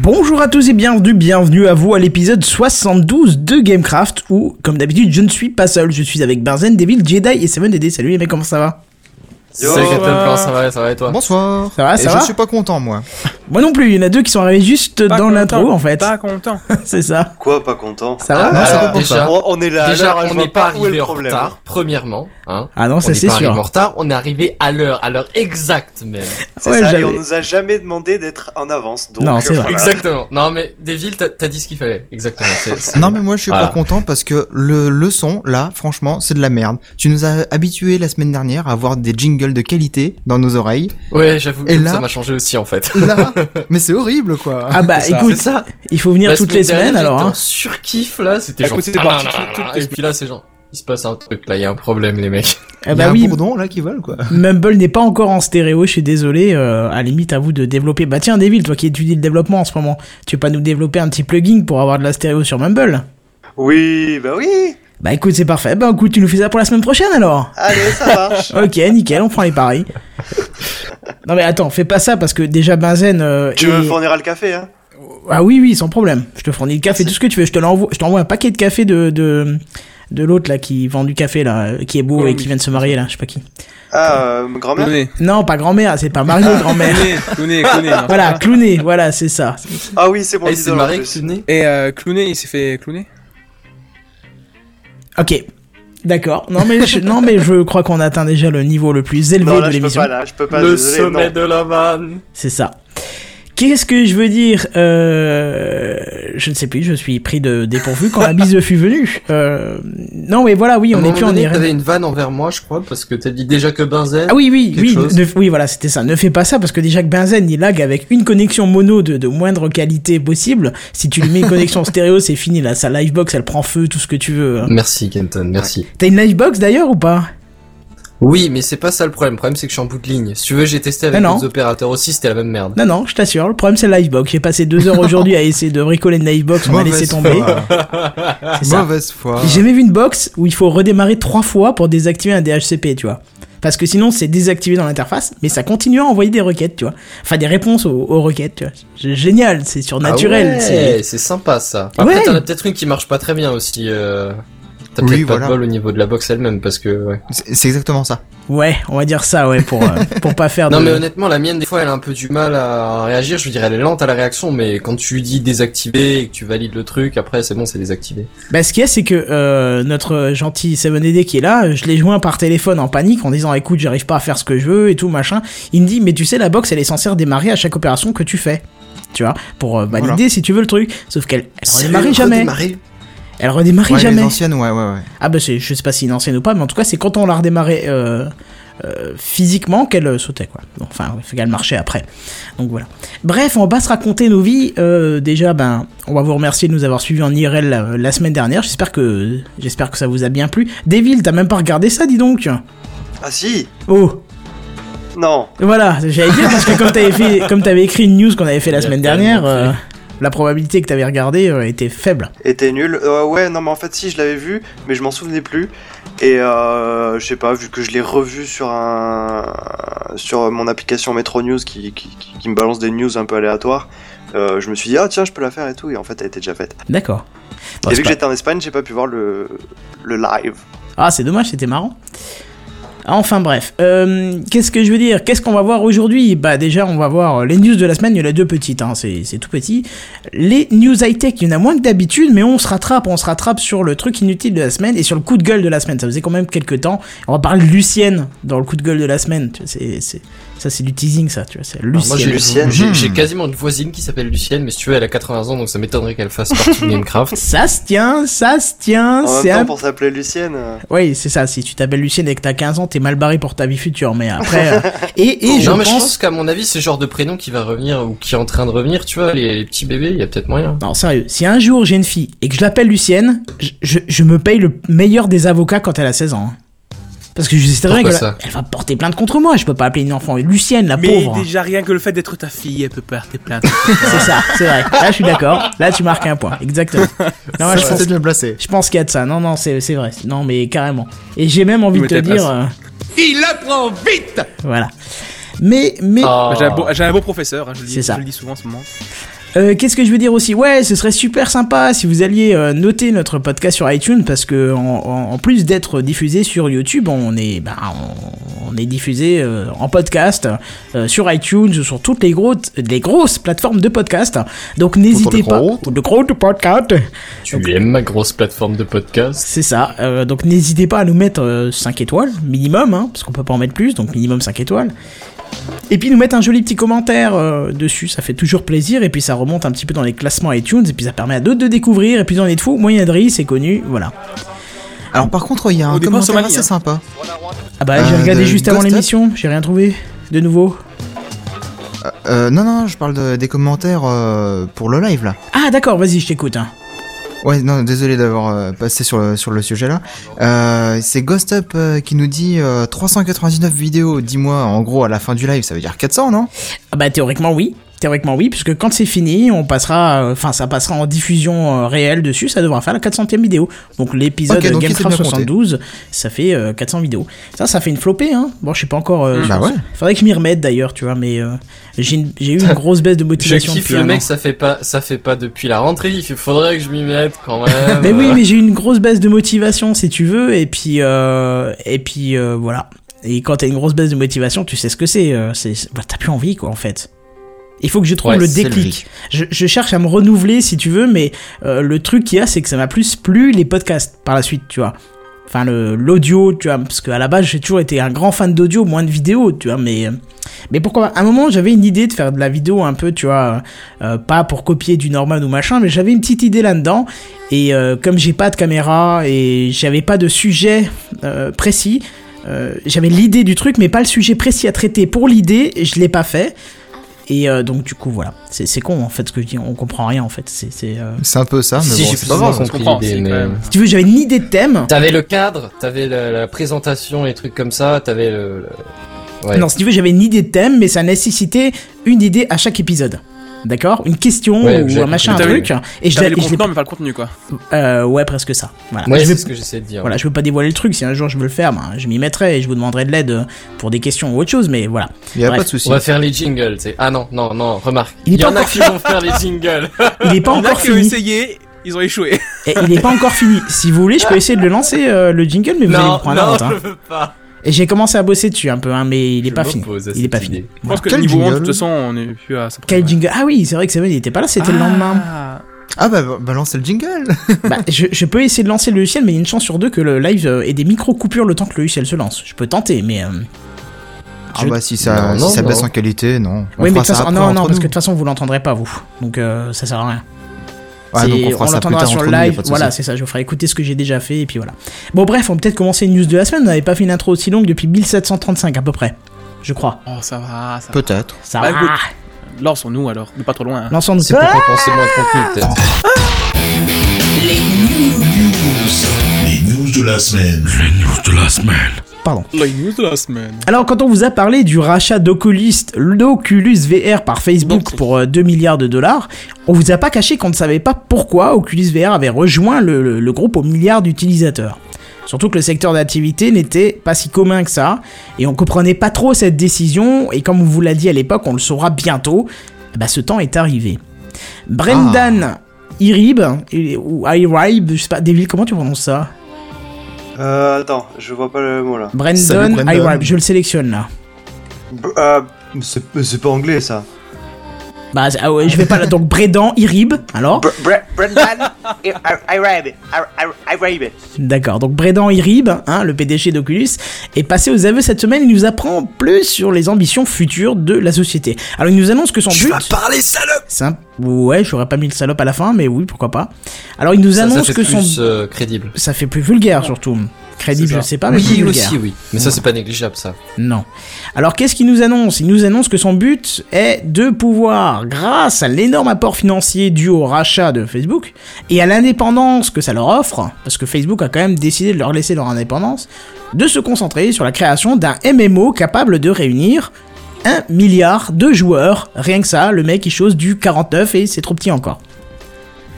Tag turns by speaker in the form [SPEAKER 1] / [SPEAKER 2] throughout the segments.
[SPEAKER 1] Bonjour à tous et bienvenue, bienvenue à vous à l'épisode 72 de Gamecraft où, comme d'habitude, je ne suis pas seul, je suis avec Benzen, Devil, Jedi et Seven DD. Salut les mecs, comment ça va
[SPEAKER 2] Yo euh, Salut Captain Plan, ça va, ça va et toi
[SPEAKER 3] Bonsoir.
[SPEAKER 1] Ça va,
[SPEAKER 3] Et
[SPEAKER 1] Ah, ça
[SPEAKER 3] je
[SPEAKER 1] va
[SPEAKER 3] suis pas content, moi.
[SPEAKER 1] Moi non plus, il y en a deux qui sont arrivés juste
[SPEAKER 4] Pas
[SPEAKER 1] dans
[SPEAKER 4] content,
[SPEAKER 1] l'intro en fait.
[SPEAKER 4] Pas content.
[SPEAKER 1] C'est ça.
[SPEAKER 2] Quoi, pas content
[SPEAKER 1] Ça va
[SPEAKER 3] Non,
[SPEAKER 2] Alors,
[SPEAKER 3] c'est pas pour
[SPEAKER 2] déjà,
[SPEAKER 3] ça.
[SPEAKER 2] on- on est Oh là, à
[SPEAKER 5] Déjà,
[SPEAKER 2] l'heure, je
[SPEAKER 5] on
[SPEAKER 2] vois
[SPEAKER 5] n'est pas
[SPEAKER 2] pas où est
[SPEAKER 5] arrivé
[SPEAKER 2] le
[SPEAKER 5] en
[SPEAKER 2] problème.
[SPEAKER 5] retard, premièrement. Hein.
[SPEAKER 1] Ah non,
[SPEAKER 5] on
[SPEAKER 1] ça
[SPEAKER 5] n'est
[SPEAKER 1] c'est
[SPEAKER 5] pas arrivé en
[SPEAKER 1] sûr.
[SPEAKER 5] retard, on est arrivé à l'heure, à l'heure exacte même.
[SPEAKER 2] C'est
[SPEAKER 1] Ouais,
[SPEAKER 2] ça,
[SPEAKER 1] j'avais-
[SPEAKER 2] et on nous a jamais demandé d'être en avance. Donc, euh,
[SPEAKER 1] Non, c'est vrai.
[SPEAKER 2] voilà.
[SPEAKER 5] Exactement. Non mais Devil, t'as t'as dit ce qu'il fallait. Exactement. c'est- c'est-
[SPEAKER 3] Non, mais moi, je suis
[SPEAKER 5] Voilà.
[SPEAKER 3] pas content parce que le, le son, là, franchement, c'est de la merde. Tu nous as habitués la semaine dernière à avoir des jingles de qualité dans nos oreilles.
[SPEAKER 5] Ouais, j'avoue.
[SPEAKER 3] Et
[SPEAKER 5] que
[SPEAKER 3] là-
[SPEAKER 5] ça m'a changé aussi en fait.
[SPEAKER 3] Là, mais c'est horrible, quoi.
[SPEAKER 1] Ah bah
[SPEAKER 3] C'est ça.
[SPEAKER 1] écoute,
[SPEAKER 5] C'est ça.
[SPEAKER 1] il faut venir
[SPEAKER 5] La
[SPEAKER 1] toutes les semaines
[SPEAKER 5] dernière,
[SPEAKER 1] alors.
[SPEAKER 5] j'étais
[SPEAKER 1] hein.
[SPEAKER 5] en surkiff là, c'était
[SPEAKER 4] Ah,
[SPEAKER 5] genre.
[SPEAKER 4] écoutez, c'est parti toutes les
[SPEAKER 5] Et puis là, c'est genre, il se passe un truc là, il y a un problème les mecs.
[SPEAKER 1] Ah
[SPEAKER 3] Il y a
[SPEAKER 1] bah
[SPEAKER 3] un
[SPEAKER 1] oui,
[SPEAKER 3] bourdon, là, qui vole, quoi.
[SPEAKER 1] Mumble n'est pas encore en stéréo, je suis désolé. euh, à la limite, à vous de développer. Bah tiens, Devil, toi qui étudies le développement en ce moment, tu peux pas nous développer un petit plugin pour avoir de la stéréo sur Mumble
[SPEAKER 2] Oui, bah oui.
[SPEAKER 1] Bah écoute, c'est parfait. Bah écoute, tu nous fais ça pour la semaine prochaine alors
[SPEAKER 2] Allez, ça marche.
[SPEAKER 1] Ok, nickel, on prend les paris. Non mais attends, fais pas ça parce que déjà Benzen. euh,
[SPEAKER 2] tu
[SPEAKER 1] est-
[SPEAKER 2] me fourniras le café, hein
[SPEAKER 1] Ah oui, oui, sans problème. Je te fournis le café, tout ce que tu veux. Je te l'envoie, je t'envoie un paquet de café de, de, de l'autre là qui vend du café là, euh, qui est beau et qui vient de se marier là, je sais pas qui.
[SPEAKER 2] Ah, euh, grand-mère
[SPEAKER 4] Clooney,
[SPEAKER 1] Non, pas grand-mère, c'est pas Mario grand-mère.
[SPEAKER 4] Clooney, Clooney, Clooney. hein.
[SPEAKER 1] Voilà, clowné, voilà, c'est ça.
[SPEAKER 2] Ah oui, c'est mon
[SPEAKER 5] Et Eh, c'est
[SPEAKER 2] idole en
[SPEAKER 5] Marie
[SPEAKER 2] plus.
[SPEAKER 5] Clooney.
[SPEAKER 4] Et euh, Clooney, il s'est fait clowner
[SPEAKER 1] Ok. D'accord. Non mais je, non mais je crois qu'on atteint déjà le niveau le plus élevé
[SPEAKER 2] Non, là,
[SPEAKER 1] de
[SPEAKER 2] je peux
[SPEAKER 1] l'émission.
[SPEAKER 2] pas, là, je peux pas,
[SPEAKER 5] Le
[SPEAKER 2] désolé, non.
[SPEAKER 5] sommet de la vanne.
[SPEAKER 1] C'est ça. Qu'est-ce que je veux dire euh, Je ne sais plus, je suis pris de dépourvu quand la bise fut venue. Euh, non mais voilà, oui,
[SPEAKER 5] À un
[SPEAKER 1] on est
[SPEAKER 5] moment
[SPEAKER 1] plus en
[SPEAKER 5] donné,
[SPEAKER 1] Irène.
[SPEAKER 5] T'avais une vanne envers moi, je crois, parce que t'as dit déjà que Benzen.
[SPEAKER 1] Ah oui, oui,
[SPEAKER 5] quelque
[SPEAKER 1] oui,
[SPEAKER 5] chose.
[SPEAKER 1] ne- oui, voilà, c'était ça. Ne fais pas ça parce que déjà que Benzen, il lag avec une connexion mono de, de moindre qualité possible. Si tu lui mets une connexion stéréo, c'est fini, là, sa livebox, elle prend feu, tout ce que tu veux. hein.
[SPEAKER 5] Merci Kenton, merci.
[SPEAKER 1] T'as une livebox d'ailleurs ou pas
[SPEAKER 5] Oui, mais c'est pas ça le problème. Le problème, c'est que je suis en bout de ligne. Si tu veux, j'ai testé avec
[SPEAKER 1] Ah non.
[SPEAKER 5] d'autres opérateurs aussi, c'était la même merde.
[SPEAKER 1] Non, non, je t'assure, le problème c'est la livebox. J'ai passé deux heures aujourd'hui à essayer de bricoler une livebox, on m'a laissé
[SPEAKER 3] Mauvaise
[SPEAKER 1] tomber.
[SPEAKER 3] foi.
[SPEAKER 1] C'est ça.
[SPEAKER 3] Mauvaise foi.
[SPEAKER 1] J'ai jamais vu une box où il faut redémarrer trois fois pour désactiver un DHCP, tu vois. Parce que sinon, c'est désactivé dans l'interface, mais ça continue à envoyer des requêtes, tu vois. Enfin, des réponses aux, aux requêtes, tu vois. C'est génial, c'est surnaturel.
[SPEAKER 5] Ah ouais,
[SPEAKER 1] c'est-
[SPEAKER 5] c'est... sympa ça. Après,
[SPEAKER 1] Ouais.
[SPEAKER 5] t'en as peut-être une qui marche pas très bien aussi. Euh... T'as peut-être
[SPEAKER 3] Oui,
[SPEAKER 5] pas
[SPEAKER 3] voilà.
[SPEAKER 5] de bol au niveau de la box elle-même parce que. ouais.
[SPEAKER 3] C'est c'est exactement ça.
[SPEAKER 1] Ouais, on va dire ça, ouais, pour, euh, pour pas faire
[SPEAKER 5] Non,
[SPEAKER 1] de...
[SPEAKER 5] mais honnêtement, la mienne, des fois, elle a un peu du mal à réagir. Je veux dire, elle est lente à la réaction, mais quand tu lui dis désactiver et que tu valides le truc, après, c'est bon, c'est désactivé.
[SPEAKER 1] Bah, ce qu'il y a, c'est que euh, notre gentil 7DD qui est là, euh, je l'ai joint par téléphone en panique en disant écoute, j'arrive pas à faire ce que je veux et tout, machin. Il me dit mais tu sais, la box elle est censée redémarrer à chaque opération que tu fais. Tu vois, pour euh, valider
[SPEAKER 3] Voilà.
[SPEAKER 1] si tu veux le truc. Sauf qu'elle elle redémarrait jamais.
[SPEAKER 5] redémarrer.
[SPEAKER 1] Elle redémarrait
[SPEAKER 3] Ouais,
[SPEAKER 1] jamais.
[SPEAKER 3] les anciennes, ouais, ouais, ouais.
[SPEAKER 1] Ah, bah, c'est- je sais pas si une ancienne ou pas, mais en tout cas, c'est quand on l'a redémarré euh, euh, physiquement qu'elle euh, sautait, quoi. Enfin, il faut qu'elle marchait après. Donc voilà. Bref, on va se raconter nos vies. Euh, déjà, ben, on va vous remercier de nous avoir suivis en IRL la, euh, la semaine dernière. J'espère que, j'espère que ça vous a bien plu. Devil, t'as même pas regardé ça, dis donc.
[SPEAKER 2] Ah si
[SPEAKER 1] Oh,
[SPEAKER 2] Non.
[SPEAKER 1] voilà, j'allais dire parce que comme t'avais fait, comme t'avais écrit une news qu'on avait fait la
[SPEAKER 5] Il a
[SPEAKER 1] semaine
[SPEAKER 5] tellement
[SPEAKER 1] dernière,
[SPEAKER 5] fait.
[SPEAKER 1] euh, la probabilité que t'avais regardé euh, était faible.
[SPEAKER 2] Et t'es nul. Euh, ouais, non, mais en fait, si, je l'avais vu, mais je m'en souvenais plus. Et euh, je sais pas, vu que je l'ai revu sur un sur mon application Metro News qui, qui, qui- qui me balance des news un peu aléatoires, euh, je me suis dit, ah tiens, je peux la faire et tout. Et en fait, elle était déjà faite.
[SPEAKER 1] D'accord. Bon,
[SPEAKER 2] et
[SPEAKER 1] c'est
[SPEAKER 2] vu que
[SPEAKER 1] pas-
[SPEAKER 2] j'étais en Espagne, j'ai pas pu voir le, le live.
[SPEAKER 1] Ah, c'est dommage, c'était marrant. Enfin bref, Euh, qu'est-ce que je veux dire Qu'est-ce qu'on va voir aujourd'hui Bah déjà, on va voir euh, les news de la semaine, il y en a deux petites, hein, c'est c'est tout petit. Les news high-tech, il y en a moins que d'habitude, mais on se rattrape, on se rattrape sur le truc inutile de la semaine et sur le coup de gueule de la semaine, ça faisait quand même quelques temps. On va parler de Lucienne dans le coup de gueule de la semaine, Tu vois, c'est c'est- ça c'est du teasing ça, tu vois, c'est
[SPEAKER 5] Alors, moi, j'ai,
[SPEAKER 1] Lucienne.
[SPEAKER 2] Lucienne.
[SPEAKER 5] j'ai-
[SPEAKER 3] Hmm.
[SPEAKER 5] j'ai quasiment une voisine qui s'appelle Lucienne, mais si tu veux, elle a 80 ans, donc ça m'étonnerait qu'elle fasse partie de Gamecraft.
[SPEAKER 1] Ça se tient, ça se
[SPEAKER 3] Ah,
[SPEAKER 1] tient,
[SPEAKER 2] En
[SPEAKER 1] c'est
[SPEAKER 2] même temps,
[SPEAKER 1] un
[SPEAKER 2] pour s'appeler Lucienne. euh,
[SPEAKER 1] Oui, c'est ça. Si tu t'appelles Lucienne et que t'as 15 ans, t'es mal barré pour ta vie future. Mais après. euh, et et je,
[SPEAKER 5] non, mais je
[SPEAKER 1] pense...
[SPEAKER 5] pense qu'à mon avis, c'est le genre de prénom qui va revenir ou qui est en train de revenir, tu vois, les, les petits bébés, il y a peut-être moyen.
[SPEAKER 1] Non, sérieux. Si un jour j'ai une fille et que je l'appelle Lucienne, je, je, je me paye le meilleur des avocats quand elle a 16 ans. hein. Parce que je sais très bien
[SPEAKER 5] Pourquoi
[SPEAKER 1] qu'elle
[SPEAKER 5] ça
[SPEAKER 1] elle va porter plainte contre moi. Je peux pas appeler une enfant Lucienne, la
[SPEAKER 4] Mais
[SPEAKER 1] pauvre.
[SPEAKER 4] déjà, rien que le fait d'être ta fille, elle peut porter plainte.
[SPEAKER 1] C'est ça, c'est vrai. Là, je suis d'accord. Là, tu marques un point. Exactement. Non, je
[SPEAKER 3] Ça,
[SPEAKER 1] pense,
[SPEAKER 3] c'est bien placé.
[SPEAKER 1] je pense qu'il y a de ça. Non, non, c'est c'est vrai. Non, mais carrément. Et j'ai même envie de
[SPEAKER 4] mets
[SPEAKER 1] te
[SPEAKER 4] ta
[SPEAKER 1] dire.
[SPEAKER 4] place.
[SPEAKER 6] Il apprend vite
[SPEAKER 1] euh, voilà. Mais, mais.
[SPEAKER 5] Ah.
[SPEAKER 4] Ah. J'ai un beau, j'ai un beau professeur, hein, je, le dis,
[SPEAKER 1] C'est ça.
[SPEAKER 4] je le dis souvent en ce moment.
[SPEAKER 1] Euh, Qu'est-ce que je veux dire aussi Ouais, ce serait super sympa si vous alliez euh, noter notre podcast sur iTunes parce que en, en- en plus d'être diffusé sur YouTube, on est, bah, on, on est diffusé euh, en podcast euh, sur iTunes, sur toutes les grosses, les grosses plateformes de podcast. Donc n'hésitez pas.
[SPEAKER 5] gros.
[SPEAKER 1] Pour le gros de podcast.
[SPEAKER 5] Tu aimes ma grosse plateforme de podcast
[SPEAKER 1] C'est ça. Euh, donc n'hésitez pas à nous mettre 5 étoiles minimum, hein, parce qu'on peut pas en mettre plus, donc minimum 5 étoiles. Et puis nous mettre un joli petit commentaire euh, dessus, ça fait toujours plaisir, et puis ça remonte un petit peu dans les classements iTunes, et puis ça permet à d'autres de découvrir, et puis on est de fous, moyen de rire, c'est connu, voilà.
[SPEAKER 3] Alors par contre, il y a
[SPEAKER 4] Au
[SPEAKER 3] un
[SPEAKER 4] départ,
[SPEAKER 3] commentaire
[SPEAKER 4] Somalie,
[SPEAKER 3] assez
[SPEAKER 4] hein.
[SPEAKER 3] sympa.
[SPEAKER 1] Ah bah
[SPEAKER 3] Euh,
[SPEAKER 1] j'ai regardé
[SPEAKER 3] de
[SPEAKER 1] juste avant
[SPEAKER 3] Ghost Up
[SPEAKER 1] l'émission, j'ai rien trouvé de nouveau.
[SPEAKER 3] Euh, non, non, je parle de- des commentaires euh, pour le live là.
[SPEAKER 1] Ah d'accord, vas-y, je t'écoute. hein.
[SPEAKER 3] Ouais, non, désolé d'avoir euh, passé sur le, sur le sujet là. Euh, c'est Ghost Up euh, qui nous dit euh, 399 vidéos, dis-moi, en gros à la fin du live, ça veut dire 400, non
[SPEAKER 1] Ah bah théoriquement oui. Théoriquement oui, puisque quand c'est fini, on passera, euh, enfin ça passera en diffusion euh, réelle dessus, ça devra faire la 400e vidéo. Donc l'épisode
[SPEAKER 3] Ok, donc il s'est
[SPEAKER 1] GameCraft
[SPEAKER 3] bien compté.
[SPEAKER 1] 72, ça fait euh, 400 vidéos. Ça, ça fait une flopée, hein. Bon, je suis pas encore. euh,
[SPEAKER 3] Bah
[SPEAKER 1] sur-
[SPEAKER 3] ouais.
[SPEAKER 1] Faudrait que je m'y remette d'ailleurs, tu vois, mais euh, j'ai une- j'ai eu une grosse baisse de
[SPEAKER 5] Je
[SPEAKER 1] motivation
[SPEAKER 5] kiffe
[SPEAKER 1] depuis
[SPEAKER 5] le
[SPEAKER 1] un
[SPEAKER 5] mec,
[SPEAKER 1] an.
[SPEAKER 5] ça fait pas, ça fait pas depuis la rentrée. Il faudrait que je m'y mette quand même.
[SPEAKER 1] Mais oui, mais j'ai eu une grosse baisse de motivation, si tu veux, et puis euh, et puis euh, voilà. Et quand t'as une grosse baisse de motivation, tu sais ce que c'est. euh, c'est c'est- bah, t'as plus envie, quoi, en fait. Il faut que je trouve
[SPEAKER 5] Ouais,
[SPEAKER 1] le
[SPEAKER 5] c'est
[SPEAKER 1] déclic. Je, je cherche à me renouveler, si tu veux, mais euh, le truc qu'il y a, c'est que ça m'a plus plu les podcasts par la suite, tu vois. Enfin, le- l'audio, tu vois, parce qu'à la base, j'ai toujours été un grand fan d'audio, moins de vidéo, tu vois, mais. euh, Mais pourquoi pas À un moment, j'avais une idée de faire de la vidéo un peu, tu vois, euh, pas pour copier du Norman ou machin, mais j'avais une petite idée là-dedans. Et euh, comme j'ai pas de caméra et j'avais pas de sujet euh, précis, euh, j'avais l'idée du truc, mais pas le sujet précis à traiter. Pour l'idée, je l'ai pas fait. Et euh, donc, du coup, voilà. C'est c'est con, en fait, ce que je dis. On comprend rien, en fait. C'est. c'est, euh,
[SPEAKER 3] C'est un peu ça, mais
[SPEAKER 5] Si
[SPEAKER 3] bon,
[SPEAKER 5] j'ai
[SPEAKER 3] c'est
[SPEAKER 5] plus
[SPEAKER 3] pas
[SPEAKER 5] ou
[SPEAKER 3] grave.
[SPEAKER 5] moins
[SPEAKER 4] grave, on
[SPEAKER 5] compris
[SPEAKER 4] comprend,
[SPEAKER 5] l'idée,
[SPEAKER 4] c'est
[SPEAKER 5] mais.
[SPEAKER 4] quand même-
[SPEAKER 1] Si tu veux, j'avais une idée de thème.
[SPEAKER 5] T'avais le cadre, t'avais la, la présentation et trucs comme ça, t'avais le. le- Ouais.
[SPEAKER 1] Non, si tu veux, j'avais une idée de thème, mais ça nécessitait une idée à chaque épisode. D'accord Une question
[SPEAKER 5] Ouais, j'ai
[SPEAKER 1] ou un machin, un
[SPEAKER 4] compris.
[SPEAKER 1] truc. Et je
[SPEAKER 4] J'avais
[SPEAKER 1] l'ai.
[SPEAKER 4] le
[SPEAKER 1] et je l'ai
[SPEAKER 4] contenant,
[SPEAKER 1] pas-
[SPEAKER 4] mais pas le contenu, quoi.
[SPEAKER 1] Euh, ouais, presque ça. Voilà.
[SPEAKER 5] Moi,
[SPEAKER 1] je vais-
[SPEAKER 5] c'est ce que j'essaie de dire.
[SPEAKER 1] Voilà, je veux pas dévoiler le truc. Si un jour je veux le faire, ben, je m'y mettrai et je vous demanderai de l'aide euh, pour des questions ou autre chose. Mais voilà.
[SPEAKER 3] Il y a
[SPEAKER 1] Bref.
[SPEAKER 3] pas de souci.
[SPEAKER 5] On va faire les jingles, tu sais. Ah non, non, non, remarque.
[SPEAKER 1] Il est
[SPEAKER 5] Il y
[SPEAKER 1] pas
[SPEAKER 5] en a
[SPEAKER 1] encore
[SPEAKER 5] qui vont faire les jingles.
[SPEAKER 1] Il est pas
[SPEAKER 4] Il y en a
[SPEAKER 1] encore
[SPEAKER 4] qui ont
[SPEAKER 1] fini.
[SPEAKER 4] essayé, ils ont échoué.
[SPEAKER 1] Et Eh, il est pas encore fini. Si vous voulez, je peux essayer de le lancer euh, le jingle, mais vous allez vous
[SPEAKER 5] non,
[SPEAKER 1] prendre la
[SPEAKER 5] non,
[SPEAKER 1] honte.
[SPEAKER 5] je
[SPEAKER 1] hein.
[SPEAKER 5] veux pas.
[SPEAKER 1] Et j'ai commencé à bosser dessus un peu, hein, mais il est
[SPEAKER 5] Je
[SPEAKER 1] pas fini.
[SPEAKER 5] m'oppose à
[SPEAKER 1] Il est
[SPEAKER 5] cette
[SPEAKER 1] pas fini.
[SPEAKER 5] idée.
[SPEAKER 4] Je pense que
[SPEAKER 3] Quel
[SPEAKER 4] niveau 11, de
[SPEAKER 3] jingle
[SPEAKER 4] toute façon, on est plus à ça.
[SPEAKER 1] Quel jingle Ah oui, c'est vrai que Samuel il était pas là, c'était le lendemain.
[SPEAKER 3] Ah bah balance le jingle
[SPEAKER 1] Bah, je, je peux essayer de lancer le logiciel, mais il y a une chance sur deux que le live euh, ait des micro-coupures le temps que le logiciel se lance. Je peux tenter, mais. euh,
[SPEAKER 3] Ah
[SPEAKER 1] je-
[SPEAKER 3] bah si ça,
[SPEAKER 5] Non,
[SPEAKER 3] si
[SPEAKER 5] non,
[SPEAKER 3] ça
[SPEAKER 5] non.
[SPEAKER 3] baisse en qualité, non. On
[SPEAKER 1] Oui, mais de
[SPEAKER 3] fera
[SPEAKER 1] toute
[SPEAKER 3] ça
[SPEAKER 1] façon,
[SPEAKER 3] après
[SPEAKER 1] non,
[SPEAKER 3] entre
[SPEAKER 1] non, parce
[SPEAKER 3] nous.
[SPEAKER 1] que de toute façon, vous l'entendrez pas, vous. Donc, euh, ça sert à rien.
[SPEAKER 3] Ouais, donc
[SPEAKER 1] C'est-
[SPEAKER 3] on fera ça plus
[SPEAKER 1] l'entendra
[SPEAKER 3] tard
[SPEAKER 1] sur
[SPEAKER 3] entre
[SPEAKER 1] le
[SPEAKER 3] nous, y a
[SPEAKER 1] live.
[SPEAKER 3] pas de
[SPEAKER 1] voilà,
[SPEAKER 3] souci.
[SPEAKER 1] c'est ça. Je vous ferai écouter ce que j'ai déjà fait, et puis voilà. Bon, bref, on peut peut-être commencer une news de la semaine. On n'avait pas fait une intro aussi longue depuis 1735, à peu près. Je crois.
[SPEAKER 4] Oh, ça va, ça va.
[SPEAKER 3] Peut-être.
[SPEAKER 1] Ça
[SPEAKER 4] Bah,
[SPEAKER 1] va.
[SPEAKER 4] écoute. Lançons-nous alors, mais pas trop loin. hein.
[SPEAKER 1] Lançons-nous.
[SPEAKER 5] C'est pour compenser moins de contenu, peut-être.
[SPEAKER 6] Les news de la semaine. Les news de la semaine.
[SPEAKER 1] Pardon.
[SPEAKER 4] Les news de la semaine.
[SPEAKER 1] Alors quand on vous a parlé du rachat d'Oculus, d'Oculus VR par Facebook pour euh, 2 milliards de dollars, on vous a pas caché qu'on ne savait pas pourquoi Oculus VR avait rejoint le, le- le groupe aux milliards d'utilisateurs. Surtout que le secteur d'activité n'était pas si commun que ça, et on comprenait pas trop cette décision, et comme on vous l'a dit à l'époque, on le saura bientôt, bah, ce temps est arrivé. Brendan
[SPEAKER 3] Ah.
[SPEAKER 1] Irib, ou Irib, je sais pas, Devil, comment tu prononces ça
[SPEAKER 2] Euh, attends, je vois pas le mot là.
[SPEAKER 1] Brendan,
[SPEAKER 3] Salut, Brendan.
[SPEAKER 1] Irib, je le sélectionne là.
[SPEAKER 2] B- euh, c'est c'est pas anglais ça.
[SPEAKER 1] Bah, c'est- ah ouais, je vais pas là. Donc, Brédan, Irib, alors.
[SPEAKER 7] Br- Br- Brendan, I, I, I rave it. I, I, I rave it.
[SPEAKER 1] D'accord. Donc, Brédan Irib, hein, le PDG d'Oculus, est passé aux aveux cette semaine. Il nous apprend plus sur les ambitions futures de la société. Alors, il nous annonce que son but.
[SPEAKER 5] parler, salope
[SPEAKER 1] C'est un- Ouais, j'aurais pas mis le salope à la fin, mais oui, pourquoi pas. Alors, il nous
[SPEAKER 5] Ça,
[SPEAKER 1] annonce
[SPEAKER 5] ça fait
[SPEAKER 1] que son.
[SPEAKER 5] plus euh, crédible.
[SPEAKER 1] Ça fait plus vulgaire, surtout. Crédible,
[SPEAKER 5] Ah, C'est
[SPEAKER 1] je
[SPEAKER 5] ça.
[SPEAKER 1] sais pas, mais plus
[SPEAKER 5] Oui,
[SPEAKER 1] vulgaire.
[SPEAKER 5] aussi, oui. Mais ça, c'est pas négligeable, ça.
[SPEAKER 1] Non. Alors qu'est-ce qu'il nous annonce Il nous annonce que son but est de pouvoir, grâce à l'énorme apport financier dû au rachat de Facebook et à l'indépendance que ça leur offre, parce que Facebook a quand même décidé de leur laisser leur indépendance, de se concentrer sur la création d'un MMO capable de réunir un milliard de joueurs. Rien que ça, le mec il chose du 49 et c'est trop petit encore.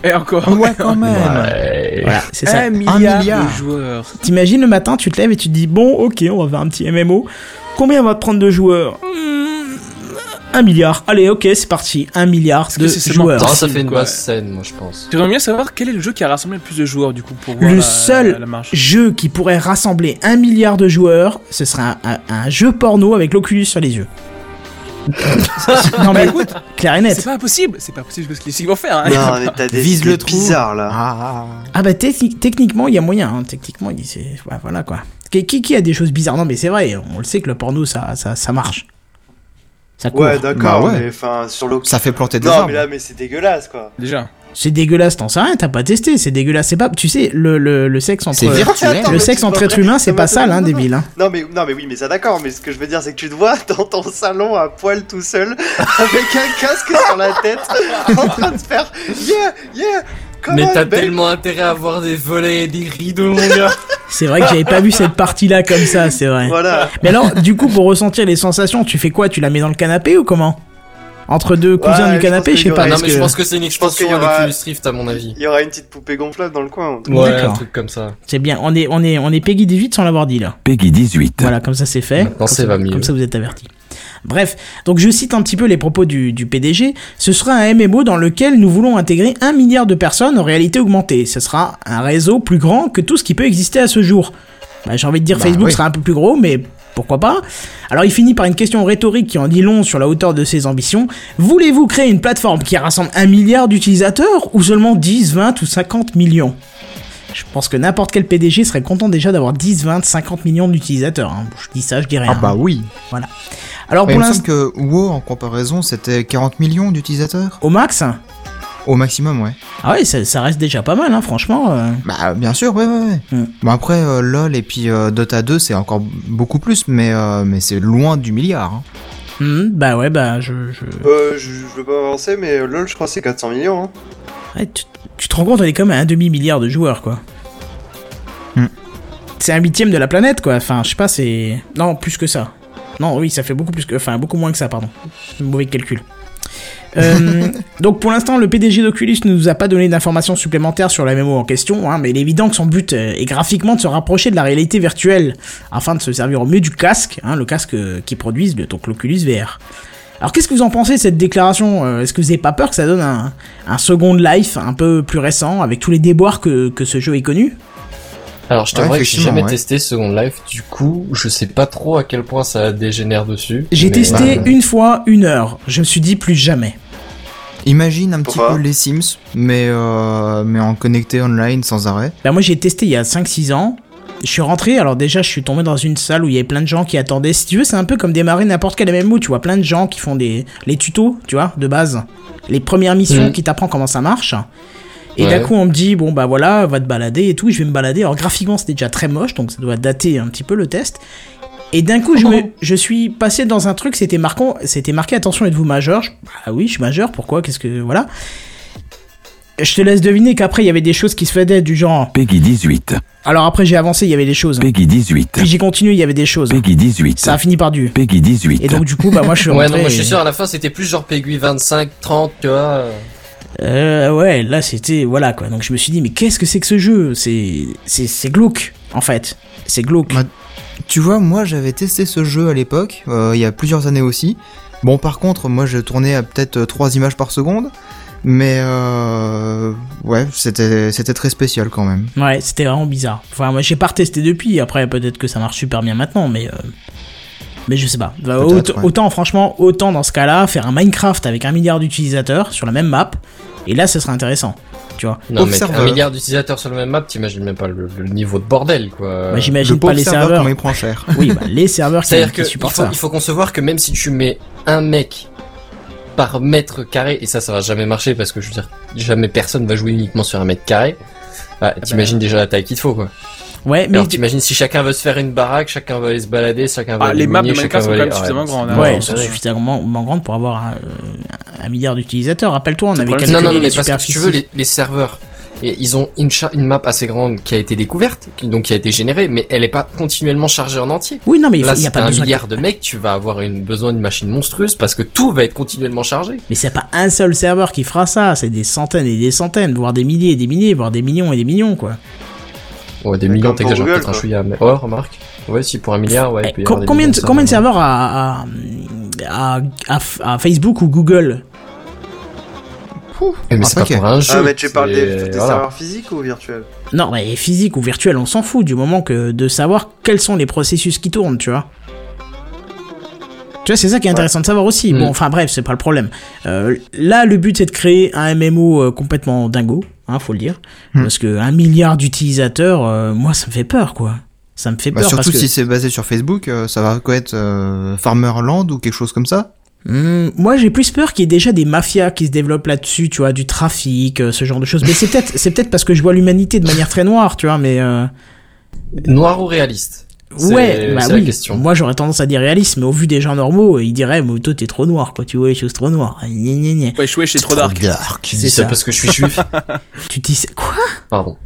[SPEAKER 4] Et encore.
[SPEAKER 3] Ouais, quand même.
[SPEAKER 5] Ouais.
[SPEAKER 1] Voilà, c'est ça.
[SPEAKER 4] Un milliard,
[SPEAKER 3] milliard.
[SPEAKER 4] de joueurs.
[SPEAKER 1] T'imagines le matin, tu te lèves et tu te dis bon, ok, on va faire un petit MMO. Combien va te prendre de joueurs Hmm, 1 milliard. Allez, ok, c'est parti. 1 milliard
[SPEAKER 4] Est-ce que
[SPEAKER 1] de
[SPEAKER 4] c'est seulement
[SPEAKER 1] joueurs.
[SPEAKER 4] Alors,
[SPEAKER 5] Non, Ah, ça fait une
[SPEAKER 4] quoi.
[SPEAKER 5] basse scène, moi je pense.
[SPEAKER 4] J'aimerais bien savoir quel est le jeu qui a rassemblé le plus de joueurs du coup pour voir
[SPEAKER 1] Le
[SPEAKER 4] la-
[SPEAKER 1] seul
[SPEAKER 4] la marche.
[SPEAKER 1] jeu qui pourrait rassembler 1 milliard de joueurs, ce serait un, un- un jeu porno avec l'oculus sur les yeux. non mais écoute, clair et
[SPEAKER 4] Bah, C'est
[SPEAKER 1] net.
[SPEAKER 4] pas possible, c'est pas possible ce qu'ils vont faire. hein.
[SPEAKER 2] Non, mais t'as des
[SPEAKER 3] Vise le
[SPEAKER 2] idées
[SPEAKER 3] trou.
[SPEAKER 2] bizarres là.
[SPEAKER 3] Ah,
[SPEAKER 1] Ah bah techni- techniquement il y a moyen, hein. techniquement il- c'est ouais, voilà quoi. Qui, qui, qui a des choses bizarres Non mais c'est vrai, on le sait que le porno ça ça, ça marche. Ça court.
[SPEAKER 2] Ouais, d'accord,
[SPEAKER 3] Bah ouais.
[SPEAKER 2] mais enfin, sur le.
[SPEAKER 3] ça fait planter des
[SPEAKER 2] Non,
[SPEAKER 3] arbres.
[SPEAKER 2] mais là, mais c'est dégueulasse quoi.
[SPEAKER 4] Déjà.
[SPEAKER 1] c'est dégueulasse, t'en sais rien, t'as pas testé, c'est dégueulasse, c'est pas tu sais le, le, le sexe entre euh,
[SPEAKER 3] C'est virtuel.
[SPEAKER 2] Attends,
[SPEAKER 1] le
[SPEAKER 2] mais
[SPEAKER 1] sexe
[SPEAKER 2] c'est
[SPEAKER 1] entre
[SPEAKER 2] pas
[SPEAKER 1] êtres
[SPEAKER 2] vrai.
[SPEAKER 1] humains, c'est
[SPEAKER 2] Non,
[SPEAKER 1] pas
[SPEAKER 2] mais
[SPEAKER 1] sale hein
[SPEAKER 2] attends, non,
[SPEAKER 1] débile hein.
[SPEAKER 2] Non, mais, non, mais oui, mais ça d'accord, mais ce que je veux dire, c'est que tu te vois dans ton salon à poil tout seul, avec un casque sur la tête, en train de faire Yeah, yeah, come
[SPEAKER 5] Mais
[SPEAKER 2] on,
[SPEAKER 5] t'as
[SPEAKER 2] babe.
[SPEAKER 5] tellement intérêt à avoir des volets et des rideaux, mon gars.
[SPEAKER 1] C'est vrai que j'avais pas vu cette partie-là comme ça, c'est vrai.
[SPEAKER 2] Voilà.
[SPEAKER 1] Mais alors, du coup, pour ressentir les sensations, tu fais quoi Tu la mets dans le canapé ou comment Entre deux cousins du
[SPEAKER 2] Ouais, je pense
[SPEAKER 1] canapé,
[SPEAKER 2] que
[SPEAKER 1] je sais
[SPEAKER 2] j'aurais-
[SPEAKER 1] pas.
[SPEAKER 5] Ah non,
[SPEAKER 1] parce
[SPEAKER 5] mais je
[SPEAKER 1] que-
[SPEAKER 5] pense que c'est une
[SPEAKER 2] qu'il
[SPEAKER 5] expansion
[SPEAKER 2] y
[SPEAKER 5] avec
[SPEAKER 2] aura-
[SPEAKER 5] l'Oculus Rift, à mon avis.
[SPEAKER 2] Il y aura une petite poupée gonflable dans le coin. en tout
[SPEAKER 5] Ouais,
[SPEAKER 1] D'accord.
[SPEAKER 5] un truc comme ça.
[SPEAKER 1] C'est bien, on est, on est, on est Peggy 18 sans l'avoir dit là.
[SPEAKER 8] Peggy 18.
[SPEAKER 1] Voilà, comme ça c'est fait.
[SPEAKER 5] Maintenant,
[SPEAKER 1] Comme
[SPEAKER 5] c'est
[SPEAKER 1] ça-
[SPEAKER 5] va mieux.
[SPEAKER 1] Comme ça vous êtes avertis. Bref, donc je cite un petit peu les propos du, du PDG. Ce sera un MMO dans lequel nous voulons intégrer un milliard de personnes en réalité augmentée. Ce sera un réseau plus grand que tout ce qui peut exister à ce jour. Bah, J'ai envie de dire
[SPEAKER 3] Bah,
[SPEAKER 1] Facebook
[SPEAKER 3] oui.
[SPEAKER 1] sera un peu plus gros, mais pourquoi pas Alors il finit par une question rhétorique qui en dit long sur la hauteur de ses ambitions. Voulez-vous créer une plateforme qui rassemble un milliard d'utilisateurs ou seulement 10, 20 ou 50 millions je pense que n'importe quel PDG serait content déjà d'avoir 10, 20, 50 millions d'utilisateurs. hein. Bon, Je dis ça, je dis rien.
[SPEAKER 3] Ah bah oui.
[SPEAKER 1] Alors
[SPEAKER 3] Mais il
[SPEAKER 1] pour
[SPEAKER 3] me semble
[SPEAKER 1] l'instant,
[SPEAKER 3] que WoW en comparaison c'était 40 millions d'utilisateurs
[SPEAKER 1] au max hein.
[SPEAKER 3] au maximum, ouais.
[SPEAKER 1] Ah ouais, ça, ça reste déjà pas mal, hein, franchement. euh.
[SPEAKER 3] Bah bien sûr, ouais, ouais. ouais.
[SPEAKER 1] Hmm.
[SPEAKER 3] Bon après euh, LOL et puis euh, Dota 2 c'est encore beaucoup plus, mais euh, mais c'est loin du milliard. hein.
[SPEAKER 1] Mhm, bah ouais, bah je... je-
[SPEAKER 2] Euh, je, je veux pas avancer, mais euh, lol, je crois que c'est 400 millions. Hein.
[SPEAKER 1] Ouais, tu, tu te rends compte, on est comme à un demi-milliard de joueurs, quoi.
[SPEAKER 3] Hmm.
[SPEAKER 1] C'est un huitième de la planète, quoi. Enfin, je sais pas, c'est... Non, plus que ça. Non, oui, ça fait beaucoup plus que... Enfin, beaucoup moins que ça, pardon. Mauvais calcul. Euh, donc pour l'instant, le PDG d'Oculus ne nous a pas donné d'informations supplémentaires sur la mémo en question, hein, mais il est évident que son but euh, est graphiquement de se rapprocher de la réalité virtuelle afin de se servir au mieux du casque, hein, le casque euh, qu'ils produisent, le- donc l'Oculus VR. Alors qu'est-ce que vous en pensez de cette déclaration Euh, Est-ce que vous n'avez pas peur que ça donne un, un second life un peu plus récent avec tous les déboires que, que ce jeu est connu
[SPEAKER 5] Alors, je
[SPEAKER 3] Ouais,
[SPEAKER 5] t'avouerai que j'ai
[SPEAKER 3] effectivement,
[SPEAKER 5] jamais
[SPEAKER 3] ouais.
[SPEAKER 5] testé Second Life, du coup, je sais pas trop à quel point ça dégénère dessus.
[SPEAKER 1] J'ai
[SPEAKER 5] mais-
[SPEAKER 1] testé
[SPEAKER 5] Ouais.
[SPEAKER 1] une fois une heure, je me suis dit plus jamais.
[SPEAKER 3] Imagine un petit
[SPEAKER 2] Pourquoi
[SPEAKER 3] peu les Sims, mais euh, mais en connecté online sans arrêt.
[SPEAKER 1] Bah moi j'ai testé il y a 5-6 ans. Je suis rentré, alors déjà je suis tombé dans une salle où il y avait plein de gens qui attendaient. Si tu veux, c'est un peu comme démarrer n'importe quel MMO, tu vois, plein de gens qui font des les tutos, tu vois, de base. Les premières missions
[SPEAKER 5] Mhm.
[SPEAKER 1] qui t'apprend comment ça marche. Et
[SPEAKER 5] Ouais.
[SPEAKER 1] d'un coup on me dit, bon bah voilà, va te balader et tout, je vais me balader. Alors graphiquement c'était déjà très moche, donc ça doit dater un petit peu le test. Et d'un coup, je,
[SPEAKER 5] Oh.
[SPEAKER 1] me- je suis passé dans un truc, c'était marquant, c'était marqué attention êtes-vous majeur Je- Bah oui, je suis majeur, pourquoi Qu'est-ce que voilà Je te laisse deviner qu'après il y avait des choses qui se faisaient du genre
[SPEAKER 8] Peggy 18.
[SPEAKER 1] alors après j'ai avancé, il y avait des choses.
[SPEAKER 8] Peggy 18.
[SPEAKER 1] Puis j'ai continué, il y avait des choses.
[SPEAKER 8] Peggy 18.
[SPEAKER 1] Ça a fini par du.
[SPEAKER 8] Peggy 18.
[SPEAKER 1] Et donc du coup, bah moi je suis
[SPEAKER 5] Ouais,
[SPEAKER 1] rentré.
[SPEAKER 5] non, moi je suis
[SPEAKER 1] et-
[SPEAKER 5] sûr, à la fin c'était plus genre Peggy 25, 30, tu vois. euh,
[SPEAKER 1] Euh, ouais, là c'était voilà quoi. Donc je me suis dit mais qu'est-ce que c'est que ce jeu C'est c'est c'est glauque en fait. C'est glauque.
[SPEAKER 3] Ma- Tu vois, moi j'avais testé ce jeu à l'époque, euh, il y a plusieurs années aussi. Bon, par contre, moi je tournais à peut-être 3 images par seconde, mais euh, ouais, c'était c'était très spécial quand même.
[SPEAKER 1] Ouais, c'était vraiment bizarre. Enfin, moi j'ai pas retesté depuis. Après peut-être que ça marche super bien maintenant, mais euh, mais je sais pas. Bah, aut-
[SPEAKER 3] Peut-être,
[SPEAKER 1] autant,
[SPEAKER 3] ouais.
[SPEAKER 1] franchement, autant dans ce cas-là faire un Minecraft avec un milliard d'utilisateurs sur la même map. Et là, ce serait intéressant. Tu vois.
[SPEAKER 5] Non, mais
[SPEAKER 3] Observe.
[SPEAKER 5] un milliard d'utilisateurs sur le même map, t'imagines même pas le, le niveau de bordel,
[SPEAKER 1] Bah,
[SPEAKER 5] quoi.
[SPEAKER 3] Je
[SPEAKER 1] J'imagine
[SPEAKER 3] peux
[SPEAKER 1] pas les
[SPEAKER 3] observer
[SPEAKER 1] serveurs.
[SPEAKER 3] comment il prend cher.
[SPEAKER 1] Oui, bah, les serveurs qui,
[SPEAKER 5] C'est-à-dire
[SPEAKER 1] qui
[SPEAKER 5] que il
[SPEAKER 1] supportent
[SPEAKER 5] faut,
[SPEAKER 1] ça.
[SPEAKER 5] il faut concevoir que même si tu mets un mec par mètre carré, et ça, ça va jamais marcher parce que je veux dire, jamais personne va jouer uniquement sur un mètre carré. Bah, t'imagines déjà la taille qu'il te faut, quoi.
[SPEAKER 1] Ouais, Ah mais
[SPEAKER 5] Alors
[SPEAKER 1] tu-
[SPEAKER 5] t'imagines si chacun veut se faire une baraque, chacun va aller se balader, chacun va
[SPEAKER 4] Ah,
[SPEAKER 5] aller
[SPEAKER 4] les maps de
[SPEAKER 5] miner, chacun
[SPEAKER 4] Minecraft sont
[SPEAKER 5] va
[SPEAKER 4] quand
[SPEAKER 5] aller-
[SPEAKER 4] même suffisamment grandes, hein.
[SPEAKER 5] non,
[SPEAKER 1] Ouais,
[SPEAKER 5] c'est
[SPEAKER 1] elles sont
[SPEAKER 5] vrai.
[SPEAKER 1] suffisamment grandes pour avoir un, euh, un milliard d'utilisateurs. Rappelle-toi, on avait
[SPEAKER 4] le problème,
[SPEAKER 1] calculé
[SPEAKER 5] Non, non,
[SPEAKER 1] les
[SPEAKER 5] mais parce que si tu veux,
[SPEAKER 1] superficies.
[SPEAKER 5] les, les serveurs, et ils ont une, cha- une map assez grande qui a été découverte, qui- donc qui a été générée, mais elle est pas continuellement chargée en entier.
[SPEAKER 1] Oui, non, mais il
[SPEAKER 5] Là,
[SPEAKER 1] n'y
[SPEAKER 5] si
[SPEAKER 1] a pas
[SPEAKER 5] t'as un
[SPEAKER 1] besoin.
[SPEAKER 5] milliard de mecs, tu vas avoir une, besoin d'une machine monstrueuse parce que tout va être continuellement chargé.
[SPEAKER 1] Mais c'est pas un seul serveur qui fera ça. C'est des centaines et des centaines, voire des milliers et des milliers, voire des millions et des millions, quoi.
[SPEAKER 5] Ouais, des
[SPEAKER 2] Mais
[SPEAKER 5] millions,
[SPEAKER 2] comme pour
[SPEAKER 5] t'exagères
[SPEAKER 2] Google,
[SPEAKER 5] peut-être un
[SPEAKER 2] quoi.
[SPEAKER 5] chouïa, mais... Oh, remarque. Ouais, si, pour un milliard, ouais. il
[SPEAKER 1] Eh,
[SPEAKER 5] peut y
[SPEAKER 1] co-
[SPEAKER 5] avoir des
[SPEAKER 1] combien,
[SPEAKER 5] millions,
[SPEAKER 1] de,
[SPEAKER 5] ça,
[SPEAKER 1] combien de
[SPEAKER 5] mais-
[SPEAKER 1] serveurs a, a- à, à- à Facebook ou Google.
[SPEAKER 5] Mais
[SPEAKER 3] Ah,
[SPEAKER 5] c'est pas
[SPEAKER 3] ok.
[SPEAKER 5] pour un jeu.
[SPEAKER 2] Ah, mais tu parles des,
[SPEAKER 5] c'est-
[SPEAKER 2] des
[SPEAKER 5] voilà.
[SPEAKER 2] serveurs physiques ou virtuels
[SPEAKER 1] Non, mais physique ou virtuel, on s'en fout du moment que de savoir quels sont les processus qui tournent, tu vois. Tu vois, c'est ça qui est intéressant de savoir aussi.
[SPEAKER 5] Mm.
[SPEAKER 1] Bon, enfin bref, c'est pas le problème. Euh, là, le but c'est de créer un MMO euh, complètement dingo, hein, faut le dire,
[SPEAKER 3] Mm.
[SPEAKER 1] parce que un milliard d'utilisateurs, euh, moi, ça me fait peur, quoi. Ça me fait
[SPEAKER 3] Bah,
[SPEAKER 1] peur
[SPEAKER 3] surtout
[SPEAKER 1] parce que
[SPEAKER 3] si c'est basé sur Facebook, euh, ça va quoi être euh, Farmerland ou quelque chose comme ça. Mm.
[SPEAKER 1] Hmm, moi, j'ai plus peur qu'il y ait déjà des mafias qui se développent là-dessus, tu vois, du trafic, euh, ce genre de choses. Mais c'est peut-être, c'est peut-être parce que je vois l'humanité de manière très noire, tu vois. Mais euh,
[SPEAKER 5] Noir ou réaliste C'est-
[SPEAKER 1] ouais, bah
[SPEAKER 5] c'est
[SPEAKER 1] oui.
[SPEAKER 5] la question.
[SPEAKER 1] Moi, j'aurais tendance à dire réaliste, mais au vu des gens normaux, ils diraient, mais toi, t'es trop noir, quoi. Tu vois les choses trop noires. Ah, Gna, gna, gna.
[SPEAKER 4] Wesh, wesh, c'est trop dark.
[SPEAKER 5] Tu
[SPEAKER 1] C'est
[SPEAKER 5] dis ça
[SPEAKER 1] ça.
[SPEAKER 5] parce que je suis juif
[SPEAKER 1] Tu te dis quoi
[SPEAKER 5] Pardon.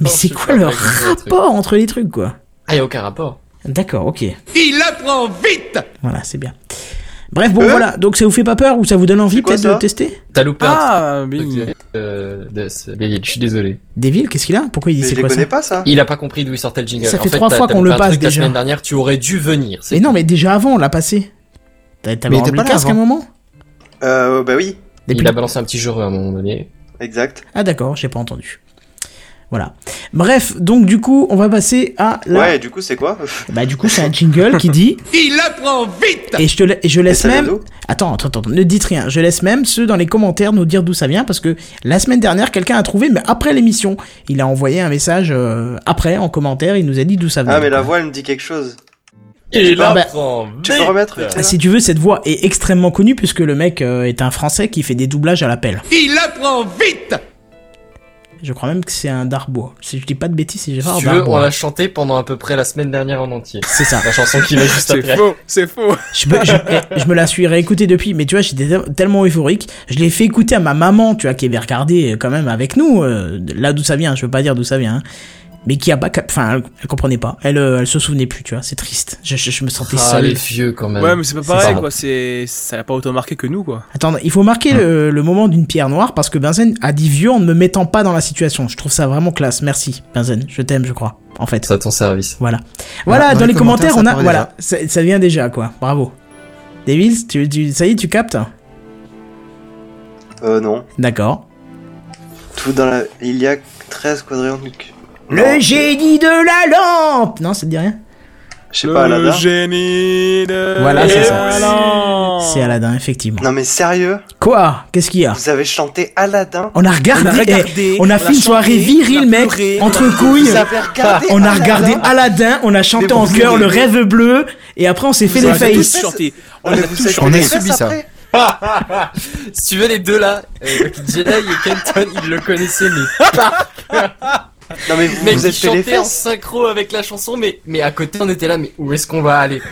[SPEAKER 1] Mais c'est quoi le rapport entre les trucs, quoi
[SPEAKER 5] Ah, y a aucun rapport.
[SPEAKER 1] D'accord, ok. Il apprend vite. Voilà, c'est bien. Bref, bon, voilà. Donc, ça vous fait pas peur ou ça vous donne envie
[SPEAKER 2] Euh C'est quoi,
[SPEAKER 1] peut-être de
[SPEAKER 2] ça
[SPEAKER 1] tester
[SPEAKER 5] T'as loupé un
[SPEAKER 4] Ah, mais
[SPEAKER 5] truc de- euh, de ce- Bélier, je suis désolé.
[SPEAKER 1] Devil, qu'est-ce qu'il a Pourquoi il dit
[SPEAKER 2] Mais je
[SPEAKER 1] c'est
[SPEAKER 2] les
[SPEAKER 1] quoi ça
[SPEAKER 2] connais pas, ça
[SPEAKER 5] Il a pas compris d'où il sortait le jingle.
[SPEAKER 1] Ça
[SPEAKER 5] En
[SPEAKER 1] fait trois
[SPEAKER 5] t'as-
[SPEAKER 1] fois
[SPEAKER 5] t'as
[SPEAKER 1] qu'on
[SPEAKER 5] loupé
[SPEAKER 1] le
[SPEAKER 5] un
[SPEAKER 1] passe
[SPEAKER 5] truc La
[SPEAKER 1] déjà.
[SPEAKER 5] semaine dernière, tu aurais dû venir. c'est
[SPEAKER 1] Mais non, mais déjà avant, on l'a passé. T'as- T'avais
[SPEAKER 3] Mais t'es
[SPEAKER 1] rempli
[SPEAKER 3] pas
[SPEAKER 1] le
[SPEAKER 3] là
[SPEAKER 1] casque à un
[SPEAKER 3] avant.
[SPEAKER 1] moment
[SPEAKER 2] Euh, bah oui,
[SPEAKER 1] Et
[SPEAKER 5] Il
[SPEAKER 1] puis-
[SPEAKER 5] a balancé un petit jeu à un moment donné.
[SPEAKER 2] exact.
[SPEAKER 1] Ah d'accord, j'ai pas entendu. Voilà. Bref, donc du coup, on va passer à la...
[SPEAKER 2] Ouais, et du coup, c'est quoi
[SPEAKER 1] Bah du coup, c'est un jingle qui dit... Il apprend vite Et je, te la- et je laisse
[SPEAKER 2] Ça vient
[SPEAKER 1] même...
[SPEAKER 2] d'où
[SPEAKER 1] Attends, attends, attends, ne dites rien. Je laisse même ceux dans les commentaires nous dire d'où ça vient, parce que la semaine dernière, quelqu'un a trouvé, mais après l'émission, il a envoyé un message euh, après, en commentaire, il nous a dit d'où ça vient.
[SPEAKER 2] Ah, mais la voix, elle me dit quelque chose.
[SPEAKER 5] Il
[SPEAKER 1] Ah bah,
[SPEAKER 5] apprend
[SPEAKER 2] Tu peux
[SPEAKER 5] vite.
[SPEAKER 2] remettre
[SPEAKER 1] Ah, Si tu veux, cette voix est extrêmement connue puisque le mec euh, est un Français qui fait des doublages à l'appel. Il apprend vite Je crois même que c'est un Darbois. Si je dis pas de bêtises, c'est Gérard
[SPEAKER 5] Si tu veux, on
[SPEAKER 1] Darbois.
[SPEAKER 5] l'a chanté pendant à peu près la semaine dernière en entier.
[SPEAKER 1] C'est ça.
[SPEAKER 5] La chanson qui va juste
[SPEAKER 4] C'est
[SPEAKER 5] après.
[SPEAKER 4] faux, c'est faux.
[SPEAKER 1] Je me, je, eh, je me la suis réécoutée depuis, mais tu vois, j'étais te- tellement euphorique. Je l'ai fait écouter à ma maman, tu vois, qui avait regardé euh, quand même avec nous. euh, là d'où ça vient, je veux pas dire d'où ça vient. hein. Mais qui a pas, cap- enfin, elle, elle comprenait pas. Elle, euh, elle se souvenait plus, tu vois. C'est triste. Je, je- je me sentais
[SPEAKER 5] Ah,
[SPEAKER 1] seul.
[SPEAKER 5] les vieux quand même.
[SPEAKER 4] Ouais, mais c'est pas
[SPEAKER 5] C'est
[SPEAKER 4] pareil,
[SPEAKER 5] ça.
[SPEAKER 4] quoi. C'est, ça l'a pas autant marqué que nous, quoi.
[SPEAKER 1] Attends, il faut marquer le, le moment d'une pierre noire parce que Benzen a dit vieux en ne me mettant pas dans la situation. Je trouve ça vraiment classe. Merci, Benzen. Je t'aime, je crois. En fait.
[SPEAKER 5] C'est à ton service.
[SPEAKER 1] Voilà. Voilà,
[SPEAKER 3] Voilà,
[SPEAKER 1] dans, les commentaires,
[SPEAKER 3] ça
[SPEAKER 1] on a.
[SPEAKER 3] paraît
[SPEAKER 1] Voilà, ça, hein. ça vient déjà, quoi. Bravo. Devils, tu, tu- ça y est, tu captes
[SPEAKER 2] Euh, non.
[SPEAKER 1] D'accord.
[SPEAKER 2] Tout dans la. Il y a 13 quadrillons de.
[SPEAKER 1] Le génie de la lampe Non, ça te dit rien
[SPEAKER 2] Je sais pas,
[SPEAKER 4] le
[SPEAKER 2] Aladdin.
[SPEAKER 4] génie de.
[SPEAKER 1] Voilà, c'est ça.
[SPEAKER 4] Alain.
[SPEAKER 1] C'est Aladdin, effectivement.
[SPEAKER 2] Non, mais sérieux
[SPEAKER 1] Quoi Qu'est-ce qu'il y a
[SPEAKER 2] Vous avez chanté Aladdin
[SPEAKER 1] On a regardé. eh, On a, fait une soirée virile, mec, entre couilles.
[SPEAKER 2] Vous avez regardé
[SPEAKER 1] Ah, On a
[SPEAKER 2] Aladdin
[SPEAKER 1] regardé Aladdin, on a chanté
[SPEAKER 2] Mais
[SPEAKER 1] en
[SPEAKER 2] vous
[SPEAKER 1] chœur
[SPEAKER 2] avez-
[SPEAKER 1] le rêve bleu, et après on s'est fait
[SPEAKER 4] On
[SPEAKER 1] les
[SPEAKER 4] les a
[SPEAKER 2] avez
[SPEAKER 1] faces.
[SPEAKER 4] tous chanté. On
[SPEAKER 2] On
[SPEAKER 4] les
[SPEAKER 2] a
[SPEAKER 4] a
[SPEAKER 2] tous
[SPEAKER 4] tous
[SPEAKER 2] fait
[SPEAKER 3] On a
[SPEAKER 2] les
[SPEAKER 3] subi
[SPEAKER 2] fesses
[SPEAKER 3] ça.
[SPEAKER 2] après.
[SPEAKER 5] Si tu veux les deux là, euh, Jedi et Kenton, ils le connaissaient mais
[SPEAKER 2] Non, mais vous,
[SPEAKER 5] Mec,
[SPEAKER 2] vous
[SPEAKER 5] ils
[SPEAKER 2] êtes fait les
[SPEAKER 5] chantaient en
[SPEAKER 2] fesses
[SPEAKER 5] synchro avec la chanson, mais, mais à côté, on était là, mais où est-ce qu'on va aller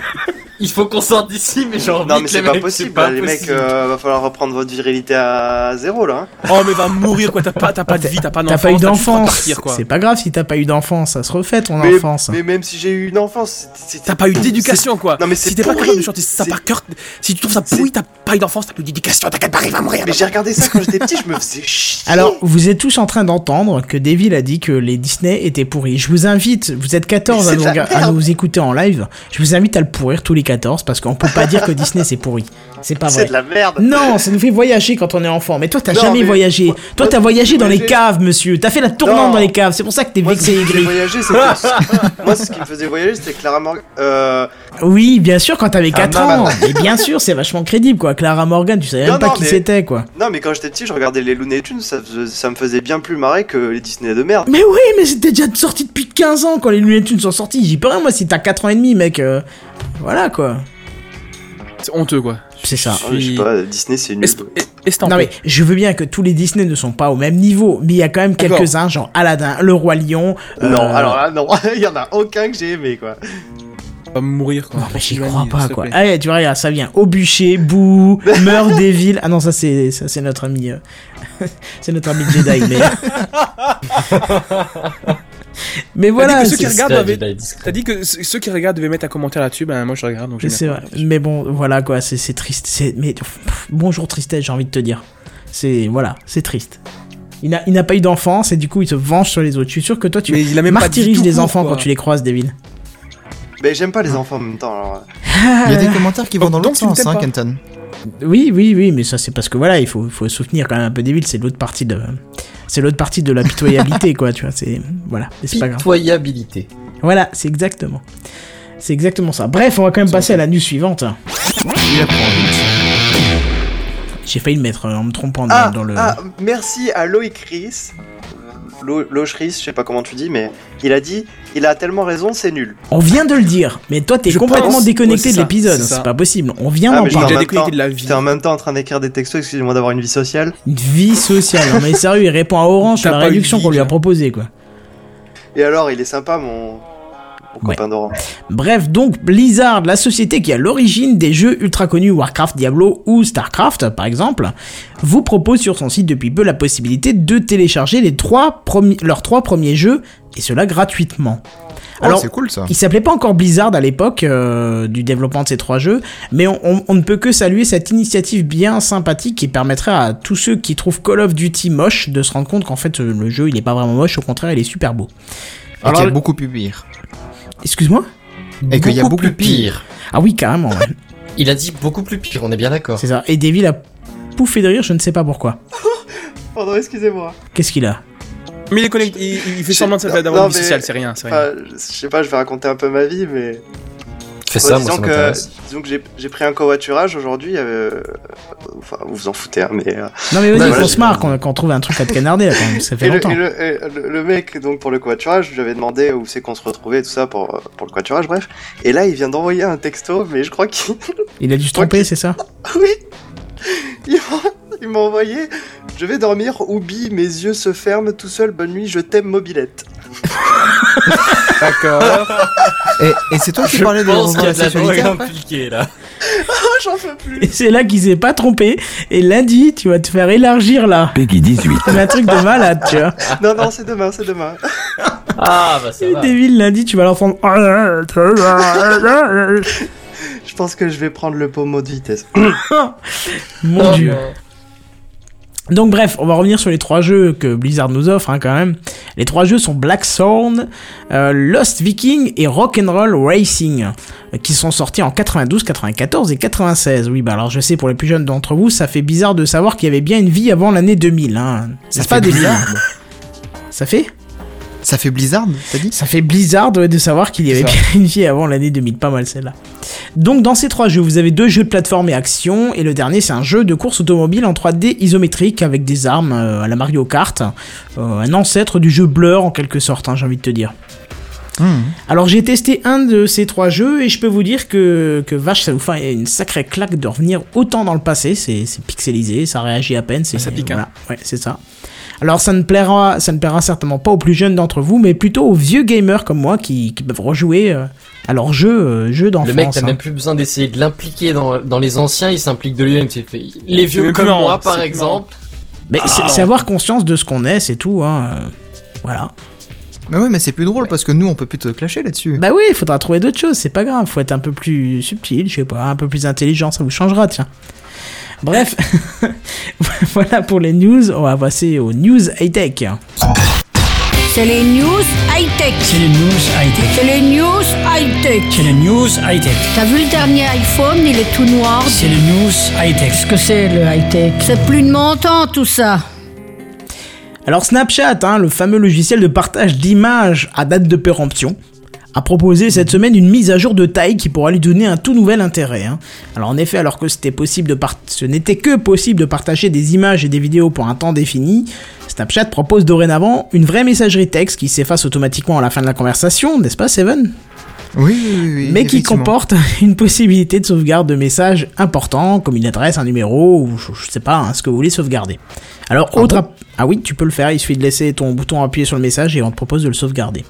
[SPEAKER 5] Il faut qu'on sorte d'ici, mais genre,
[SPEAKER 2] Non, mais
[SPEAKER 5] vite,
[SPEAKER 2] c'est
[SPEAKER 5] les
[SPEAKER 2] pas
[SPEAKER 5] mecs,
[SPEAKER 2] possible,
[SPEAKER 5] c'est pas
[SPEAKER 2] les mecs,
[SPEAKER 5] possible.
[SPEAKER 2] euh, va falloir reprendre votre virilité à zéro là. hein.
[SPEAKER 4] Oh, mais va mourir, quoi. T'as pas, t'as pas de vie, t'as pas
[SPEAKER 1] T'as
[SPEAKER 4] d'enfance.
[SPEAKER 1] pas eu
[SPEAKER 4] juste le droit de
[SPEAKER 1] d'enfance.
[SPEAKER 4] partir, quoi.
[SPEAKER 1] C'est pas grave si t'as pas eu d'enfance, ça se refait ton
[SPEAKER 2] mais,
[SPEAKER 1] enfance.
[SPEAKER 2] mais même si j'ai eu une enfance, c'est- c'est-
[SPEAKER 4] T'as pas eu d'éducation, quoi.
[SPEAKER 2] Non, mais c'est
[SPEAKER 4] si t'es pas
[SPEAKER 2] pourri.
[SPEAKER 4] capable de chanter ça par cœur, si tu trouves ça
[SPEAKER 2] C'est-
[SPEAKER 4] pourri, t'as pas eu d'enfance, t'as pas eu d'éducation, t'inquiète pas, il va mourir.
[SPEAKER 2] Mais j'ai regardé ça quand j'étais petit, je me faisais chier.
[SPEAKER 1] Alors, vous êtes tous en train d'entendre que Devil a dit que les Disney étaient pourris. Je vous invite, vous êtes 14
[SPEAKER 2] Mais
[SPEAKER 1] à
[SPEAKER 2] c'est
[SPEAKER 1] nous,
[SPEAKER 2] de la
[SPEAKER 1] rega- à
[SPEAKER 2] merde.
[SPEAKER 1] nous écouter en live, je vous invite à le pourrir tous les 14 parce qu'on peut pas dire que Disney c'est pourri. C'est pas
[SPEAKER 2] c'est
[SPEAKER 1] vrai.
[SPEAKER 2] de la merde.
[SPEAKER 1] ah Non, ça nous fait voyager quand on est enfant. Mais toi, t'as
[SPEAKER 2] Non,
[SPEAKER 1] jamais
[SPEAKER 2] mais-
[SPEAKER 1] voyagé. Toi, t'as voyagé dans les
[SPEAKER 2] voyager-
[SPEAKER 1] caves, monsieur. T'as fait la tournante
[SPEAKER 2] Non.
[SPEAKER 1] dans les caves. C'est pour ça que t'es
[SPEAKER 2] Moi, ce
[SPEAKER 1] vexé
[SPEAKER 2] qui
[SPEAKER 1] et
[SPEAKER 2] me faisait
[SPEAKER 1] gris.
[SPEAKER 2] voyager, c'était. Moi, ce qui me faisait voyager, c'était Clara Morgan. Euh...
[SPEAKER 1] Oui, bien sûr, quand
[SPEAKER 2] Ah,
[SPEAKER 1] t'avais 4
[SPEAKER 5] non,
[SPEAKER 1] ans. Mais bien sûr, c'est vachement crédible, quoi. Clara Morgan, tu savais
[SPEAKER 2] Non,
[SPEAKER 1] même pas
[SPEAKER 2] non,
[SPEAKER 1] qui
[SPEAKER 2] mais-
[SPEAKER 1] c'était, quoi.
[SPEAKER 2] Non, mais quand j'étais petit, je regardais les Looney Tunes, ça, faisait- ça me faisait bien plus marrer que les Disney de merde.
[SPEAKER 1] Mais oui, mais c'était déjà sorti depuis 15 ans quand les lunettes Tunes sont sorties. J'y peux rien, moi, si t'as 4 ans et demi, mec. euh, voilà, quoi.
[SPEAKER 4] C'est honteux, quoi.
[SPEAKER 1] C'est ça.
[SPEAKER 2] Ah, mais Je sais pas, Disney c'est nul.
[SPEAKER 4] Est-ce est
[SPEAKER 1] Non, mais je veux bien que tous les Disney ne sont pas au même niveau, mais il y a quand même
[SPEAKER 4] D'accord.
[SPEAKER 1] quelques-uns, genre Aladdin, Le Roi Lion. euh,
[SPEAKER 2] Non, alors là, non, il y en a aucun que j'ai aimé quoi.
[SPEAKER 4] va mourir, quoi.
[SPEAKER 1] Non, Oh, mais j'y
[SPEAKER 4] Giovanni,
[SPEAKER 1] crois pas,
[SPEAKER 4] s'il te
[SPEAKER 1] quoi.
[SPEAKER 4] plaît.
[SPEAKER 1] Allez, tu vois, regarde, ça vient. Au bûcher, bouh, meurt des villes. Ah non, ça, c'est, ça, c'est notre ami. euh, c'est notre ami Jedi, mais. mais
[SPEAKER 4] T'as
[SPEAKER 1] voilà.
[SPEAKER 4] dit que Bah, ceux qui
[SPEAKER 1] c'est-
[SPEAKER 4] regardent
[SPEAKER 5] Jedi,
[SPEAKER 4] avaient-
[SPEAKER 5] Jedi discret.
[SPEAKER 4] T'as dit que c- ceux qui regardent devaient mettre un commentaire là-dessus, ben moi je regarde donc j'ai
[SPEAKER 1] C'est
[SPEAKER 4] bien.
[SPEAKER 1] vrai. Mais bon, voilà quoi, c'est c'est triste. C'est mais pff, bonjour tristesse, j'ai envie de te dire. C'est voilà, c'est triste. Il n'a il n'a pas eu d'enfance et du coup il se venge sur les autres. Je suis sûr que toi tu
[SPEAKER 4] Mais il a même pas dit
[SPEAKER 1] martyrises
[SPEAKER 4] tout
[SPEAKER 1] les
[SPEAKER 4] court,
[SPEAKER 1] enfants
[SPEAKER 4] quoi.
[SPEAKER 1] quand tu les croises, Devin.
[SPEAKER 2] Mais j'aime pas les enfants en même temps. Alors... euh.
[SPEAKER 3] Il
[SPEAKER 1] Ah
[SPEAKER 3] y a des commentaires qui vont
[SPEAKER 4] donc-
[SPEAKER 3] dans
[SPEAKER 4] donc
[SPEAKER 3] l'autre
[SPEAKER 4] tu ne
[SPEAKER 3] sens,
[SPEAKER 4] t'aimes
[SPEAKER 3] hein,
[SPEAKER 4] pas.
[SPEAKER 3] Kenton.
[SPEAKER 1] Oui, oui, oui, mais ça c'est parce que voilà, il faut, faut soutenir quand même un peu des villes, c'est l'autre partie de, c'est l'autre partie de la pitoyabilité, quoi, tu vois, c'est, voilà, mais c'est pas grave.
[SPEAKER 5] Pitoyabilité.
[SPEAKER 1] Voilà, c'est exactement, c'est exactement ça. Bref, on va quand même passer à la news suivante. J'ai failli le mettre euh, en me trompant dans-
[SPEAKER 2] Ah,
[SPEAKER 1] dans le.
[SPEAKER 2] ah, merci à Loïc Ries. Lo- Loïc Ries, je sais pas comment tu dis, mais il a dit il a tellement raison, c'est nul.
[SPEAKER 1] On vient de le dire, mais toi t'es
[SPEAKER 4] Je
[SPEAKER 1] complètement
[SPEAKER 4] pense-
[SPEAKER 1] déconnecté
[SPEAKER 4] ouais, c'est
[SPEAKER 1] de
[SPEAKER 4] ça,
[SPEAKER 1] l'épisode,
[SPEAKER 4] c'est ça.
[SPEAKER 1] c'est pas possible. On vient
[SPEAKER 2] Ah,
[SPEAKER 1] d'en
[SPEAKER 2] mais
[SPEAKER 4] J'ai
[SPEAKER 2] en
[SPEAKER 1] parler.
[SPEAKER 4] déjà
[SPEAKER 2] même
[SPEAKER 4] déconnecté
[SPEAKER 2] temps-
[SPEAKER 4] de la vie.
[SPEAKER 2] J'étais en même temps en train d'écrire des textos, excusez-moi d'avoir une vie sociale.
[SPEAKER 1] Une vie sociale, non mais sérieux, il répond à Orange sur
[SPEAKER 4] T'as
[SPEAKER 1] la
[SPEAKER 4] pas eu de
[SPEAKER 1] réduction
[SPEAKER 4] vie, hein.
[SPEAKER 1] qu'on lui a
[SPEAKER 4] toi.
[SPEAKER 1] proposée, quoi.
[SPEAKER 2] Et alors, il est sympa, mon, mon copain d'orange.
[SPEAKER 1] Bref, donc Blizzard, la société qui est à l'origine des jeux ultra connus Warcraft, Diablo ou Starcraft par exemple, vous propose sur son site depuis peu la possibilité de télécharger les trois premi- leurs trois premiers jeux, et cela gratuitement.
[SPEAKER 3] Alors,
[SPEAKER 1] Alors,
[SPEAKER 3] c'est cool ça.
[SPEAKER 1] il s'appelait pas encore Blizzard à l'époque euh, du développement de ces trois jeux, mais on, on- on ne peut que saluer cette initiative bien sympathique qui permettrait à tous ceux qui trouvent Call of Duty moche de se rendre compte qu'en fait euh, le jeu il est pas vraiment moche, au contraire il est super beau.
[SPEAKER 3] Et qu'il y a
[SPEAKER 1] Alors-
[SPEAKER 3] beaucoup plus pire.
[SPEAKER 1] Excuse-moi
[SPEAKER 3] Et qu'il y a beaucoup
[SPEAKER 5] plus
[SPEAKER 3] pire.
[SPEAKER 5] pire.
[SPEAKER 1] Ah oui carrément. ouais.
[SPEAKER 5] Il a dit beaucoup plus pire, on est bien d'accord.
[SPEAKER 1] C'est ça. Et Devil a pouffé de rire, je ne sais pas pourquoi.
[SPEAKER 2] Pardon, excusez-moi.
[SPEAKER 1] Qu'est-ce qu'il a
[SPEAKER 4] Mais il est connecté, il, il fait
[SPEAKER 2] Je-
[SPEAKER 4] semblant de s'appeler
[SPEAKER 2] non,
[SPEAKER 4] d'avoir une
[SPEAKER 2] non,
[SPEAKER 4] vie
[SPEAKER 2] mais-
[SPEAKER 4] sociale, c'est rien, c'est rien.
[SPEAKER 2] Enfin, je je sais pas, je vais raconter un peu ma vie, mais.
[SPEAKER 5] Fais
[SPEAKER 2] Bon,
[SPEAKER 5] ça, moi
[SPEAKER 2] disons,
[SPEAKER 5] ça
[SPEAKER 2] que,
[SPEAKER 5] m'intéresse.
[SPEAKER 2] disons que j'ai- j'ai pris un covoiturage aujourd'hui. euh, Enfin, vous vous en foutez, hein, mais. euh,
[SPEAKER 1] Non mais
[SPEAKER 5] Non,
[SPEAKER 1] vas-y,
[SPEAKER 2] voilà,
[SPEAKER 1] on se marre quand on trouve un truc à te canarder là quand même, ça fait
[SPEAKER 2] Et, le,
[SPEAKER 1] longtemps.
[SPEAKER 2] et le- et le- le mec, donc pour le covoiturage, je lui avais demandé où c'est qu'on se retrouvait, tout ça pour, euh, pour le covoiturage, bref. Et là, il vient d'envoyer un texto, mais je crois qu'il.
[SPEAKER 1] Il a dû se
[SPEAKER 2] crois
[SPEAKER 1] tromper,
[SPEAKER 2] qu'il-
[SPEAKER 1] c'est ça
[SPEAKER 2] oui Il m'a- il m'a envoyé Je vais dormir, oubi, mes yeux se ferment tout seul, bonne nuit, je t'aime, mobilette.
[SPEAKER 3] D'accord. et et c'est toi qui parlais de revoir la sexualité après
[SPEAKER 5] impliquée là.
[SPEAKER 2] Ah, j'en peux plus
[SPEAKER 1] Et c'est là qu'il s'est pas trompé. Et lundi, tu vas te faire élargir là.
[SPEAKER 6] Peggy 18.
[SPEAKER 1] C'est un truc de malade, tu vois.
[SPEAKER 2] Non, non, c'est demain, c'est demain.
[SPEAKER 5] Ah bah ça
[SPEAKER 1] Et
[SPEAKER 5] va.
[SPEAKER 1] Devil lundi, tu vas l'entendre.
[SPEAKER 2] Je pense que je vais prendre le pommeau de vitesse.
[SPEAKER 1] Mon dieu.
[SPEAKER 5] euh,
[SPEAKER 1] Donc bref, on va revenir sur les trois jeux que Blizzard nous offre hein, quand même. Les trois jeux sont Black Thorn, euh, Lost Viking et Rock'n'Roll Racing, euh, qui sont sortis en 92, 94 et 96. Oui, bah alors je sais pour les plus jeunes d'entre vous, ça fait bizarre de savoir qu'il y avait bien une vie avant l'année 2000. Hein.
[SPEAKER 3] Ça
[SPEAKER 1] C'est pas
[SPEAKER 3] fait
[SPEAKER 1] des
[SPEAKER 3] Blizzard.
[SPEAKER 1] films. Ça fait
[SPEAKER 3] Ça fait Blizzard, t'as dit
[SPEAKER 1] ça fait Blizzard ouais, de savoir qu'il y avait
[SPEAKER 4] C'est ça.
[SPEAKER 1] bien une vie avant l'année 2000, pas mal celle-là. Donc dans ces trois jeux, vous avez deux jeux de plateforme et action, et le dernier c'est un jeu de course automobile en 3D isométrique avec des armes euh, à la Mario Kart, euh, un ancêtre du jeu Blur en quelque sorte, hein, j'ai envie de te dire.
[SPEAKER 4] Hmm.
[SPEAKER 3] Hum.
[SPEAKER 1] Alors j'ai testé un de ces trois jeux et je peux vous dire que, que vache ça vous fait une sacrée claque de revenir autant dans le passé, c'est c'est pixelisé, ça réagit à peine, c'est
[SPEAKER 4] Ça pique, hein.
[SPEAKER 1] voilà. ouais, c'est ça. Alors ça ne plaira ça ne plaira certainement pas aux plus jeunes d'entre vous mais plutôt aux vieux gamers comme moi qui, qui peuvent rejouer euh, à leur jeu euh, jeu d'enfance.
[SPEAKER 5] Le mec, t'as
[SPEAKER 1] hein.
[SPEAKER 5] même plus besoin d'essayer de l'impliquer dans, dans les anciens, il s'implique de lui-même. c'est fait. Les vieux
[SPEAKER 4] même
[SPEAKER 5] comme
[SPEAKER 4] plus marrant,
[SPEAKER 5] moi,
[SPEAKER 4] c'est
[SPEAKER 5] par
[SPEAKER 4] plus
[SPEAKER 5] exemple.
[SPEAKER 1] Mais
[SPEAKER 5] Ah,
[SPEAKER 1] c'est c'est avoir conscience de ce qu'on est, c'est tout hein. euh, Voilà.
[SPEAKER 3] Mais ouais, mais c'est plus drôle parce que nous on peut plus te clasher là-dessus.
[SPEAKER 1] Bah oui, il faudra trouver d'autres choses, c'est pas grave, faut être un peu plus subtil, je sais pas, un peu plus intelligent, ça vous changera, tiens. Bref, voilà pour les news, on va passer aux news high-tech.
[SPEAKER 8] C'est les news high-tech.
[SPEAKER 9] C'est les news high-tech.
[SPEAKER 8] C'est les news high-tech.
[SPEAKER 9] C'est les news high-tech.
[SPEAKER 8] T'as vu le dernier iPhone, il est tout noir.
[SPEAKER 9] C'est les news high-tech.
[SPEAKER 10] Qu'est-ce que c'est le high-tech
[SPEAKER 8] C'est plus de mon temps tout ça.
[SPEAKER 1] Alors Snapchat, hein, le fameux logiciel de partage d'images à date de péremption, a proposé cette semaine une mise à jour de taille qui pourra lui donner un tout nouvel intérêt. hein. Alors en effet, alors que c'était possible de part- ce n'était que possible de partager des images et des vidéos pour un temps défini, Snapchat propose dorénavant une vraie messagerie texte qui s'efface automatiquement à la fin de la conversation, n'est-ce pas Seven
[SPEAKER 3] Oui, oui, oui, oui.
[SPEAKER 1] Bah, mais qui
[SPEAKER 3] effectivement.
[SPEAKER 1] comporte une possibilité de sauvegarde de messages importants comme une adresse, un numéro ou je, je sais pas hein, ce que vous voulez sauvegarder. Alors autre app- ah oui tu peux le faire, il suffit de laisser ton bouton appuyé sur le message et on te propose de le sauvegarder.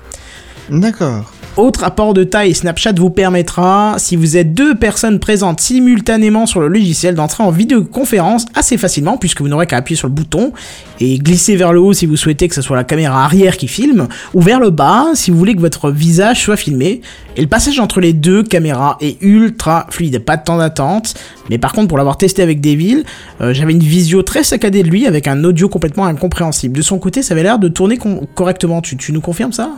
[SPEAKER 3] D'accord.
[SPEAKER 1] Autre apport de taille, Snapchat vous permettra, si vous êtes deux personnes présentes simultanément sur le logiciel, d'entrer en vidéoconférence assez facilement, puisque vous n'aurez qu'à appuyer sur le bouton et glisser vers le haut si vous souhaitez que ce soit la caméra arrière qui filme, ou vers le bas si vous voulez que votre visage soit filmé. Et le passage entre les deux caméras est ultra fluide, pas de temps d'attente. Mais par contre, pour l'avoir testé avec Devil, euh, j'avais une visio très saccadée de lui avec un audio complètement incompréhensible. De son côté, ça avait l'air de tourner con- correctement. Tu, tu nous confirmes ça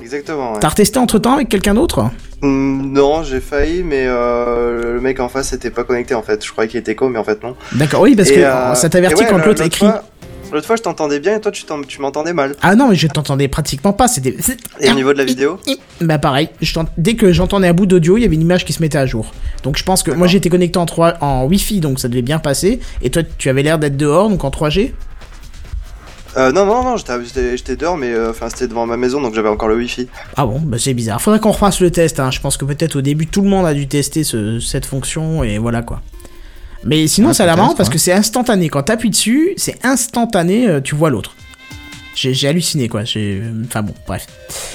[SPEAKER 2] Exactement. ouais.
[SPEAKER 1] T'as retesté entre temps avec quelqu'un d'autre
[SPEAKER 2] Mm, Non, j'ai failli, mais euh, le mec en face était pas connecté en fait. Je croyais qu'il était co, mais en fait non.
[SPEAKER 1] D'accord, oui, parce
[SPEAKER 2] Et,
[SPEAKER 1] que
[SPEAKER 2] euh,
[SPEAKER 1] ça t'avertit
[SPEAKER 2] et ouais,
[SPEAKER 1] quand l'autre écrit.
[SPEAKER 2] fois- L'autre fois, je t'entendais bien et toi, tu t'en- tu m'entendais mal.
[SPEAKER 1] Ah non, mais je t'entendais pratiquement pas, c'était.
[SPEAKER 2] Et
[SPEAKER 1] Ah.
[SPEAKER 2] au niveau de la vidéo
[SPEAKER 1] Bah pareil, je t'en- dès que j'entendais un bout d'audio, il y avait une image qui se mettait à jour. Donc je pense que moi j'étais connecté en 3 en Wi-Fi, donc ça devait bien passer. Et toi, tu avais l'air d'être dehors, donc en 3G.
[SPEAKER 2] euh, Non, non, non, j'étais- j'étais j'étais dehors, mais euh, enfin, c'était devant ma maison, donc j'avais encore le wifi.
[SPEAKER 1] Ah bon, bah c'est bizarre. Faudrait qu'on refasse le test. Hein. Je pense que peut-être au début tout le monde a dû tester ce- cette fonction et voilà quoi. Mais sinon,
[SPEAKER 3] Ouais,
[SPEAKER 1] ça a l'air
[SPEAKER 3] peut-être,
[SPEAKER 1] marrant parce
[SPEAKER 3] ouais.
[SPEAKER 1] que c'est instantané. Quand t'appuies dessus, c'est instantané, euh, tu vois l'autre. J'ai j'ai halluciné quoi. J'ai- euh, Enfin bon, bref.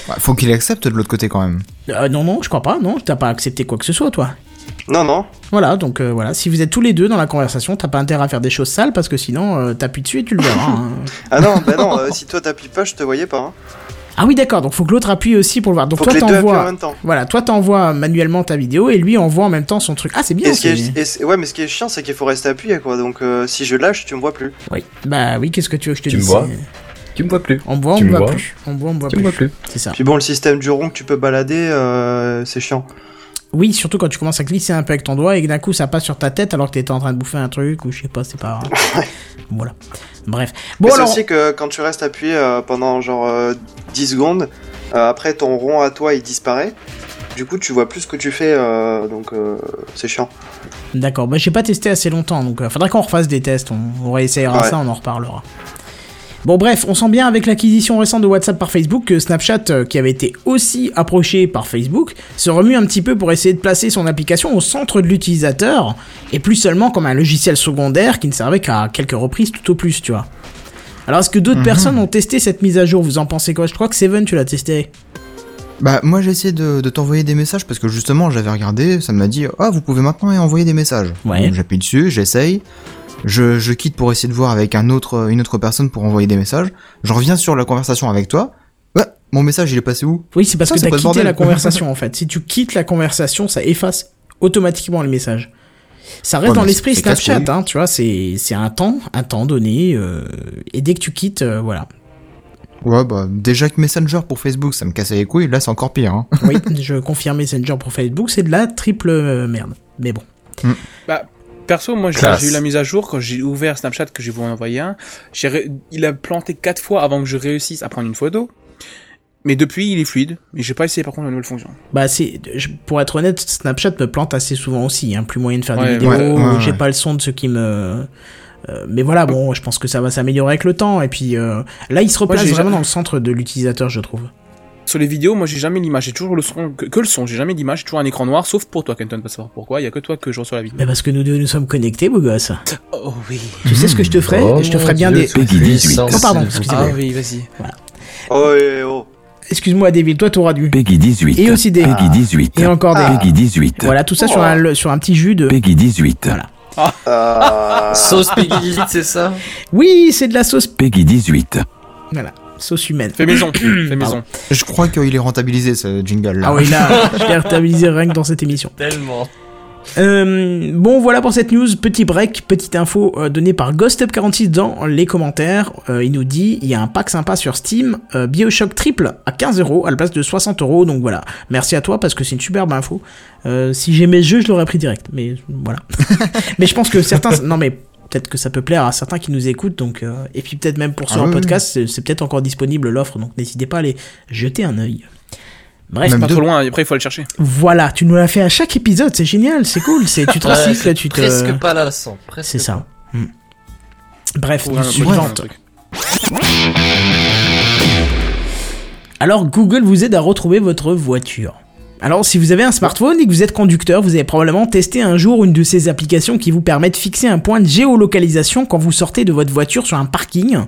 [SPEAKER 3] Bah, faut qu'il accepte de l'autre côté quand même.
[SPEAKER 1] Euh, non, non, je crois pas. Non, t'as pas accepté quoi que ce soit toi.
[SPEAKER 2] Non, non.
[SPEAKER 1] Voilà, donc euh, voilà, si vous êtes tous les deux dans la conversation, t'as pas intérêt à faire des choses sales parce que sinon euh, t'appuies dessus et tu le verras. hein.
[SPEAKER 2] Ah non, bah non, euh, si toi t'appuies pas, je te voyais pas. hein.
[SPEAKER 1] Ah oui, d'accord, donc faut que l'autre appuie aussi pour le voir. Donc
[SPEAKER 2] Faut
[SPEAKER 1] toi
[SPEAKER 2] que les deux appuient en
[SPEAKER 1] t'envoies.
[SPEAKER 2] même temps.
[SPEAKER 1] Voilà, toi t'envoies manuellement ta vidéo et lui envoie en même temps son truc. Ah, c'est bien.
[SPEAKER 2] Et ce qui
[SPEAKER 1] c'est-
[SPEAKER 2] est- et ce- ouais, mais ce qui est chiant, c'est qu'il faut rester appuyé, quoi. Donc euh, si je lâche, tu me vois plus.
[SPEAKER 1] Oui. Bah oui, qu'est-ce que tu veux que je te
[SPEAKER 5] Tu me
[SPEAKER 1] dise
[SPEAKER 5] vois
[SPEAKER 1] c'est-
[SPEAKER 5] Tu me vois plus.
[SPEAKER 1] On me voit, on
[SPEAKER 5] Tu
[SPEAKER 1] me
[SPEAKER 5] me
[SPEAKER 1] voit
[SPEAKER 5] vois
[SPEAKER 1] plus. On me voit, on me voit
[SPEAKER 5] Tu me vois
[SPEAKER 1] plus.
[SPEAKER 5] plus.
[SPEAKER 1] C'est ça.
[SPEAKER 2] Puis bon, le système du rond que tu peux balader, euh, c'est chiant.
[SPEAKER 1] Oui, surtout quand tu commences à glisser un peu avec ton doigt et que d'un coup ça passe sur ta tête alors que t'étais en train de bouffer un truc ou je sais pas, c'est pas. voilà. Bref. Bon
[SPEAKER 2] mais
[SPEAKER 1] alors.
[SPEAKER 2] c'est aussi que quand tu restes appuyé euh, pendant genre euh, 10 secondes, euh, après ton rond à toi il disparaît. Du coup, tu vois plus ce que tu fais, euh, donc euh, c'est chiant.
[SPEAKER 1] D'accord, bah j'ai pas testé assez longtemps, donc euh, faudra qu'on refasse des tests, on, on réessayera
[SPEAKER 2] Ouais.
[SPEAKER 1] ça, on en reparlera. Bon bref, on sent bien avec l'acquisition récente de WhatsApp par Facebook que Snapchat, euh, qui avait été aussi approché par Facebook, se remue un petit peu pour essayer de placer son application au centre de l'utilisateur, et plus seulement comme un logiciel secondaire qui ne servait qu'à quelques reprises tout au plus, tu vois. Alors est-ce que d'autres personnes ont testé cette mise à jour Vous en pensez quoi Je crois que Seven, tu l'as testé.
[SPEAKER 3] Bah moi j'ai essayé de, de t'envoyer des messages parce que justement j'avais regardé, ça m'a dit ah vous pouvez maintenant envoyer des messages.
[SPEAKER 1] Ouais.
[SPEAKER 3] Donc, J'appuie dessus, j'essaye, je, je quitte pour essayer de voir avec un autre une autre personne pour envoyer des messages. Je reviens sur la conversation avec toi. Ouais, mon message il est passé où
[SPEAKER 1] Oui, c'est parce
[SPEAKER 3] Ça,
[SPEAKER 1] que
[SPEAKER 3] c'est
[SPEAKER 1] t'as
[SPEAKER 3] pas le
[SPEAKER 1] quitté
[SPEAKER 3] bordel.
[SPEAKER 1] la conversation en fait. Si tu quittes la conversation, ça efface automatiquement les messages. Ça reste
[SPEAKER 3] Ouais,
[SPEAKER 1] dans
[SPEAKER 3] mais
[SPEAKER 1] l'esprit
[SPEAKER 3] c'est- c'est
[SPEAKER 1] Snapchat,
[SPEAKER 3] casse-couille.
[SPEAKER 1] hein, tu vois, c'est c'est un temps, un temps donné, euh, et dès que tu quittes, euh, voilà.
[SPEAKER 3] Ouais bah déjà que Messenger pour Facebook ça me cassait les couilles, là c'est encore pire. Hein.
[SPEAKER 1] Oui, je confirme Messenger pour Facebook, c'est de la triple euh, merde. Mais bon.
[SPEAKER 4] Perso, moi, j'ai
[SPEAKER 5] Classe.
[SPEAKER 4] j'ai eu la mise à jour quand j'ai ouvert Snapchat que j'ai voulu envoyer un. j'ai ré- Il a planté quatre fois avant que je réussisse à prendre une photo. Mais depuis, il est fluide. Mais j'ai pas essayé par contre la nouvelle fonction.
[SPEAKER 1] Bah c'est, je- pour être honnête, Snapchat me plante assez souvent aussi. Hein, plus moyen de faire des
[SPEAKER 4] Ouais,
[SPEAKER 1] vidéos,
[SPEAKER 3] ouais, ouais,
[SPEAKER 1] j'ai
[SPEAKER 3] ouais.
[SPEAKER 1] pas le son de ce qui me. euh, mais voilà, bon, je pense que ça va s'améliorer avec le temps. Et puis euh, là, il se replace
[SPEAKER 4] j'ai-
[SPEAKER 1] vraiment dans le centre de l'utilisateur, je trouve.
[SPEAKER 4] Sur les vidéos, moi, j'ai jamais l'image. J'ai toujours le son, que, que le son. J'ai jamais l'image. J'ai toujours un écran noir, sauf pour toi, Kenton. Pas savoir pourquoi. Il y a que toi que je reçois la vidéo.
[SPEAKER 1] Mais Ben, parce que nous deux, nous sommes connectés, beau gosse.
[SPEAKER 4] Oh oui.
[SPEAKER 1] Tu sais ce que je te ferais
[SPEAKER 5] Oh
[SPEAKER 1] Je te ferais bien des. Oh, pardon,
[SPEAKER 4] Ah
[SPEAKER 1] excusez-moi.
[SPEAKER 4] oui, vas-y.
[SPEAKER 2] Oh, et oh.
[SPEAKER 1] Excuse-moi, David, toi, t'auras du.
[SPEAKER 11] Peggy 18.
[SPEAKER 1] Et aussi des.
[SPEAKER 11] Peggy 18.
[SPEAKER 1] Et encore des.
[SPEAKER 11] Peggy 18.
[SPEAKER 1] Voilà, tout ça sur, un, le- sur un petit jus de.
[SPEAKER 11] Peggy 18.
[SPEAKER 1] Voilà.
[SPEAKER 2] Ah.
[SPEAKER 5] Sauce Peggy 18, c'est ça
[SPEAKER 1] Oui, c'est de la sauce.
[SPEAKER 11] Peggy 18.
[SPEAKER 1] Voilà, sauce humaine.
[SPEAKER 4] Fais maison. Fais maison.
[SPEAKER 3] Je crois qu'il est rentabilisé ce jingle là.
[SPEAKER 1] Ah oui, là, je l'ai rentabilisé rien que dans cette émission.
[SPEAKER 5] Tellement.
[SPEAKER 1] Euh, bon, voilà pour cette news. Petit break, petite info euh, donnée par GhostUp46 dans les commentaires. Euh, il nous dit il y a un pack sympa sur Steam, euh, Bioshock triple à 15 euros à la place de 60 euros. Donc voilà, merci à toi parce que c'est une superbe info. Euh, si j'aimais le jeu, je l'aurais pris direct. Mais voilà. mais je pense que certains. Non, mais. Peut-être que ça peut plaire à certains qui nous écoutent, donc euh, et puis peut-être même pour ceux en
[SPEAKER 3] Ah oui, oui.
[SPEAKER 1] podcast, c'est- c'est peut-être encore disponible l'offre, donc n'hésitez pas à aller jeter un œil. Bref,
[SPEAKER 3] Même
[SPEAKER 4] Pas
[SPEAKER 3] deux.
[SPEAKER 4] trop loin. Après, il faut aller chercher.
[SPEAKER 1] voilà, tu nous l'as fait à chaque épisode, c'est génial, c'est cool, c'est tu te
[SPEAKER 5] Ouais,
[SPEAKER 1] recycles,
[SPEAKER 5] c'est
[SPEAKER 1] tu te
[SPEAKER 5] Presque pas là, sans. Presque
[SPEAKER 1] Euh, c'est ça. Mm. Bref,
[SPEAKER 4] Faut
[SPEAKER 1] news
[SPEAKER 4] un- faut un
[SPEAKER 1] suivante.
[SPEAKER 4] truc.
[SPEAKER 1] Alors Google vous aide à retrouver votre voiture. Alors si vous avez un smartphone et que vous êtes conducteur, vous avez probablement testé un jour une de ces applications qui vous permet de fixer un point de géolocalisation quand vous sortez de votre voiture sur un parking.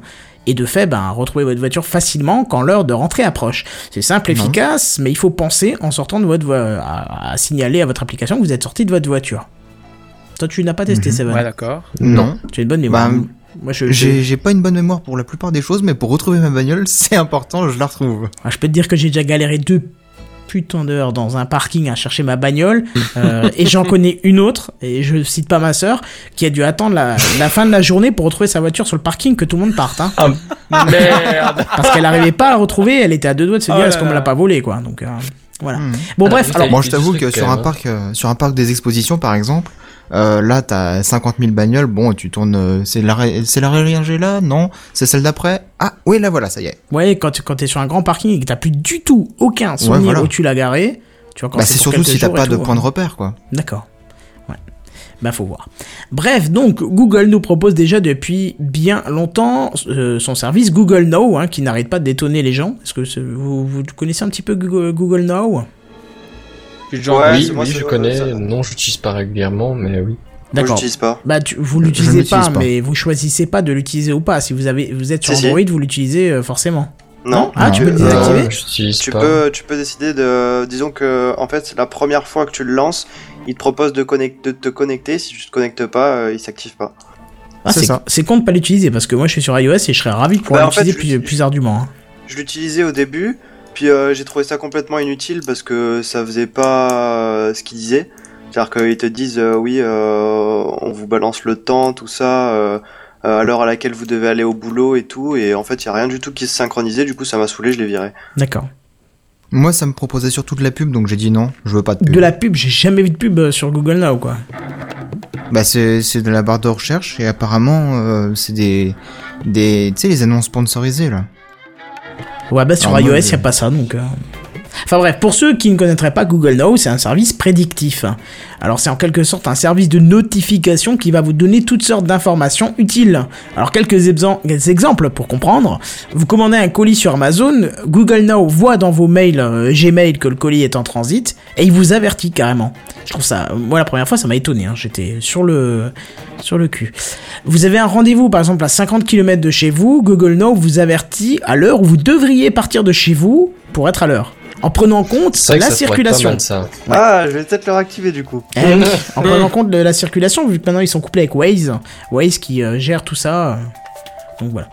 [SPEAKER 1] Et de fait, ben, retrouver votre voiture facilement quand l'heure de rentrée approche. C'est simple, efficace, mais il faut penser en sortant de votre vo- à, à signaler à votre application que vous êtes sorti de votre voiture. Toi, tu n'as pas testé, Seven.
[SPEAKER 4] Mhm. Ouais, d'accord. Ben,
[SPEAKER 3] Non.
[SPEAKER 1] Tu as une bonne mémoire.
[SPEAKER 3] Bah,
[SPEAKER 1] Moi, je, je-
[SPEAKER 3] J'ai j'ai pas une bonne mémoire pour la plupart des choses, mais pour retrouver ma bagnole, c'est important, je la retrouve.
[SPEAKER 1] Ah, je peux te dire que j'ai déjà galéré deux putain d'heures dans un parking à chercher ma bagnole. euh, et j'en connais une autre, et je cite pas ma sœur, qui a dû attendre la, la fin de la journée pour retrouver sa voiture sur le parking que tout le monde parte. Hein.
[SPEAKER 5] Merde.
[SPEAKER 1] Parce qu'elle n'arrivait pas à la retrouver, elle était à deux doigts de se dire
[SPEAKER 4] Oh là
[SPEAKER 1] est-ce qu'on me l'a
[SPEAKER 4] là.
[SPEAKER 1] pas volée quoi. Donc euh, voilà. Bon
[SPEAKER 3] Ah,
[SPEAKER 5] Alors,
[SPEAKER 1] bref,
[SPEAKER 5] vous
[SPEAKER 1] alors
[SPEAKER 5] avez-
[SPEAKER 3] Moi,
[SPEAKER 5] il
[SPEAKER 3] je
[SPEAKER 5] y a des
[SPEAKER 3] t'avoue
[SPEAKER 5] trucs,
[SPEAKER 3] que sur
[SPEAKER 5] quand
[SPEAKER 3] un
[SPEAKER 5] même,
[SPEAKER 3] parc, euh, sur un parc des expositions, par exemple, euh, là, t'as 50 000 bagnoles. Bon, tu tournes, euh, c'est l'arrêt, c'est l'arrêt là Non, c'est celle d'après. Ah, oui, là, voilà, ça y est.
[SPEAKER 1] ouais, quand tu- quand t'es sur un grand parking et que t'as plus du tout aucun souvenir
[SPEAKER 3] voilà.
[SPEAKER 1] où tu l'as garé, tu vois quand
[SPEAKER 3] Bah, c'est
[SPEAKER 1] pour
[SPEAKER 3] surtout
[SPEAKER 1] quelques
[SPEAKER 3] si t'as
[SPEAKER 1] jours et
[SPEAKER 3] pas de
[SPEAKER 1] tout,
[SPEAKER 3] point de
[SPEAKER 1] hein.
[SPEAKER 3] repère, quoi.
[SPEAKER 1] D'accord. Ouais. Bah faut voir. Bref, donc Google nous propose déjà depuis bien longtemps euh, son service Google Now, hein, qui n'arrête pas de détonner les gens. Est-ce que ce- vous, vous connaissez un petit peu Google, Google Now
[SPEAKER 4] Genre, euh,
[SPEAKER 2] Ouais,
[SPEAKER 5] oui,
[SPEAKER 2] c'est moi,
[SPEAKER 5] oui,
[SPEAKER 2] c'est-
[SPEAKER 5] je connais.
[SPEAKER 2] ça-
[SPEAKER 5] Non, j'utilise pas régulièrement, mais oui.
[SPEAKER 2] Moi,
[SPEAKER 1] D'accord.
[SPEAKER 2] j'utilise pas.
[SPEAKER 1] Bah tu, vous
[SPEAKER 3] Je
[SPEAKER 1] l'utilisez
[SPEAKER 3] n'utilise
[SPEAKER 1] pas,
[SPEAKER 3] pas.
[SPEAKER 1] mais vous choisissez pas de l'utiliser ou pas. Si vous avez, vous êtes sur
[SPEAKER 2] Si, si.
[SPEAKER 1] Android, vous l'utilisez euh, forcément.
[SPEAKER 2] Non. Euh,
[SPEAKER 1] Ah, tu peux le
[SPEAKER 3] Non.
[SPEAKER 1] désactiver
[SPEAKER 5] Non, j'utilise
[SPEAKER 2] Tu
[SPEAKER 5] pas.
[SPEAKER 2] peux, tu peux décider de. Disons que, en fait, la première fois que tu le lances, il te propose de, connect- de te connecter. Si tu te connectes pas, euh, il s'active pas.
[SPEAKER 1] Ah,
[SPEAKER 3] C'est
[SPEAKER 1] c'est,
[SPEAKER 3] ça.
[SPEAKER 1] c'est con de pas l'utiliser parce que moi je suis sur iOS et je serais ravi de pouvoir
[SPEAKER 2] Bah, en fait,
[SPEAKER 1] l'utiliser
[SPEAKER 2] je-
[SPEAKER 1] plus, plus ardument. hein.
[SPEAKER 2] Je l'utilisais au début, puis euh, j'ai trouvé ça complètement inutile parce que ça faisait pas euh, ce qu'ils disaient. C'est-à-dire qu'ils te disent euh, oui, euh, on vous balance le temps, tout ça, euh, euh, à l'heure à laquelle vous devez aller au boulot et tout, et en fait il y a rien du tout qui se synchronisait. Du coup ça m'a saoulé, je l'ai viré.
[SPEAKER 1] D'accord.
[SPEAKER 3] Moi, ça me proposait surtout de la pub, donc j'ai dit non, je veux pas de pub.
[SPEAKER 1] De la pub, j'ai jamais vu de pub euh, sur Google Now quoi.
[SPEAKER 3] Bah, c'est, c'est de la barre de recherche et apparemment, euh, c'est des, des, tu sais, les annonces sponsorisées, là.
[SPEAKER 1] Ouais, bah sur
[SPEAKER 3] Alors, moi,
[SPEAKER 1] iOS, il
[SPEAKER 3] je-
[SPEAKER 1] a pas ça, donc... euh. Enfin bref, pour ceux qui ne connaîtraient pas Google Now, c'est un service prédictif. Alors c'est en quelque sorte un service de notification qui va vous donner toutes sortes d'informations utiles. Alors quelques exem- quelques exemples pour comprendre. Vous commandez un colis sur Amazon, Google Now voit dans vos mails euh, Gmail que le colis est en transit et il vous avertit carrément. Je trouve ça, moi la première fois ça m'a étonné, hein. j'étais sur le, sur le cul. Vous avez un rendez-vous par exemple à 50 km de chez vous, Google Now vous avertit à l'heure où vous devriez partir de chez vous pour être à l'heure. En prenant en compte
[SPEAKER 5] C'est vrai que
[SPEAKER 1] la
[SPEAKER 5] ça pourrait être
[SPEAKER 1] circulation.
[SPEAKER 5] pas mal, ça.
[SPEAKER 2] Ah, je vais peut-être le réactiver du coup.
[SPEAKER 1] Eh oui, en prenant en compte de la circulation, vu que maintenant ils sont couplés avec Waze. Waze qui euh, gère tout ça. euh, donc voilà.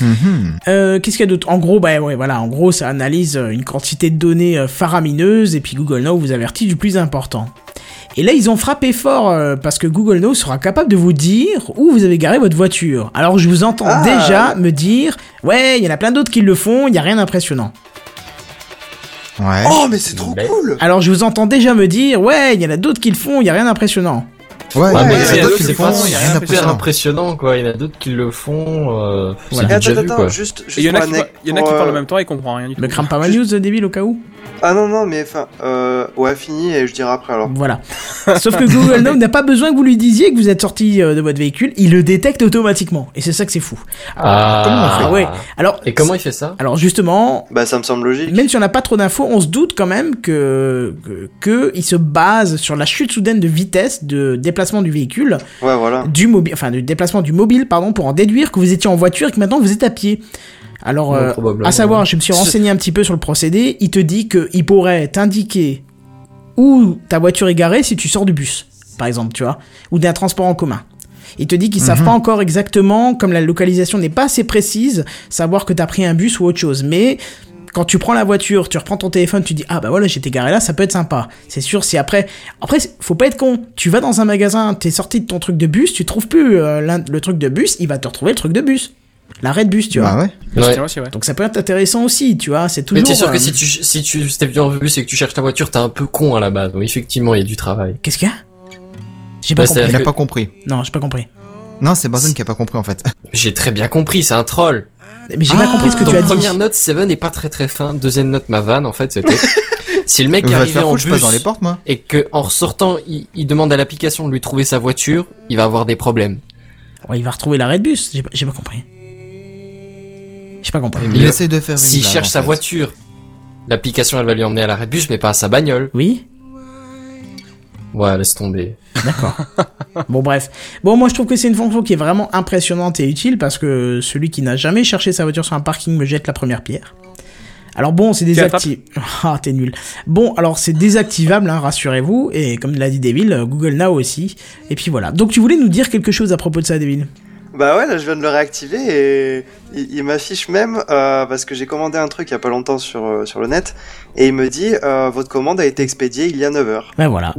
[SPEAKER 3] Mhm.
[SPEAKER 1] Euh, Qu'est-ce qu'il y a d'autre En gros, bah ouais, voilà, en gros, ça analyse euh, une quantité de données euh, faramineuse et puis Google Now vous avertit du plus important. Et là, ils ont frappé fort euh, parce que Google Now sera capable de vous dire où vous avez garé votre voiture. Alors, je vous entends
[SPEAKER 2] Ah.
[SPEAKER 1] déjà me dire, ouais, il y en a plein d'autres qui le font, il n'y a rien d'impressionnant.
[SPEAKER 3] Ouais.
[SPEAKER 2] Oh mais c'est trop
[SPEAKER 5] Mais-
[SPEAKER 2] cool.
[SPEAKER 1] Alors, je vous entends déjà me dire, ouais, il y en a d'autres qui le font, il n'y a rien d'impressionnant.
[SPEAKER 3] Ouais,
[SPEAKER 5] Ah,
[SPEAKER 3] ouais,
[SPEAKER 5] mais il
[SPEAKER 3] ouais,
[SPEAKER 5] y en a
[SPEAKER 3] toi,
[SPEAKER 5] d'autres,
[SPEAKER 3] tu
[SPEAKER 5] c'est
[SPEAKER 3] le
[SPEAKER 5] pas-
[SPEAKER 3] prends,
[SPEAKER 5] il y
[SPEAKER 4] a
[SPEAKER 3] rien
[SPEAKER 4] rien
[SPEAKER 5] Super
[SPEAKER 4] à
[SPEAKER 3] d'impressionnant.
[SPEAKER 5] impressionnant, quoi. Il y en a d'autres qui le font. Euh,
[SPEAKER 1] Voilà.
[SPEAKER 5] C'est
[SPEAKER 2] Et attends,
[SPEAKER 5] déjà vu,
[SPEAKER 2] attends,
[SPEAKER 5] quoi.
[SPEAKER 2] juste, juste
[SPEAKER 4] Il y en a
[SPEAKER 2] pour
[SPEAKER 4] qui,
[SPEAKER 2] la
[SPEAKER 4] par-
[SPEAKER 2] nec-
[SPEAKER 4] il y en a qui
[SPEAKER 2] pour,
[SPEAKER 4] parlent en
[SPEAKER 2] euh,
[SPEAKER 4] même temps et comprend rien du tout.
[SPEAKER 1] Me crame pas ma news, euh, débile, au cas où.
[SPEAKER 2] Ah non non, mais enfin, euh, ouais, fini et je dirai après
[SPEAKER 4] Mm.
[SPEAKER 2] alors.
[SPEAKER 1] Voilà. Sauf que Google Now n'a pas besoin que vous lui disiez que vous êtes sorti euh, de votre véhicule, il le détecte automatiquement. Et c'est ça que c'est fou.
[SPEAKER 5] Ah.
[SPEAKER 1] Comment on fait Ouais. Alors,
[SPEAKER 5] Et comment il fait ça
[SPEAKER 1] alors justement,
[SPEAKER 2] Bah ça me semble
[SPEAKER 4] Mm.
[SPEAKER 2] logique.
[SPEAKER 1] même si on n'a pas trop d'infos, on se doute quand même que, que, que il se base sur la chute soudaine de vitesse de déplacement du véhicule,
[SPEAKER 2] Ouais voilà.
[SPEAKER 1] du mobile, enfin du déplacement du mobile, pardon, pour en déduire que vous étiez en voiture et que maintenant vous êtes à pied. Alors,
[SPEAKER 5] Ouais,
[SPEAKER 1] euh,
[SPEAKER 5] probablement.
[SPEAKER 1] à savoir, je me suis renseigné un petit peu sur le procédé. Il te dit que il pourrait t'indiquer où ta voiture est garée si tu sors du bus, par exemple, tu vois, ou d'un transport en commun. Il te dit qu'ils savent pas encore exactement, comme la localisation n'est pas assez précise, savoir que t'as pris un bus ou autre chose. Mais quand tu prends la voiture, tu reprends ton téléphone, tu dis ah bah voilà j'étais garé là, ça peut être sympa. C'est sûr si après, après faut pas être con. Tu vas dans un magasin, t'es sorti de ton truc de bus, tu trouves plus euh, l'un- le truc de bus, il va te retrouver le truc de bus, l'arrêt de bus, tu vois.
[SPEAKER 3] Bah ouais.
[SPEAKER 5] Ouais.
[SPEAKER 4] Tiens, aussi, ouais.
[SPEAKER 1] Donc ça peut être intéressant aussi, tu vois. C'est
[SPEAKER 5] Mais
[SPEAKER 1] toujours.
[SPEAKER 5] t'es sûr
[SPEAKER 1] euh,
[SPEAKER 5] que si tu si tu si t'es venu en bus et que tu cherches ta voiture, t'es un peu con à la base. Oui, effectivement, il y a du travail.
[SPEAKER 1] Qu'est-ce qu'il y a J'ai pas
[SPEAKER 5] Bah,
[SPEAKER 1] compris.
[SPEAKER 5] c'est-
[SPEAKER 3] Il a
[SPEAKER 5] que-
[SPEAKER 3] pas compris.
[SPEAKER 1] Non, j'ai pas compris.
[SPEAKER 3] Non, c'est Barzen qui a pas compris, en fait.
[SPEAKER 5] J'ai très bien compris, c'est un troll.
[SPEAKER 1] Mais j'ai pas compris ce que
[SPEAKER 5] Ah, Donc,
[SPEAKER 1] tu as dit.
[SPEAKER 5] première note, Seven n'est pas très très fin. Deuxième note, ma vanne, en fait, c'était. si le mec est
[SPEAKER 3] Va te
[SPEAKER 5] arrivé
[SPEAKER 3] faire
[SPEAKER 5] en
[SPEAKER 3] foutre, je passe
[SPEAKER 5] bus
[SPEAKER 3] dans les portes, moi.
[SPEAKER 5] et que en ressortant, il, il demande à l'application de lui trouver sa voiture, il va avoir des problèmes.
[SPEAKER 1] Ouais, il va retrouver l'arrêt de bus. J'ai pas, j'ai pas compris. J'ai pas compris.
[SPEAKER 3] Il essaie de faire une
[SPEAKER 5] S'il
[SPEAKER 3] blague,
[SPEAKER 5] cherche
[SPEAKER 3] en
[SPEAKER 5] sa
[SPEAKER 3] fait.
[SPEAKER 5] voiture, l'application elle va lui emmener à l'arrêt de bus, mais pas à sa bagnole.
[SPEAKER 1] Oui.
[SPEAKER 5] Ouais, laisse tomber.
[SPEAKER 1] Bon bref. Bon moi je trouve que c'est une fonction qui est vraiment impressionnante et utile parce que celui qui n'a jamais cherché sa voiture sur un parking me jette la première pierre. Alors bon, c'est désactivable. Ah, t'es nul. Bon, alors c'est désactivable, hein, rassurez-vous. Et comme l'a dit Devil, euh, Google Now aussi. Et puis voilà. Donc tu voulais nous dire quelque chose à propos de ça, Devil
[SPEAKER 2] Bah ouais, là je viens de le réactiver et il, il m'affiche même, euh, parce que j'ai commandé un truc il y a pas longtemps sur, euh, sur le net, et il me dit euh, votre commande a été expédiée il y a 9 heures.
[SPEAKER 1] Ben voilà.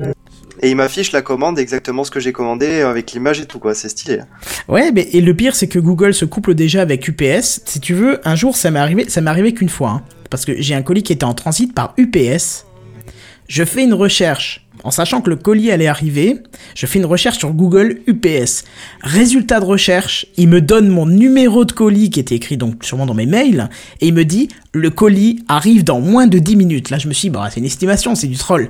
[SPEAKER 2] Et il m'affiche la commande exactement ce que j'ai commandé euh, avec l'image et tout quoi, c'est stylé.
[SPEAKER 1] Ouais, mais, et le pire, c'est que Google se couple déjà avec UPS. Si tu veux, un jour, ça m'est arrivé, ça m'est arrivé qu'une fois, hein. parce que j'ai un colis qui était en transit par UPS. Je fais une recherche, en sachant que le colis allait arriver. Je fais une recherche sur Google UPS. Résultat de recherche, il me donne mon numéro de colis qui était écrit donc sûrement dans mes mails, et il me dit le colis arrive dans moins de 10 minutes. Là, je me suis dit, bah, c'est une estimation, c'est du troll.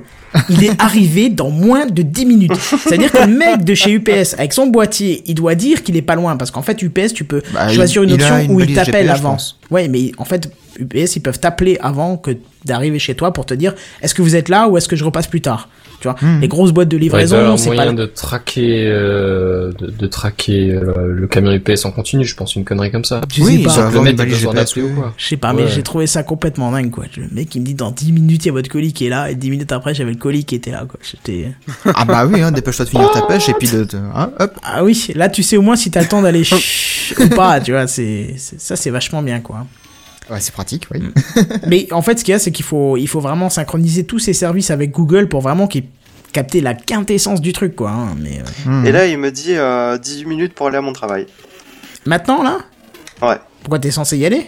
[SPEAKER 1] Il est arrivé dans moins de 10 minutes. C'est-à-dire que le mec de chez UPS, avec son boîtier, il doit dire qu'il est pas loin, parce qu'en fait, UPS, tu peux
[SPEAKER 3] Bah,
[SPEAKER 1] choisir
[SPEAKER 3] il-
[SPEAKER 1] une
[SPEAKER 3] il a
[SPEAKER 1] option
[SPEAKER 3] une
[SPEAKER 1] où ils
[SPEAKER 3] balise
[SPEAKER 1] t'appellent
[SPEAKER 3] GPS, je
[SPEAKER 1] avant.
[SPEAKER 3] pense.
[SPEAKER 1] Ouais, mais en fait, UPS, ils peuvent t'appeler avant que d'arriver chez toi pour te dire est-ce que vous êtes là ou est-ce que je repasse plus tard. Tu vois, les grosses boîtes de livraison,
[SPEAKER 5] il doit y avoir
[SPEAKER 1] c'est pas.
[SPEAKER 5] moyen de traquer, euh, de, de traquer euh, le camion UPS en continu, je pense, une connerie comme ça.
[SPEAKER 1] Je Oui, sais pas. ça va
[SPEAKER 5] Le
[SPEAKER 1] avoir
[SPEAKER 5] mec
[SPEAKER 1] une
[SPEAKER 5] a
[SPEAKER 1] balise
[SPEAKER 5] besoin
[SPEAKER 1] GPS,
[SPEAKER 5] d'appeler ou quoi.
[SPEAKER 1] Je sais pas, mais
[SPEAKER 5] Ouais.
[SPEAKER 1] j'ai trouvé ça complètement dingue, quoi. Le mec, il me dit dans 10 minutes, il y a votre colis qui est là, et 10 minutes après, j'avais le colis qui était là, quoi. J'étais.
[SPEAKER 3] Ah bah oui, hein, dépêche-toi de finir ta pêche et puis de. de- hein, hop.
[SPEAKER 1] Ah oui, là, tu sais au moins si t'as le temps d'aller ch- ou pas, tu vois. C'est, c'est- ça, c'est vachement bien, quoi.
[SPEAKER 3] Ouais, c'est pratique, oui.
[SPEAKER 1] Mais en fait, ce qu'il y a, c'est qu'il faut, il faut vraiment synchroniser tous ces services avec Google pour vraiment qu'ils capter la quintessence du truc, quoi. hein, Mais euh,
[SPEAKER 3] Hmm.
[SPEAKER 2] Et là il me dit euh, 18 minutes pour aller à mon travail.
[SPEAKER 1] maintenant, là,
[SPEAKER 2] Ouais.
[SPEAKER 1] pourquoi t'es censé y aller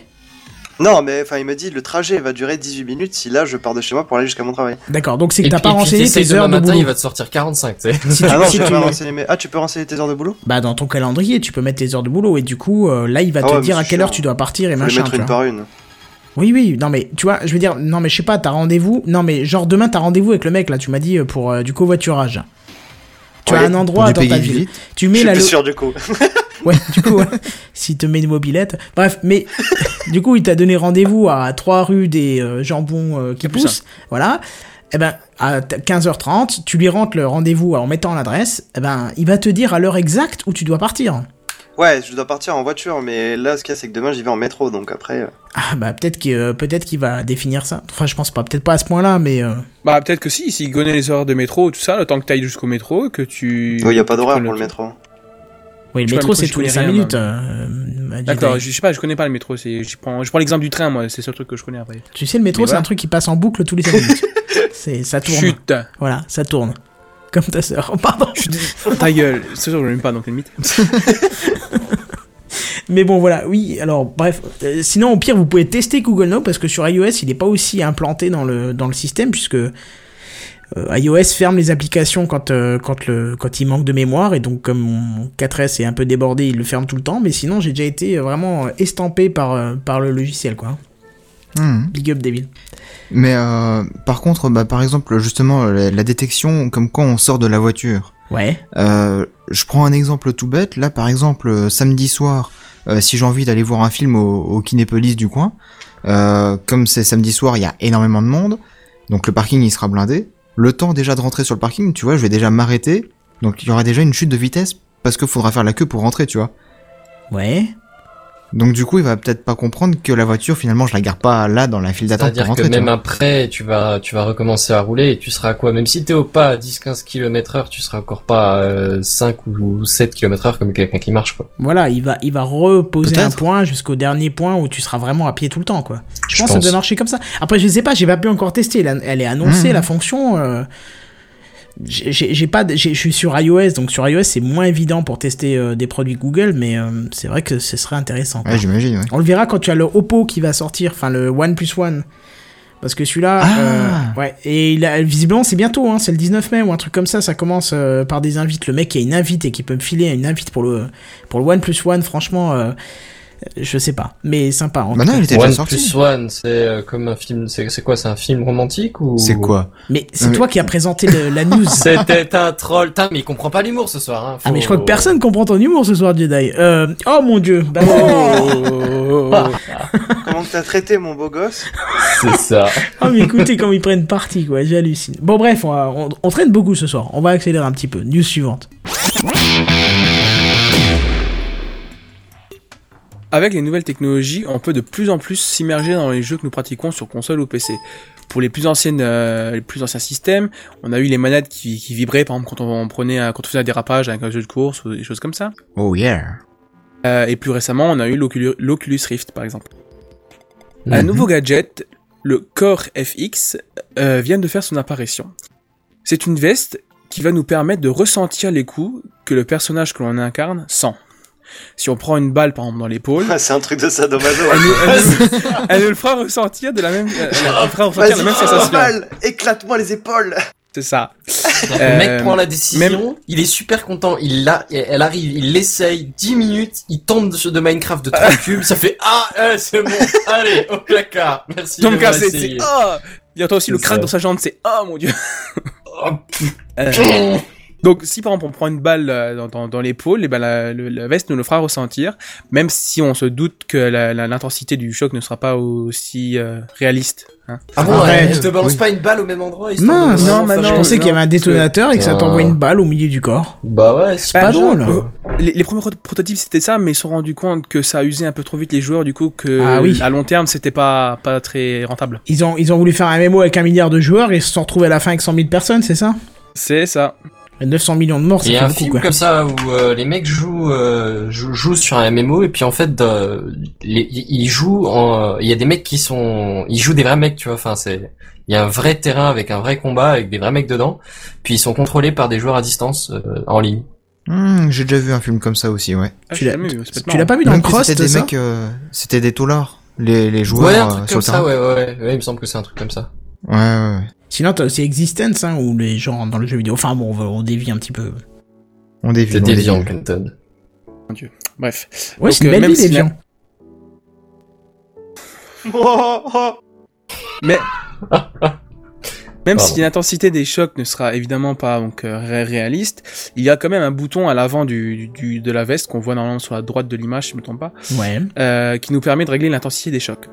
[SPEAKER 2] Non mais enfin il me dit le trajet va durer 18 minutes si là je pars de chez moi pour aller jusqu'à mon travail.
[SPEAKER 1] D'accord, donc c'est que
[SPEAKER 5] Et
[SPEAKER 1] t'as
[SPEAKER 5] puis-
[SPEAKER 1] pas
[SPEAKER 5] et puis
[SPEAKER 1] renseigné
[SPEAKER 5] t'essayes
[SPEAKER 1] tes
[SPEAKER 5] demain
[SPEAKER 1] heures de
[SPEAKER 5] matin,
[SPEAKER 1] boulot.
[SPEAKER 5] il va te sortir 45, tu sais.
[SPEAKER 1] Si tu-
[SPEAKER 2] ah non,
[SPEAKER 1] si
[SPEAKER 2] je peux
[SPEAKER 1] tu-
[SPEAKER 2] pas renseigner mes- Ah, tu peux renseigner tes heures de boulot
[SPEAKER 1] Bah dans ton calendrier, tu peux mettre tes heures de boulot et du coup euh, là il va
[SPEAKER 2] Ah
[SPEAKER 1] te
[SPEAKER 2] ouais,
[SPEAKER 1] dire
[SPEAKER 2] mais
[SPEAKER 1] à
[SPEAKER 2] c'est
[SPEAKER 1] quelle heure
[SPEAKER 2] chiant.
[SPEAKER 1] tu dois partir et
[SPEAKER 2] Je vais
[SPEAKER 1] machin.
[SPEAKER 2] mettre
[SPEAKER 1] tu
[SPEAKER 2] une
[SPEAKER 1] vois.
[SPEAKER 2] par une.
[SPEAKER 1] Oui oui, non mais tu vois, je veux dire non mais je sais pas, t'as rendez-vous, non mais genre demain t'as rendez-vous avec le mec là, tu m'as dit euh, pour euh, du covoiturage. Tu
[SPEAKER 2] Ouais,
[SPEAKER 1] as un endroit
[SPEAKER 3] du
[SPEAKER 1] dans ta
[SPEAKER 3] Peggy
[SPEAKER 1] ville.
[SPEAKER 3] Visite.
[SPEAKER 1] Tu
[SPEAKER 2] Je
[SPEAKER 1] mets
[SPEAKER 2] suis
[SPEAKER 1] la
[SPEAKER 2] plus
[SPEAKER 1] lo-
[SPEAKER 2] sûr du coup.
[SPEAKER 1] Ouais, du coup, ouais. s'il te met une mobilette. Bref, mais du coup, il t'a donné rendez-vous à 3 rue des euh, jambons euh, qui
[SPEAKER 4] Capucins.
[SPEAKER 1] poussent. Voilà. Eh ben, à t- 15h30, tu lui rentres le rendez-vous en mettant l'adresse. Eh ben, il va te dire à l'heure exacte où tu dois partir.
[SPEAKER 2] Ouais, je dois partir en voiture, mais là, ce qu'il y a, c'est que demain, j'y vais en métro, donc après. euh,
[SPEAKER 1] Ah, bah, peut-être qu'il euh, peut-être qu'il va définir ça. Enfin, je pense pas. Peut-être pas à ce point-là, mais. euh,
[SPEAKER 4] Bah peut-être que si, s'il connaît les horaires de métro, tout ça, le temps que t'ailles jusqu'au métro, que tu...
[SPEAKER 2] Il n'y a pas
[SPEAKER 4] que tu
[SPEAKER 2] d'horaire
[SPEAKER 4] prennes
[SPEAKER 2] pour le métro.
[SPEAKER 1] Oui, le
[SPEAKER 4] Je sais pas,
[SPEAKER 1] métro,
[SPEAKER 4] mais
[SPEAKER 1] c'est
[SPEAKER 4] je
[SPEAKER 1] tous les
[SPEAKER 4] connais
[SPEAKER 1] 5
[SPEAKER 4] rien,
[SPEAKER 1] minutes.
[SPEAKER 4] moi.
[SPEAKER 1] euh, m'a dit
[SPEAKER 4] D'accord,
[SPEAKER 1] Dave.
[SPEAKER 4] je je sais pas, je connais pas le métro, c'est, je prends, je prends l'exemple du train, moi, c'est le seul truc que je connais après.
[SPEAKER 1] Tu sais, le métro,
[SPEAKER 4] Mais
[SPEAKER 1] c'est
[SPEAKER 4] voilà.
[SPEAKER 1] un truc qui passe en boucle tous les 5 minutes. C'est, ça tourne.
[SPEAKER 4] Chut,
[SPEAKER 1] Voilà, ça tourne. Comme ta sœur. Oh, pardon.
[SPEAKER 4] ta gueule, c'est sûr, je l'aime pas, donc limite.
[SPEAKER 1] Mais bon, voilà, oui, alors bref. Euh, sinon, au pire, vous pouvez tester Google Now parce que sur iOS, il n'est pas aussi implanté dans le, dans le système puisque euh, iOS ferme les applications quand, euh, quand, le, quand il manque de mémoire et donc, comme mon 4S est un peu débordé, il le ferme tout le temps. Mais sinon, j'ai déjà été euh, vraiment euh, estampé par, euh, par le logiciel, quoi.
[SPEAKER 3] Mhm.
[SPEAKER 1] Big up, David.
[SPEAKER 3] Mais euh, par contre, bah, par exemple, justement, la, la détection, comme quand on sort de la voiture.
[SPEAKER 1] Ouais.
[SPEAKER 3] Euh, je prends un exemple tout bête. Là, par exemple, euh, samedi soir, euh, si j'ai envie d'aller voir un film au, au Kinépolis du coin, euh, comme c'est samedi soir, il y a énormément de monde, donc le parking il sera blindé. Le temps déjà de rentrer sur le parking, tu vois, je vais déjà m'arrêter, donc il y aura déjà une chute de vitesse parce que faudra faire la queue pour rentrer, tu vois.
[SPEAKER 1] Ouais.
[SPEAKER 3] Donc du coup, il va peut-être pas comprendre que la voiture, finalement, je la garde pas là dans la file d'attente pour
[SPEAKER 5] C'est-à-dire que
[SPEAKER 3] rentrer. tu
[SPEAKER 5] même
[SPEAKER 3] vois.
[SPEAKER 5] après, tu vas, tu vas recommencer à rouler et tu seras à quoi Même si t'es au pas à 10-15 km heure, tu seras encore pas à euh, 5 ou 7 km heure comme quelqu'un qui marche, quoi.
[SPEAKER 1] Voilà, il va, il va reposer
[SPEAKER 3] Peut-être.
[SPEAKER 1] un point jusqu'au dernier point où tu seras vraiment à pied tout le temps, quoi. Je,
[SPEAKER 5] Je
[SPEAKER 1] pense que ça
[SPEAKER 5] pense.
[SPEAKER 1] doit marcher comme ça. Après, je sais pas, j'ai pas pu encore tester. Elle, a- elle est annoncée,
[SPEAKER 3] Mhm.
[SPEAKER 1] la fonction. euh, j'ai- j'ai j'ai pas, de- j'ai- je suis sur iOS, donc sur iOS c'est moins évident pour tester euh, des produits Google, mais euh, c'est vrai que ce serait intéressant. quoi.
[SPEAKER 3] Ouais, j'imagine. Ouais.
[SPEAKER 1] On le verra quand tu as le Oppo qui va sortir, enfin le One Plus One. Parce que celui-là,
[SPEAKER 3] Ah.
[SPEAKER 1] euh, ouais, et il a, visiblement c'est bientôt, hein, c'est le 19 mai ou un truc comme ça. Ça commence euh, par des invites. Le mec qui a une invite et qui peut me filer une invite pour le pour le One Plus One, franchement, euh, je sais pas, mais sympa. en
[SPEAKER 3] Bah
[SPEAKER 1] tout
[SPEAKER 3] non,
[SPEAKER 1] cas.
[SPEAKER 3] il était déjà
[SPEAKER 5] One
[SPEAKER 3] sorti.
[SPEAKER 5] plus One, c'est euh, comme un film, c'est c'est quoi C'est un film romantique ou
[SPEAKER 3] C'est quoi
[SPEAKER 1] Mais c'est
[SPEAKER 3] Non, mais-
[SPEAKER 1] toi qui as présenté le- la news.
[SPEAKER 5] C'était un troll. Putain, mais il comprend pas l'humour ce soir. Hein.
[SPEAKER 1] Ah mais
[SPEAKER 5] Faut-
[SPEAKER 1] je crois que personne comprend ton humour ce soir, Jedi. Euh, oh mon dieu. Bah, oh.
[SPEAKER 2] Comment que t'as traité mon beau gosse
[SPEAKER 5] C'est ça.
[SPEAKER 1] oh mais écoutez comme ils prennent parti quoi, j'hallucine. Bon bref, on, va- on- on traîne beaucoup ce soir. On va accélérer un petit peu. News suivante.
[SPEAKER 4] Avec les nouvelles technologies, on peut de plus en plus s'immerger dans les jeux que nous pratiquons sur console ou PC. Pour les plus anciennes, euh, les plus anciens systèmes, on a eu les manettes qui, qui vibraient, par exemple, quand on prenait, un- quand on faisait un dérapage avec un jeu de course ou des choses comme ça.
[SPEAKER 3] Oh yeah.
[SPEAKER 4] Euh, et plus récemment, on a eu l'Oculu- l'Oculus Rift, par exemple. Un
[SPEAKER 5] Mhm.
[SPEAKER 4] nouveau gadget, le Core FX, euh, vient de faire son apparition. C'est une veste qui va nous permettre de ressentir les coups que le personnage que l'on incarne sent. Si on prend une balle, par exemple, dans l'épaule,
[SPEAKER 2] C'est un truc de sadomaso. hein.
[SPEAKER 4] elle nous, elle nous- elle nous le fera ressentir de la même, elle nous fera ressentir la même sensation.
[SPEAKER 2] éclate-moi les épaules.
[SPEAKER 4] C'est ça.
[SPEAKER 5] Le
[SPEAKER 4] Euh,
[SPEAKER 5] mec prend la décision,
[SPEAKER 4] même-
[SPEAKER 5] il est super content, il l'a, elle arrive, il l'essaye 10 minutes, il tombe de, de Minecraft de 3 cubes, ça fait Ah, eh, c'est bon, allez, au placard, merci.
[SPEAKER 4] Tom
[SPEAKER 5] d'avoir
[SPEAKER 4] Cruise, c'est c'est
[SPEAKER 5] essayé.
[SPEAKER 4] ah Bientôt aussi le
[SPEAKER 5] C'est
[SPEAKER 4] crâne
[SPEAKER 5] ça.
[SPEAKER 4] dans sa jambe, c'est ah mon dieu.
[SPEAKER 5] Oh,
[SPEAKER 4] Euh, donc si par exemple on prend une balle euh, dans, dans, dans l'épaule, et ben la, le- la veste nous le fera ressentir, même si on se doute que la- la- l'intensité du choc ne sera pas aussi euh, réaliste. hein.
[SPEAKER 5] Ah bon,
[SPEAKER 1] Arrête.
[SPEAKER 5] elle te balance
[SPEAKER 3] Oui.
[SPEAKER 5] pas une balle au même endroit histoire
[SPEAKER 1] Mince,
[SPEAKER 5] de-
[SPEAKER 4] Non,
[SPEAKER 5] enfin,
[SPEAKER 4] mais
[SPEAKER 1] Je
[SPEAKER 4] non.
[SPEAKER 1] pensais qu'il y avait un détonateur et que ça
[SPEAKER 5] Putain.
[SPEAKER 1] t'envoie une balle au milieu du corps.
[SPEAKER 5] Bah ouais, c'est
[SPEAKER 1] Pas
[SPEAKER 5] pas
[SPEAKER 1] Ah, drôle.
[SPEAKER 5] drôle.
[SPEAKER 4] euh, Les, les premiers prot- prototypes c'était ça, mais ils se sont rendus compte que ça usait un peu trop vite les joueurs, du coup que
[SPEAKER 1] Ah oui.
[SPEAKER 4] à long terme c'était pas pas très rentable.
[SPEAKER 1] Ils ont, ils ont voulu faire un mémo avec un milliard de joueurs et ils se sont retrouvés à la fin avec 100 000 personnes, c'est ça
[SPEAKER 4] C'est ça. Ah,
[SPEAKER 1] 900 millions de morts,
[SPEAKER 5] Il
[SPEAKER 1] c'est
[SPEAKER 5] y a un
[SPEAKER 1] beaucoup
[SPEAKER 5] film
[SPEAKER 1] quoi.
[SPEAKER 5] comme ça où euh, les mecs jouent, euh, jou- jouent sur un MMO et puis en fait euh, les- ils jouent en euh, il y a des mecs qui sont ils jouent des vrais mecs tu vois enfin c'est il y a un vrai terrain avec un vrai combat avec des vrais mecs dedans puis ils sont contrôlés par des joueurs à distance euh, en ligne.
[SPEAKER 3] Hmm, J'ai déjà vu un film comme ça aussi, ouais.
[SPEAKER 4] Ah,
[SPEAKER 1] Tu
[SPEAKER 4] j'ai
[SPEAKER 1] l'as-
[SPEAKER 4] jamais vu, c'est bêtement.
[SPEAKER 1] Tu l'as pas vu dans
[SPEAKER 3] Même si
[SPEAKER 1] Cross,
[SPEAKER 3] C'était des
[SPEAKER 1] ça
[SPEAKER 3] mecs, euh, c'était des taulards, les, les joueurs
[SPEAKER 5] Ouais, un
[SPEAKER 3] euh,
[SPEAKER 5] truc
[SPEAKER 3] sur
[SPEAKER 5] comme
[SPEAKER 3] le
[SPEAKER 5] ça
[SPEAKER 3] terrain.
[SPEAKER 5] ouais, ouais ouais ouais, il me semble que c'est un truc comme ça.
[SPEAKER 3] Ouais, ouais, ouais.
[SPEAKER 1] Sinon, t'as aussi Existence, hein, où les gens rentrent dans le jeu vidéo. Enfin bon, on, va- on dévie un petit peu.
[SPEAKER 3] On dévie.
[SPEAKER 5] C'est
[SPEAKER 3] on dévie.
[SPEAKER 5] déviant Kenton.
[SPEAKER 4] Bref.
[SPEAKER 1] Ouais,
[SPEAKER 4] Donc,
[SPEAKER 1] c'est une
[SPEAKER 4] euh,
[SPEAKER 1] belle
[SPEAKER 4] même
[SPEAKER 1] vie,
[SPEAKER 4] si
[SPEAKER 1] Déviant. Oh,
[SPEAKER 4] Même
[SPEAKER 5] Pardon.
[SPEAKER 4] si l'intensité des chocs ne sera évidemment pas donc euh, ré- réaliste, il y a quand même un bouton à l'avant du, du- de la veste qu'on voit normalement sur la droite de l'image, si je me trompe pas,
[SPEAKER 1] Ouais.
[SPEAKER 4] euh, qui nous permet de régler l'intensité des chocs.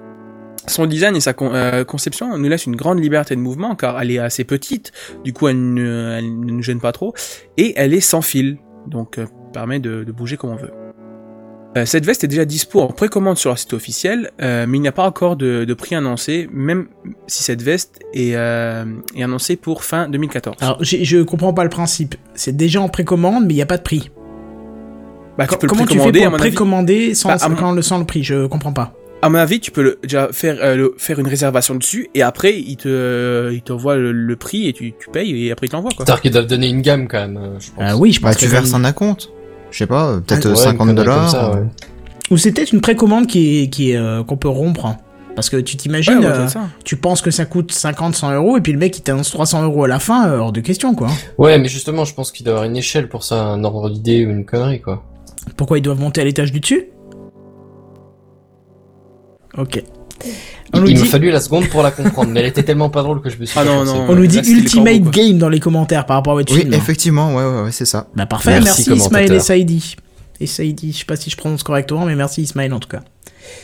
[SPEAKER 4] Son design et sa con- euh, conception nous laissent une grande liberté de mouvement car elle est assez petite, du coup elle ne, elle ne nous gêne pas trop, et elle est sans fil, donc euh, permet de, de bouger comme on veut. Euh, Cette veste est déjà dispo en précommande sur leur site officiel, euh, mais il n'y a pas encore de, de prix annoncé, même si cette veste est, euh, est annoncée pour fin 2014.
[SPEAKER 1] Alors, j'ai- je comprends pas le principe. C'est déjà en précommande, mais il n'y a pas de prix.
[SPEAKER 4] Bah, tu
[SPEAKER 1] Co-
[SPEAKER 4] peux le
[SPEAKER 1] Comment tu fais
[SPEAKER 4] précommander, à
[SPEAKER 1] pour
[SPEAKER 4] mon avis.
[SPEAKER 1] précommander sans,
[SPEAKER 4] Bah, à mon-
[SPEAKER 1] quand le, sans le prix Je comprends pas.
[SPEAKER 4] À mon avis, tu peux le, déjà faire, euh, le- faire une réservation dessus et après, il te, euh, il t'envoie le, le prix et tu, tu payes et après, il t'envoie, quoi.
[SPEAKER 5] C'est-à-dire qu'ils doivent donner une gamme quand même. euh, Je pense.
[SPEAKER 1] Euh, oui, je pense
[SPEAKER 3] Bah,
[SPEAKER 1] que
[SPEAKER 3] tu
[SPEAKER 1] oui.
[SPEAKER 3] verses un acompte. Je sais pas, euh, peut-être
[SPEAKER 5] Ouais, une
[SPEAKER 3] 50
[SPEAKER 5] connerie comme
[SPEAKER 3] dollars. euh.
[SPEAKER 5] ça, ouais.
[SPEAKER 1] Ou c'est peut-être une précommande qui, est- qui, est, euh, qu'on peut rompre. hein. Parce que tu
[SPEAKER 4] Ouais,
[SPEAKER 1] t'imagines,
[SPEAKER 4] ouais,
[SPEAKER 1] euh,
[SPEAKER 4] c'est ça.
[SPEAKER 1] tu penses que ça coûte 50, 100 euros, et puis le mec il t'annonce 300 euros à la fin, euh, hors de question quoi.
[SPEAKER 5] Ouais, mais justement, je pense qu'il doit y avoir une échelle pour ça, un ordre d'idée ou une connerie, quoi.
[SPEAKER 1] Pourquoi ils doivent monter à l'étage du dessus Ok. On
[SPEAKER 5] Il,
[SPEAKER 1] nous
[SPEAKER 5] il me
[SPEAKER 1] dit-
[SPEAKER 5] fallut la seconde pour la comprendre, mais elle était tellement pas drôle que je me suis
[SPEAKER 4] Ah
[SPEAKER 5] dit,
[SPEAKER 4] non,
[SPEAKER 5] c'est-
[SPEAKER 4] non.
[SPEAKER 1] On nous dit
[SPEAKER 4] Là, c'était les
[SPEAKER 1] Ultimate
[SPEAKER 4] corbeaux, quoi.
[SPEAKER 1] Game dans les commentaires par rapport à votre
[SPEAKER 3] Oui,
[SPEAKER 5] hein.
[SPEAKER 1] film.
[SPEAKER 3] effectivement, ouais, ouais, ouais, c'est ça.
[SPEAKER 1] Bah parfait, merci,
[SPEAKER 5] Merci,
[SPEAKER 1] Ismaël et
[SPEAKER 5] commentateur.
[SPEAKER 1] Saïdi. Et Saïdi, je sais pas si je prononce correctement, mais merci Ismaël en tout cas.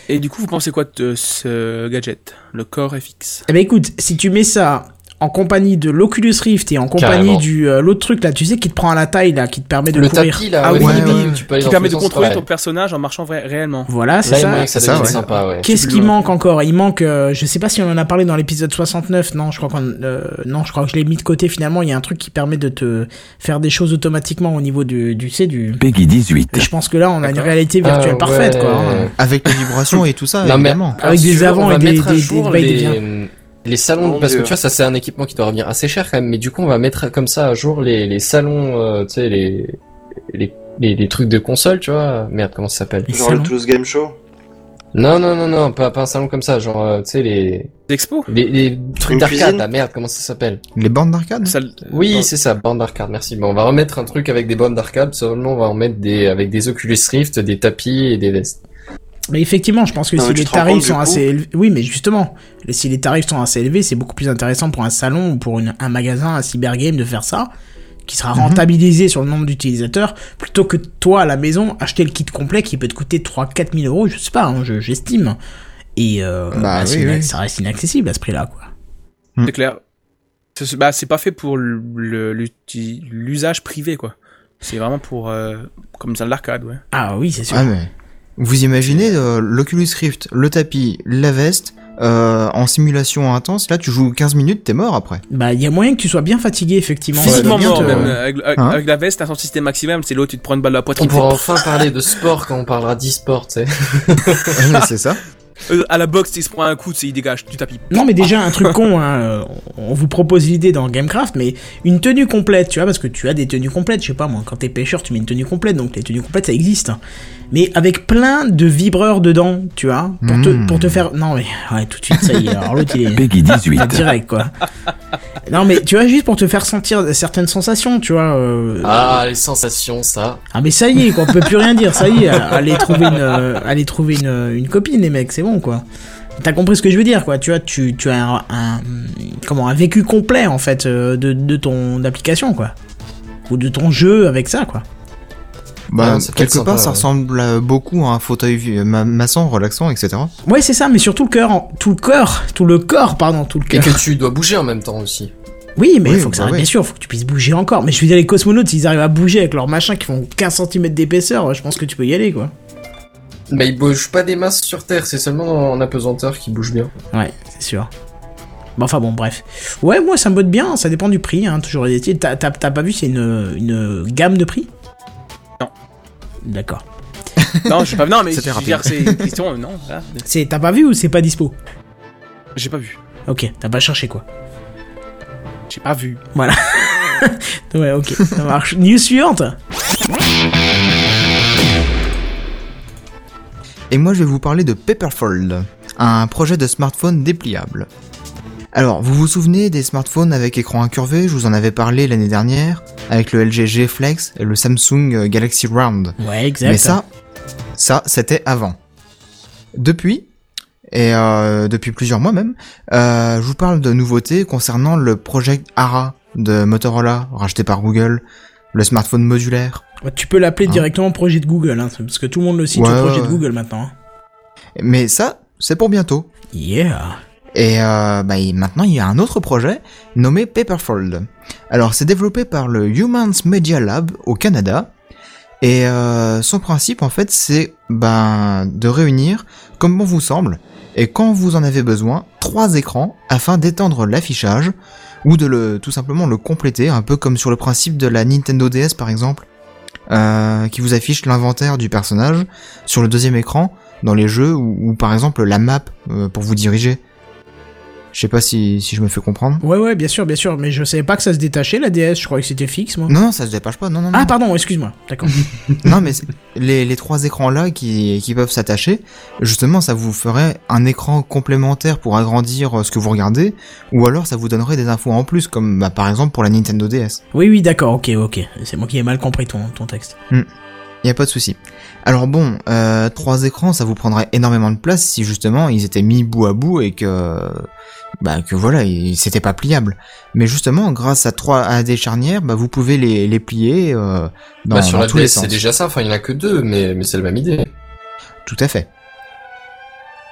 [SPEAKER 4] Et du coup, vous pensez quoi de ce gadget? Le corps FX?
[SPEAKER 1] Eh ben écoute, si tu mets ça en compagnie de l'Oculus Rift et en compagnie
[SPEAKER 5] Carrément.
[SPEAKER 1] du euh, l'autre truc là, tu sais qui te prend à la taille là, qui te permet de
[SPEAKER 5] Le
[SPEAKER 1] courir.
[SPEAKER 5] tapis, là,
[SPEAKER 4] Ah
[SPEAKER 5] ouais,
[SPEAKER 4] oui,
[SPEAKER 5] ouais,
[SPEAKER 3] oui,
[SPEAKER 5] ouais, tu peux aller
[SPEAKER 4] Qui
[SPEAKER 5] dans
[SPEAKER 4] permet
[SPEAKER 5] tous
[SPEAKER 4] de
[SPEAKER 5] les sens,
[SPEAKER 4] contrôler
[SPEAKER 5] ouais.
[SPEAKER 4] ton personnage en marchant vrai- réellement.
[SPEAKER 1] Voilà, c'est
[SPEAKER 5] Là, il y a
[SPEAKER 1] ça.
[SPEAKER 5] moyen que ça
[SPEAKER 3] c'est ça,
[SPEAKER 5] devienne
[SPEAKER 3] ouais.
[SPEAKER 5] sympa, ouais.
[SPEAKER 1] Qu'est-ce
[SPEAKER 4] Tu
[SPEAKER 1] qui
[SPEAKER 4] le-
[SPEAKER 1] manque encore Il manque, euh, je sais pas si on en a parlé dans l'épisode 69. Non, je crois qu'on, euh, non, je crois que je l'ai mis de côté. Finalement, il y a un truc qui permet de te faire des choses automatiquement au niveau du, du, tu sais, du.
[SPEAKER 6] Peggy 18.
[SPEAKER 1] Je pense que là, on a une réalité
[SPEAKER 5] Ah,
[SPEAKER 1] virtuelle
[SPEAKER 5] ouais.
[SPEAKER 1] parfaite, quoi. hein.
[SPEAKER 3] Avec les vibrations et tout ça,
[SPEAKER 5] Non, mais-
[SPEAKER 3] évidemment.
[SPEAKER 1] Avec des
[SPEAKER 5] Sûr, on
[SPEAKER 1] avants
[SPEAKER 5] va
[SPEAKER 1] et des-
[SPEAKER 5] mettre à
[SPEAKER 1] des-
[SPEAKER 5] jour
[SPEAKER 1] des bails des
[SPEAKER 5] les, les salons,
[SPEAKER 2] Mon
[SPEAKER 5] parce
[SPEAKER 2] Dieu.
[SPEAKER 5] que tu vois, ça c'est un équipement qui doit revenir assez cher quand même, mais du coup, on va mettre comme ça à jour les, les salons, euh, tu sais, les, les, les, les trucs de console, tu vois. Merde, comment ça s'appelle
[SPEAKER 1] Les
[SPEAKER 2] Genre le
[SPEAKER 1] salons.
[SPEAKER 2] Toulouse Game Show.
[SPEAKER 5] Non, non, non, non, pas, pas un salon comme ça, genre, euh, tu sais, les,
[SPEAKER 4] Des expos?
[SPEAKER 5] les, les
[SPEAKER 2] Une
[SPEAKER 5] trucs
[SPEAKER 2] cuisine
[SPEAKER 5] d'arcade, la merde, comment ça s'appelle
[SPEAKER 3] Les bandes d'arcade
[SPEAKER 4] Ça-
[SPEAKER 5] Ah,
[SPEAKER 4] euh,
[SPEAKER 5] Oui, c'est ça, bande d'arcade, merci. Bon, on va remettre un truc avec des bandes d'arcade, seulement on va en mettre des, avec des Oculus Rift, des tapis et des vestes.
[SPEAKER 1] Mais effectivement, je pense que
[SPEAKER 2] Non,
[SPEAKER 1] si
[SPEAKER 2] mais tu
[SPEAKER 1] les
[SPEAKER 2] te rends compte,
[SPEAKER 1] tarifs
[SPEAKER 2] du
[SPEAKER 1] sont
[SPEAKER 2] coup
[SPEAKER 1] assez élevés, oui, mais justement, si les tarifs sont assez élevés, c'est beaucoup plus intéressant pour un salon ou pour une- un magasin, un cybergame de faire ça, qui sera
[SPEAKER 2] Mhm.
[SPEAKER 1] rentabilisé sur le nombre d'utilisateurs, plutôt que toi à la maison acheter le kit complet qui peut te coûter 3-4 000 euros, je sais pas, hein, je- j'estime. Et euh,
[SPEAKER 3] Bah
[SPEAKER 1] c'est
[SPEAKER 3] oui,
[SPEAKER 1] ina-
[SPEAKER 3] oui.
[SPEAKER 1] ça reste inaccessible à ce prix-là, quoi.
[SPEAKER 4] C'est clair. C'est- Bah, c'est pas fait pour le- le- l'uti- l'usage privé, quoi. C'est vraiment pour, euh, comme ça, l'arcade, ouais.
[SPEAKER 1] Ah oui, c'est sûr.
[SPEAKER 3] Ah, mais. Vous imaginez euh, l'Oculus Rift, le tapis, la veste, euh, en simulation intense, là tu joues 15 minutes, t'es mort après.
[SPEAKER 1] Bah, il y a moyen que tu sois bien fatigué, effectivement. euh,
[SPEAKER 4] Physiquement
[SPEAKER 1] Ça doit
[SPEAKER 4] mort,
[SPEAKER 1] bien te-
[SPEAKER 4] même. Avec, avec-
[SPEAKER 3] Hein
[SPEAKER 4] avec la veste, t'as son système maximum, c'est l'autre, tu te prends une balle à la
[SPEAKER 5] On
[SPEAKER 4] poitrine.
[SPEAKER 5] pourra enfin parler de sport quand on parlera d'e-sport, tu sais.
[SPEAKER 3] Ouais, c'est ça.
[SPEAKER 4] Euh, à la boxe, il se prend un coup, tu sais, il dégage, tu tapis.
[SPEAKER 1] Non, mais déjà, un truc con, hein, euh, on vous propose l'idée dans Gamecraft, mais une tenue complète, tu vois, parce que tu as des tenues complètes, je sais pas moi, quand t'es pêcheur, tu mets une tenue complète, donc les tenues complètes, ça existe. hein. Mais avec plein de vibreurs dedans, tu vois, pour, te,
[SPEAKER 3] Mmh.
[SPEAKER 1] pour te faire. Non, mais ouais, tout de suite, ça y est, alors l'autre, il est.
[SPEAKER 11] Peggy 18.
[SPEAKER 1] pas direct, quoi. Non, mais tu vois, juste pour te faire sentir certaines sensations, tu vois. euh,
[SPEAKER 5] Ah, les sensations, ça.
[SPEAKER 1] ah mais ça y est, quoi, on peut plus rien dire, ça y est, allez trouver une, euh, allez trouver une, une copine les mecs, c'est bon quoi. T'as compris ce que je veux dire quoi, tu vois, tu, tu as un, un- comment un vécu complet en fait euh, de, de ton application quoi, ou de ton jeu avec ça quoi.
[SPEAKER 3] Bah,
[SPEAKER 5] Ouais, ça peut être
[SPEAKER 3] quelque
[SPEAKER 5] sympa,
[SPEAKER 3] part, ça
[SPEAKER 5] ouais.
[SPEAKER 3] ressemble euh, beaucoup à un fauteuil vi- ma- massant, relaxant, etc.
[SPEAKER 1] Ouais c'est ça, mais surtout le cœur, en- tout le corps, tout le corps pardon, tout le
[SPEAKER 5] Et
[SPEAKER 1] cœur.
[SPEAKER 5] que tu dois bouger en même temps aussi.
[SPEAKER 1] Oui mais
[SPEAKER 3] Oui,
[SPEAKER 1] faut que ça
[SPEAKER 3] bah
[SPEAKER 1] arrête,
[SPEAKER 3] ouais.
[SPEAKER 1] bien sûr, faut que tu puisses bouger encore. Mais je veux dire les cosmonautes, ils arrivent à bouger avec leurs machins qui font 15 cm d'épaisseur, je pense que tu peux y aller quoi.
[SPEAKER 5] Mais ils bougent Bah, pas des masses sur Terre, c'est seulement en apesanteur qu'ils bougent bien.
[SPEAKER 1] Ouais, c'est sûr. Bon, enfin bon, bref. Ouais, moi ça me botte bien, ça dépend du prix, hein, toujours est-il. T'as t'as- t'as pas vu, c'est une, une gamme de prix
[SPEAKER 4] Non.
[SPEAKER 1] D'accord.
[SPEAKER 4] Non, je sais pas, non, mais je
[SPEAKER 3] C'était
[SPEAKER 4] veux dire, c'est une question, euh, non, là,
[SPEAKER 1] C'est- T'as pas vu ou c'est pas dispo
[SPEAKER 4] j'ai pas vu.
[SPEAKER 1] Ok, t'as pas cherché quoi.
[SPEAKER 4] J'ai pas vu.
[SPEAKER 1] Ouais, ok, ça marche. News suivante
[SPEAKER 3] Et moi, je vais vous parler de Paperfold, un projet de smartphone dépliable. Alors, vous vous souvenez des smartphones avec écran incurvé Je vous en avais parlé l'année dernière, avec le LG G Flex et le Samsung euh, Galaxy Round.
[SPEAKER 1] Ouais, exact.
[SPEAKER 3] Mais ça, ça, c'était avant. Depuis, et euh, depuis plusieurs mois même, euh, je vous parle de nouveautés concernant le projet ARA de Motorola, racheté par Google, le smartphone modulaire.
[SPEAKER 1] Ouais, tu peux l'appeler
[SPEAKER 3] Hein.
[SPEAKER 1] directement projet de Google, hein, parce que tout le monde le cite,
[SPEAKER 3] Ouais,
[SPEAKER 1] le projet
[SPEAKER 3] ouais,
[SPEAKER 1] de
[SPEAKER 3] ouais.
[SPEAKER 1] Google maintenant. hein.
[SPEAKER 3] Mais ça, c'est pour bientôt.
[SPEAKER 1] Yeah
[SPEAKER 3] Et euh, bah, il- maintenant, il y a un autre projet nommé Paperfold. Alors, c'est développé par le Humans Media Lab au Canada. Et euh, son principe, en fait, c'est ben, de réunir, comme bon vous semble, et quand vous en avez besoin, trois écrans afin d'étendre l'affichage ou de le, tout simplement le compléter, un peu comme sur le principe de la Nintendo DS par exemple, euh, qui vous affiche l'inventaire du personnage sur le deuxième écran dans les jeux ou, ou par exemple la map euh, pour vous diriger. Je sais pas si, si je me fais comprendre.
[SPEAKER 1] Ouais, ouais, bien sûr, bien sûr, mais je savais pas que ça se détachait la DS, je croyais que c'était fixe moi.
[SPEAKER 3] Non, non, ça se dépasse pas, non, non, non.
[SPEAKER 1] Ah, pardon, excuse-moi, d'accord.
[SPEAKER 3] Non, mais c'est- les, les trois écrans là qui, qui peuvent s'attacher, justement, ça vous ferait un écran complémentaire pour agrandir euh, ce que vous regardez, ou alors ça vous donnerait des infos en plus, comme bah, par exemple pour la Nintendo DS.
[SPEAKER 1] oui, oui, d'accord, ok, ok. C'est moi qui ai mal compris ton, ton texte.
[SPEAKER 3] Y a pas de souci. Alors bon, euh, trois écrans, ça vous prendrait énormément de place si justement ils étaient mis bout à bout et que bah que voilà, ils- c'était pas pliable. Mais justement, grâce à trois à des charnières, bah vous pouvez les, les plier euh, dans,
[SPEAKER 5] bah, sur
[SPEAKER 3] dans
[SPEAKER 5] la
[SPEAKER 3] tous les
[SPEAKER 5] DS,
[SPEAKER 3] sens.
[SPEAKER 5] c'est déjà ça, enfin, il y en a que deux, mais, mais c'est la même idée.
[SPEAKER 3] Tout à fait.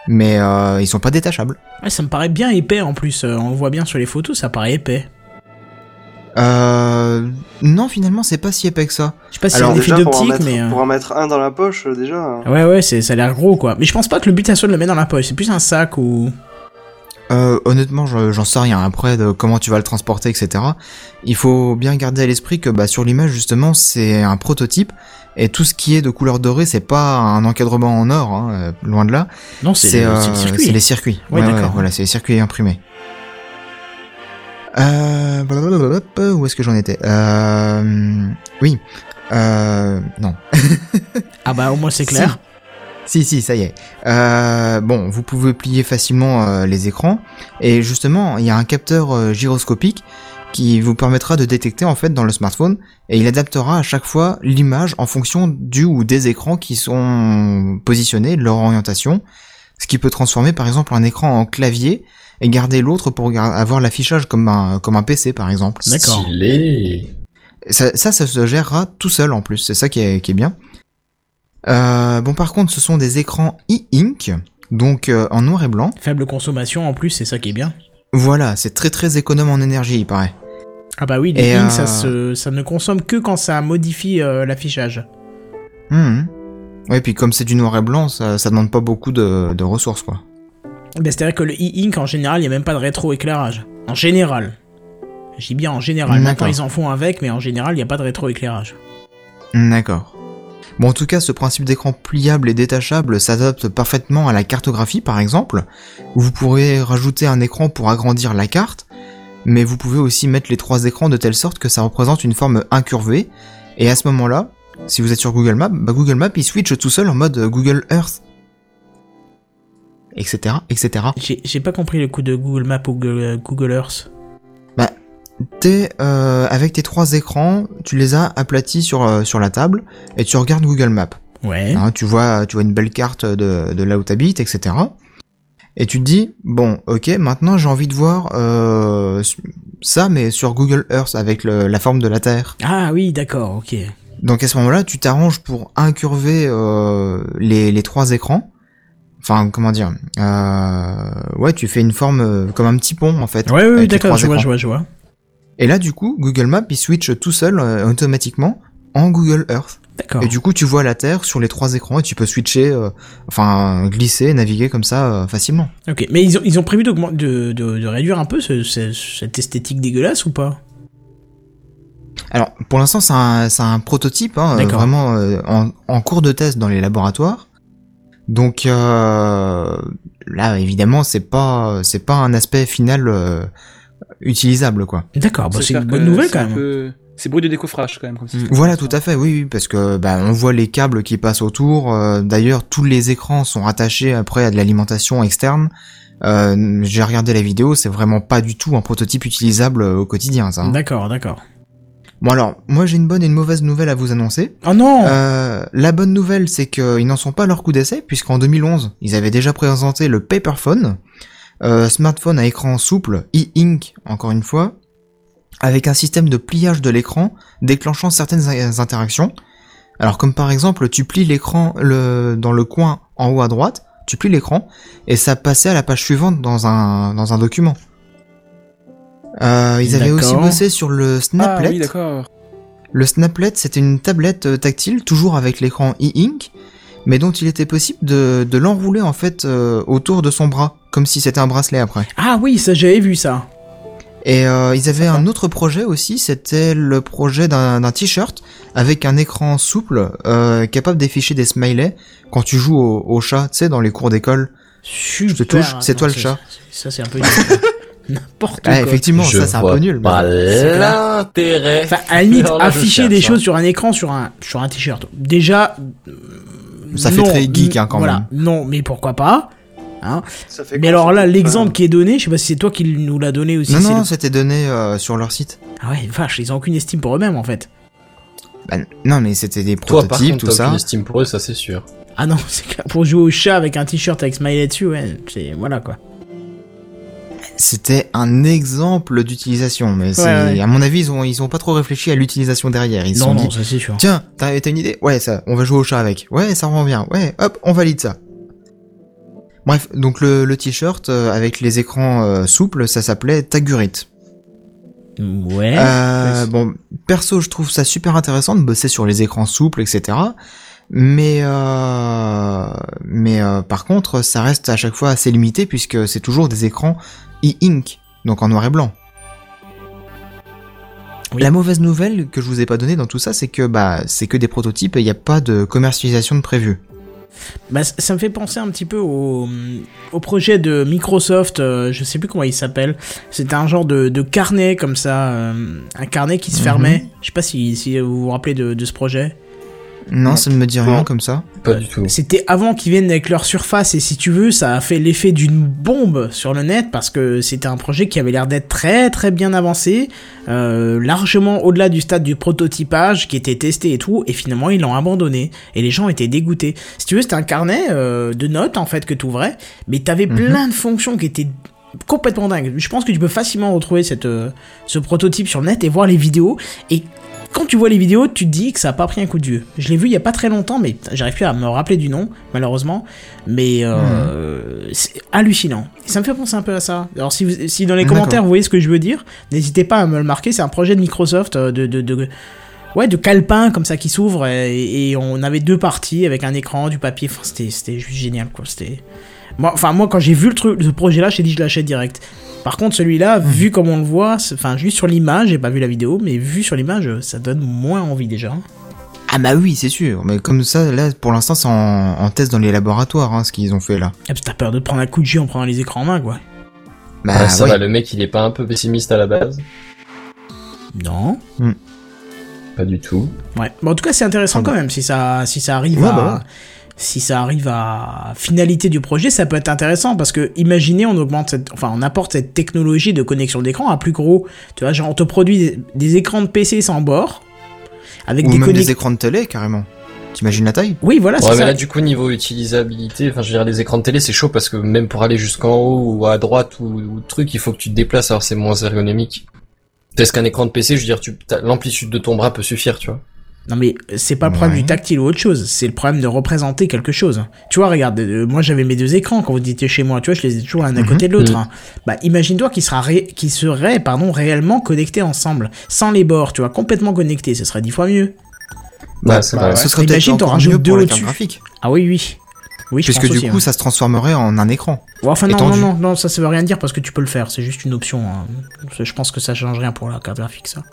[SPEAKER 3] Mais euh, ils sont pas détachables.
[SPEAKER 1] Ouais, ça me paraît bien épais en plus. euh, on le voit bien sur les photos, ça paraît épais.
[SPEAKER 3] Euh, non, finalement, c'est pas si épais que ça.
[SPEAKER 1] Je sais pas si c'est
[SPEAKER 3] Alors,
[SPEAKER 1] un effet
[SPEAKER 2] déjà, pour en,
[SPEAKER 1] d'optique,
[SPEAKER 2] mettre,
[SPEAKER 1] mais. euh,
[SPEAKER 2] pour en mettre un dans la poche, euh, déjà.
[SPEAKER 1] Ouais, ouais, c'est, ça a l'air gros quoi. Mais je pense pas que le but ça soit de le mettre dans la poche. C'est plus un sac ou.
[SPEAKER 3] Euh, honnêtement, je- j'en sais rien. Après, de comment tu vas le transporter, etc. Il faut bien garder à l'esprit que bah, sur l'image, justement, c'est un prototype. Et tout ce qui est de couleur dorée, c'est pas un encadrement en or, hein, euh, loin de là.
[SPEAKER 1] Non, c'est, le,
[SPEAKER 3] euh,
[SPEAKER 1] c'est le circuit.
[SPEAKER 3] c'est les circuits.
[SPEAKER 1] Ouais, d'accord.
[SPEAKER 3] voilà, c'est les circuits imprimés. Euh, blablabla, où est-ce que j'en étais euh, Oui. Euh, non.
[SPEAKER 1] Ah bah au moins c'est clair.
[SPEAKER 3] Si, si, ça y est. Euh, bon, vous pouvez plier facilement euh, les écrans. Et justement, il y a un capteur euh, gyroscopique qui vous permettra de détecter en fait dans le smartphone et il adaptera à chaque fois l'image en fonction du ou des écrans qui sont positionnés, de leur orientation, ce qui peut transformer par exemple un écran en clavier et garder l'autre pour gar- avoir l'affichage comme un, comme un PC par exemple.
[SPEAKER 1] D'accord.
[SPEAKER 5] Stylé.
[SPEAKER 3] Ça, ça, ça se gérera tout seul en plus, c'est ça qui est, qui est bien. Euh, bon, par contre, ce sont des écrans e-ink, donc euh, en noir et blanc.
[SPEAKER 1] Faible consommation en plus, c'est ça qui est bien.
[SPEAKER 3] Voilà, c'est très très économe en énergie, il paraît.
[SPEAKER 1] Ah bah oui, les
[SPEAKER 3] Et,
[SPEAKER 1] lignes,
[SPEAKER 3] euh,
[SPEAKER 1] ça, se, ça ne consomme que quand ça modifie euh, l'affichage.
[SPEAKER 3] Hmm. Hum, hum. Ouais, puis comme c'est du noir et blanc, ça, ça demande pas beaucoup de, de ressources, quoi.
[SPEAKER 1] Ben, C'est-à-dire que le e-ink, en général, il n'y a même pas de rétroéclairage. En général. Je dis bien en général. Maintenant,
[SPEAKER 3] D'accord.
[SPEAKER 1] ils en font avec, mais en général, il n'y a pas de rétroéclairage.
[SPEAKER 3] D'accord. Bon, en tout cas, ce principe d'écran pliable et détachable s'adapte parfaitement à la cartographie, par exemple. où Vous pourrez rajouter un écran pour agrandir la carte, mais vous pouvez aussi mettre les trois écrans de telle sorte que ça représente une forme incurvée. Et à ce moment-là, si vous êtes sur Google Maps, bah, Google Maps il switch tout seul en mode euh, Google Earth, etc., etc.
[SPEAKER 1] J'ai j'ai pas compris le coup de Google Maps ou Google, euh, Google Earth.
[SPEAKER 3] T'es, euh, avec tes trois écrans, tu les as aplatis sur, euh, sur la table et tu regardes Google Maps.
[SPEAKER 1] Ouais.
[SPEAKER 3] Hein, tu vois, tu vois une belle carte de, de là où t'habites, etc. Et tu te dis, bon, ok, maintenant j'ai envie de voir euh, ça, mais sur Google Earth avec le- la forme de la Terre.
[SPEAKER 1] Ah oui, d'accord, ok.
[SPEAKER 3] Donc à ce moment-là, tu t'arranges pour incurver euh, les, les trois écrans. Enfin, comment dire euh, Ouais, tu fais une forme euh, comme un petit pont en fait.
[SPEAKER 1] Ouais, oui,
[SPEAKER 3] avec les
[SPEAKER 1] d'accord,
[SPEAKER 3] trois
[SPEAKER 1] je vois,
[SPEAKER 3] écrans.
[SPEAKER 1] je vois, je vois.
[SPEAKER 3] Et là, du coup, Google Maps il switch tout seul euh, automatiquement en Google Earth.
[SPEAKER 1] D'accord.
[SPEAKER 3] Et du coup, tu vois la Terre sur les trois écrans et tu peux switcher, euh, enfin glisser, naviguer comme ça euh, facilement.
[SPEAKER 1] Ok, mais ils ont, ils ont prévu d'augment- de, de- de réduire un peu ce- ce- cette esthétique dégueulasse ou pas
[SPEAKER 3] Alors, pour l'instant, c'est un, c'est un prototype, hein, euh,
[SPEAKER 1] D'accord.
[SPEAKER 3] vraiment euh, en, en cours de test dans les laboratoires. Donc euh, là, évidemment, c'est pas c'est pas un aspect final euh, utilisable, quoi.
[SPEAKER 1] D'accord, bah, c'est
[SPEAKER 4] J'espère
[SPEAKER 1] une bonne
[SPEAKER 4] que
[SPEAKER 1] nouvelle
[SPEAKER 4] c'est
[SPEAKER 1] quand
[SPEAKER 4] un
[SPEAKER 1] même.
[SPEAKER 4] peu- C'est bruit de décoffrage quand même. Comme ça.
[SPEAKER 3] Voilà, tout à fait, oui, oui, parce que bah, on voit les câbles qui passent autour. euh, D'ailleurs, tous les écrans sont rattachés après à de l'alimentation externe. Euh, J'ai regardé la vidéo, c'est vraiment pas du tout un prototype utilisable euh, au quotidien, ça. hein.
[SPEAKER 1] D'accord, d'accord.
[SPEAKER 3] Bon alors, moi j'ai une bonne et une mauvaise nouvelle à vous annoncer.
[SPEAKER 1] Oh non
[SPEAKER 3] Euh, la bonne nouvelle, c'est qu'ils n'en sont pas à leur coup d'essai, puisqu'en 2011, ils avaient déjà présenté le Paperphone, euh, smartphone à écran souple, e-ink, encore une fois, avec un système de pliage de l'écran déclenchant certaines in- interactions. Alors comme par exemple, tu plies l'écran le, dans le coin en haut à droite, tu plies l'écran, et ça passait à la page suivante dans un, dans un document. Euh, ils avaient aussi
[SPEAKER 1] D'accord.
[SPEAKER 3] bossé sur le
[SPEAKER 4] Ah
[SPEAKER 3] Snaplet,
[SPEAKER 4] oui, d'accord.
[SPEAKER 3] le Snaplet, c'était une tablette euh, tactile, toujours avec l'écran e-ink, mais dont il était possible de, de l'enrouler en fait euh, autour de son bras, comme si c'était un bracelet après.
[SPEAKER 1] Ah oui, ça j'avais vu ça.
[SPEAKER 3] Et euh, ils avaient un autre projet aussi, c'était le projet d'un d'un t-shirt avec un écran souple euh, capable d'afficher des smileys quand tu joues au, au chat, tu sais, dans les cours d'école.
[SPEAKER 1] Super.
[SPEAKER 3] te touche, c'est
[SPEAKER 1] Non,
[SPEAKER 3] toi le
[SPEAKER 1] ça-
[SPEAKER 3] chat.
[SPEAKER 1] Ça c'est un peu nul. n'importe
[SPEAKER 3] Ah,
[SPEAKER 1] quoi.
[SPEAKER 3] effectivement,
[SPEAKER 5] Je
[SPEAKER 3] ça c'est un
[SPEAKER 5] vois
[SPEAKER 3] peu nul. mais-
[SPEAKER 5] Pas
[SPEAKER 1] C'est clair.
[SPEAKER 5] l'intérêt.
[SPEAKER 1] Enfin, à la limite,
[SPEAKER 5] Alors là, je
[SPEAKER 1] afficher
[SPEAKER 5] cherche,
[SPEAKER 1] des
[SPEAKER 5] hein.
[SPEAKER 1] choses sur un écran, sur un, sur un t-shirt. Déjà. euh,
[SPEAKER 3] Ça fait très geek, hein, quand
[SPEAKER 1] voilà. Non, mais pourquoi pas
[SPEAKER 2] Ça fait
[SPEAKER 1] Mais
[SPEAKER 2] con,
[SPEAKER 1] alors
[SPEAKER 2] ça
[SPEAKER 1] là,
[SPEAKER 2] fait-
[SPEAKER 1] l'exemple qui est donné, je sais pas si c'est toi qui nous l'a donné aussi.
[SPEAKER 3] Non,
[SPEAKER 1] c'est
[SPEAKER 3] non,
[SPEAKER 1] le-
[SPEAKER 3] c'était donné euh, sur leur site.
[SPEAKER 1] Ah ouais, vache, ils ont aucune estime pour eux-mêmes en fait.
[SPEAKER 3] Bah, non, mais c'était des
[SPEAKER 5] Toi, par
[SPEAKER 3] prototypes,
[SPEAKER 5] contre,
[SPEAKER 3] tout
[SPEAKER 5] t'as
[SPEAKER 3] ça.
[SPEAKER 5] aucune estime pour eux, ça c'est sûr.
[SPEAKER 1] Ah non, c'est clair. Pour jouer au chat avec un t-shirt avec smiley dessus, ouais, c'est. Voilà quoi.
[SPEAKER 3] C'était un exemple d'utilisation, mais c'est,
[SPEAKER 1] ouais.
[SPEAKER 3] à mon avis, ils ont, ils ont pas trop réfléchi à l'utilisation derrière. Ils se
[SPEAKER 1] non,
[SPEAKER 3] sont
[SPEAKER 1] non,
[SPEAKER 3] dit,
[SPEAKER 1] ça c'est sûr.
[SPEAKER 3] tiens, t'as, t'as une idée Ouais, ça, on va jouer au chat avec. Ouais, ça rend bien. Ouais, hop, on valide ça. Bref, donc le, le t-shirt euh, avec les écrans euh, souples, ça s'appelait Tagurite.
[SPEAKER 1] Ouais.
[SPEAKER 3] Euh,
[SPEAKER 4] nice.
[SPEAKER 3] bon, perso, je trouve ça super intéressant de bosser sur les écrans souples, etc. Mais euh, mais euh, par contre, ça reste à chaque fois assez limité puisque c'est toujours des écrans e-ink, donc en noir et blanc.
[SPEAKER 1] Oui.
[SPEAKER 3] La mauvaise nouvelle que je vous ai pas donnée dans tout ça, c'est que bah c'est que des prototypes et il n'y a pas de commercialisation de prévu.
[SPEAKER 1] Bah, ça ça me fait penser un petit peu au, au projet de Microsoft, euh, je sais plus comment il s'appelle. C'était un genre de, de carnet comme ça, euh, un carnet qui se
[SPEAKER 3] Mhm.
[SPEAKER 1] fermait. Je sais pas si, si vous vous rappelez de, de ce projet.
[SPEAKER 3] Non, ça ne me dit rien
[SPEAKER 2] Non.
[SPEAKER 3] comme ça.
[SPEAKER 5] Pas du tout.
[SPEAKER 1] C'était avant qu'ils viennent avec leur surface et si tu veux, ça a fait l'effet d'une bombe sur le net parce que c'était un projet qui avait l'air d'être très très bien avancé, euh, largement au-delà du stade du prototypage qui était testé et tout, et finalement ils l'ont abandonné et les gens étaient dégoûtés. Si tu veux, c'était un carnet euh, de notes en fait que tu ouvrais, mais t'avais
[SPEAKER 3] Mhm.
[SPEAKER 1] plein de fonctions qui étaient complètement dingues. Je pense que tu peux facilement retrouver cette, euh, ce prototype sur le net et voir les vidéos et quand tu vois les vidéos, tu te dis que ça a pas pris un coup de vieux. Je l'ai vu il y a pas très longtemps, mais putain, j'arrive plus à me rappeler du nom, malheureusement. Mais euh, c'est hallucinant. Ça me fait penser un peu à ça. Alors si, vous- si dans les
[SPEAKER 3] D'accord.
[SPEAKER 1] commentaires vous voyez ce que je veux dire, n'hésitez pas à me le marquer. C'est un projet de Microsoft euh, de, de, de ouais de calepin comme ça qui s'ouvre et, et on avait deux parties avec un écran, du papier. Enfin, c'était c'était juste génial quoi. C'était Moi, enfin, moi, quand j'ai vu le truc, ce projet-là, j'ai dit je l'achète direct. Par contre, celui-là, vu comme on le voit, c'est- enfin, juste sur l'image, j'ai pas vu la vidéo, mais vu sur l'image, euh, ça donne moins envie déjà.
[SPEAKER 3] Ah bah oui, c'est sûr. Mais comme ça, là, pour l'instant, c'est en, en test dans les laboratoires, hein, ce qu'ils ont fait là.
[SPEAKER 1] Ah, parce que T'as peur de te prendre un coup de jus en prenant les écrans en main, quoi.
[SPEAKER 3] Bah
[SPEAKER 5] Ouais, Ah, ça
[SPEAKER 3] oui.
[SPEAKER 5] va, le mec, il est pas un peu pessimiste à la base
[SPEAKER 1] Non.
[SPEAKER 5] Pas du tout.
[SPEAKER 1] Ouais. Bon, en tout cas, c'est intéressant quand même. Si ça, si ça arrive
[SPEAKER 5] Ouais,
[SPEAKER 1] à,
[SPEAKER 5] bah ouais.
[SPEAKER 1] si ça arrive à finalité du projet, ça peut être intéressant parce que imaginez, on augmente cette, enfin, on apporte cette technologie de connexion d'écran à plus gros. Tu vois, genre, on te produit des, des écrans de PC sans bord avec
[SPEAKER 3] Ou
[SPEAKER 1] des
[SPEAKER 3] même
[SPEAKER 1] connexions.
[SPEAKER 3] des écrans de télé, carrément. T'imagines la taille
[SPEAKER 1] Oui, voilà,
[SPEAKER 5] ouais,
[SPEAKER 1] c'est
[SPEAKER 5] mais
[SPEAKER 1] ça.
[SPEAKER 5] là, du coup, niveau utilisabilité, enfin, je veux dire, les écrans de télé, c'est chaud parce que même pour aller jusqu'en haut ou à droite ou, ou truc, il faut que tu te déplaces, alors c'est moins ergonomique. Parce qu'un écran de PC, je veux dire, tu, t'as- l'amplitude de ton bras peut suffire, tu vois.
[SPEAKER 1] Non mais c'est pas le problème du tactile ou autre chose, c'est le problème de représenter quelque chose. Tu vois, regarde, euh, moi j'avais mes deux écrans quand vous étiez chez moi, tu vois, je les ai toujours l'un à côté de l'autre.
[SPEAKER 3] Mm.
[SPEAKER 5] Mhm.
[SPEAKER 1] hein. Bah imagine-toi qu'ils sera ré- qu'ils seraient pardon réellement connectés ensemble, sans les bords, tu vois, complètement connectés, ce serait dix fois mieux.
[SPEAKER 5] Bah, c'est vrai.
[SPEAKER 3] Ce serait peut-être
[SPEAKER 1] Imagine, t'en
[SPEAKER 3] encore
[SPEAKER 1] rajoutes
[SPEAKER 3] mieux
[SPEAKER 1] deux
[SPEAKER 3] pour les cartes
[SPEAKER 1] au-dessus.
[SPEAKER 3] graphiques.
[SPEAKER 1] Ah oui, oui, oui, je
[SPEAKER 3] Puisque
[SPEAKER 1] pense
[SPEAKER 3] du
[SPEAKER 1] aussi,
[SPEAKER 3] coup,
[SPEAKER 1] hein.
[SPEAKER 3] ça se transformerait en un écran.
[SPEAKER 1] Ouais, enfin non, non,
[SPEAKER 3] étendu.
[SPEAKER 1] non, non, ça ça veut rien dire parce que tu peux le faire, c'est juste une option. hein. Je pense que ça change rien pour la carte graphique ça.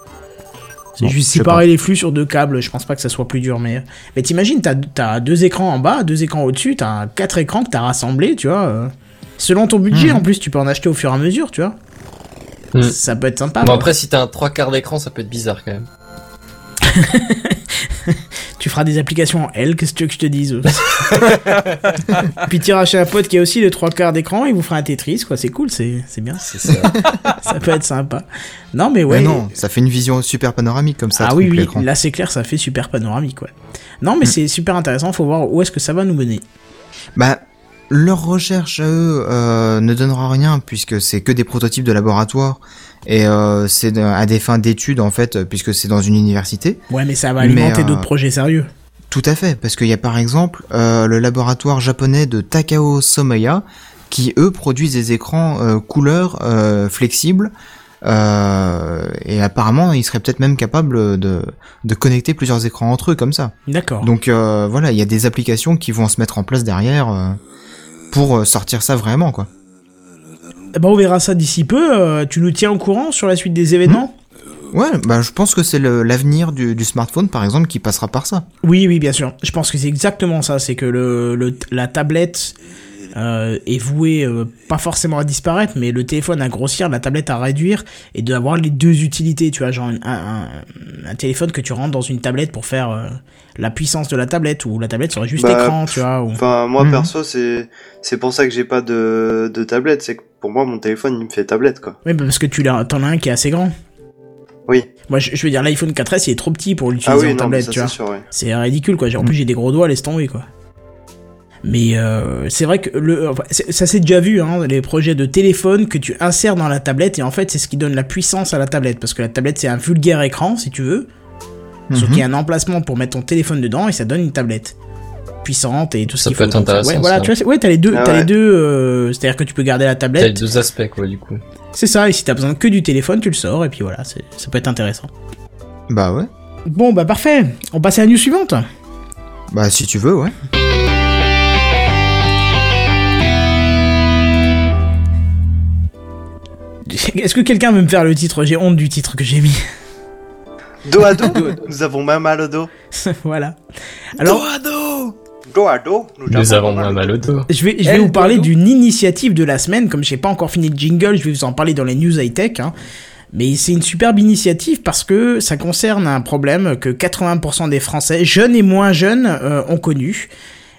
[SPEAKER 1] C'est
[SPEAKER 3] Bon,
[SPEAKER 1] juste
[SPEAKER 3] je sais
[SPEAKER 1] séparer les flux sur deux câbles, je pense pas que ça soit plus dur, mais. Mais t'imagines, t'as, t'as deux écrans en bas, deux écrans au-dessus, t'as quatre écrans que t'as rassemblés, tu vois. euh, Selon ton budget,
[SPEAKER 3] Mhm.
[SPEAKER 1] en plus, tu peux en acheter au fur et à mesure, tu vois.
[SPEAKER 5] Mm.
[SPEAKER 1] Ça peut être sympa.
[SPEAKER 5] bon,
[SPEAKER 1] ouais.
[SPEAKER 5] après, si t'as un trois quarts d'écran, ça peut être bizarre quand même.
[SPEAKER 1] Tu feras des applications en L, qu'est-ce que tu veux que je te dise Puis t'iras chez un pote qui a aussi le trois quarts d'écran, il vous fera un Tetris, quoi, c'est cool, c'est, c'est bien.
[SPEAKER 5] C'est ça.
[SPEAKER 1] ça peut être sympa. Non, mais ouais.
[SPEAKER 3] Mais non, ça fait une vision super panoramique comme ça.
[SPEAKER 1] Ah
[SPEAKER 3] tout
[SPEAKER 1] oui, oui,
[SPEAKER 3] l'écran. Mm.
[SPEAKER 1] là c'est clair, ça fait super panoramique, ouais. Non, mais c'est super intéressant, faut voir où est-ce que ça va nous mener.
[SPEAKER 3] Bah, leur recherche à eux euh, ne donnera rien puisque c'est que des prototypes de laboratoire et euh, c'est de- à des fins d'études en fait puisque c'est dans une université.
[SPEAKER 1] Ouais, mais ça va
[SPEAKER 3] Mais,
[SPEAKER 1] alimenter
[SPEAKER 3] euh,
[SPEAKER 1] d'autres projets sérieux.
[SPEAKER 3] Tout à fait, parce qu'il y a par exemple euh, le laboratoire japonais de Takao Somaya qui eux produisent des écrans euh, couleurs euh, flexibles euh, et apparemment ils seraient peut-être même capables de, de connecter plusieurs écrans entre eux comme ça.
[SPEAKER 1] D'accord.
[SPEAKER 3] Donc euh, voilà, il y a des applications qui vont se mettre en place derrière euh, pour euh, sortir ça vraiment quoi.
[SPEAKER 1] Eh ben, on verra ça d'ici peu. euh, tu nous tiens au courant sur la suite des événements
[SPEAKER 3] Ouais, bah je pense que c'est le- l'avenir du, du smartphone par exemple qui passera par ça.
[SPEAKER 1] Oui, oui, bien sûr. Je pense que c'est exactement ça. C'est que le, le- la tablette euh, est vouée, euh, pas forcément à disparaître, mais le téléphone à grossir, la tablette à réduire, et d'avoir les deux utilités. Tu vois, genre un, un- un téléphone que tu rentres dans une tablette pour faire euh, la puissance de la tablette, ou la tablette serait juste
[SPEAKER 2] Bah,
[SPEAKER 1] écran, tu vois. Ou...
[SPEAKER 2] Enfin, moi
[SPEAKER 3] Mhm.
[SPEAKER 2] perso, c'est c'est pour ça que j'ai pas de, de tablette. C'est que pour moi, mon téléphone, il me fait tablette, quoi.
[SPEAKER 1] Oui, bah, parce que tu l'as- t'en as un qui est assez grand.
[SPEAKER 2] Oui.
[SPEAKER 1] Moi, je, je veux dire, l'iPhone 4S, il est trop petit pour l'utiliser
[SPEAKER 2] Ah
[SPEAKER 1] en
[SPEAKER 2] oui, non, mais
[SPEAKER 1] tablette,
[SPEAKER 2] ça
[SPEAKER 1] tu
[SPEAKER 2] c'est
[SPEAKER 1] vois.
[SPEAKER 2] sûr, ouais.
[SPEAKER 1] C'est ridicule, quoi. Genre, En plus, j'ai des gros doigts, laisse tomber, quoi. Mais euh, c'est vrai que le, enfin, c'est- ça s'est déjà vu, hein, les projets de téléphone que tu insères dans la tablette, et en fait, c'est ce qui donne la puissance à la tablette, parce que la tablette, c'est un vulgaire écran, si tu veux, sauf
[SPEAKER 3] Mhm.
[SPEAKER 1] qu'il y a un emplacement pour mettre ton téléphone dedans, et ça donne une tablette puissante et tout ce
[SPEAKER 5] Ça
[SPEAKER 1] qu'il
[SPEAKER 5] peut
[SPEAKER 1] faut.
[SPEAKER 5] être
[SPEAKER 1] Donc,
[SPEAKER 5] intéressant,
[SPEAKER 1] Ouais, voilà,
[SPEAKER 5] ça.
[SPEAKER 1] tu vois, c'est- ouais, t'as les deux,
[SPEAKER 2] Ah
[SPEAKER 1] t'as les
[SPEAKER 2] ouais.
[SPEAKER 1] deux, euh, c'est-à-dire que tu peux garder la
[SPEAKER 5] T'as les
[SPEAKER 1] tablette,
[SPEAKER 5] deux aspects, quoi, du coup.
[SPEAKER 1] c'est ça, et si t'as besoin que du téléphone, tu le sors, et puis voilà, c'est- ça peut être intéressant.
[SPEAKER 3] Bah ouais.
[SPEAKER 1] Bon, bah parfait, on passe à la news suivante.
[SPEAKER 3] Bah si tu veux, ouais.
[SPEAKER 1] Est-ce que quelqu'un veut me faire le titre J'ai honte du titre que j'ai mis.
[SPEAKER 2] Dos à dos, nous avons même mal au dos.
[SPEAKER 1] voilà. Alors,
[SPEAKER 2] Dos à dos, nous,
[SPEAKER 5] Nous avons un mal au dos.
[SPEAKER 1] je vais, je vais
[SPEAKER 4] Elle
[SPEAKER 1] vous parler
[SPEAKER 4] doit
[SPEAKER 1] d'une initiative de la semaine. Comme j'ai pas encore fini le jingle, je vais vous en parler dans les news high-tech. hein. Mais c'est une superbe initiative parce que ça concerne un problème que 80% des Français, jeunes et moins jeunes, euh, ont connu.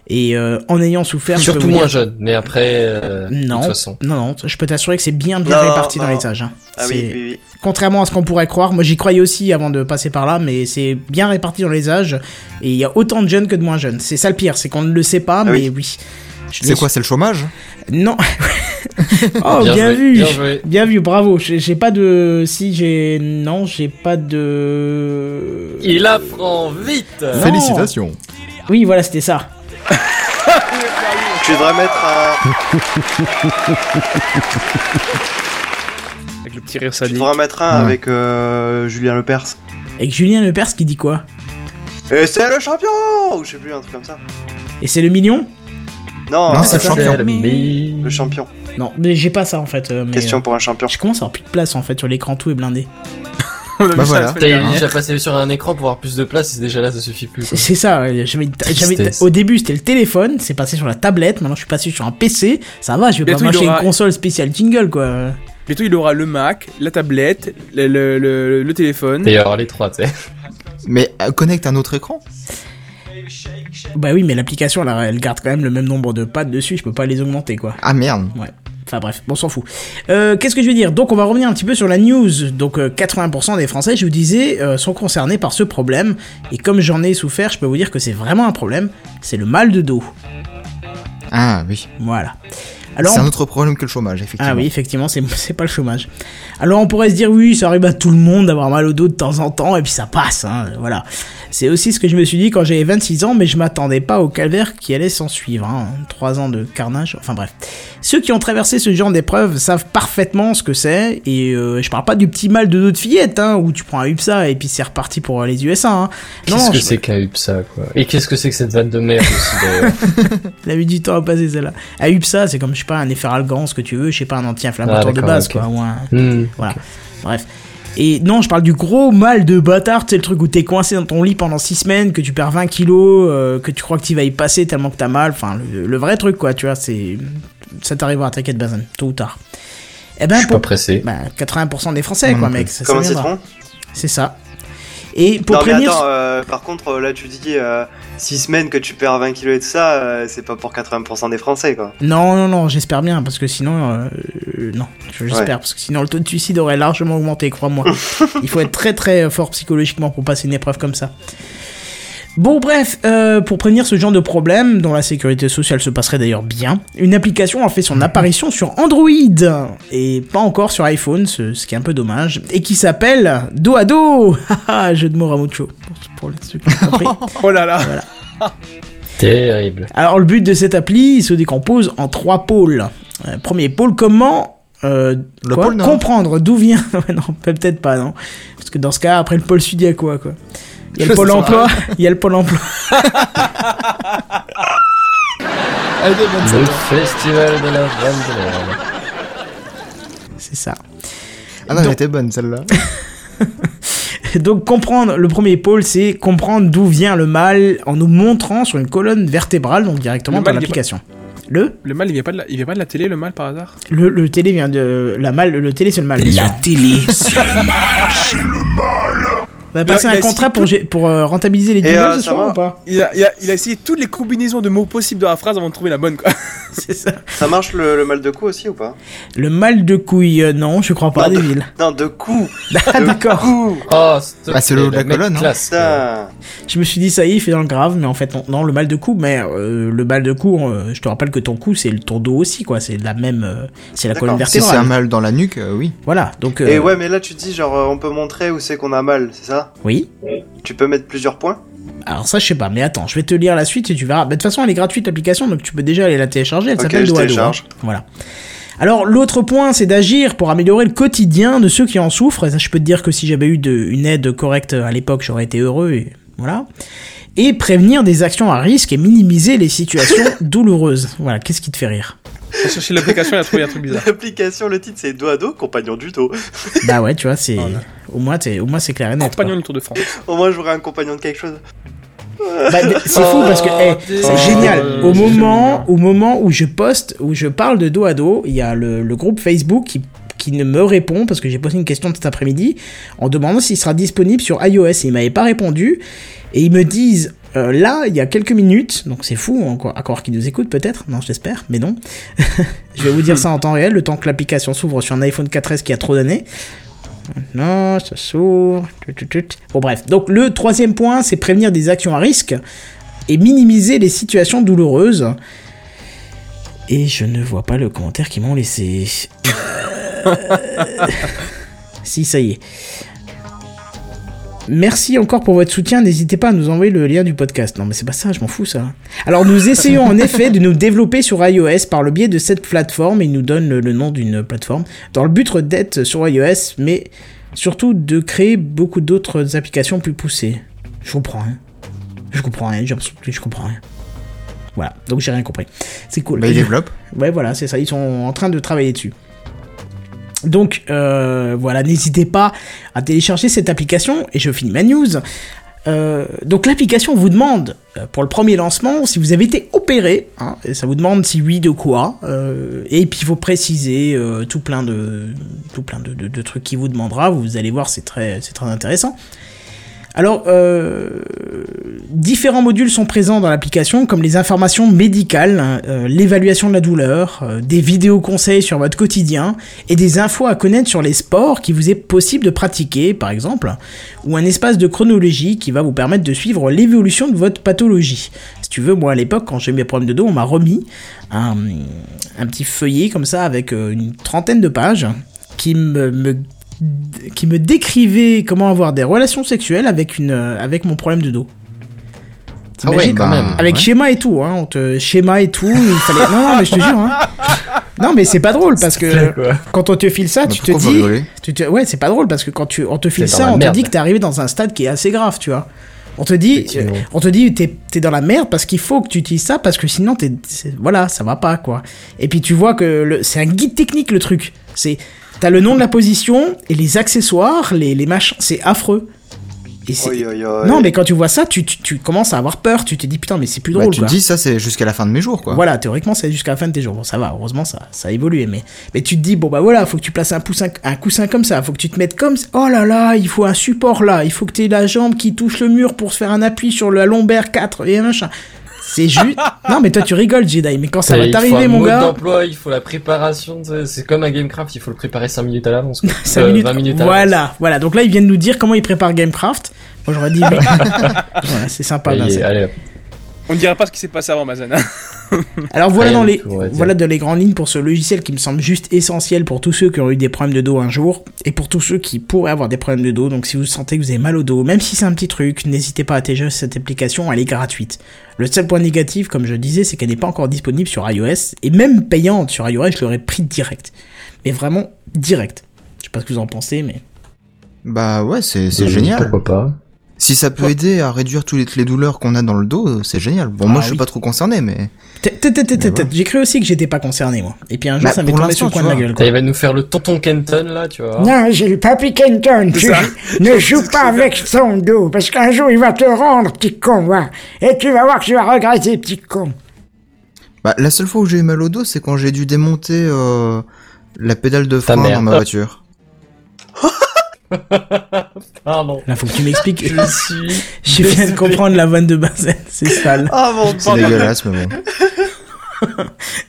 [SPEAKER 1] Et euh, en ayant souffert... je peux
[SPEAKER 5] Surtout
[SPEAKER 1] vous
[SPEAKER 5] moins
[SPEAKER 1] dire-
[SPEAKER 5] jeune, mais après, euh, de
[SPEAKER 1] Non,
[SPEAKER 5] toute façon.
[SPEAKER 1] non, non, je peux t'assurer que c'est bien bien
[SPEAKER 2] Non,
[SPEAKER 1] réparti dans
[SPEAKER 2] non.
[SPEAKER 1] les âges. hein.
[SPEAKER 2] Ah
[SPEAKER 1] C'est-
[SPEAKER 2] oui, oui, oui.
[SPEAKER 1] Contrairement à ce qu'on pourrait croire, moi j'y croyais aussi avant de passer par là, mais c'est bien réparti dans les âges et il y a autant de jeunes que de moins jeunes. C'est ça le pire, c'est qu'on ne le sait pas,
[SPEAKER 2] Ah
[SPEAKER 1] mais
[SPEAKER 2] oui.
[SPEAKER 1] oui. Je l'ai
[SPEAKER 3] C'est quoi, c'est le chômage
[SPEAKER 1] su- Non. oh, bien,
[SPEAKER 5] Bien joué,
[SPEAKER 1] vu.
[SPEAKER 5] bien joué.
[SPEAKER 1] vu, bravo. J'ai j'ai pas de. Si, j'ai. Non, j'ai pas de.
[SPEAKER 5] Il apprend vite
[SPEAKER 1] Non. Oui, voilà, c'était ça.
[SPEAKER 2] Tu devrais mettre un,
[SPEAKER 4] Avec le petit rire
[SPEAKER 2] tu
[SPEAKER 4] sadique.
[SPEAKER 2] devrais mettre un
[SPEAKER 3] Ouais.
[SPEAKER 2] avec euh, Julien Lepers.
[SPEAKER 1] Et que Julien Lepers qui dit quoi
[SPEAKER 2] Et c'est le champion Ou je sais plus, un truc comme ça.
[SPEAKER 1] Et c'est le million
[SPEAKER 2] Non,
[SPEAKER 3] c'est le champion.
[SPEAKER 1] Mais-
[SPEAKER 2] Le champion.
[SPEAKER 1] Non, mais j'ai pas ça en fait. euh, mais,
[SPEAKER 2] Question
[SPEAKER 1] euh,
[SPEAKER 2] pour un champion.
[SPEAKER 1] Je commence à avoir plus de place en fait sur l'écran tout est blindé.
[SPEAKER 4] On a vu ça
[SPEAKER 3] Bah, voilà.
[SPEAKER 4] la semaine
[SPEAKER 5] T'as
[SPEAKER 4] dernière.
[SPEAKER 5] déjà passé sur un écran pour avoir plus de place, et déjà là, ça suffit plus.
[SPEAKER 1] C'est-
[SPEAKER 5] quoi.
[SPEAKER 1] C'est ça, ouais, j'avais- j'avais-
[SPEAKER 5] Tristesse.
[SPEAKER 1] au début c'était le téléphone, c'est passé sur la tablette, maintenant je suis passé sur un PC, ça va, je vais
[SPEAKER 4] Bientôt,
[SPEAKER 1] pas
[SPEAKER 4] il
[SPEAKER 1] m'acheter
[SPEAKER 4] aura-
[SPEAKER 1] une console spéciale jingle quoi.
[SPEAKER 4] Bientôt, il aura le Mac, la tablette, le, le, le- le téléphone.
[SPEAKER 5] D'ailleurs, les trois, tu sais.
[SPEAKER 3] Mais euh, connecte un autre écran.
[SPEAKER 1] Bah oui, mais l'application là, elle garde quand même le même nombre de pattes dessus, je peux pas les augmenter quoi.
[SPEAKER 3] Ah merde.
[SPEAKER 1] Enfin bref, on s'en fout. Euh, Qu'est-ce que je veux dire Donc on va revenir un petit peu sur la news. Donc euh, 80% des Français, je vous disais, euh, sont concernés par ce problème. Et comme j'en ai souffert, je peux vous dire que c'est vraiment un problème. C'est le mal de dos.
[SPEAKER 3] Ah oui.
[SPEAKER 1] Voilà.
[SPEAKER 3] C'est
[SPEAKER 1] Alors,
[SPEAKER 3] un autre problème que le chômage, effectivement.
[SPEAKER 1] ah oui, effectivement, c'est c'est pas le chômage. Alors on pourrait se dire oui, ça arrive à tout le monde d'avoir mal au dos de temps en temps et puis ça passe, hein, voilà. C'est aussi ce que je me suis dit quand j'avais 26 ans, mais je m'attendais pas au calvaire qui allait s'en suivre. Hein. 3 ans de carnage, enfin bref. Ceux qui ont traversé ce genre d'épreuve savent parfaitement ce que c'est et euh, je parle pas du petit mal de dos de fillette, hein, où tu prends un UPSA et puis c'est reparti pour euh, les USA. Hein.
[SPEAKER 5] Qu'est-ce que
[SPEAKER 1] je-
[SPEAKER 5] c'est qu'un UPSA, quoi Et qu'est-ce que c'est que cette vanne de merde aussi, d'ailleurs
[SPEAKER 1] Elle a eu du temps à passer celle-là. À UPSA, c'est comme je sais pas un efferalgan, ce que tu veux, je sais pas un anti-inflammatoire
[SPEAKER 5] Ah,
[SPEAKER 1] de
[SPEAKER 5] d'accord,
[SPEAKER 1] base,
[SPEAKER 5] ok.
[SPEAKER 1] quoi, ou un-
[SPEAKER 5] Hmm.
[SPEAKER 1] Voilà. Bref. Et non, je parle du gros mal de bâtard, tu sais, le truc où t'es coincé dans ton lit pendant 6 semaines, que tu perds 20 kilos, euh, que tu crois que tu vas y passer tellement que t'as mal, enfin, le, le vrai truc, quoi, tu vois, c'est. Ça t'arrivera, t'inquiète, Bazin, tôt ou tard. Eh ben,
[SPEAKER 5] Je suis pas
[SPEAKER 1] pour.
[SPEAKER 5] pressé.
[SPEAKER 1] bah, 80% des Français,
[SPEAKER 3] Moi
[SPEAKER 1] quoi,
[SPEAKER 3] non
[SPEAKER 1] mec, ça, ça
[SPEAKER 2] Comment c'est
[SPEAKER 1] viendra.
[SPEAKER 2] tronc
[SPEAKER 1] C'est ça. Et pour
[SPEAKER 2] Non, mais
[SPEAKER 1] prévenir.
[SPEAKER 2] attends, euh, par contre, euh, là, tu dis 6 semaines que tu perds 20 kilos et tout ça, euh, c'est pas pour 80% des Français, quoi.
[SPEAKER 1] Non, non, non, j'espère bien, parce que sinon, euh, euh, non, je- j'espère,
[SPEAKER 2] Ouais.
[SPEAKER 1] parce que sinon le taux de suicide aurait largement augmenté, crois-moi. Il faut être très très euh, fort psychologiquement pour passer une épreuve comme ça. Bon, bref, euh, pour prévenir ce genre de problème, dont la sécurité sociale se passerait d'ailleurs bien, une application a fait son apparition sur Android, et pas encore sur iPhone, ce, ce qui est un peu dommage, et qui s'appelle Dos à Dos Haha, Jeu de mots Ramucho, pour, pour ceux qui l'ont compris.
[SPEAKER 4] Oh là là.
[SPEAKER 5] Terrible.
[SPEAKER 1] Alors le but de cette appli il se décompose en trois pôles. Euh, premier pôle, comment euh,
[SPEAKER 3] Le
[SPEAKER 1] quoi
[SPEAKER 3] pôle Nord.
[SPEAKER 1] comprendre d'où vient Ouais, non peut-être pas non parce que dans ce cas après le pôle sud il y a quoi quoi il y a le
[SPEAKER 4] Ça
[SPEAKER 1] pôle
[SPEAKER 4] sert à
[SPEAKER 1] emploi il y a le pôle emploi
[SPEAKER 5] Le festival de la vanne de merde.
[SPEAKER 1] c'est ça
[SPEAKER 3] Ah non,
[SPEAKER 1] Donc-
[SPEAKER 3] elle était bonne celle-là.
[SPEAKER 1] donc comprendre le premier pôle c'est comprendre d'où vient le mal en nous montrant sur une colonne vertébrale donc directement
[SPEAKER 4] Le
[SPEAKER 1] dans
[SPEAKER 4] mal, il y a
[SPEAKER 1] l'application le,
[SPEAKER 4] Le mal, il vient pas de la, il vient pas de la télé, le mal par hasard
[SPEAKER 1] le le télé vient de la mal le télé c'est le mal bien sûr.
[SPEAKER 9] télé.
[SPEAKER 1] on a passé
[SPEAKER 4] il
[SPEAKER 1] un
[SPEAKER 4] a
[SPEAKER 1] contrat pour gé- pour euh, rentabiliser les
[SPEAKER 2] Et, euh,
[SPEAKER 1] jingles ce
[SPEAKER 2] ça
[SPEAKER 1] soir
[SPEAKER 2] va
[SPEAKER 1] ou pas
[SPEAKER 4] il a, il, a, il a essayé toutes les combinaisons de mots possibles dans la phrase avant de trouver la bonne, quoi.
[SPEAKER 1] c'est ça
[SPEAKER 2] Ça marche le, le mal de cou aussi ou pas
[SPEAKER 1] Le mal de couille, euh, non, je crois pas,
[SPEAKER 2] Non,
[SPEAKER 1] des
[SPEAKER 2] de-
[SPEAKER 1] villes.
[SPEAKER 2] Non, de cou
[SPEAKER 1] Ah, d'accord.
[SPEAKER 2] Cou
[SPEAKER 5] Oh, s'il te
[SPEAKER 3] Bah, c'est
[SPEAKER 5] plaît,
[SPEAKER 3] le haut de la
[SPEAKER 5] mec
[SPEAKER 3] colonne, hein.
[SPEAKER 5] classe, quoi.
[SPEAKER 2] Putain
[SPEAKER 1] Je me suis dit, ça y est, il fait dans le grave, mais en fait, non, non le mal de cou, mais euh, le mal de cou, euh, je te rappelle que ton cou, c'est le- ton dos aussi, quoi. C'est la même. euh, c'est la
[SPEAKER 2] D'accord.
[SPEAKER 1] colonne
[SPEAKER 3] si c'est
[SPEAKER 1] vertébrale.
[SPEAKER 3] un mal dans la nuque, euh, oui.
[SPEAKER 1] Voilà, donc. euh,
[SPEAKER 2] Et ouais, mais là, tu dis, genre, euh, on peut montrer où c'est qu'on a mal, c'est ça
[SPEAKER 1] Oui.
[SPEAKER 2] Tu peux mettre plusieurs points
[SPEAKER 1] Alors ça, je sais pas, mais attends, je vais te lire la suite et tu verras. Bah, De toute façon, elle est gratuite, l'application, donc tu peux déjà aller la télécharger. Elle
[SPEAKER 2] Ok,
[SPEAKER 1] s'appelle
[SPEAKER 2] je
[SPEAKER 1] Doado,
[SPEAKER 2] télécharge.
[SPEAKER 1] hein. Voilà. Alors l'autre point, c'est d'agir pour améliorer le quotidien de ceux qui en souffrent. Et ça, je peux te dire que si j'avais eu de- une aide correcte à l'époque, j'aurais été heureux. Et voilà. Et prévenir des actions à risque et minimiser les situations douloureuses. Voilà, qu'est-ce qui te fait rire
[SPEAKER 4] J'ai cherché l'application, il a trouvé un truc bizarre.
[SPEAKER 2] L'application, le titre, c'est Doado, compagnon du dos.
[SPEAKER 1] Bah ouais, tu vois, c'est
[SPEAKER 2] Oh
[SPEAKER 4] Voilà.
[SPEAKER 1] au moins, t'es- au moins c'est clair et net. quoi.
[SPEAKER 4] Compagnon du Tour de France.
[SPEAKER 2] Au moins, j'aurais un compagnon de quelque chose.
[SPEAKER 1] Bah, d- c'est fou parce que hey, c'est
[SPEAKER 5] Oh,
[SPEAKER 1] génial. Au
[SPEAKER 5] c'est
[SPEAKER 1] moment, au moment où je poste, où je parle de dos à dos, il y a le, le groupe Facebook qui qui ne me répond parce que j'ai posé une question cet après-midi en demandant s'il sera disponible sur iOS. Et il m'avait pas répondu et ils me disent euh, là il y a quelques minutes. Donc c'est fou encore, à croire qu'ils nous écoutent peut-être. Non, j'espère, mais non. je vais vous dire ça en temps réel, le temps que l'application s'ouvre sur un iPhone 4S qui a trop d'années. Non, ça s'ouvre. Tut, tut, tut. Bon, bref. Donc, le troisième point, c'est prévenir des actions à risque et minimiser les situations douloureuses. Et je ne vois pas le commentaire qu'ils m'ont laissé. Euh, si, ça y est. Merci encore pour votre soutien. N'hésitez pas à nous envoyer le lien du podcast. Non, mais c'est pas ça, je m'en fous ça. Alors, nous essayons en effet de nous développer sur iOS par le biais de cette plateforme. Ils nous donnent le, le nom d'une plateforme dans le but d'être sur iOS, mais surtout de créer beaucoup d'autres applications plus poussées. Je comprends rien. Je comprends rien. J'ai l'impression que je comprends rien. Voilà, donc j'ai rien compris. C'est cool.
[SPEAKER 3] Bah, ils développent.
[SPEAKER 1] Ouais, voilà, c'est ça. Ils sont en train de travailler dessus. Donc euh, voilà, n'hésitez pas à télécharger cette application et je finis ma news. Euh, donc l'application vous demande euh, pour le premier lancement si vous avez été opéré, hein, et ça vous demande si oui de quoi, euh, et puis il faut préciser euh, tout plein de tout plein de, de- de trucs qu'il vous demandera. Vous allez voir, c'est très c'est très intéressant. Alors, euh, différents modules sont présents dans l'application, comme les informations médicales, hein, euh, l'évaluation de la douleur, euh, des vidéos conseils sur votre quotidien et des infos à connaître sur les sports qui vous est possible de pratiquer, par exemple, ou un espace de chronologie qui va vous permettre de suivre l'évolution de votre pathologie. Si tu veux, moi à l'époque, quand j'ai eu mes problèmes de dos, on m'a remis un, un petit feuillet comme ça avec euh, une trentaine de pages qui me- me qui me décrivait comment avoir des relations sexuelles avec une euh, avec mon problème de dos.
[SPEAKER 5] Ah ouais,
[SPEAKER 1] T'imagines
[SPEAKER 5] quand
[SPEAKER 3] bah,
[SPEAKER 5] même.
[SPEAKER 1] Avec
[SPEAKER 5] Ouais.
[SPEAKER 1] schéma et tout, hein, on te schéma et tout, il fallait. Non, non, mais je te jure. Hein. Non, mais c'est pas drôle parce que quand on te file ça, tu te
[SPEAKER 3] pourquoi vous
[SPEAKER 1] dis,
[SPEAKER 3] rigolez
[SPEAKER 1] tu te- ouais, c'est pas drôle parce que quand tu on te file
[SPEAKER 5] C'est dans
[SPEAKER 1] ça,
[SPEAKER 5] la
[SPEAKER 1] on te
[SPEAKER 5] merde.
[SPEAKER 1] dit que t'es arrivé dans un stade qui est assez grave, tu vois. On te dit,
[SPEAKER 5] Effectivement.
[SPEAKER 1] euh, on te dit, t'es t'es dans la merde parce qu'il faut que tu utilises ça parce que sinon t'es, c'est- voilà, ça va pas quoi. Et puis tu vois que le- c'est un guide technique le truc. C'est t'as le nom de la position et les accessoires, les les machins, c'est affreux. Et c'est-
[SPEAKER 2] Oi, oi, oi.
[SPEAKER 1] non, mais quand tu vois ça, tu, tu, tu commences à avoir peur. Tu te dis putain, mais c'est plus
[SPEAKER 3] Bah,
[SPEAKER 1] drôle.
[SPEAKER 3] tu te
[SPEAKER 1] quoi.
[SPEAKER 3] dis, ça, c'est jusqu'à la fin de mes jours, quoi.
[SPEAKER 1] Voilà, théoriquement, c'est jusqu'à la fin de tes jours. Bon, ça va, heureusement, ça, ça a évolué. Mais, mais tu te dis, bon, bah voilà, faut que tu places un, poussin, un coussin comme ça, faut que tu te mettes comme ça. Oh là là, il faut un support là, il faut que tu aies la jambe qui touche le mur pour se faire un appui sur la lombaire 4 et machin. C'est juste. non, mais toi, tu rigoles, Jedi, mais quand ça va
[SPEAKER 5] il faut
[SPEAKER 1] t'arriver,
[SPEAKER 5] un
[SPEAKER 1] mon
[SPEAKER 5] mode
[SPEAKER 1] gars.
[SPEAKER 5] d'emploi, il faut la préparation. tu sais, C'est comme à Gamecraft, il faut le préparer 5 minutes à l'avance. quoi.
[SPEAKER 1] cinq
[SPEAKER 5] Euh,
[SPEAKER 1] minutes.
[SPEAKER 5] 20 minutes à l'avance.
[SPEAKER 1] voilà, voilà. Donc là, ils viennent nous dire comment ils préparent Gamecraft. Moi, j'aurais dit, mais- voilà, c'est sympa,
[SPEAKER 5] Et-
[SPEAKER 1] Vincent.
[SPEAKER 5] allez, hop.
[SPEAKER 4] On ne dira pas ce qui s'est passé avant hein. Mazana.
[SPEAKER 1] Alors voilà
[SPEAKER 5] Rien
[SPEAKER 1] dans
[SPEAKER 5] du
[SPEAKER 1] les
[SPEAKER 5] tout, on va dire.
[SPEAKER 1] voilà dans les grandes lignes pour ce logiciel qui me semble juste essentiel pour tous ceux qui ont eu des problèmes de dos un jour et pour tous ceux qui pourraient avoir des problèmes de dos. Donc si vous sentez que vous avez mal au dos, même si c'est un petit truc, n'hésitez pas à télécharger cette application, elle est gratuite. Le seul point négatif, comme je disais, c'est qu'elle n'est pas encore disponible sur iOS et même payante sur iOS, je l'aurais pris direct. Mais vraiment direct. Je sais pas ce que vous en pensez, mais
[SPEAKER 3] Bah ouais, c'est c'est
[SPEAKER 5] Euh,
[SPEAKER 3] génial.
[SPEAKER 5] Pourquoi pas
[SPEAKER 3] Si ça peut aider à réduire toutes les douleurs qu'on a dans le dos, c'est génial. Bon, moi,
[SPEAKER 1] Ah
[SPEAKER 3] je suis
[SPEAKER 1] oui.
[SPEAKER 3] pas trop concerné, mais
[SPEAKER 1] Tê- tê- tê- tê- tê-
[SPEAKER 3] voilà.
[SPEAKER 1] j'ai cru aussi que j'étais pas concerné moi. Et puis un jour
[SPEAKER 3] Bah,
[SPEAKER 1] ça m'est
[SPEAKER 3] pour
[SPEAKER 1] tombé sur le coin
[SPEAKER 3] l'instant, tu
[SPEAKER 1] de la
[SPEAKER 3] vois.
[SPEAKER 1] gueule.
[SPEAKER 5] Ça,
[SPEAKER 1] quoi.
[SPEAKER 5] Il va nous faire le tonton Kenton là, tu vois.
[SPEAKER 10] Non, j'ai le papy Kenton. Tu
[SPEAKER 4] ça.
[SPEAKER 10] joues- ne joue pas avec son dos, parce qu'un jour il va te rendre, petit con, va. Et tu vas voir que tu vas regretter, petit con.
[SPEAKER 3] bah la seule fois où j'ai eu mal au dos, c'est quand j'ai dû démonter euh, la pédale de frein
[SPEAKER 5] mère.
[SPEAKER 3] dans ma voiture.
[SPEAKER 1] Oh.
[SPEAKER 5] Pardon.
[SPEAKER 1] Là faut que tu m'expliques.
[SPEAKER 5] Je suis.
[SPEAKER 1] Je viens de comprendre la vanne de Bazen, c'est sale.
[SPEAKER 2] Ah mon
[SPEAKER 3] C'est
[SPEAKER 2] dieu.
[SPEAKER 3] dégueulasse, mais bon.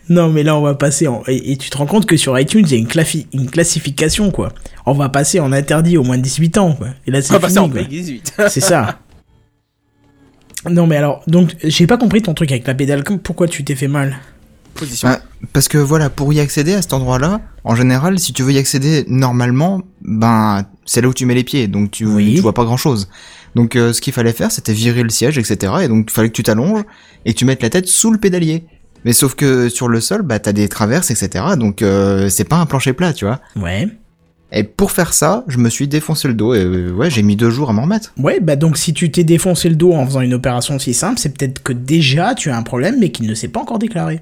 [SPEAKER 1] Non, mais là, on va passer en. Et, et tu te rends compte que sur iTunes, il y a une, clafi- une classification, quoi. On va passer en interdit au moins de 18 ans, quoi. Et là,
[SPEAKER 4] On va
[SPEAKER 1] c'est
[SPEAKER 4] passer en
[SPEAKER 1] fini, quoi.
[SPEAKER 4] Play 18.
[SPEAKER 1] C'est ça. Non, mais alors, donc, j'ai pas compris ton truc avec la pédale. Comme- Pourquoi tu t'es fait mal
[SPEAKER 4] Position.
[SPEAKER 3] Ah, parce que voilà, pour y accéder à cet endroit-là, en général, si tu veux y accéder normalement, ben c'est là où tu mets les pieds, donc tu,
[SPEAKER 1] Oui.
[SPEAKER 3] tu vois pas grand-chose. Donc euh, ce qu'il fallait faire, c'était virer le siège, etc. Et donc il fallait que tu t'allonges et que tu mettes la tête sous le pédalier. Mais sauf que sur le sol, bah t'as des traverses, etc. Donc euh, c'est pas un plancher plat, tu vois.
[SPEAKER 1] Ouais.
[SPEAKER 3] Et pour faire ça, je me suis défoncé le dos et euh, ouais, j'ai mis deux jours à m'en remettre.
[SPEAKER 1] Ouais, bah donc, si tu t'es défoncé le dos en faisant une opération si simple, c'est peut-être que déjà tu as un problème, mais qu'il ne s'est pas encore déclaré.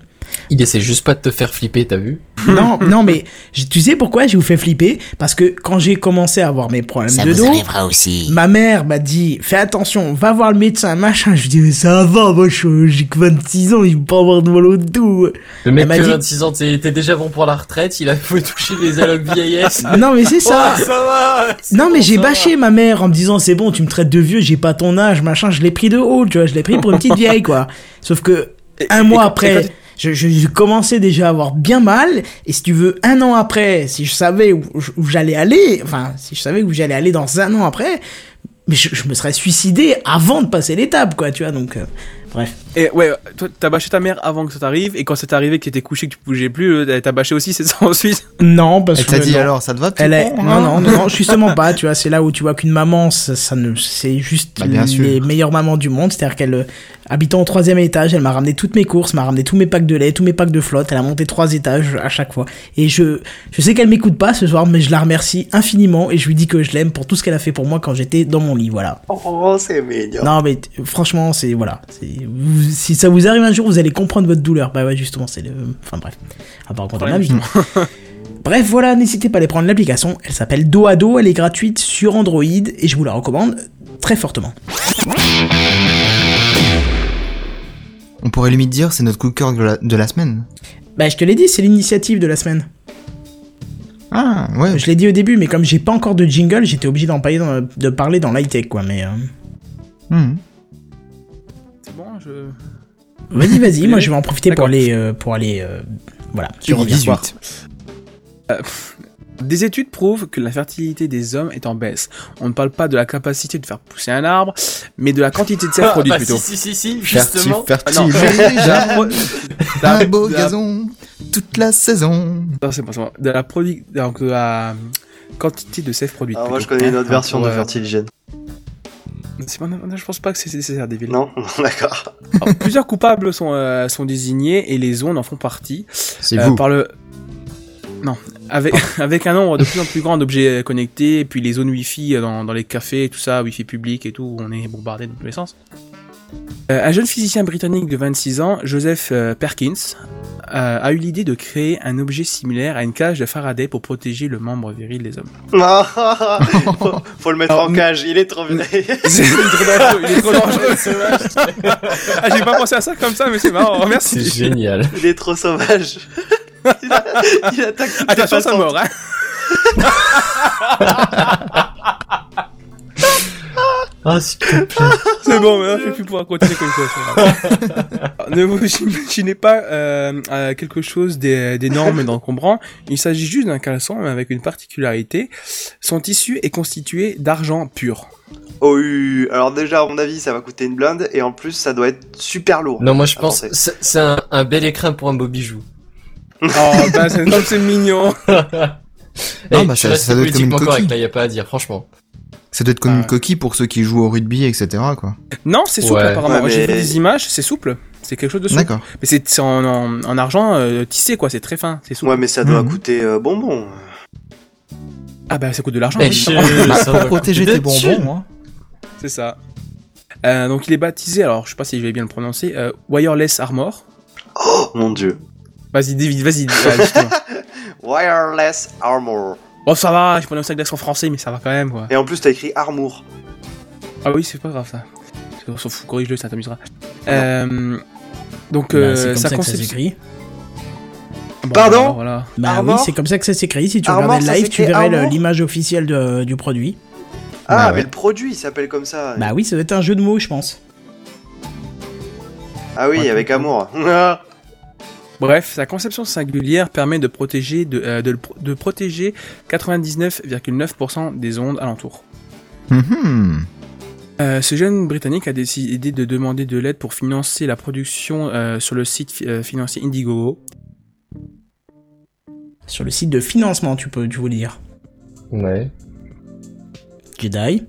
[SPEAKER 5] Il essaie juste pas de te faire flipper, t'as vu
[SPEAKER 1] non, non, mais je- tu sais pourquoi je vous fais flipper Parce que quand j'ai commencé à avoir mes problèmes de dos.
[SPEAKER 9] aussi.
[SPEAKER 1] Ma mère m'a dit, fais attention, va voir le médecin, machin. Je lui dis, mais ça va, moi, je- j'ai que 26 ans, il peut pas avoir de mal au dos.
[SPEAKER 5] Le mec
[SPEAKER 1] Elle m'a
[SPEAKER 5] qui a
[SPEAKER 1] dit-
[SPEAKER 5] 26 ans, t'es t'es déjà bon pour la retraite, il a voulu toucher des allocs vieillesse.
[SPEAKER 1] Non, mais c'est ça.
[SPEAKER 5] Oh, ça va c'est
[SPEAKER 1] Non, mais
[SPEAKER 5] bon,
[SPEAKER 1] j'ai
[SPEAKER 5] ça va.
[SPEAKER 1] bâché ma mère en me disant, c'est bon, tu me traites de vieux, j'ai pas ton âge, machin. Je l'ai pris de haut, tu vois, je l'ai pris pour une petite vieille, quoi. Sauf que, un mois après, je, je, je commençais déjà à avoir bien mal. Et si tu veux, un an après, si je savais où, où j'allais aller, enfin, si je savais où j'allais aller dans un an après, mais je, je me serais suicidé avant de passer l'étape, quoi, tu vois, donc, euh, bref.
[SPEAKER 4] Et ouais, toi, t'as bâché ta mère avant que ça t'arrive, et quand c'est arrivé que t'étais couché, que tu bougeais plus, euh, t'as bâché aussi, c'est ça ensuite.
[SPEAKER 1] Non, parce
[SPEAKER 3] Elle
[SPEAKER 1] que.
[SPEAKER 3] t'a dit
[SPEAKER 1] non.
[SPEAKER 3] alors, ça te va petit
[SPEAKER 1] Elle est...
[SPEAKER 3] con,
[SPEAKER 1] Non,
[SPEAKER 3] hein
[SPEAKER 1] non, non, non, justement pas, tu vois, c'est là où tu vois qu'une maman, ça, ça ne... c'est juste
[SPEAKER 3] Bah, bien sûr.
[SPEAKER 1] les meilleures mamans du monde, c'est-à-dire qu'elle, euh, habitant au troisième étage, elle m'a ramené toutes mes courses, m'a ramené tous mes packs de lait, tous mes packs de flotte, elle a monté trois étages à chaque fois. Et je, je sais qu'elle m'écoute pas ce soir, mais je la remercie infiniment et je lui dis que je l'aime pour tout ce qu'elle a fait pour moi quand j'étais dans mon lit, voilà.
[SPEAKER 2] Oh, c'est mignon.
[SPEAKER 1] Non, mais t- franchement, c'est, voilà, c'est, vous- si ça vous arrive un jour, vous allez comprendre votre douleur. Bah ouais, justement, c'est le. Enfin bref. Ah, par contre, on a
[SPEAKER 4] Problème,
[SPEAKER 1] mis. Bref, voilà, n'hésitez pas à aller prendre l'application. Elle s'appelle Dos à Dos, elle est gratuite sur Android et je vous la recommande très fortement.
[SPEAKER 3] On pourrait limite dire c'est notre coup de cœur de la, de la semaine.
[SPEAKER 1] Bah, je te l'ai dit, c'est l'initiative de la semaine.
[SPEAKER 3] Ah, ouais.
[SPEAKER 1] Je l'ai dit au début, mais comme j'ai pas encore de jingle, j'étais obligé d'en parler dans, de parler dans l'high-tech, quoi. Mais. euh,
[SPEAKER 3] Hmm.
[SPEAKER 4] C'est bon, je.
[SPEAKER 1] Vas-y, vas-y, moi je vais en profiter pour
[SPEAKER 4] D'accord.
[SPEAKER 1] aller. euh, pour aller euh, voilà,
[SPEAKER 3] Tu
[SPEAKER 1] sur
[SPEAKER 3] reviens.
[SPEAKER 1] 18.
[SPEAKER 4] euh, Des études prouvent que la fertilité des hommes est en baisse. On ne parle pas de la capacité de faire pousser un arbre, mais de la quantité de sève
[SPEAKER 5] Ah,
[SPEAKER 4] produite
[SPEAKER 5] bah,
[SPEAKER 4] plutôt.
[SPEAKER 5] Si, si, si, si,
[SPEAKER 3] Fertile,
[SPEAKER 5] justement.
[SPEAKER 4] Ah,
[SPEAKER 3] fertile.
[SPEAKER 4] non.
[SPEAKER 3] Déjà
[SPEAKER 4] La-
[SPEAKER 3] un beau
[SPEAKER 4] la-
[SPEAKER 3] gazon toute la saison.
[SPEAKER 4] Non, c'est pas ça. De la produit, donc de la quantité de sève produite.
[SPEAKER 2] Ah, moi, je
[SPEAKER 4] plutôt.
[SPEAKER 2] connais une autre
[SPEAKER 4] Hein,
[SPEAKER 2] version
[SPEAKER 4] pour,
[SPEAKER 2] de
[SPEAKER 4] euh,
[SPEAKER 2] Fertiligène.
[SPEAKER 4] c'est pas- non, je pense pas que c'est nécessaire, David.
[SPEAKER 2] Non D'accord.
[SPEAKER 4] Alors, plusieurs coupables sont, euh, sont désignés et les ondes en font partie.
[SPEAKER 3] C'est
[SPEAKER 4] Euh, par le non avec avec un nombre de plus en plus grand d'objets euh, connectés et puis les zones wifi euh, dans, dans les cafés et tout ça wifi public et tout où on est bombardé de tous les sens Euh, un jeune physicien britannique de 26 ans Joseph euh, Perkins euh, a eu l'idée de créer un objet similaire à une cage de Faraday pour protéger le membre viril des hommes
[SPEAKER 2] Non faut, faut le mettre
[SPEAKER 4] Alors,
[SPEAKER 2] en
[SPEAKER 4] mais-
[SPEAKER 2] cage, il est trop vieil.
[SPEAKER 4] C'est- il est trop dangereux, il est trop dangereux, ce vache. ah, j'ai pas pensé à ça comme ça mais c'est marrant merci
[SPEAKER 5] C'est génial.
[SPEAKER 2] Il est trop sauvage. il, a- il attaque toutes les
[SPEAKER 4] attention ça
[SPEAKER 2] façons.
[SPEAKER 4] mort hein.
[SPEAKER 5] Ah, s'il te plaît.
[SPEAKER 4] C'est bon, maintenant je vais plus pouvoir continuer comme ça. c'est grave. Alors, ne vous imaginez pas euh, euh, quelque chose d'é- d'énorme et d'encombrant. Il s'agit juste d'un caleçon, mais avec une particularité. Son tissu est constitué d'argent pur.
[SPEAKER 2] Oh, oui. alors déjà, à mon avis, ça va coûter une blinde, et en plus, ça doit être super lourd.
[SPEAKER 5] Non, moi je pense
[SPEAKER 3] Ah,
[SPEAKER 2] Attends, c'est-
[SPEAKER 5] c'est c'est un, un bel écrin pour un beau bijou.
[SPEAKER 4] Oh,
[SPEAKER 2] Ah,
[SPEAKER 4] ben c'est comme c'est mignon.
[SPEAKER 3] Ah,
[SPEAKER 5] Eh,
[SPEAKER 3] bah,
[SPEAKER 5] tu
[SPEAKER 3] ça-
[SPEAKER 5] restes
[SPEAKER 3] ça doit être comme une
[SPEAKER 5] politiquement
[SPEAKER 3] coquille.
[SPEAKER 5] correct, là, y a pas à dire, franchement.
[SPEAKER 3] Ça doit être comme
[SPEAKER 4] Ah.
[SPEAKER 3] une coquille pour ceux qui jouent au rugby, etc. Quoi.
[SPEAKER 4] Non, c'est souple
[SPEAKER 5] Ouais.
[SPEAKER 4] apparemment.
[SPEAKER 2] Ouais,
[SPEAKER 4] J'ai vu
[SPEAKER 2] mais-
[SPEAKER 4] des images, c'est souple. C'est quelque chose de souple.
[SPEAKER 3] D'accord.
[SPEAKER 4] Mais c'est c'est en, en, en argent euh, tissé, quoi. C'est très fin, c'est souple.
[SPEAKER 2] Ouais, mais ça doit
[SPEAKER 3] Mhm.
[SPEAKER 2] coûter euh, bonbon.
[SPEAKER 4] Ah ben ça coûte de l'argent.
[SPEAKER 5] Eh,
[SPEAKER 4] oui,
[SPEAKER 5] je-
[SPEAKER 3] Bah,
[SPEAKER 5] ça
[SPEAKER 3] pour
[SPEAKER 5] va
[SPEAKER 3] protéger
[SPEAKER 5] coûter
[SPEAKER 3] tes
[SPEAKER 5] de thunes.
[SPEAKER 3] bonbons, hein.
[SPEAKER 4] C'est ça. Euh, donc il est baptisé, alors je sais pas si je vais bien le prononcer, euh, Wireless Armor.
[SPEAKER 2] Oh mon dieu.
[SPEAKER 4] Vas-y David, vas-y. euh, dis-toi.
[SPEAKER 2] Wireless Armor.
[SPEAKER 4] Bon, ça va, je prononce avec l'accent français, mais ça va quand même, quoi.
[SPEAKER 2] Et en plus, t'as écrit Armour.
[SPEAKER 4] Ah oui, c'est pas grave, ça. On s'en fout, corrige-le, ça t'amusera. Euh, donc, euh,
[SPEAKER 1] Bah, c'est comme ça,
[SPEAKER 4] sa
[SPEAKER 1] que ça
[SPEAKER 4] conception.
[SPEAKER 1] s'écrit.
[SPEAKER 4] Bon,
[SPEAKER 2] Pardon
[SPEAKER 4] alors, voilà.
[SPEAKER 1] Bah
[SPEAKER 2] Armor
[SPEAKER 1] oui, c'est comme ça que ça s'écrit. Si tu
[SPEAKER 2] Armor,
[SPEAKER 1] regardais le
[SPEAKER 2] ça
[SPEAKER 1] live, tu
[SPEAKER 2] s'écrit
[SPEAKER 1] verrais le-
[SPEAKER 2] Armor
[SPEAKER 1] l'image officielle de- du produit.
[SPEAKER 2] Ah,
[SPEAKER 3] Ouais, ouais.
[SPEAKER 2] mais le produit, il s'appelle comme ça.
[SPEAKER 1] Bah oui, ça doit être un jeu de mots, je pense.
[SPEAKER 2] Ah oui,
[SPEAKER 4] Ouais,
[SPEAKER 2] avec
[SPEAKER 4] tout-
[SPEAKER 2] amour. Ah.
[SPEAKER 4] Bref, sa conception singulière permet de protéger, de, euh, de, le pro- de protéger 99,9% des ondes alentour.
[SPEAKER 3] Mhm.
[SPEAKER 4] Euh, ce jeune Britannique a décidé de demander de l'aide pour financer la production euh, sur le site fi- euh, financier Indiegogo.
[SPEAKER 1] Sur le site de financement, tu peux, tu veux dire.
[SPEAKER 5] Ouais.
[SPEAKER 1] Jedi.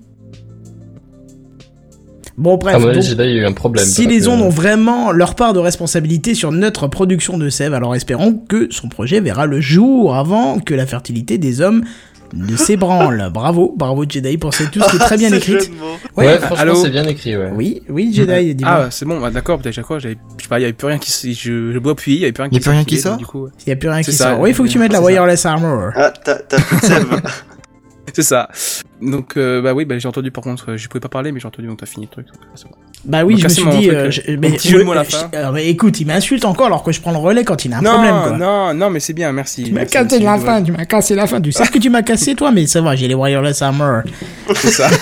[SPEAKER 1] Bon, bref.
[SPEAKER 5] Ah, moi,
[SPEAKER 1] donc,
[SPEAKER 5] Jedi, il y a eu un problème.
[SPEAKER 1] si
[SPEAKER 5] parce
[SPEAKER 1] les
[SPEAKER 5] que-
[SPEAKER 1] ondes ont vraiment leur part de responsabilité sur notre production de sève, alors espérons que son projet verra le jour avant que la fertilité des hommes ne s'ébranle. bravo, bravo Jedi pour cette tout ce qui est très bien
[SPEAKER 2] Ce
[SPEAKER 1] écrit.
[SPEAKER 2] jeu de mots.
[SPEAKER 5] Ouais,
[SPEAKER 4] Ouais,
[SPEAKER 5] franchement,
[SPEAKER 4] allô
[SPEAKER 5] c'est bien écrit, ouais.
[SPEAKER 1] Oui, oui Jedi, dis-moi.
[SPEAKER 4] Ah, c'est bon, bah, d'accord, peut-être à quoi j'avais- Je sais pas, il y avait plus rien qui. s- Je, je dois appuyer, il y avait plus rien
[SPEAKER 3] Y a
[SPEAKER 4] qui
[SPEAKER 3] plus rien qui
[SPEAKER 4] s'activait, donc,
[SPEAKER 3] sort
[SPEAKER 4] du coup,
[SPEAKER 1] Il n'y a plus rien
[SPEAKER 4] C'est
[SPEAKER 1] qui
[SPEAKER 4] ça,
[SPEAKER 1] sort. Oui, il faut que tu mettes la
[SPEAKER 4] c'est ça.
[SPEAKER 1] wireless armor.
[SPEAKER 2] Ah, t'as t'as plus de sève.
[SPEAKER 4] C'est ça. Donc, euh, bah oui, bah, j'ai entendu par contre, euh, je pouvais pas parler, mais j'ai entendu, donc t'as fini le truc. donc, c'est bon.
[SPEAKER 1] Bah oui,
[SPEAKER 4] Donc
[SPEAKER 1] je me
[SPEAKER 4] là, c'est
[SPEAKER 1] suis
[SPEAKER 4] mon
[SPEAKER 1] dit.
[SPEAKER 4] truc,
[SPEAKER 1] euh,
[SPEAKER 4] euh,
[SPEAKER 1] je-
[SPEAKER 4] un
[SPEAKER 1] mais,
[SPEAKER 4] petit jeu de
[SPEAKER 1] je-
[SPEAKER 4] mots à la
[SPEAKER 1] je-
[SPEAKER 4] fin.
[SPEAKER 1] euh, mais écoute, il m'insulte encore alors que je prends le relais quand il a un
[SPEAKER 4] non,
[SPEAKER 1] problème. Quoi.
[SPEAKER 4] non, non, mais c'est bien, merci.
[SPEAKER 10] Tu m'as
[SPEAKER 4] Merci,
[SPEAKER 10] cassé
[SPEAKER 4] merci,
[SPEAKER 10] la
[SPEAKER 4] ouais.
[SPEAKER 10] fin, tu m'as cassé la fin du
[SPEAKER 1] Tu sais que tu m'as cassé toi, mais ça va, j'ai les wireless armor.
[SPEAKER 4] C'est ça.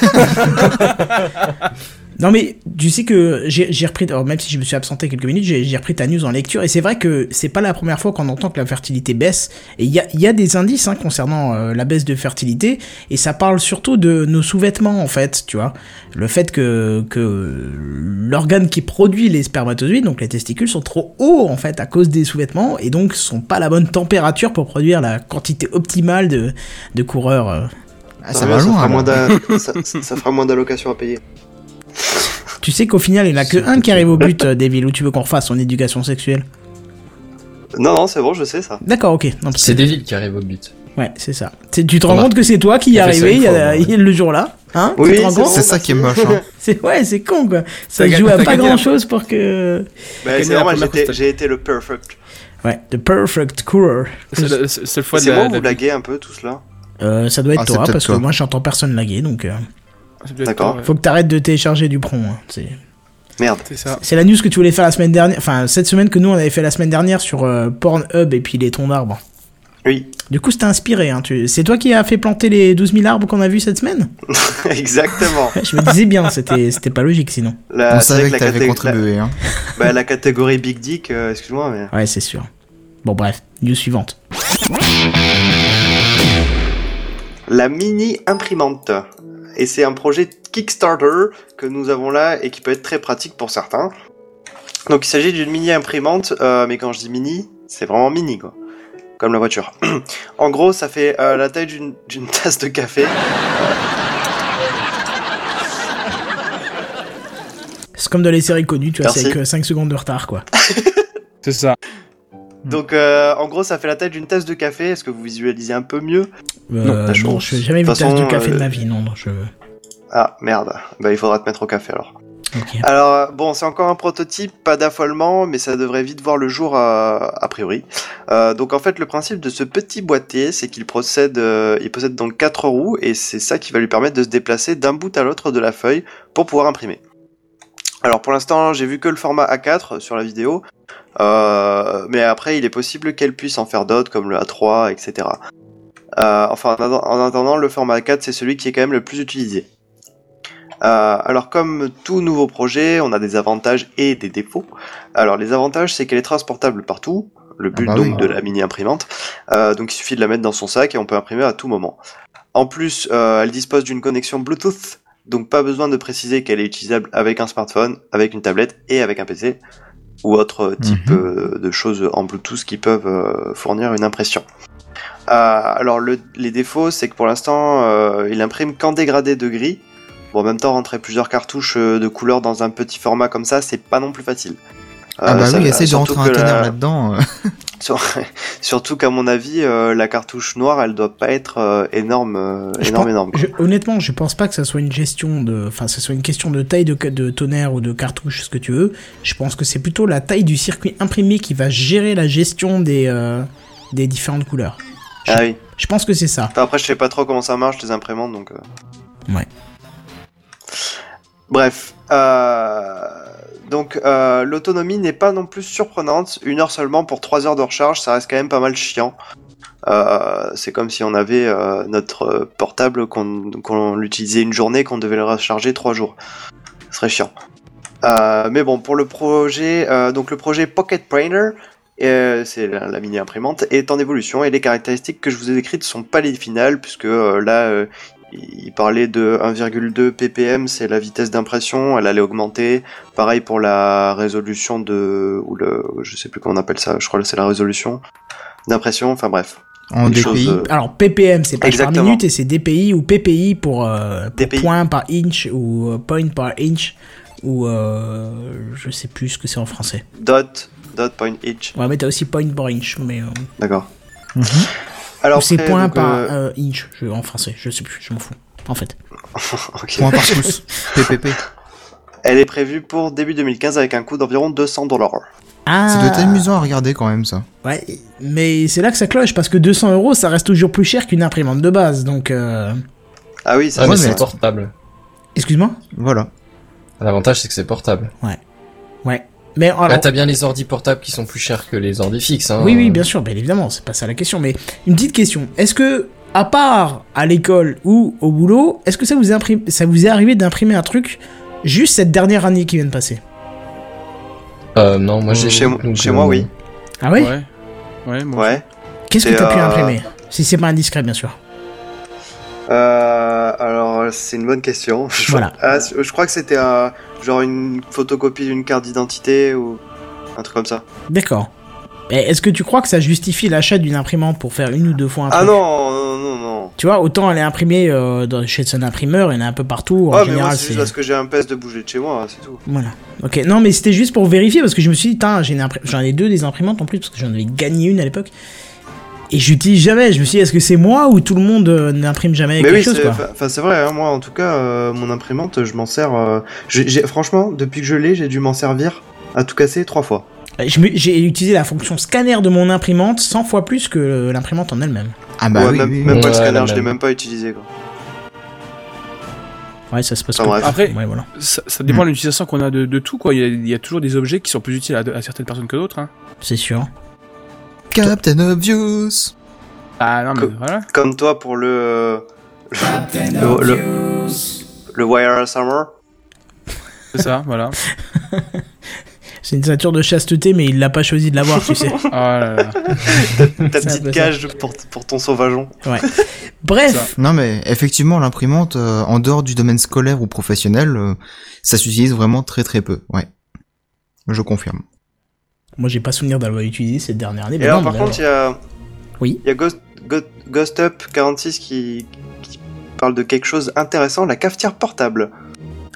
[SPEAKER 1] Non mais tu sais que j'ai j'ai repris, alors, même si je me suis absenté quelques minutes, j'ai j'ai repris ta news en lecture et c'est vrai que c'est pas la première fois qu'on entend que la fertilité baisse et il y a, il y a des indices hein, concernant euh, la baisse de fertilité et ça parle surtout de nos sous-vêtements en fait, tu vois, le fait que que l'organe qui produit les spermatozoïdes, donc les testicules, sont trop hauts en fait à cause des sous-vêtements et donc sont pas à la bonne température pour produire la quantité optimale de de coureurs. euh.
[SPEAKER 3] Ah, ça va loin.
[SPEAKER 2] fera
[SPEAKER 3] alors.
[SPEAKER 2] moins d'a- ça, ça- ça fera moins d'allocations à payer.
[SPEAKER 1] Tu sais qu'au final il y en a que un qui arrive au but, euh, Devil, où tu veux qu'on refasse son éducation sexuelle.
[SPEAKER 2] Non, non, c'est bon, je sais ça.
[SPEAKER 1] D'accord, ok. Non, parce que-
[SPEAKER 5] C'est Devil qui arrive au but.
[SPEAKER 1] Ouais, c'est ça. C'est- Tu te rends
[SPEAKER 3] On a-
[SPEAKER 1] compte que c'est toi qui y
[SPEAKER 3] Il
[SPEAKER 1] est
[SPEAKER 3] a fait ça
[SPEAKER 1] arrivé
[SPEAKER 3] une
[SPEAKER 1] il y a-
[SPEAKER 3] fois, ouais.
[SPEAKER 1] le jour-là hein Tu
[SPEAKER 3] Oui,
[SPEAKER 1] te rends
[SPEAKER 3] c'est-
[SPEAKER 1] compte
[SPEAKER 3] c'est ça qui est moche, hein.
[SPEAKER 1] C'est- ouais, c'est con quoi. Ça
[SPEAKER 2] T'as
[SPEAKER 1] se joue
[SPEAKER 2] gagné-
[SPEAKER 1] à
[SPEAKER 2] t'as
[SPEAKER 1] pas
[SPEAKER 2] gagné la-
[SPEAKER 1] grand-chose pour que.
[SPEAKER 2] Bah, c'est normal, j'étais- j'ai été le perfect.
[SPEAKER 1] Ouais, The Perfect Cooler.
[SPEAKER 4] Seule fois de
[SPEAKER 2] C'est
[SPEAKER 4] la-
[SPEAKER 2] moi
[SPEAKER 4] de
[SPEAKER 2] ou
[SPEAKER 4] la-
[SPEAKER 2] vous blaguez un peu tout cela
[SPEAKER 1] Euh, ça doit être
[SPEAKER 2] Ah, c'est
[SPEAKER 1] toi,
[SPEAKER 2] peut-être
[SPEAKER 1] parce
[SPEAKER 2] toi.
[SPEAKER 1] que moi j'entends personne laguer, donc. euh,
[SPEAKER 2] D'accord.
[SPEAKER 1] Faut que t'arrêtes de télécharger du prompt. hein, c'est-
[SPEAKER 2] Merde.
[SPEAKER 4] C'est ça.
[SPEAKER 1] C'est la news que tu voulais faire la semaine dernière, enfin cette semaine que nous on avait fait la semaine dernière sur euh, Pornhub et puis les tons d'arbres.
[SPEAKER 2] Oui.
[SPEAKER 1] Du coup, c'était inspiré. Hein. Tu... C'est toi qui as fait planter les 12 000 arbres qu'on a vus cette semaine
[SPEAKER 2] Exactement.
[SPEAKER 1] Je me disais bien, c'était c'était pas logique sinon.
[SPEAKER 2] La-
[SPEAKER 3] On
[SPEAKER 2] Ah, c'est
[SPEAKER 3] savait
[SPEAKER 2] vrai
[SPEAKER 3] que
[SPEAKER 2] la
[SPEAKER 3] t'avais
[SPEAKER 2] catég-
[SPEAKER 3] contribué,
[SPEAKER 2] la-
[SPEAKER 3] hein.
[SPEAKER 2] Bah, la catégorie Big Dick, euh, excuse-moi, mais.
[SPEAKER 1] Ouais, c'est sûr. Bon, bref, news suivante.
[SPEAKER 2] La mini imprimante. Et c'est un projet Kickstarter que nous avons là et qui peut être très pratique pour certains. Donc il s'agit d'une mini imprimante, euh, mais quand je dis mini, c'est vraiment mini quoi. Comme la voiture. en gros, ça fait euh, la taille d'une d'une tasse de café.
[SPEAKER 1] C'est comme dans les séries connues, tu vois, c'est
[SPEAKER 2] Merci.
[SPEAKER 1] avec 5 secondes de retard quoi.
[SPEAKER 4] c'est ça.
[SPEAKER 2] Donc euh, en gros, ça fait la taille d'une tasse de café. Est-ce que vous visualisez un peu mieux
[SPEAKER 1] Euh,
[SPEAKER 2] Non, la
[SPEAKER 1] non,
[SPEAKER 2] chance.
[SPEAKER 1] je n'ai jamais
[SPEAKER 2] De
[SPEAKER 1] vu de
[SPEAKER 2] toute
[SPEAKER 1] tasse de
[SPEAKER 2] façon,
[SPEAKER 1] café de
[SPEAKER 2] euh,
[SPEAKER 1] ma vie, non. non, Je...
[SPEAKER 2] Ah merde, bah il faudra te mettre au café alors.
[SPEAKER 1] Ok.
[SPEAKER 2] Alors euh, bon, c'est encore un prototype, pas d'affolement, mais ça devrait vite voir le jour euh, a priori. Euh, donc en fait, le principe de ce petit boîtier, c'est qu'il procède, euh, il possède donc quatre roues et c'est ça qui va lui permettre de se déplacer d'un bout à l'autre de la feuille pour pouvoir imprimer. Alors pour l'instant, j'ai vu que le format A4 sur la vidéo, euh, mais après, il est possible qu'elle puisse en faire d'autres comme le A3, etc. Euh, enfin, en atten- en attendant, le format A4, c'est celui qui est quand même le plus utilisé. Euh, alors comme tout nouveau projet, on a des avantages et des défauts. Alors les avantages, c'est qu'elle est transportable partout, le but
[SPEAKER 3] bah
[SPEAKER 2] donc
[SPEAKER 3] oui.
[SPEAKER 2] de la mini imprimante. Euh, donc il suffit de la mettre dans son sac et on peut imprimer à tout moment. En plus, euh, elle dispose d'une connexion Bluetooth, donc pas besoin de préciser qu'elle est utilisable avec un smartphone, avec une tablette et avec un PC ou autre type
[SPEAKER 3] Mhm.
[SPEAKER 2] euh, de choses en Bluetooth qui peuvent euh, fournir une impression. Euh, alors le- les défauts, c'est que pour l'instant, euh, il imprime qu'en dégradé de gris. Bon, en même temps, rentrer plusieurs cartouches euh, de couleur dans un petit format comme ça, c'est pas non plus facile. Euh,
[SPEAKER 3] Ah bah
[SPEAKER 2] ça-
[SPEAKER 3] oui, essaye de
[SPEAKER 2] surtout
[SPEAKER 3] rentrer un
[SPEAKER 2] que la-
[SPEAKER 3] canard là-dedans. euh,
[SPEAKER 2] sur- Surtout qu'à mon avis, euh, la cartouche noire, elle doit pas être euh, énorme, euh, énorme, énorme.
[SPEAKER 1] Je- honnêtement, je pense pas que ça soit une gestion de, enfin, ça soit une question de taille de, ca- de tonnerre ou de cartouche, ce que tu veux. Je pense que c'est plutôt la taille du circuit imprimé qui va gérer la gestion des, euh, des différentes couleurs.
[SPEAKER 2] Ah oui.
[SPEAKER 1] Je pense que c'est ça.
[SPEAKER 2] Enfin, après, je sais pas trop comment ça marche, les imprimantes, donc. euh.
[SPEAKER 1] Ouais.
[SPEAKER 2] Bref. euh, Donc, euh, l'autonomie n'est pas non plus surprenante. Une heure seulement pour trois heures de recharge, ça reste quand même pas mal chiant. Euh, c'est comme si on avait euh, notre euh, portable, qu'on qu'on l'utilisait une journée, qu'on devait le recharger trois jours. Ce serait chiant. Euh, mais bon, pour le projet, euh, donc le projet Pocket Printer, euh, c'est la, la mini imprimante, est en évolution et les caractéristiques que je vous ai décrites sont pas les finales, puisque euh, là, euh, il il parlait de 1,2 ppm, c'est la vitesse d'impression, elle allait augmenter. Pareil pour la résolution de. ou le. je sais plus comment on appelle ça, je crois que c'est la résolution d'impression, enfin bref.
[SPEAKER 3] En
[SPEAKER 2] Des choses,
[SPEAKER 3] DPI.
[SPEAKER 2] euh,
[SPEAKER 1] Alors PPM c'est pas par
[SPEAKER 2] Exactement.
[SPEAKER 1] minute et c'est DPI ou PPI pour, euh, pour
[SPEAKER 2] DPI.
[SPEAKER 1] point par inch ou euh, point par inch ou euh, je sais plus ce que c'est en français.
[SPEAKER 2] Dot, dot, point each.
[SPEAKER 1] Ouais mais t'as aussi point par inch mais euh,
[SPEAKER 2] D'accord.
[SPEAKER 3] Mhm.
[SPEAKER 1] ou
[SPEAKER 2] Alors,
[SPEAKER 1] c'est
[SPEAKER 2] après,
[SPEAKER 1] point
[SPEAKER 2] donc,
[SPEAKER 1] par
[SPEAKER 2] euh,
[SPEAKER 1] euh, inch je- en français je sais plus je m'en fous en fait.
[SPEAKER 2] ok.
[SPEAKER 3] Point par pouce. PPP.
[SPEAKER 2] Elle est prévue pour début 2015 avec un coût d'environ 200 dollars.
[SPEAKER 3] Ça doit être
[SPEAKER 1] Ah
[SPEAKER 3] amusant à regarder quand même ça.
[SPEAKER 1] ouais mais c'est là que ça cloche parce que 200 euros ça reste toujours plus cher qu'une imprimante de base donc euh,
[SPEAKER 2] Ah oui, ça
[SPEAKER 5] Ah,
[SPEAKER 3] Ouais,
[SPEAKER 5] mais
[SPEAKER 3] mais-
[SPEAKER 5] c'est portable.
[SPEAKER 1] excuse-moi
[SPEAKER 3] Voilà.
[SPEAKER 5] L'avantage, c'est que c'est portable.
[SPEAKER 1] ouais mais alors,
[SPEAKER 5] Là, t'as bien les ordi portables qui sont plus chers que les ordi fixes. Hein.
[SPEAKER 1] Ah Oui, oui, bien sûr, bien évidemment, c'est pas ça la question. Mais une petite question est-ce que, à part à l'école ou au boulot, est-ce que ça vous, est imprim- ça vous est arrivé d'imprimer un truc juste cette dernière année qui vient de passer
[SPEAKER 5] Euh, non, moi j'ai.
[SPEAKER 2] Mmh, Chez moi-
[SPEAKER 5] donc, euh,
[SPEAKER 2] chez moi, oui.
[SPEAKER 1] Ah ouais,
[SPEAKER 4] Ouais. Ouais, moi.
[SPEAKER 2] Ouais.
[SPEAKER 1] Qu'est-ce que
[SPEAKER 2] C'est,
[SPEAKER 1] t'as pu
[SPEAKER 2] euh,
[SPEAKER 1] imprimer Si c'est pas indiscret, bien sûr.
[SPEAKER 2] Euh, alors, c'est une bonne question. Je-
[SPEAKER 1] Voilà.
[SPEAKER 2] Ah, je crois que c'était euh, genre une photocopie d'une carte d'identité ou un truc comme ça.
[SPEAKER 1] D'accord. Mais Est-ce que tu crois que ça justifie l'achat d'une imprimante pour faire une ou deux fois un
[SPEAKER 2] Ah
[SPEAKER 1] truc
[SPEAKER 2] non, non, non, non.
[SPEAKER 1] Tu vois, autant elle est imprimée euh, dans- chez son imprimeur, il y en a un peu partout. En
[SPEAKER 2] ah, mais moi,
[SPEAKER 1] général,
[SPEAKER 2] c'est juste
[SPEAKER 1] c'est-
[SPEAKER 2] parce que j'ai un PS de bouger de chez moi, c'est tout.
[SPEAKER 1] Voilà. Ok. Non, mais c'était juste pour vérifier parce que je me suis dit, Tain, j'ai une imprim- j'en ai deux des imprimantes en plus parce que j'en avais gagné une à l'époque. Et j'utilise jamais. Je me suis dit, est-ce que c'est moi ou tout le monde euh, n'imprime jamais
[SPEAKER 2] Mais
[SPEAKER 1] quelque
[SPEAKER 2] oui,
[SPEAKER 1] chose
[SPEAKER 2] c'est
[SPEAKER 1] quoi.
[SPEAKER 2] enfin, enfin, c'est vrai, hein, moi en tout cas, euh, mon imprimante, je m'en sers. euh, j'ai- j'ai- franchement, depuis que je l'ai, j'ai dû m'en servir à tout casser trois fois.
[SPEAKER 1] Je me- J'ai utilisé la fonction scanner de mon imprimante 100 fois plus que euh, l'imprimante en elle-même.
[SPEAKER 3] Ah bah
[SPEAKER 2] Ouais,
[SPEAKER 3] oui,
[SPEAKER 2] même,
[SPEAKER 3] oui,
[SPEAKER 2] même
[SPEAKER 3] oui.
[SPEAKER 2] pas le
[SPEAKER 5] Ouais,
[SPEAKER 2] scanner,
[SPEAKER 5] la
[SPEAKER 2] je l'ai
[SPEAKER 5] même.
[SPEAKER 2] même pas utilisé. Quoi.
[SPEAKER 1] Ouais, ça se passe
[SPEAKER 2] Ah,
[SPEAKER 1] comme-
[SPEAKER 2] bref.
[SPEAKER 4] Après-
[SPEAKER 1] ouais, voilà.
[SPEAKER 4] Ça, ça dépend de l'utilisation qu'on a de, de tout, quoi. Il y, a, il y a toujours des objets qui sont plus utiles à, de- à certaines personnes que d'autres, hein.
[SPEAKER 1] C'est sûr.
[SPEAKER 3] Captain Obvious.
[SPEAKER 4] Ah non, mais
[SPEAKER 2] Cool.
[SPEAKER 4] voilà.
[SPEAKER 2] Comme toi pour le. euh, le, le- le Wireless Armor.
[SPEAKER 4] C'est ça, voilà.
[SPEAKER 1] C'est une ceinture de chasteté, mais il l'a pas choisi de l'avoir, tu sais.
[SPEAKER 4] Oh là là.
[SPEAKER 2] Ta
[SPEAKER 1] C'est un peu
[SPEAKER 2] petite cage pour, pour ton sauvageon.
[SPEAKER 1] Ouais. Bref,
[SPEAKER 4] Ça.
[SPEAKER 3] Non mais effectivement l'imprimante euh, en dehors du domaine scolaire ou professionnel euh, ça s'utilise vraiment très très peu ouais je confirme
[SPEAKER 1] moi j'ai pas souvenir d'avoir utilisé cette dernière année.
[SPEAKER 2] Et
[SPEAKER 1] mais
[SPEAKER 2] alors,
[SPEAKER 1] Eh ben non,
[SPEAKER 2] par
[SPEAKER 1] mais
[SPEAKER 2] contre, il y a.
[SPEAKER 1] Oui.
[SPEAKER 2] Il y a Ghost, Ghost, Ghost Up 46 qui, qui parle de quelque chose d'intéressant la cafetière portable.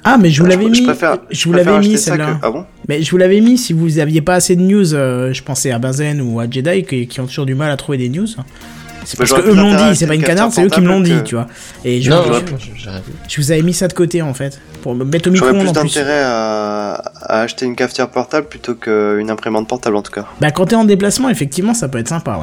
[SPEAKER 1] Ah, mais je vous l'avais
[SPEAKER 2] je
[SPEAKER 1] mis.
[SPEAKER 2] préfère-
[SPEAKER 1] je vous
[SPEAKER 2] préfère
[SPEAKER 1] l'avais
[SPEAKER 2] acheter
[SPEAKER 1] mis
[SPEAKER 2] ça
[SPEAKER 1] celle-là.
[SPEAKER 2] que- Ah bon
[SPEAKER 1] Mais je vous l'avais mis si vous aviez pas assez de news. euh, je pensais à Benzen ou à Jedi qui, qui ont toujours du mal à trouver des news. C'est
[SPEAKER 2] Bah,
[SPEAKER 1] parce
[SPEAKER 2] j'aurais
[SPEAKER 1] que eux
[SPEAKER 2] plus
[SPEAKER 1] m'ont
[SPEAKER 2] intérêt à
[SPEAKER 1] dit, c'est
[SPEAKER 2] acheter
[SPEAKER 1] pas une
[SPEAKER 2] une carte
[SPEAKER 1] canarde, c'est eux qui me l'ont dit,
[SPEAKER 2] portable que-
[SPEAKER 1] tu vois. Et je,
[SPEAKER 5] Non,
[SPEAKER 1] je-
[SPEAKER 5] moi, je- j'ai rien dit.
[SPEAKER 1] je vous avais mis ça de côté en fait, pour me mettre au
[SPEAKER 2] J'aurais
[SPEAKER 1] micro-ondes
[SPEAKER 2] plus
[SPEAKER 1] en plus.
[SPEAKER 2] d'intérêt à, à acheter une cafetière portable plutôt qu'une imprimante portable en tout cas.
[SPEAKER 1] Bah quand t'es en déplacement, effectivement, ça peut être sympa, ouais.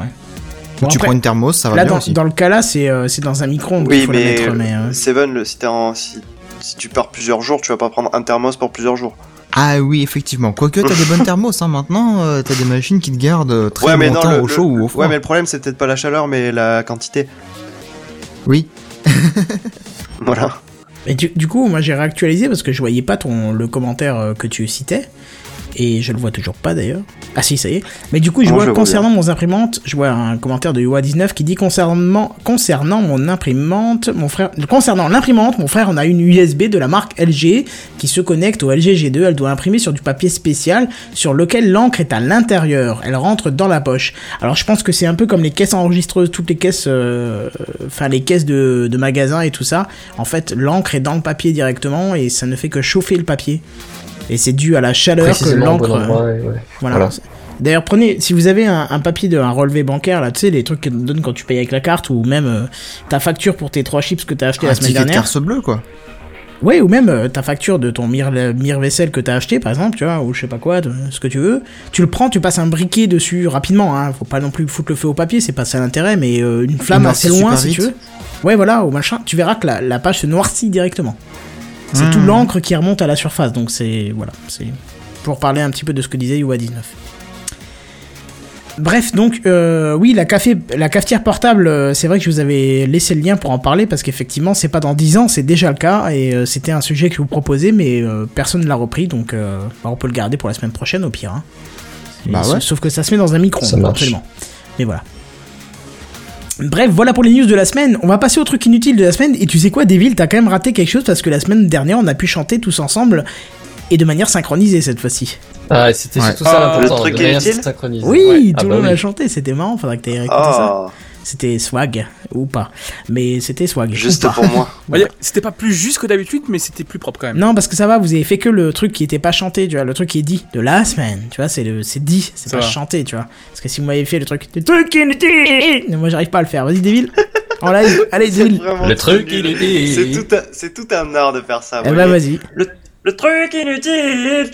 [SPEAKER 1] Bon,
[SPEAKER 3] ou tu
[SPEAKER 1] après,
[SPEAKER 3] prends une thermos ça va
[SPEAKER 1] là,
[SPEAKER 3] bien
[SPEAKER 1] dans,
[SPEAKER 3] aussi
[SPEAKER 1] dans le cas là, c'est euh, c'est dans un micro-ondes qu'il
[SPEAKER 2] Oui,
[SPEAKER 1] faut la
[SPEAKER 2] mais,
[SPEAKER 1] mettre, mais. euh,
[SPEAKER 2] Seven, le, si, t'es en- si, si tu pars plusieurs jours, tu vas pas prendre un thermos pour plusieurs jours.
[SPEAKER 3] ah oui effectivement quoique t'as des bonnes thermos hein, maintenant euh, t'as des machines qui te gardent euh, très
[SPEAKER 2] Ouais, mais non,
[SPEAKER 3] longtemps
[SPEAKER 2] le-
[SPEAKER 3] au chaud
[SPEAKER 2] le-
[SPEAKER 3] ou au froid
[SPEAKER 2] Ouais, mais le problème, c'est peut-être pas la chaleur, mais la quantité.
[SPEAKER 3] oui
[SPEAKER 2] Voilà.
[SPEAKER 1] Et du, du coup, moi j'ai réactualisé parce que je voyais pas ton le commentaire euh, que tu citais. Et je le vois toujours pas d'ailleurs. Ah si, ça y est. Mais du coup, je
[SPEAKER 2] Moi, je
[SPEAKER 1] vois
[SPEAKER 2] le vois
[SPEAKER 1] concernant mon imprimante, je vois un commentaire de Yoa19 qui dit concernant, concernant mon imprimante, mon frère, concernant l'imprimante, mon frère en a une USB de la marque LG qui se connecte au LG G2. Elle doit imprimer sur du papier spécial sur lequel l'encre est à l'intérieur. Elle rentre dans la poche. Alors je pense que c'est un peu comme les caisses enregistreuses, toutes les caisses, euh, euh, enfin les caisses de, de magasins et tout ça. En fait, l'encre est dans le papier directement et ça ne fait que chauffer le papier. Et c'est dû à la chaleur que
[SPEAKER 5] Précisément au bon
[SPEAKER 1] l'encre. euh,
[SPEAKER 5] endroit, ouais, ouais.
[SPEAKER 1] voilà.
[SPEAKER 5] Voilà.
[SPEAKER 1] D'ailleurs, prenez, si vous avez un, un papier de un relevé bancaire, là, tu sais, les trucs qu'ils te donnent quand tu payes avec la carte, ou même euh, ta facture pour tes trois chips que t'as acheté
[SPEAKER 3] un
[SPEAKER 1] la semaine
[SPEAKER 3] ticket de
[SPEAKER 1] dernière.
[SPEAKER 3] carte bleue quoi
[SPEAKER 1] Ouais, ou même euh, ta facture de ton mire, mire vaisselle que t'as acheté, par exemple, tu vois, ou je sais pas quoi, de- ce que tu veux. Tu le prends, tu passes un briquet dessus rapidement, hein. Faut pas non plus foutre le feu au papier, c'est pas ça l'intérêt, mais euh, une flamme
[SPEAKER 3] noircit
[SPEAKER 1] assez loin
[SPEAKER 3] super
[SPEAKER 1] si tu veux.
[SPEAKER 3] vite.
[SPEAKER 1] Ouais, voilà, au machin, tu verras que la, la page se noircit directement. C'est
[SPEAKER 3] Mmh.
[SPEAKER 1] tout l'encre qui remonte à la surface, donc c'est. Voilà, c'est. Pour parler un petit peu de ce que disait UA19. Bref, donc, euh, oui, la, café, la cafetière portable, euh, c'est vrai que je vous avais laissé le lien pour en parler parce qu'effectivement, c'est pas dans 10 ans, c'est déjà le cas et euh, c'était un sujet que je vous proposais, mais euh, personne ne l'a repris donc euh, bah, on peut le garder pour la semaine prochaine au pire. hein.
[SPEAKER 3] Bah
[SPEAKER 1] Et sa-
[SPEAKER 3] ouais.
[SPEAKER 1] Sauf que ça se met dans un micro,
[SPEAKER 5] Ça marche.
[SPEAKER 1] absolument. Mais voilà. Bref, voilà pour les news de la semaine. On va passer au truc inutile de la semaine. Et tu sais quoi, Devil, t'as quand même raté quelque chose parce que la semaine dernière, on a pu chanter tous ensemble et de manière synchronisée cette fois-ci.
[SPEAKER 5] Ah, et c'était
[SPEAKER 3] Ouais.
[SPEAKER 5] surtout
[SPEAKER 4] Ah,
[SPEAKER 5] ça l'important.
[SPEAKER 2] le truc
[SPEAKER 5] de
[SPEAKER 2] est
[SPEAKER 5] rien
[SPEAKER 2] utile
[SPEAKER 5] se synchroniser.
[SPEAKER 1] Oui,
[SPEAKER 5] Ouais.
[SPEAKER 1] tout
[SPEAKER 5] Ah
[SPEAKER 1] le
[SPEAKER 5] bah
[SPEAKER 1] monde
[SPEAKER 5] oui.
[SPEAKER 1] a chanté, c'était marrant, faudrait que t'aies réécouté ça.
[SPEAKER 2] Ah,
[SPEAKER 1] C'était swag ou pas, mais c'était swag.
[SPEAKER 2] juste
[SPEAKER 1] ou pas.
[SPEAKER 2] pour moi.
[SPEAKER 1] Voilà.
[SPEAKER 4] C'était pas plus juste que d'habitude, mais c'était plus propre quand même.
[SPEAKER 1] Non, parce que ça va, vous avez fait que le truc qui était pas chanté, tu vois, le truc qui est dit de la semaine, tu vois, c'est le, c'est dit, c'est
[SPEAKER 4] Ça
[SPEAKER 1] pas
[SPEAKER 4] va.
[SPEAKER 1] chanté, tu vois. Parce que si vous m'avez fait le truc, le truc inutile, moi j'arrive pas à le faire. Vas-y, Devil, en live, allez, Devil.
[SPEAKER 2] Vraiment
[SPEAKER 5] Le
[SPEAKER 2] tout
[SPEAKER 5] truc,
[SPEAKER 2] nul.
[SPEAKER 5] il est-
[SPEAKER 2] C'est tout, un- c'est tout un art de faire ça.
[SPEAKER 1] Eh
[SPEAKER 2] vous
[SPEAKER 1] ben
[SPEAKER 2] voyez.
[SPEAKER 1] vas-y.
[SPEAKER 2] Ah, le, le truc inutile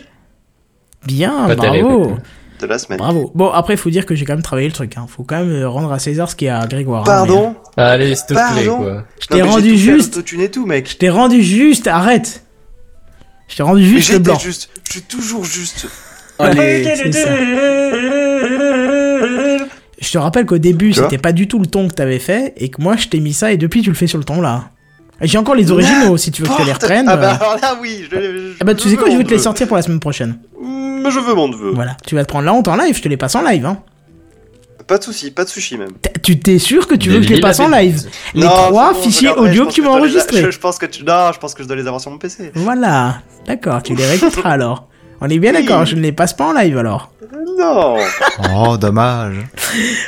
[SPEAKER 1] Bien,
[SPEAKER 5] Pas terrible.
[SPEAKER 1] bravo,
[SPEAKER 2] de la semaine.
[SPEAKER 1] bravo. Bon, après, faut dire que j'ai quand même travaillé le truc, hein. Faut quand même euh, rendre à César ce qu'il y a à Grégoire. hein, mais, euh,
[SPEAKER 2] Pardon
[SPEAKER 5] Allez, s'il te plaît,
[SPEAKER 2] Pardon.
[SPEAKER 5] quoi.
[SPEAKER 1] je
[SPEAKER 2] Non, mais
[SPEAKER 1] t'ai
[SPEAKER 2] j'ai
[SPEAKER 1] rendu
[SPEAKER 2] tout fait à
[SPEAKER 1] juste,
[SPEAKER 2] l'autotune et tout, mec.
[SPEAKER 1] je t'ai rendu juste, arrête. Je t'ai rendu juste le
[SPEAKER 2] J'étais
[SPEAKER 1] blanc.
[SPEAKER 2] juste, je suis toujours juste.
[SPEAKER 4] Allez.
[SPEAKER 1] C'est ça. Je te rappelle qu'au début,
[SPEAKER 2] Tu vois
[SPEAKER 1] c'était pas du tout le ton que t'avais fait, et que moi, je t'ai mis ça, et depuis, tu le fais sur le ton là. J'ai encore les originaux, si tu veux que je te les
[SPEAKER 2] Porte-
[SPEAKER 1] reprenne.
[SPEAKER 2] Ah
[SPEAKER 1] euh.
[SPEAKER 2] bah alors là, oui. Je, je-
[SPEAKER 1] Ah bah, tu sais quoi,
[SPEAKER 2] veux
[SPEAKER 1] je vais
[SPEAKER 2] mon
[SPEAKER 1] te les
[SPEAKER 2] neveu.
[SPEAKER 1] sortir pour la semaine prochaine.
[SPEAKER 2] Mm, Je veux mon neveu.
[SPEAKER 1] Voilà, tu vas te prendre la honte en live, je te les passe en live. Hein.
[SPEAKER 2] Pas de soucis, pas de sushi même.
[SPEAKER 1] T'as- Tu t'es sûr que tu veux
[SPEAKER 5] Des
[SPEAKER 1] que je les
[SPEAKER 5] lilas,
[SPEAKER 1] passe en
[SPEAKER 5] des-
[SPEAKER 1] live Les
[SPEAKER 2] Non,
[SPEAKER 1] trois
[SPEAKER 2] c'est bon, je
[SPEAKER 1] fichiers
[SPEAKER 2] regarderai,
[SPEAKER 1] audio
[SPEAKER 2] je
[SPEAKER 1] que tu m'as
[SPEAKER 2] pense je dois les a-
[SPEAKER 1] enregistrés.
[SPEAKER 2] Je, je pense que tu... Non, je pense que je dois les avoir sur mon PC.
[SPEAKER 1] Voilà, d'accord, tu les réécouteras alors. On est bien
[SPEAKER 2] Oui.
[SPEAKER 1] d'accord, je ne les passe pas en live alors.
[SPEAKER 2] Non.
[SPEAKER 3] oh dommage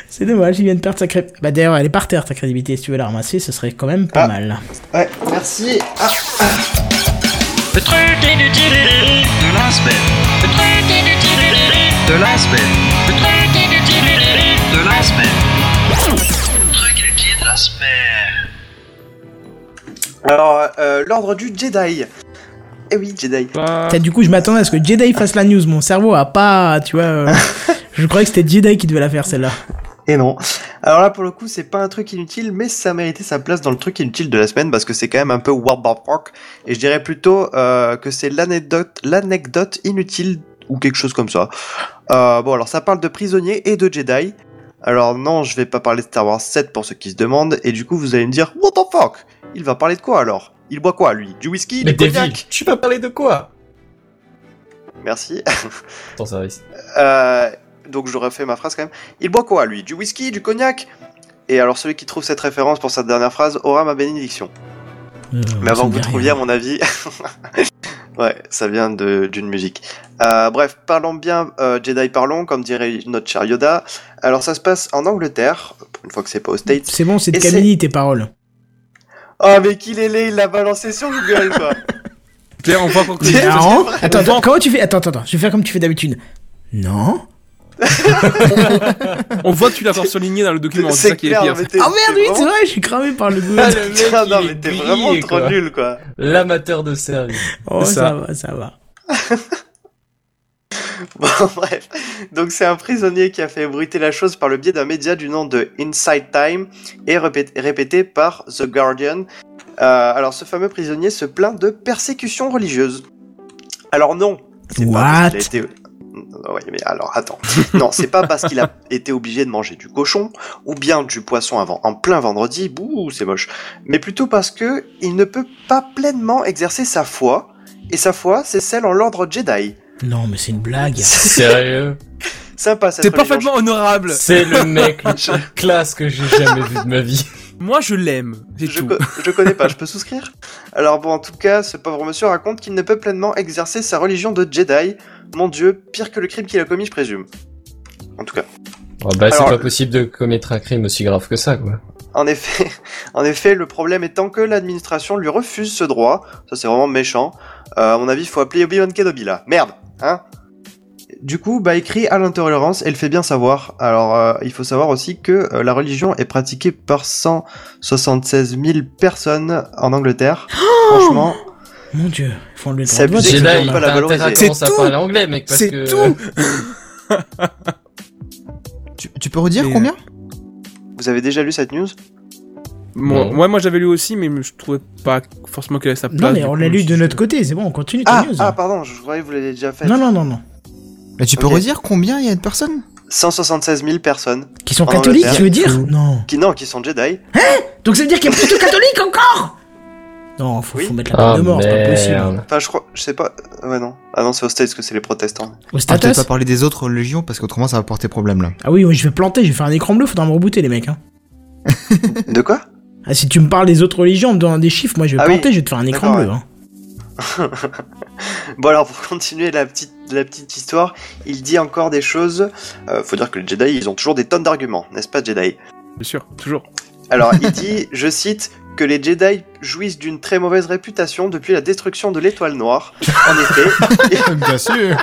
[SPEAKER 1] C'est dommage, il vient de perdre sa crédibilité. Bah d'ailleurs, elle est par terre ta crédibilité, si tu veux la ramasser, ce serait quand même pas
[SPEAKER 2] Ah.
[SPEAKER 1] mal.
[SPEAKER 2] Ouais, merci. Ah, semaine. Alors, euh, l'ordre du Jedi. Eh oui, Jedi.
[SPEAKER 1] T'as- Du coup, je m'attendais à ce que Jedi fasse la news. Mon cerveau a pas, tu vois. euh, je croyais que c'était Jedi qui devait la faire celle-là.
[SPEAKER 2] Et non. Alors là, pour le coup, c'est pas un truc inutile, mais ça méritait sa place dans le truc inutile de la semaine parce que c'est quand même un peu World of Rock. Et je dirais plutôt euh, que c'est l'anecdote, l'anecdote inutile ou quelque chose comme ça. Euh, bon, alors ça parle de prisonniers et de Jedi. Alors non, je vais pas parler de Star Wars 7 pour ceux qui se demandent. Et du coup, vous allez me dire, What the fuck Il va parler de quoi alors Il boit quoi lui Du whisky
[SPEAKER 5] Mais
[SPEAKER 2] Du
[SPEAKER 5] David,
[SPEAKER 2] cognac
[SPEAKER 5] tu vas parler de quoi
[SPEAKER 2] Merci.
[SPEAKER 5] Ton service.
[SPEAKER 2] Euh, donc j'aurais fait ma phrase quand même. Il boit quoi lui Du whisky, du cognac Et alors celui qui trouve cette référence pour sa dernière phrase aura ma bénédiction.
[SPEAKER 1] Euh,
[SPEAKER 2] Mais avant que vous trouviez à mon avis... ouais, ça vient de- d'une musique. Euh, bref, parlons bien euh, Jedi parlons, comme dirait notre cher Yoda. Alors ça se passe en Angleterre, pour une fois que c'est pas aux States.
[SPEAKER 1] C'est bon, c'est de
[SPEAKER 2] Et c'est-
[SPEAKER 1] Camille tes paroles.
[SPEAKER 2] Oh mais qu'il est laid, il l'a balancé sur Google quoi
[SPEAKER 4] Claire, on voit pour
[SPEAKER 2] C'est
[SPEAKER 1] Non.
[SPEAKER 2] vrai.
[SPEAKER 1] Attends, attends, comment tu fais Attends, attends, attends, je vais faire comme tu fais d'habitude. Non.
[SPEAKER 4] On voit que tu l'as encore surligné dans le document, c'est
[SPEAKER 2] C'est
[SPEAKER 4] ça qui est
[SPEAKER 2] clair,
[SPEAKER 4] pire.
[SPEAKER 2] mais t'es
[SPEAKER 1] Ah merde,
[SPEAKER 2] t'es
[SPEAKER 1] oui, c'est
[SPEAKER 2] vraiment-
[SPEAKER 1] vrai, je suis cramé par le goût.
[SPEAKER 5] Ah, le mec,
[SPEAKER 2] Putain, non
[SPEAKER 5] il
[SPEAKER 2] mais
[SPEAKER 5] est
[SPEAKER 2] t'es
[SPEAKER 5] grillé,
[SPEAKER 2] vraiment trop
[SPEAKER 5] quoi.
[SPEAKER 2] nul quoi
[SPEAKER 5] L'amateur de service.
[SPEAKER 1] Oh,
[SPEAKER 4] c'est
[SPEAKER 1] ça.
[SPEAKER 4] ça.
[SPEAKER 1] va, ça va.
[SPEAKER 2] Bon, bref. Donc, c'est un prisonnier qui a fait bruiter la chose par le biais d'un média du nom de Inside Time et répé- répété par The Guardian. Euh, alors, ce fameux prisonnier se plaint de persécution religieuse. Alors, non. c'est pas parce qu'il a été- Ouais, mais alors, attends. Non, c'est pas parce qu'il a été obligé de manger du cochon ou bien du poisson avant, en plein vendredi. Bouh, c'est moche. Mais plutôt parce que il ne peut pas pleinement exercer sa foi. Et sa foi, c'est celle en l'ordre Jedi.
[SPEAKER 1] Non, mais c'est une blague.
[SPEAKER 5] Sérieux
[SPEAKER 2] Sympa cette
[SPEAKER 4] C'est
[SPEAKER 2] religion,
[SPEAKER 4] parfaitement honorable.
[SPEAKER 5] C'est le mec le
[SPEAKER 4] Ah,
[SPEAKER 5] plus classe que j'ai jamais vu de ma vie.
[SPEAKER 4] Moi, je l'aime. C'est
[SPEAKER 2] je,
[SPEAKER 4] tout.
[SPEAKER 2] co- je connais pas, je peux souscrire Alors bon, en tout cas, ce pauvre monsieur raconte qu'il ne peut pleinement exercer sa religion de Jedi. Mon dieu, pire que le crime qu'il a commis, je présume. En tout cas.
[SPEAKER 5] Oh, bah, c'est
[SPEAKER 2] Alors,
[SPEAKER 5] pas
[SPEAKER 2] le-
[SPEAKER 5] possible de commettre un crime aussi grave que ça, quoi.
[SPEAKER 2] En effet, en effet, le problème étant que l'administration lui refuse ce droit. Ça, c'est vraiment méchant. Euh, à mon avis, faut appeler Obi-Wan Kenobi, là. Merde, hein Du coup, bah, écrit à l'intolérance, elle fait bien savoir. Alors, euh, il faut savoir aussi que euh, la religion est pratiquée par 176 000 personnes en Angleterre.
[SPEAKER 4] Oh
[SPEAKER 2] Franchement...
[SPEAKER 1] Mon dieu, ils font le
[SPEAKER 2] C'est
[SPEAKER 1] droit de
[SPEAKER 2] abusé.
[SPEAKER 1] vote.
[SPEAKER 5] Jedi,
[SPEAKER 2] que
[SPEAKER 5] t'as
[SPEAKER 2] j'aime pas la
[SPEAKER 5] intérêt à
[SPEAKER 2] valoriser.
[SPEAKER 5] commencer à
[SPEAKER 4] C'est
[SPEAKER 5] parler anglais, mec, parce
[SPEAKER 4] C'est
[SPEAKER 5] que...
[SPEAKER 4] tout.
[SPEAKER 3] Tu, tu peux redire
[SPEAKER 4] Et, euh,
[SPEAKER 3] combien
[SPEAKER 2] Vous avez déjà lu cette news
[SPEAKER 4] Moi,
[SPEAKER 5] Non.
[SPEAKER 4] ouais, moi, j'avais lu aussi, mais je trouvais pas forcément qu'elle ait sa place.
[SPEAKER 1] Non, mais
[SPEAKER 4] du
[SPEAKER 1] on
[SPEAKER 4] coup,
[SPEAKER 1] l'a lu
[SPEAKER 4] je-
[SPEAKER 1] de notre côté, c'est bon, on continue tes
[SPEAKER 2] ah,
[SPEAKER 1] news.
[SPEAKER 2] ah, pardon, je croyais que vous l'aviez déjà fait.
[SPEAKER 1] non, non, non, non.
[SPEAKER 3] Mais tu peux
[SPEAKER 2] ok.
[SPEAKER 3] redire combien il y a de personnes
[SPEAKER 2] 176 000 personnes
[SPEAKER 1] Qui sont
[SPEAKER 2] En
[SPEAKER 1] catholiques,
[SPEAKER 2] Angleterre.
[SPEAKER 1] tu veux dire Non.
[SPEAKER 2] qui, non, qui sont Jedi.
[SPEAKER 1] Donc ça veut dire qu'il y a plus de catholiques encore Non, faut,
[SPEAKER 2] Oui.
[SPEAKER 1] faut mettre la peine
[SPEAKER 5] Ah,
[SPEAKER 1] de mort, c'est pas possible.
[SPEAKER 5] merde.
[SPEAKER 2] Enfin, je crois, je sais pas. euh, Ouais, non. Ah non, c'est aux States que c'est les protestants.
[SPEAKER 1] Au
[SPEAKER 3] Ah, peut-être pas
[SPEAKER 1] status
[SPEAKER 3] parler des autres religions parce qu'autrement ça va porter problème là.
[SPEAKER 1] Ah oui, oui, je vais planter, je vais faire un écran bleu, faudra me rebooter les mecs. Hein.
[SPEAKER 2] De quoi
[SPEAKER 1] Ah, si tu me parles des autres religions en me donnant des chiffres, moi je vais
[SPEAKER 2] Ah oui.
[SPEAKER 1] planter, je vais te faire un écran
[SPEAKER 2] D'accord,
[SPEAKER 1] bleu. Hein.
[SPEAKER 2] Bon, alors, pour continuer la petite, la petite histoire, il dit encore des choses. Euh, faut dire que les Jedi, ils ont toujours des tonnes d'arguments, n'est-ce pas, Jedi
[SPEAKER 4] Bien sûr, toujours.
[SPEAKER 2] Alors, il dit, je cite, que les Jedi jouissent d'une très mauvaise réputation depuis la destruction de l'étoile noire. En effet,
[SPEAKER 3] Bien sûr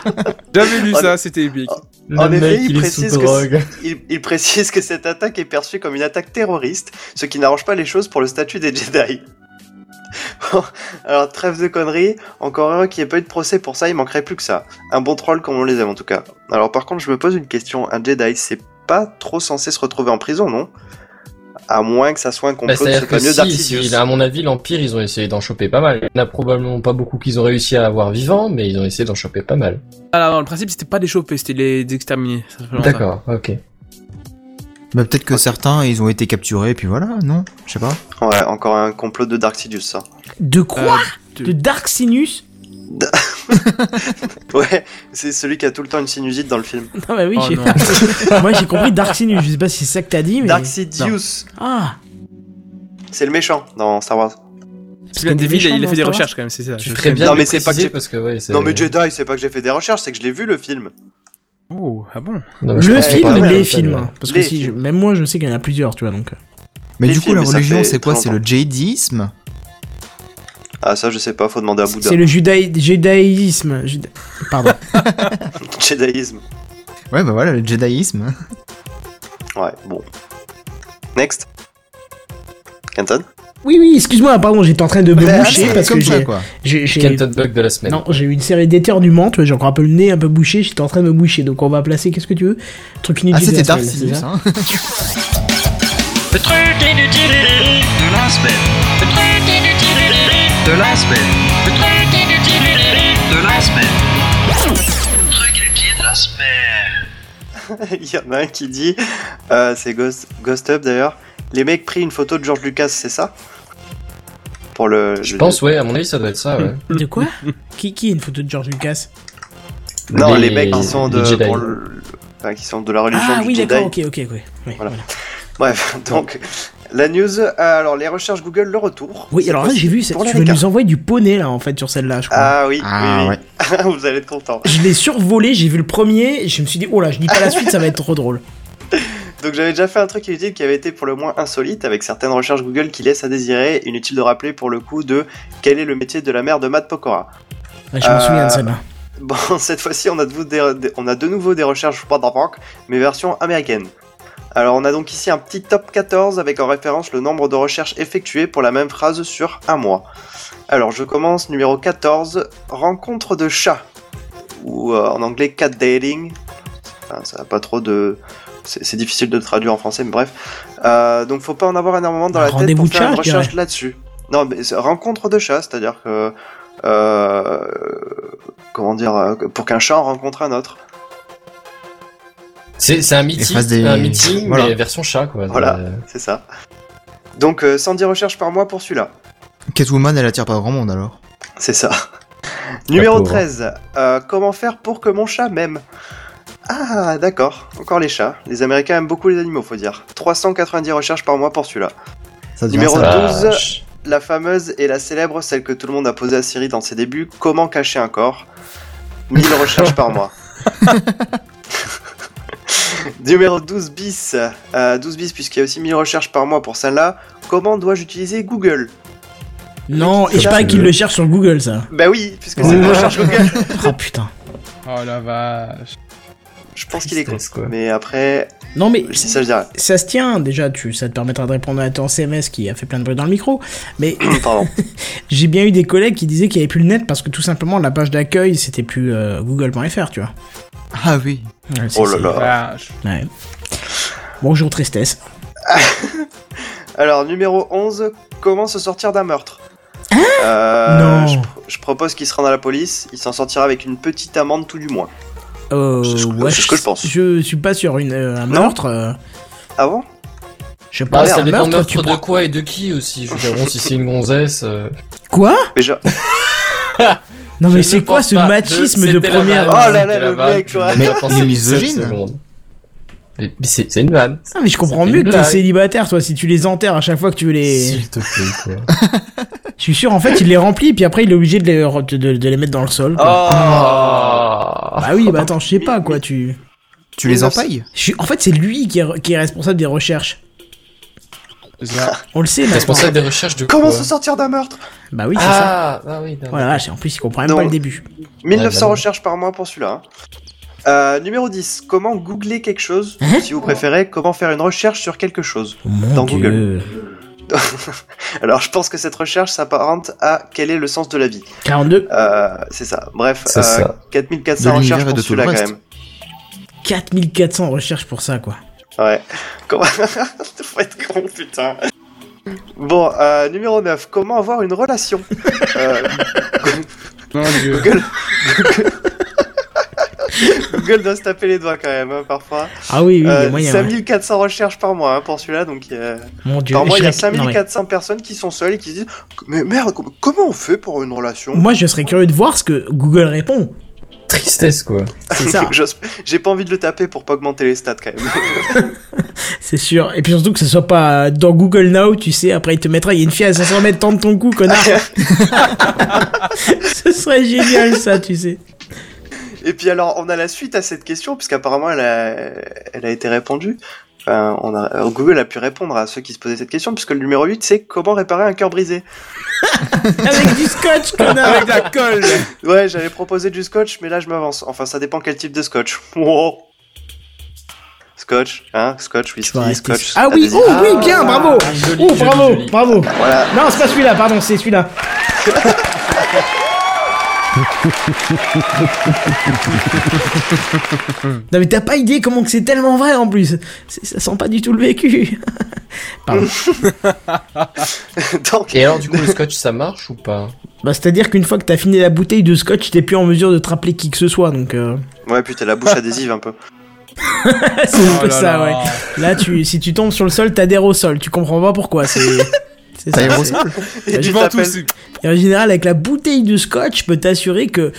[SPEAKER 4] J'avais lu
[SPEAKER 2] Oh,
[SPEAKER 4] ça, c'était épique.
[SPEAKER 5] Le
[SPEAKER 2] En effet,
[SPEAKER 5] mec,
[SPEAKER 2] il
[SPEAKER 5] il, est
[SPEAKER 2] précise
[SPEAKER 5] sous
[SPEAKER 2] que
[SPEAKER 5] drogue.
[SPEAKER 2] Il, il précise que cette attaque est perçue comme une attaque terroriste, ce qui n'arrange pas les choses pour le statut des Jedi. Bon, Alors, trêve de conneries, encore heureux qu'il n'y ait pas eu de procès pour ça, il manquerait plus que ça. Un bon troll comme on les aime en tout cas. Alors, par contre, je me pose une question un Jedi, c'est pas trop censé se retrouver en prison, non À moins que ça soit un
[SPEAKER 5] Bah,
[SPEAKER 2] complot de ce
[SPEAKER 5] C'est-à-dire que
[SPEAKER 2] fameux
[SPEAKER 5] si,
[SPEAKER 2] Dartidius.
[SPEAKER 5] si, à mon avis, l'Empire, ils ont essayé d'en choper pas mal. Il n'y en a probablement pas beaucoup qu'ils ont réussi à avoir vivants, mais ils ont essayé d'en choper pas mal.
[SPEAKER 4] Alors, le principe, c'était pas des choper, c'était les exterminer. ça, vraiment, ça.
[SPEAKER 5] D'accord, ok.
[SPEAKER 1] Bah,
[SPEAKER 3] Mais peut-être que certains ils ont été capturés et puis voilà, non Je sais pas.
[SPEAKER 2] Ouais, encore un complot de Dartidius, ça.
[SPEAKER 1] De quoi
[SPEAKER 4] Euh,
[SPEAKER 1] De Dark Sinus
[SPEAKER 2] Ouais, c'est celui qui a tout le temps une sinusite dans le film.
[SPEAKER 1] Non, bah oui,
[SPEAKER 4] Oh
[SPEAKER 1] j'ai-
[SPEAKER 4] non.
[SPEAKER 1] moi j'ai compris Dark Sinus, je sais pas si c'est ça que t'as dit, mais.
[SPEAKER 2] Dartidius,
[SPEAKER 1] Ah
[SPEAKER 2] c'est le méchant dans Star Wars.
[SPEAKER 1] Parce
[SPEAKER 4] Celui-là,
[SPEAKER 1] qu'il y a des
[SPEAKER 4] David, il a
[SPEAKER 1] méchants
[SPEAKER 4] fait des
[SPEAKER 1] dans Star
[SPEAKER 4] recherches quand même, c'est ça.
[SPEAKER 5] Tu
[SPEAKER 4] Je
[SPEAKER 5] ferais
[SPEAKER 4] sais.
[SPEAKER 5] bien
[SPEAKER 2] Non,
[SPEAKER 5] de
[SPEAKER 2] mais
[SPEAKER 5] le
[SPEAKER 2] c'est pas que
[SPEAKER 5] préciser
[SPEAKER 2] j'ai-
[SPEAKER 5] parce que ouais, c'est-
[SPEAKER 2] Non mais Jedi, c'est pas que j'ai fait des recherches, c'est que je l'ai vu le film.
[SPEAKER 4] Oh, ah bon
[SPEAKER 5] Non, mais je
[SPEAKER 1] Le
[SPEAKER 5] pense que c'est
[SPEAKER 1] film
[SPEAKER 5] pas
[SPEAKER 1] ou
[SPEAKER 5] mal,
[SPEAKER 1] les
[SPEAKER 5] ça,
[SPEAKER 1] films
[SPEAKER 5] mais-
[SPEAKER 1] hein, Parce que
[SPEAKER 2] Les
[SPEAKER 1] si, je-
[SPEAKER 2] films.
[SPEAKER 1] même moi je sais qu'il y en a plusieurs, tu vois donc. euh.
[SPEAKER 3] Mais
[SPEAKER 2] Les
[SPEAKER 3] du coup
[SPEAKER 2] films,
[SPEAKER 3] la
[SPEAKER 2] mais ça
[SPEAKER 3] religion
[SPEAKER 2] fait
[SPEAKER 3] c'est quoi
[SPEAKER 2] très
[SPEAKER 3] C'est le jadisme
[SPEAKER 2] Ah ça je sais pas, faut demander à Bouddha.
[SPEAKER 1] C'est le judaï- judaïsme. juda- Pardon.
[SPEAKER 2] Jediisme.
[SPEAKER 3] Ouais bah voilà, le jadaïsme.
[SPEAKER 2] Ouais, bon. Next. Kenton
[SPEAKER 1] Oui, oui, excuse-moi, pardon, j'étais en train de me
[SPEAKER 2] Bah,
[SPEAKER 1] boucher
[SPEAKER 2] c'est
[SPEAKER 1] parce que
[SPEAKER 2] comme ça,
[SPEAKER 1] j'ai-
[SPEAKER 2] quoi.
[SPEAKER 1] j'ai. j'ai-
[SPEAKER 5] Kenton Bug de la semaine.
[SPEAKER 1] Non, j'ai eu une série d'éternuements, tu vois, j'ai encore un peu le nez un peu bouché, j'étais en train de me boucher, donc on va placer, qu'est-ce que tu veux Truc inutile.
[SPEAKER 3] Ah,
[SPEAKER 1] de la
[SPEAKER 3] c'était Dark
[SPEAKER 1] semaine,
[SPEAKER 3] Sidus,
[SPEAKER 1] c'est ça
[SPEAKER 3] hein.
[SPEAKER 11] Le truc inutile de la semaine. Le truc inutile de la semaine. Le truc inutile de la semaine. Le truc inutile de la semaine.
[SPEAKER 2] Il y en a un qui dit, euh, c'est Ghost, Ghost Up d'ailleurs, les mecs pris une photo de George Lucas, c'est ça Pour le.
[SPEAKER 5] Je pense, ouais, à mon avis, ça doit être ça, ouais.
[SPEAKER 2] hein.
[SPEAKER 1] De quoi qui, qui a une photo de George Lucas
[SPEAKER 2] Non, les,
[SPEAKER 5] Les-
[SPEAKER 2] mecs qui sont de.
[SPEAKER 5] les Jedi.
[SPEAKER 2] pour le- enfin, qui sont de la religion
[SPEAKER 1] Ah
[SPEAKER 2] du
[SPEAKER 1] oui,
[SPEAKER 2] Jedi.
[SPEAKER 1] d'accord, ok, ok, ok. Oui,
[SPEAKER 2] Voilà.
[SPEAKER 1] voilà.
[SPEAKER 2] Bref, donc, la news, euh, alors les recherches Google, le retour.
[SPEAKER 1] Oui,
[SPEAKER 2] C'est
[SPEAKER 1] alors là, j'ai vu, c'est-
[SPEAKER 2] pour les
[SPEAKER 1] tu vas
[SPEAKER 2] Ricard.
[SPEAKER 1] nous envoyer du poney, là, en fait, sur celle-là, je crois.
[SPEAKER 2] Ah oui,
[SPEAKER 3] Ah,
[SPEAKER 2] oui, oui. vous allez être contents.
[SPEAKER 1] Je l'ai survolé, j'ai vu le premier, je me suis dit, oh là, je dis pas la suite, ça va être trop drôle.
[SPEAKER 2] Donc j'avais déjà fait un truc inutile qui avait été pour le moins insolite, avec certaines recherches Google qui laissent à désirer, inutile de rappeler pour le coup de quel est le métier de la mère de Matt Pokora.
[SPEAKER 1] Ouais, Ah, je m'en
[SPEAKER 2] Euh,
[SPEAKER 1] souviens de celle-là.
[SPEAKER 2] Bon, cette fois-ci, on, a de vous- des- des- on a de nouveau des recherches pour Bank, mais version américaine. Alors, on a donc ici un petit top 14 avec en référence le nombre de recherches effectuées pour la même phrase sur un mois. Alors, je commence numéro 14, rencontre de chat, ou euh, en anglais cat dating. Enfin, ça n'a pas trop de. C'est c'est difficile de le traduire en français, mais bref. Euh, donc, faut pas en avoir énormément dans
[SPEAKER 1] Un
[SPEAKER 2] la tête
[SPEAKER 1] Bah, rendez-vous
[SPEAKER 2] pour
[SPEAKER 1] de
[SPEAKER 2] faire
[SPEAKER 1] chat,
[SPEAKER 2] une
[SPEAKER 1] je dirais.
[SPEAKER 2] recherche là-dessus. Non, mais c'est- rencontre de chat, c'est-à-dire que. euh, comment dire, euh, pour qu'un chat en rencontre un autre.
[SPEAKER 5] C'est c'est un
[SPEAKER 3] Les
[SPEAKER 5] meeting,
[SPEAKER 3] phrases des-
[SPEAKER 5] un meeting
[SPEAKER 3] Voilà.
[SPEAKER 5] mais version chat, quoi.
[SPEAKER 2] Voilà.
[SPEAKER 5] Euh,
[SPEAKER 2] C'est ça. Donc euh, 110 recherches par mois pour celui-là.
[SPEAKER 3] Catwoman, elle attire pas grand monde alors.
[SPEAKER 2] C'est ça. Numéro
[SPEAKER 5] pauvre.
[SPEAKER 2] 13. euh, comment faire pour que mon chat m'aime Ah, d'accord. Encore les chats. Les Américains aiment beaucoup les animaux, faut dire. 390 recherches par mois pour celui-là.
[SPEAKER 3] Ça devient
[SPEAKER 2] Numéro
[SPEAKER 3] ça.
[SPEAKER 5] ah,
[SPEAKER 2] 12.
[SPEAKER 5] ch-
[SPEAKER 2] La fameuse et la célèbre, celle que tout le monde a posée à Siri dans ses débuts, comment cacher un corps 1000 recherches par mois. Numéro 12 bis, euh, 12 bis puisqu'il y a aussi 1000 recherches par mois pour celle-là, comment dois-je utiliser Google
[SPEAKER 1] Non, et je parie qu'il le cherche sur Google, ça.
[SPEAKER 2] Bah oui, puisque c'est une recherche Google.
[SPEAKER 1] Oh putain.
[SPEAKER 4] Oh la vache.
[SPEAKER 2] Je pense qu'il est con.
[SPEAKER 5] Tristesse, quoi.
[SPEAKER 2] Mais après,
[SPEAKER 1] Non, mais
[SPEAKER 2] si ça je dirais.
[SPEAKER 1] ça se tient, déjà, tu, ça te permettra de répondre à ton SMS qui a fait plein de bruit dans le micro. Mais
[SPEAKER 2] Pardon.
[SPEAKER 1] j'ai bien eu des collègues qui disaient qu'il n'y avait plus le net parce que tout simplement la page d'accueil c'était plus euh, google.fr, tu vois.
[SPEAKER 3] Ah oui.
[SPEAKER 1] Ouais, c'est-
[SPEAKER 2] Oh là
[SPEAKER 1] c'est-
[SPEAKER 2] là.
[SPEAKER 4] Vache.
[SPEAKER 1] Ouais. Bonjour tristesse.
[SPEAKER 2] Alors, numéro 11, comment se sortir d'un meurtre Euh,
[SPEAKER 1] Non.
[SPEAKER 2] Je, pr- je propose qu'il se rende à la police, il s'en sortira avec une petite amende tout du moins.
[SPEAKER 1] Euh,
[SPEAKER 2] C'est ce que-
[SPEAKER 1] ouais,
[SPEAKER 2] c'est ce que je pense.
[SPEAKER 1] Je suis pas sur une, euh, un
[SPEAKER 2] Non.
[SPEAKER 1] meurtre. euh,
[SPEAKER 2] Avant
[SPEAKER 1] je
[SPEAKER 5] Bah,
[SPEAKER 1] pense
[SPEAKER 5] ça
[SPEAKER 1] un
[SPEAKER 5] dépend
[SPEAKER 1] meurtre,
[SPEAKER 5] meurtre,
[SPEAKER 1] tu
[SPEAKER 5] de
[SPEAKER 1] prends...
[SPEAKER 5] quoi et de qui aussi. Je veux dire, bon, si c'est une gonzesse. euh,
[SPEAKER 1] Quoi
[SPEAKER 2] Mais je-
[SPEAKER 1] Non mais
[SPEAKER 5] je
[SPEAKER 1] c'est
[SPEAKER 5] ne
[SPEAKER 1] quoi
[SPEAKER 5] pense
[SPEAKER 1] ce
[SPEAKER 5] pas.
[SPEAKER 1] machisme de,
[SPEAKER 5] c'était la
[SPEAKER 1] première
[SPEAKER 5] vanne,
[SPEAKER 2] Oh là là,
[SPEAKER 5] c'était la
[SPEAKER 2] le
[SPEAKER 5] vanne,
[SPEAKER 2] mec,
[SPEAKER 5] tu
[SPEAKER 2] ouais.
[SPEAKER 5] l'as
[SPEAKER 3] Mais
[SPEAKER 5] pas pensé
[SPEAKER 3] il est
[SPEAKER 5] une
[SPEAKER 3] misogyne.
[SPEAKER 5] seule seconde. Mais c'est c'est une vanne.
[SPEAKER 1] Ah mais je comprends
[SPEAKER 5] C'était
[SPEAKER 1] mieux
[SPEAKER 5] une
[SPEAKER 1] que t'es
[SPEAKER 5] blague.
[SPEAKER 1] célibataire toi si tu les enterres à chaque fois que tu veux les...
[SPEAKER 5] S'il te plaît, quoi.
[SPEAKER 1] Je suis sûr en fait il les remplit puis après il est obligé de les, re- de, de- de les mettre dans le sol. Quoi.
[SPEAKER 5] Oh.
[SPEAKER 1] Bah oui bah attends je sais pas quoi tu...
[SPEAKER 3] Tu les
[SPEAKER 2] Non,
[SPEAKER 3] empailles
[SPEAKER 1] Je suis- En fait c'est lui qui est, re- qui est responsable des recherches. On le sait maintenant.
[SPEAKER 5] Responsable des recherches de
[SPEAKER 2] Comment
[SPEAKER 5] quoi
[SPEAKER 2] se sortir d'un meurtre
[SPEAKER 1] Bah oui c'est ça. Oh
[SPEAKER 5] Ah, ah oui, d'accord.
[SPEAKER 1] Voilà, vache, en plus il comprend même
[SPEAKER 2] Non.
[SPEAKER 1] pas le début.
[SPEAKER 2] 1900
[SPEAKER 5] bah non.
[SPEAKER 2] recherches par mois pour celui-là. hein. Euh, numéro 10, comment googler quelque chose ou, Si vous préférez, comment faire une recherche sur quelque chose
[SPEAKER 5] Oh
[SPEAKER 1] Mon
[SPEAKER 2] Dans
[SPEAKER 1] Dieu.
[SPEAKER 2] Google. Alors, je pense que cette recherche s'apparente à quel est le sens de la vie.
[SPEAKER 1] 42,
[SPEAKER 2] Euh, c'est ça. Bref, euh,
[SPEAKER 5] C'est ça.
[SPEAKER 2] 4400
[SPEAKER 3] De l'univers
[SPEAKER 2] recherches
[SPEAKER 3] et de
[SPEAKER 2] pour
[SPEAKER 3] tout le
[SPEAKER 2] celui-là quand
[SPEAKER 3] reste.
[SPEAKER 2] même.
[SPEAKER 1] 4400 recherches pour ça quoi.
[SPEAKER 2] Ouais. Comment... Faut être con, putain. Bon, euh, numéro 9, comment avoir une relation Euh,
[SPEAKER 4] Mon dieu.
[SPEAKER 2] Google... Google- Google doit se taper les doigts quand même, hein, parfois.
[SPEAKER 1] Ah oui, oui, il y a
[SPEAKER 2] Euh,
[SPEAKER 1] moyen. ouais.
[SPEAKER 2] 5400 recherches par mois hein, pour celui-là, donc euh,
[SPEAKER 1] Mon dieu.
[SPEAKER 2] par mois il y a
[SPEAKER 1] je serais- non, mais-
[SPEAKER 2] 5400 personnes qui sont seules et qui se disent mais merde com- comment on fait pour une relation
[SPEAKER 1] Moi, je serais curieux de voir ce que Google répond.
[SPEAKER 5] Tristesse, quoi.
[SPEAKER 1] C'est ça,
[SPEAKER 2] J'ose- J'ai pas envie de le taper pour pas augmenter les stats quand même.
[SPEAKER 1] c'est sûr. Et puis surtout que ce soit pas euh, dans Google Now, tu sais, après il te mettra, il y a une fille à 500 mètres, tente ton cou, connard. ce serait génial ça, tu sais.
[SPEAKER 2] et puis alors on a la suite à cette question puisqu'apparemment elle a... elle a été répondue. Enfin, on a... euh, Google a pu répondre à ceux qui se posaient cette question puisque le numéro 8 c'est comment réparer un cœur brisé.
[SPEAKER 1] Avec du scotch, connard.
[SPEAKER 4] Avec la colle.
[SPEAKER 2] Ouais j'avais proposé du scotch mais là je m'avance. Enfin ça dépend quel type de scotch. Wow. Parce scotch, hein, scotch, whisky, scotch.
[SPEAKER 1] Ah oui,
[SPEAKER 2] adhésif.
[SPEAKER 1] oh oui, bien, bravo.
[SPEAKER 2] joli,
[SPEAKER 1] Oh,
[SPEAKER 2] joli,
[SPEAKER 1] bravo,
[SPEAKER 2] joli.
[SPEAKER 1] bravo.
[SPEAKER 2] Voilà.
[SPEAKER 1] Non, c'est pas celui-là, pardon, c'est celui-là. Non mais t'as pas idée comment que c'est tellement vrai en plus. C'est- Ça sent pas du tout le vécu. Pardon.
[SPEAKER 5] Et alors, du coup, le scotch, ça marche ou pas
[SPEAKER 1] Bah, c'est-à-dire qu'une fois que t'as fini la bouteille de scotch, t'es plus en mesure de te rappeler qui que ce soit, donc. euh,
[SPEAKER 2] Ouais, puis t'as la bouche adhésive un peu.
[SPEAKER 5] Bah,
[SPEAKER 1] c'est un
[SPEAKER 2] Oh
[SPEAKER 1] peu
[SPEAKER 2] là
[SPEAKER 1] ça,
[SPEAKER 2] là.
[SPEAKER 1] ouais. Là, tu, si tu tombes sur le sol, t'adhères au sol. Tu comprends pas pourquoi. C'est. c'est ça,
[SPEAKER 3] T'adhères au
[SPEAKER 1] c'est-
[SPEAKER 3] sol
[SPEAKER 1] Et
[SPEAKER 3] Et tu
[SPEAKER 1] je-
[SPEAKER 3] vends tout, c'est-
[SPEAKER 1] Et en général, avec la bouteille de scotch, je peux t'assurer que.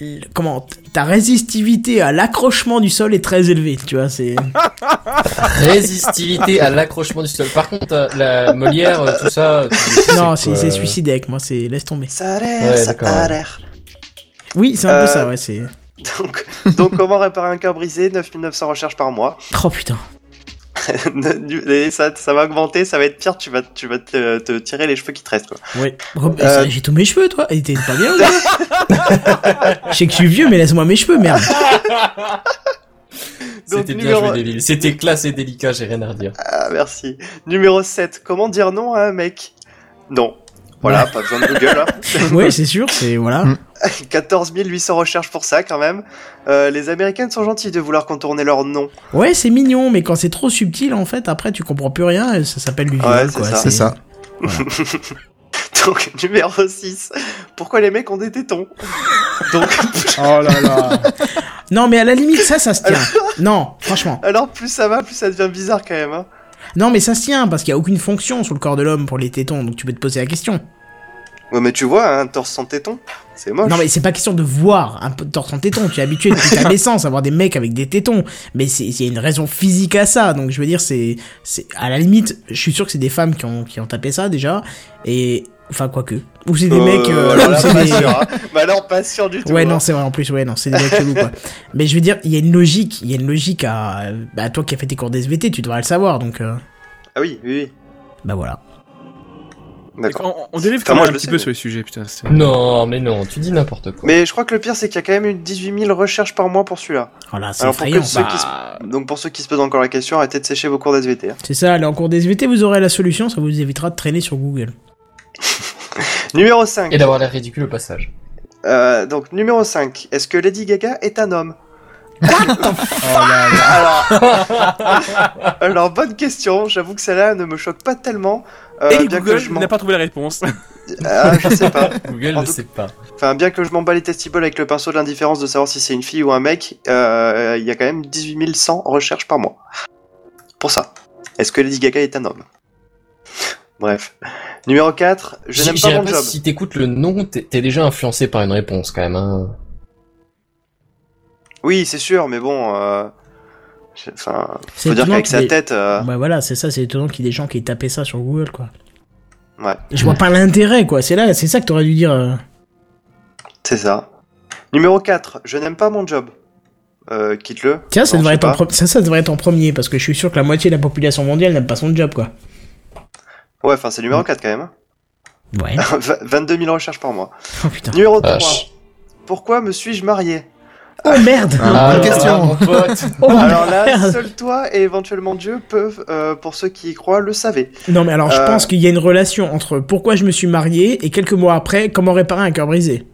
[SPEAKER 1] le- Comment Ta résistivité à l'accrochement du sol est très élevée, tu vois. C'est.
[SPEAKER 5] Résistivité à l'accrochement du sol. Par contre, euh, la Molière, euh, tout ça.
[SPEAKER 1] Non, c'est
[SPEAKER 5] quoi,
[SPEAKER 1] c'est
[SPEAKER 5] euh,
[SPEAKER 1] suicidé avec moi, c'est laisse tomber.
[SPEAKER 2] Ça a
[SPEAKER 5] l'air, Ouais, ça d'accord, a ouais.
[SPEAKER 2] l'air.
[SPEAKER 1] Oui, c'est un
[SPEAKER 2] Euh,
[SPEAKER 1] peu ça, ouais, c'est.
[SPEAKER 2] Donc, donc comment réparer un cœur brisé 9900 recherches par mois.
[SPEAKER 1] Oh putain.
[SPEAKER 2] Et ça, ça va augmenter, ça va être pire, tu vas, tu vas te, te tirer les cheveux qui te restent. Quoi.
[SPEAKER 1] Ouais. Rob- ça, J'ai tous mes cheveux, toi. Et T'es pas bien, ou quoi Je sais que je suis vieux, mais laisse-moi mes cheveux, merde.
[SPEAKER 5] C'était bien
[SPEAKER 2] numéro-
[SPEAKER 5] joué, Deville. C'était classe et délicat, j'ai rien à redire.
[SPEAKER 2] Ah, merci. Numéro 7, comment dire non à un mec Non. Voilà,
[SPEAKER 1] Ouais.
[SPEAKER 2] pas besoin de Google. hein.
[SPEAKER 1] Ouais, c'est sûr, c'est. Voilà.
[SPEAKER 2] 14 800 recherches pour ça, quand même. Euh, les Américaines sont gentilles de vouloir contourner leur nom.
[SPEAKER 1] Ouais, c'est mignon, mais quand c'est trop subtil, en fait, après, tu comprends plus rien et ça s'appelle du viol,
[SPEAKER 2] Ouais, c'est
[SPEAKER 1] quoi.
[SPEAKER 2] ça. C'est ça. Donc, numéro 6, pourquoi les mecs ont des tétons Donc.
[SPEAKER 4] Oh là là.
[SPEAKER 1] Non, mais à la limite, ça, ça se tient. non, franchement.
[SPEAKER 2] Alors, plus ça va, plus ça devient bizarre quand même. Hein.
[SPEAKER 1] Non, mais ça se tient, parce qu'il y a aucune fonction sur le corps de l'homme pour les tétons, donc tu peux te poser la question.
[SPEAKER 2] Ouais, mais tu vois, un torse sans téton, c'est moche.
[SPEAKER 1] Non, mais c'est pas question de voir un peu de torse en téton. Tu es habitué depuis ta naissance à voir des mecs avec des tétons. Mais c'est- il y a une raison physique à ça. Donc, je veux dire, c'est. c'est- À la limite, je suis sûr que c'est des femmes qui ont, qui ont tapé ça déjà. Et. Enfin, quoique. Ou c'est des
[SPEAKER 2] Euh,
[SPEAKER 1] mecs. euh,
[SPEAKER 2] alors
[SPEAKER 1] ou
[SPEAKER 2] là,
[SPEAKER 1] c'est
[SPEAKER 2] pas
[SPEAKER 1] des-
[SPEAKER 2] sûr, hein. Bah alors, pas sûr du tout.
[SPEAKER 1] Ouais, non,
[SPEAKER 2] hein.
[SPEAKER 1] c'est vrai, en plus, ouais, non, c'est des mecs chelous, quoi. Mais je veux dire, il y a une logique, il y a une logique à. Bah, toi qui as fait tes cours d'SVT, tu devrais le savoir, donc. euh,
[SPEAKER 2] Ah oui, oui,
[SPEAKER 1] Bah voilà.
[SPEAKER 2] oui. D'accord.
[SPEAKER 4] On dérive
[SPEAKER 2] Enfin,
[SPEAKER 4] quand
[SPEAKER 2] moi,
[SPEAKER 4] même
[SPEAKER 2] je
[SPEAKER 4] un
[SPEAKER 2] le
[SPEAKER 4] petit
[SPEAKER 2] sais,
[SPEAKER 4] peu
[SPEAKER 2] mais-
[SPEAKER 4] sur le sujet, putain. c'est-
[SPEAKER 5] Non, mais non, tu dis n'importe quoi.
[SPEAKER 2] Mais je crois que le pire, c'est qu'il y a quand même eu 18 000 recherches par mois pour celui-là.
[SPEAKER 1] Voilà, c'est
[SPEAKER 2] Alors, pour
[SPEAKER 1] effrayant.
[SPEAKER 2] que
[SPEAKER 4] Bah,
[SPEAKER 2] ceux qui se- Donc, pour ceux qui se posent encore la question, arrêtez de sécher vos cours d'SVT. hein.
[SPEAKER 1] C'est ça, allez en cours d'SVT, vous aurez la solution, ça vous évitera de traîner sur Google.
[SPEAKER 2] Numéro 5.
[SPEAKER 5] Et d'avoir l'air ridicule au passage.
[SPEAKER 2] Euh, donc, numéro 5. Est-ce que Lady Gaga est un homme
[SPEAKER 1] Oh
[SPEAKER 2] alors... alors, bonne question. J'avoue que celle-là ne me choque pas tellement. euh,
[SPEAKER 4] Et
[SPEAKER 2] bien que je
[SPEAKER 4] Google
[SPEAKER 2] m'en-
[SPEAKER 4] n'a pas trouvé la réponse.
[SPEAKER 2] Ah, je sais pas.
[SPEAKER 5] Google
[SPEAKER 2] En
[SPEAKER 5] ne
[SPEAKER 2] tout-
[SPEAKER 5] sait pas.
[SPEAKER 2] Enfin, bien que je m'en bats les testiboles avec le pinceau de l'indifférence de savoir si c'est une fille ou un mec, euh, il y a quand même 18 100 recherches par mois. Pour ça. Est-ce que Lady Gaga est un homme Bref. Numéro 4, je
[SPEAKER 5] J-
[SPEAKER 2] n'aime pas
[SPEAKER 5] j'irais
[SPEAKER 2] mon job.
[SPEAKER 5] Si t'écoutes le nom, t'es t'es déjà influencé par une réponse quand même. hein.
[SPEAKER 2] Oui, c'est sûr, mais bon... Euh... j'ai- Enfin,
[SPEAKER 1] C'est
[SPEAKER 2] faut dire
[SPEAKER 1] étonnant
[SPEAKER 2] qu'avec
[SPEAKER 1] que
[SPEAKER 2] sa
[SPEAKER 1] les-
[SPEAKER 2] tête... euh,
[SPEAKER 1] Bah voilà, c'est ça, c'est étonnant qu'il y ait des gens qui aient tapé ça sur Google, quoi.
[SPEAKER 2] Ouais,
[SPEAKER 1] Je vois pas l'intérêt, quoi, c'est là, c'est ça que t'aurais dû dire. euh.
[SPEAKER 2] c'est ça. Numéro 4, je n'aime pas mon job. Euh, quitte-le.
[SPEAKER 1] Tiens, ça
[SPEAKER 2] Non,
[SPEAKER 1] devrait,
[SPEAKER 2] je sais
[SPEAKER 1] être en
[SPEAKER 2] pas.
[SPEAKER 1] pro- ça, ça devrait être en premier, parce que je suis sûr que la moitié de la population mondiale n'aime pas son job, quoi.
[SPEAKER 2] Ouais, enfin, c'est
[SPEAKER 1] Mm.
[SPEAKER 2] numéro 4 quand même.
[SPEAKER 1] Ouais.
[SPEAKER 2] 22 000 recherches par mois.
[SPEAKER 1] Oh putain.
[SPEAKER 2] Numéro 3.
[SPEAKER 5] Vache.
[SPEAKER 2] Pourquoi me suis-je marié
[SPEAKER 1] Oh merde
[SPEAKER 5] Ah,
[SPEAKER 3] Bonne question.
[SPEAKER 5] mon pote.
[SPEAKER 1] Oh,
[SPEAKER 2] Ah, Alors là,
[SPEAKER 1] merde.
[SPEAKER 2] seul toi et éventuellement Dieu peuvent, euh, pour ceux qui y croient, le savent.
[SPEAKER 1] Non mais alors je
[SPEAKER 2] Euh.
[SPEAKER 1] pense qu'il y a une relation entre pourquoi je me suis marié et quelques mois après comment réparer un cœur brisé.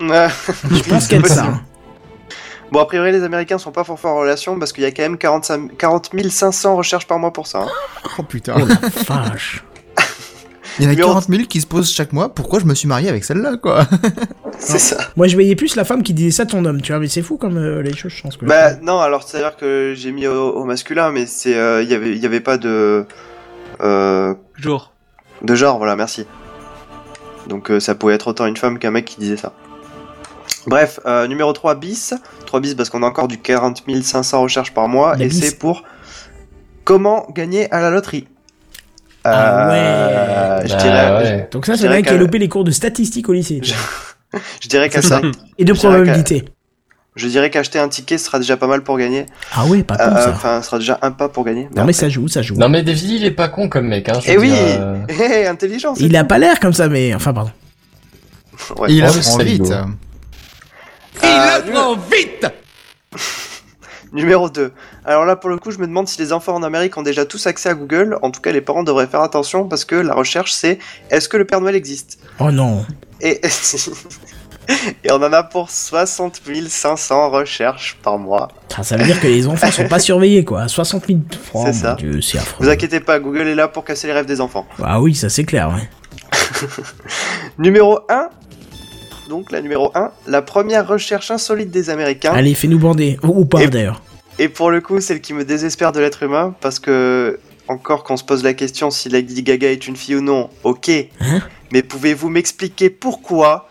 [SPEAKER 1] Je pense qu'il y a de ça. hein.
[SPEAKER 2] Euh, Bon, a priori, les Américains sont pas fort forts en relation parce qu'il y a quand même 45 40 500 recherches par mois pour ça. hein.
[SPEAKER 3] Oh putain.
[SPEAKER 1] Oh la vache.
[SPEAKER 3] Il y en a
[SPEAKER 2] Numéro-
[SPEAKER 3] 40 000 qui se posent chaque mois. Pourquoi je me suis marié avec celle-là, quoi
[SPEAKER 2] C'est ça.
[SPEAKER 1] Moi je voyais plus la femme qui disait ça de ton homme, tu vois, mais c'est fou comme euh, les choses changent. quoi.
[SPEAKER 2] Bah, non, alors c'est à dire que j'ai mis au, au masculin, mais c'est euh, il y avait, il y avait pas de, euh,
[SPEAKER 4] Jour.
[SPEAKER 2] de genre, voilà, merci. Donc euh, ça pouvait être autant une femme qu'un mec qui disait ça. Bref, euh, numéro 3 bis. 3 bis parce qu'on a encore du 40 500 recherches par mois
[SPEAKER 1] La
[SPEAKER 2] et
[SPEAKER 1] bis.
[SPEAKER 2] c'est pour comment gagner à la loterie.
[SPEAKER 1] Ah
[SPEAKER 2] Euh,
[SPEAKER 5] ouais.
[SPEAKER 2] Je
[SPEAKER 5] Bah
[SPEAKER 2] dirais,
[SPEAKER 5] ouais.
[SPEAKER 1] Donc ça
[SPEAKER 2] je
[SPEAKER 1] c'est le
[SPEAKER 2] dirais
[SPEAKER 1] mec qui a
[SPEAKER 2] qu'à-
[SPEAKER 1] loupé les cours de statistiques au lycée. tu vois.
[SPEAKER 2] je dirais
[SPEAKER 1] C'est ça.
[SPEAKER 2] qu'acheter,
[SPEAKER 1] Et de
[SPEAKER 2] Je dirais
[SPEAKER 1] probabilité.
[SPEAKER 2] je dirais qu'acheter un ticket sera déjà pas mal pour gagner.
[SPEAKER 1] Ah ouais, pas
[SPEAKER 2] Euh,
[SPEAKER 1] con ça.
[SPEAKER 2] Enfin, sera déjà un pas pour gagner.
[SPEAKER 1] Non mais ça joue, ça joue.
[SPEAKER 5] Non mais Deville, il est pas con comme mec. Hein, je
[SPEAKER 2] Eh
[SPEAKER 5] veux
[SPEAKER 2] oui,
[SPEAKER 5] dire, euh,
[SPEAKER 2] Eh, intelligent. c'est
[SPEAKER 1] Il a
[SPEAKER 2] tout.
[SPEAKER 1] pas l'air comme ça mais enfin pardon.
[SPEAKER 2] Ouais.
[SPEAKER 3] Et il
[SPEAKER 5] Oh,
[SPEAKER 3] apprend
[SPEAKER 5] c'est
[SPEAKER 3] vite.
[SPEAKER 5] rigolo.
[SPEAKER 2] Euh,
[SPEAKER 11] vite
[SPEAKER 2] Numéro 2. Alors là, pour le coup, je me demande si les enfants en Amérique ont déjà tous accès à Google. En tout cas, les parents devraient faire attention parce que la recherche, c'est est-ce que le Père Noël existe
[SPEAKER 1] Oh non.
[SPEAKER 2] Et... Et on en a pour 60 500 recherches par mois.
[SPEAKER 1] Ah, Ça veut dire que les enfants sont pas surveillés, quoi. 60 000 francs.
[SPEAKER 2] C'est ça.
[SPEAKER 1] Dieu, c'est affreux.
[SPEAKER 2] Vous inquiétez pas, Google est là pour casser les rêves des enfants.
[SPEAKER 1] Ah oui, ça c'est clair, ouais.
[SPEAKER 2] Numéro 1. Donc la numéro 1, la première recherche insolite des Américains.
[SPEAKER 1] Allez, fais-nous bander. Ou, ou pas, d'ailleurs.
[SPEAKER 2] Hein Et pour le coup, celle qui me désespère de l'être humain, parce que, encore qu'on se pose la question si Lady Gaga est une fille ou non, ok.
[SPEAKER 1] Hein
[SPEAKER 2] Mais pouvez-vous m'expliquer pourquoi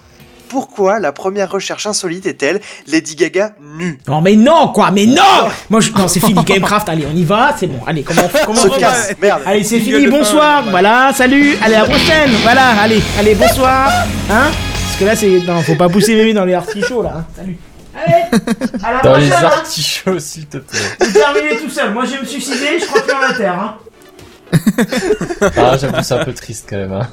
[SPEAKER 2] pourquoi la première recherche insolite est-elle Lady Gaga nue
[SPEAKER 1] Non, mais non, quoi, mais non Moi, je... Non, c'est fini, Gamecraft, allez, on y va, c'est bon. Allez, comment,
[SPEAKER 5] Oh,
[SPEAKER 1] comment
[SPEAKER 2] Se
[SPEAKER 1] on
[SPEAKER 2] casse,
[SPEAKER 1] fait
[SPEAKER 2] merde.
[SPEAKER 1] Allez, c'est
[SPEAKER 2] Gueule
[SPEAKER 1] fini,
[SPEAKER 2] de
[SPEAKER 1] bonsoir, voilà, salut, allez, à la prochaine, voilà, allez, allez, bonsoir, hein Parce que là, c'est... Non, faut pas pousser bébé dans les artichauts, là, hein. salut. Allez, à la
[SPEAKER 2] Ah,
[SPEAKER 5] Dans les
[SPEAKER 1] prochaine, hein.
[SPEAKER 5] artichauts, s'il te plaît.
[SPEAKER 1] Vous terminez tout seul, moi, je vais me suicider, je crois plus en la terre, hein.
[SPEAKER 5] Ah, j'avoue, c'est un peu triste quand même. Hein.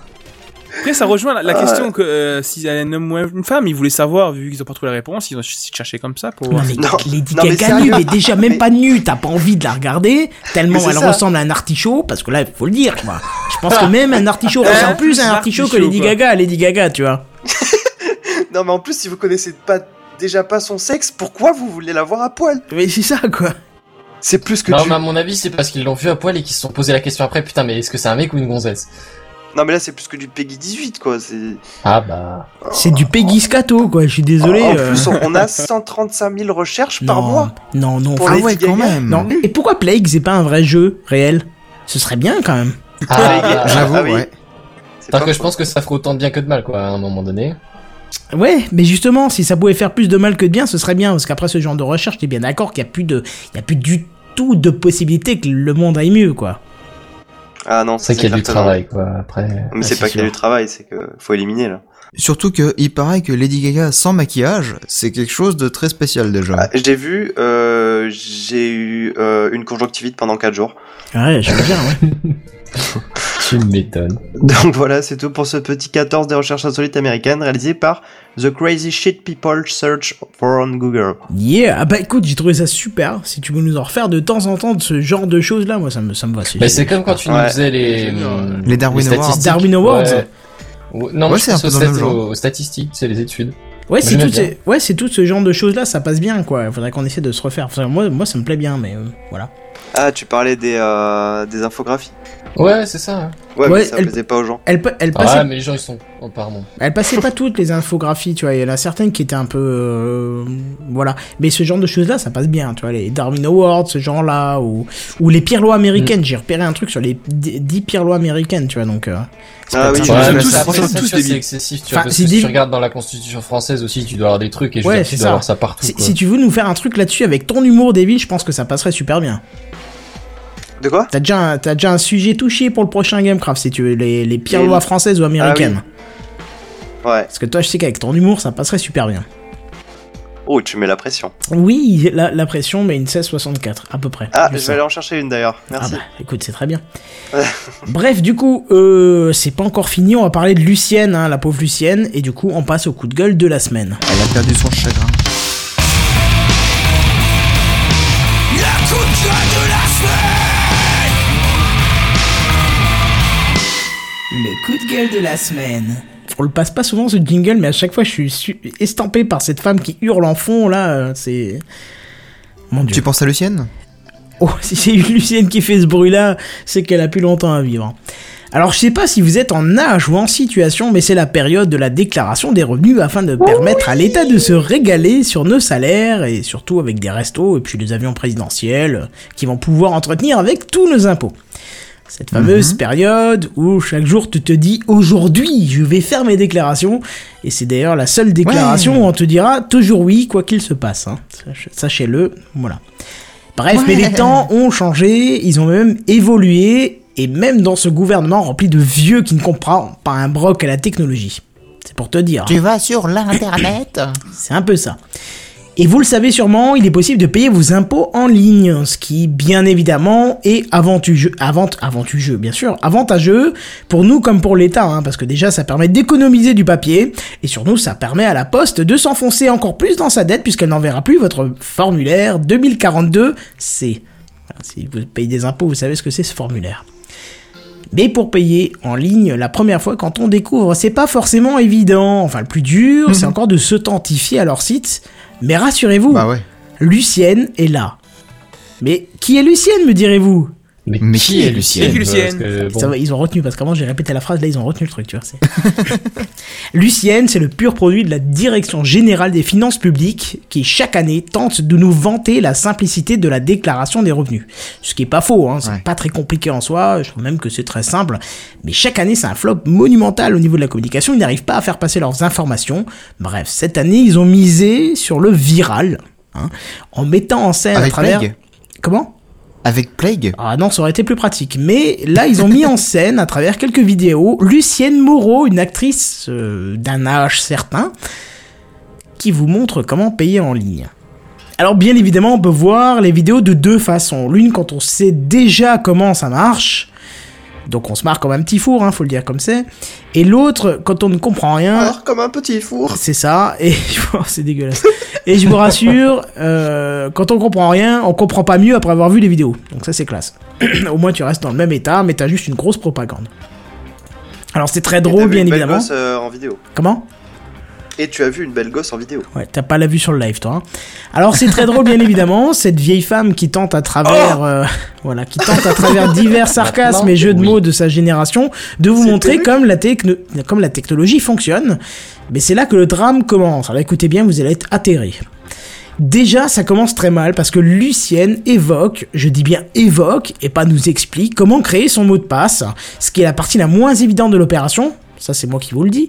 [SPEAKER 4] Après, ça rejoint la, la
[SPEAKER 5] Ah.
[SPEAKER 4] question que euh, si y a un homme ou une femme, ils voulaient savoir, vu qu'ils ont pas trouvé la réponse, ils ont ch- cherché comme ça pour.
[SPEAKER 1] Non,
[SPEAKER 4] voir
[SPEAKER 1] mais
[SPEAKER 4] si-
[SPEAKER 1] Lady Gaga nue, mais déjà même pas nue, t'as pas envie de la regarder, tellement
[SPEAKER 4] Mais c'est
[SPEAKER 1] elle
[SPEAKER 4] ça.
[SPEAKER 1] ressemble à un artichaut, parce que là, faut le dire, quoi. Je pense que même un artichaut
[SPEAKER 2] Hein
[SPEAKER 1] ressemble plus à un
[SPEAKER 2] Un
[SPEAKER 1] artichaut que
[SPEAKER 2] artichaut,
[SPEAKER 1] Lady
[SPEAKER 2] quoi.
[SPEAKER 1] Gaga à Lady Gaga, tu vois.
[SPEAKER 2] Non, mais en plus, si vous connaissez pas déjà pas son sexe, pourquoi vous voulez la voir à poil
[SPEAKER 1] Mais c'est ça, quoi.
[SPEAKER 2] C'est plus que
[SPEAKER 5] Non,
[SPEAKER 2] du.
[SPEAKER 5] mais à mon avis, c'est parce qu'ils l'ont vu à poil et qu'ils se sont posé la question après. Putain, mais est-ce que c'est un mec ou une gonzesse
[SPEAKER 2] Non, mais là, c'est plus que du Peggy 18, quoi. C'est.
[SPEAKER 5] Ah bah.
[SPEAKER 1] C'est du Peggy Scato, quoi, je suis désolé.
[SPEAKER 2] En
[SPEAKER 1] euh.
[SPEAKER 2] plus, on- on a 135 000 recherches par
[SPEAKER 1] Non,
[SPEAKER 2] mois.
[SPEAKER 1] Non, non,
[SPEAKER 2] Pour
[SPEAKER 1] faut-
[SPEAKER 2] Lady Ah ouais, quand Gaga. même.
[SPEAKER 1] Non. Et pourquoi Plague, c'est pas un vrai jeu réel Ce serait bien, quand même.
[SPEAKER 5] Ah,
[SPEAKER 2] Plague,
[SPEAKER 5] bah,
[SPEAKER 2] j'avoue,
[SPEAKER 5] ah oui.
[SPEAKER 2] ouais.
[SPEAKER 5] Parce que je pense que ça ferait autant de bien que de mal, quoi, à un moment donné.
[SPEAKER 1] Ouais, mais justement, si ça pouvait faire plus de mal que de bien, ce serait bien, parce qu'après ce genre de recherche, t'es bien d'accord qu'il y a plus de, il y a plus du tout de possibilité que le monde aille mieux, quoi.
[SPEAKER 2] Ah non,
[SPEAKER 5] C'est qu'il y a du
[SPEAKER 2] clair que non.
[SPEAKER 5] travail, quoi, après.
[SPEAKER 2] Mais c'est
[SPEAKER 3] Ah,
[SPEAKER 2] pas
[SPEAKER 3] c'est
[SPEAKER 2] qu'il y a
[SPEAKER 3] sûr.
[SPEAKER 2] du travail, c'est que faut éliminer là.
[SPEAKER 3] Surtout que il paraît que Lady Gaga sans maquillage, c'est quelque chose de très spécial déjà.
[SPEAKER 2] Ah, J'ai vu, euh, j'ai eu euh, une conjonctivite pendant 4 jours.
[SPEAKER 1] Ouais, je veux bien, ouais.
[SPEAKER 5] Tu m'étonnes.
[SPEAKER 2] Donc voilà, c'est tout pour ce petit 14 des recherches insolites américaines réalisé par The Crazy Shit People Search for on Google.
[SPEAKER 1] Yeah, ah bah écoute, j'ai trouvé ça super. Si tu peux nous en refaire de temps en temps de ce genre de choses là, moi ça me, ça me va.
[SPEAKER 5] Mais c'est comme quand tu nous faisais les.
[SPEAKER 3] Les Darwin Awards.
[SPEAKER 5] statistiques.
[SPEAKER 1] Darwin Awards.
[SPEAKER 5] Ouais. Ou- Non,
[SPEAKER 1] Ouais,
[SPEAKER 5] mais
[SPEAKER 1] c'est
[SPEAKER 5] c'est
[SPEAKER 1] un
[SPEAKER 5] un
[SPEAKER 1] peu dans le même genre.
[SPEAKER 5] aux statistiques, c'est les études.
[SPEAKER 1] Ouais,
[SPEAKER 5] Moi,
[SPEAKER 1] c'est
[SPEAKER 5] j'aimais
[SPEAKER 1] tout,
[SPEAKER 5] bien.
[SPEAKER 1] ce- ouais, c'est tout ce genre de choses là, ça passe bien quoi. Faudrait qu'on essaie de se refaire. Enfin, moi, moi ça me plaît bien, mais euh, voilà.
[SPEAKER 2] Ah, tu parlais des, euh, des infographies
[SPEAKER 5] Ouais, c'est ça.
[SPEAKER 2] Ouais,
[SPEAKER 1] Ouais,
[SPEAKER 2] mais ça
[SPEAKER 1] elle-
[SPEAKER 2] plaisait pas aux gens.
[SPEAKER 1] Elle, pa- elle
[SPEAKER 5] Ah,
[SPEAKER 1] passait,
[SPEAKER 5] mais les gens ils sont. Oh, pardon.
[SPEAKER 1] elle passait pas toutes les infographies, tu vois. Il y en a certaines qui étaient un peu. euh, voilà. Mais ce genre de choses là, ça passe bien, tu vois. Les Darwin Awards, ce genre là, ou, ou les pires lois américaines. J'ai repéré un truc sur les 10 pires lois américaines, tu vois. Donc, euh, c'est pas
[SPEAKER 2] Ah
[SPEAKER 5] Ouais,
[SPEAKER 1] mal.
[SPEAKER 5] mais ça, après, ça, tu vois, c'est excessif, tu vois,
[SPEAKER 1] Enfin,
[SPEAKER 5] parce
[SPEAKER 1] c'est
[SPEAKER 5] que si
[SPEAKER 1] des-
[SPEAKER 5] tu regardes dans la constitution française aussi, tu dois avoir des trucs et je veux
[SPEAKER 1] Ouais,
[SPEAKER 5] dire,
[SPEAKER 1] c'est
[SPEAKER 5] tu dois
[SPEAKER 1] ça.
[SPEAKER 5] avoir ça partout.
[SPEAKER 1] Si,
[SPEAKER 5] quoi.
[SPEAKER 1] si tu veux nous faire un truc là-dessus avec ton humour, David, je pense que ça passerait super bien.
[SPEAKER 2] De quoi
[SPEAKER 1] T'as déjà, un- t'as déjà un sujet touché pour le prochain Gamecraft, si tu veux, les, les pires
[SPEAKER 2] Et-
[SPEAKER 1] lois françaises ou américaines.
[SPEAKER 2] Ouais.
[SPEAKER 1] Parce que toi, je sais qu'avec ton humour, ça passerait super bien.
[SPEAKER 2] Oh, tu mets la pression.
[SPEAKER 1] Oui, la, la pression, mais une 1664, à peu près.
[SPEAKER 2] Ah,
[SPEAKER 1] Je
[SPEAKER 2] je
[SPEAKER 1] sais.
[SPEAKER 2] vais aller en chercher une d'ailleurs.
[SPEAKER 1] Ah
[SPEAKER 2] Merci.
[SPEAKER 1] bah, écoute, c'est très bien. Bref, du coup, euh, c'est pas encore fini, on va parler de Lucienne, hein, la pauvre Lucienne, et du coup, on passe au coup de gueule de la semaine.
[SPEAKER 3] Elle a perdu son chagrin.
[SPEAKER 11] La coup de gueule de la
[SPEAKER 1] Le coup de gueule de la semaine. On le passe pas souvent ce jingle, mais à chaque fois je suis su- estampé par cette femme qui hurle en fond là. euh, C'est
[SPEAKER 3] Tu penses à Lucienne
[SPEAKER 1] oh si c'est une Lucienne qui fait ce bruit là, c'est qu'elle a plus longtemps à vivre. Alors je sais pas si vous êtes en âge ou en situation, mais c'est la période de la déclaration des revenus afin de permettre à l'État de se régaler sur nos salaires et surtout avec des restos et puis les avions présidentiels euh, qui vont pouvoir entretenir avec tous nos impôts. Cette fameuse période où chaque jour tu te dis aujourd'hui je vais faire mes déclarations et c'est d'ailleurs la seule déclaration
[SPEAKER 12] Ouais.
[SPEAKER 1] où on te dira toujours oui quoi qu'il se passe. hein. Sach- Sachez-le, voilà. Bref, mais les
[SPEAKER 12] Ouais.
[SPEAKER 1] temps ont changé, ils ont même évolué et même dans ce gouvernement rempli de vieux qui ne comprend pas un broc à la technologie. C'est pour te dire. hein.
[SPEAKER 12] vas sur l'internet
[SPEAKER 1] C'est un peu ça. Et vous le savez sûrement, il est possible de payer vos impôts en ligne, ce qui, bien évidemment, est avantageux, avant, avantageux, bien sûr, avantageux pour nous comme pour l'État, hein, parce que déjà, ça permet d'économiser du papier, et surtout, ça permet à la Poste de s'enfoncer encore plus dans sa dette, puisqu'elle n'enverra plus votre formulaire 2042C. Voilà, Si vous payez des impôts, vous savez ce que c'est ce formulaire. Mais pour payer en ligne la première fois quand on découvre, c'est pas forcément évident. Enfin, le plus dur, c'est encore de s'authentifier à leur site. Mais rassurez-vous,
[SPEAKER 3] Bah
[SPEAKER 1] Lucienne est là. Mais qui est Lucienne, me direz-vous
[SPEAKER 5] Mais,
[SPEAKER 3] qui est Lucienne Qui est Lucienne Parce que,
[SPEAKER 1] Ça
[SPEAKER 3] Euh, bon.
[SPEAKER 1] va, Ils ont retenu, parce qu'avant j'ai répété la phrase, là ils ont retenu le truc, tu vois. c'est- Lucienne, c'est le pur produit de la Direction Générale des Finances Publiques qui, chaque année, tente de nous vanter la simplicité de la déclaration des revenus. Ce qui est pas faux, hein, c'est pas très compliqué en soi, je trouve même que c'est très simple. Mais chaque année, c'est un flop monumental au niveau de la communication, ils n'arrivent pas à faire passer leurs informations. Bref, cette année, ils ont misé sur le viral, hein, en mettant en scène à
[SPEAKER 3] Avec
[SPEAKER 1] travers...
[SPEAKER 3] Plague
[SPEAKER 1] Comment
[SPEAKER 3] Avec Plague
[SPEAKER 1] Ah non, ça aurait été plus pratique. Mais là, ils ont mis en scène, à travers quelques vidéos, Lucienne Moreau, une actrice euh, d'un âge certain, qui vous montre comment payer en ligne. Alors bien évidemment, on peut voir les vidéos de deux façons. L'une quand on sait déjà comment ça marche, donc on se marre comme un petit four, hein, faut le dire comme c'est. Et l'autre quand on ne comprend rien.
[SPEAKER 2] comme un petit four.
[SPEAKER 1] C'est ça. Et je vous- c'est dégueulasse. Et je vous rassure, euh, quand on comprend rien, on comprend pas mieux après avoir vu les vidéos. Donc ça c'est classe. Au moins tu restes dans le même état, mais t'as juste une grosse propagande. Alors c'est très drôle,
[SPEAKER 2] T'as vu
[SPEAKER 1] bien
[SPEAKER 2] une belle
[SPEAKER 1] évidemment.
[SPEAKER 2] gosse, euh, en vidéo.
[SPEAKER 1] Comment
[SPEAKER 2] Et tu as vu une belle gosse en vidéo.
[SPEAKER 1] Ouais, t'as pas la vue sur le live, toi. hein. Alors c'est très drôle, bien évidemment, cette vieille femme qui tente à travers, euh, voilà, qui tente à travers divers sarcasmes et jeux de mots de sa génération de vous montrer comme la, techno- comme la technologie fonctionne. Mais c'est là que le drame commence. Alors écoutez bien, vous allez être atterrés. Déjà, ça commence très mal parce que Lucienne évoque, je dis bien évoque, et pas nous explique comment créer son mot de passe, ce qui est la partie la moins évidente de l'opération. Ça, c'est moi qui vous le dis.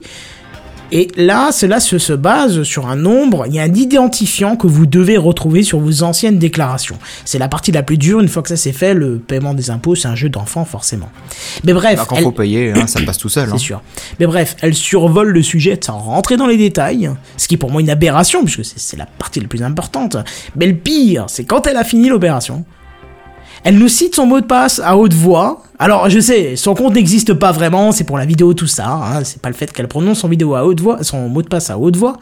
[SPEAKER 1] Et là, cela se, se base sur un nombre, il y a un identifiant que vous devez retrouver sur vos anciennes déclarations. C'est la partie la plus dure, une fois que ça c'est fait, le paiement des impôts, c'est un jeu d'enfant forcément. Mais bref,
[SPEAKER 3] Bah, quand
[SPEAKER 1] elle-
[SPEAKER 3] faut payer, hein, ça passe tout seul.
[SPEAKER 1] c'est
[SPEAKER 3] hein.
[SPEAKER 1] sûr. Mais bref, elle survole le sujet sans rentrer dans les détails, ce qui est pour moi une aberration, puisque c'est- c'est la partie la plus importante. Mais le pire, c'est quand elle a fini l'opération, elle nous cite son mot de passe à haute voix. Alors, je sais, son compte n'existe pas vraiment, c'est pour la vidéo, tout ça. hein, C'est pas le fait qu'elle prononce son, vidéo à haute voix, son mot de passe à haute voix.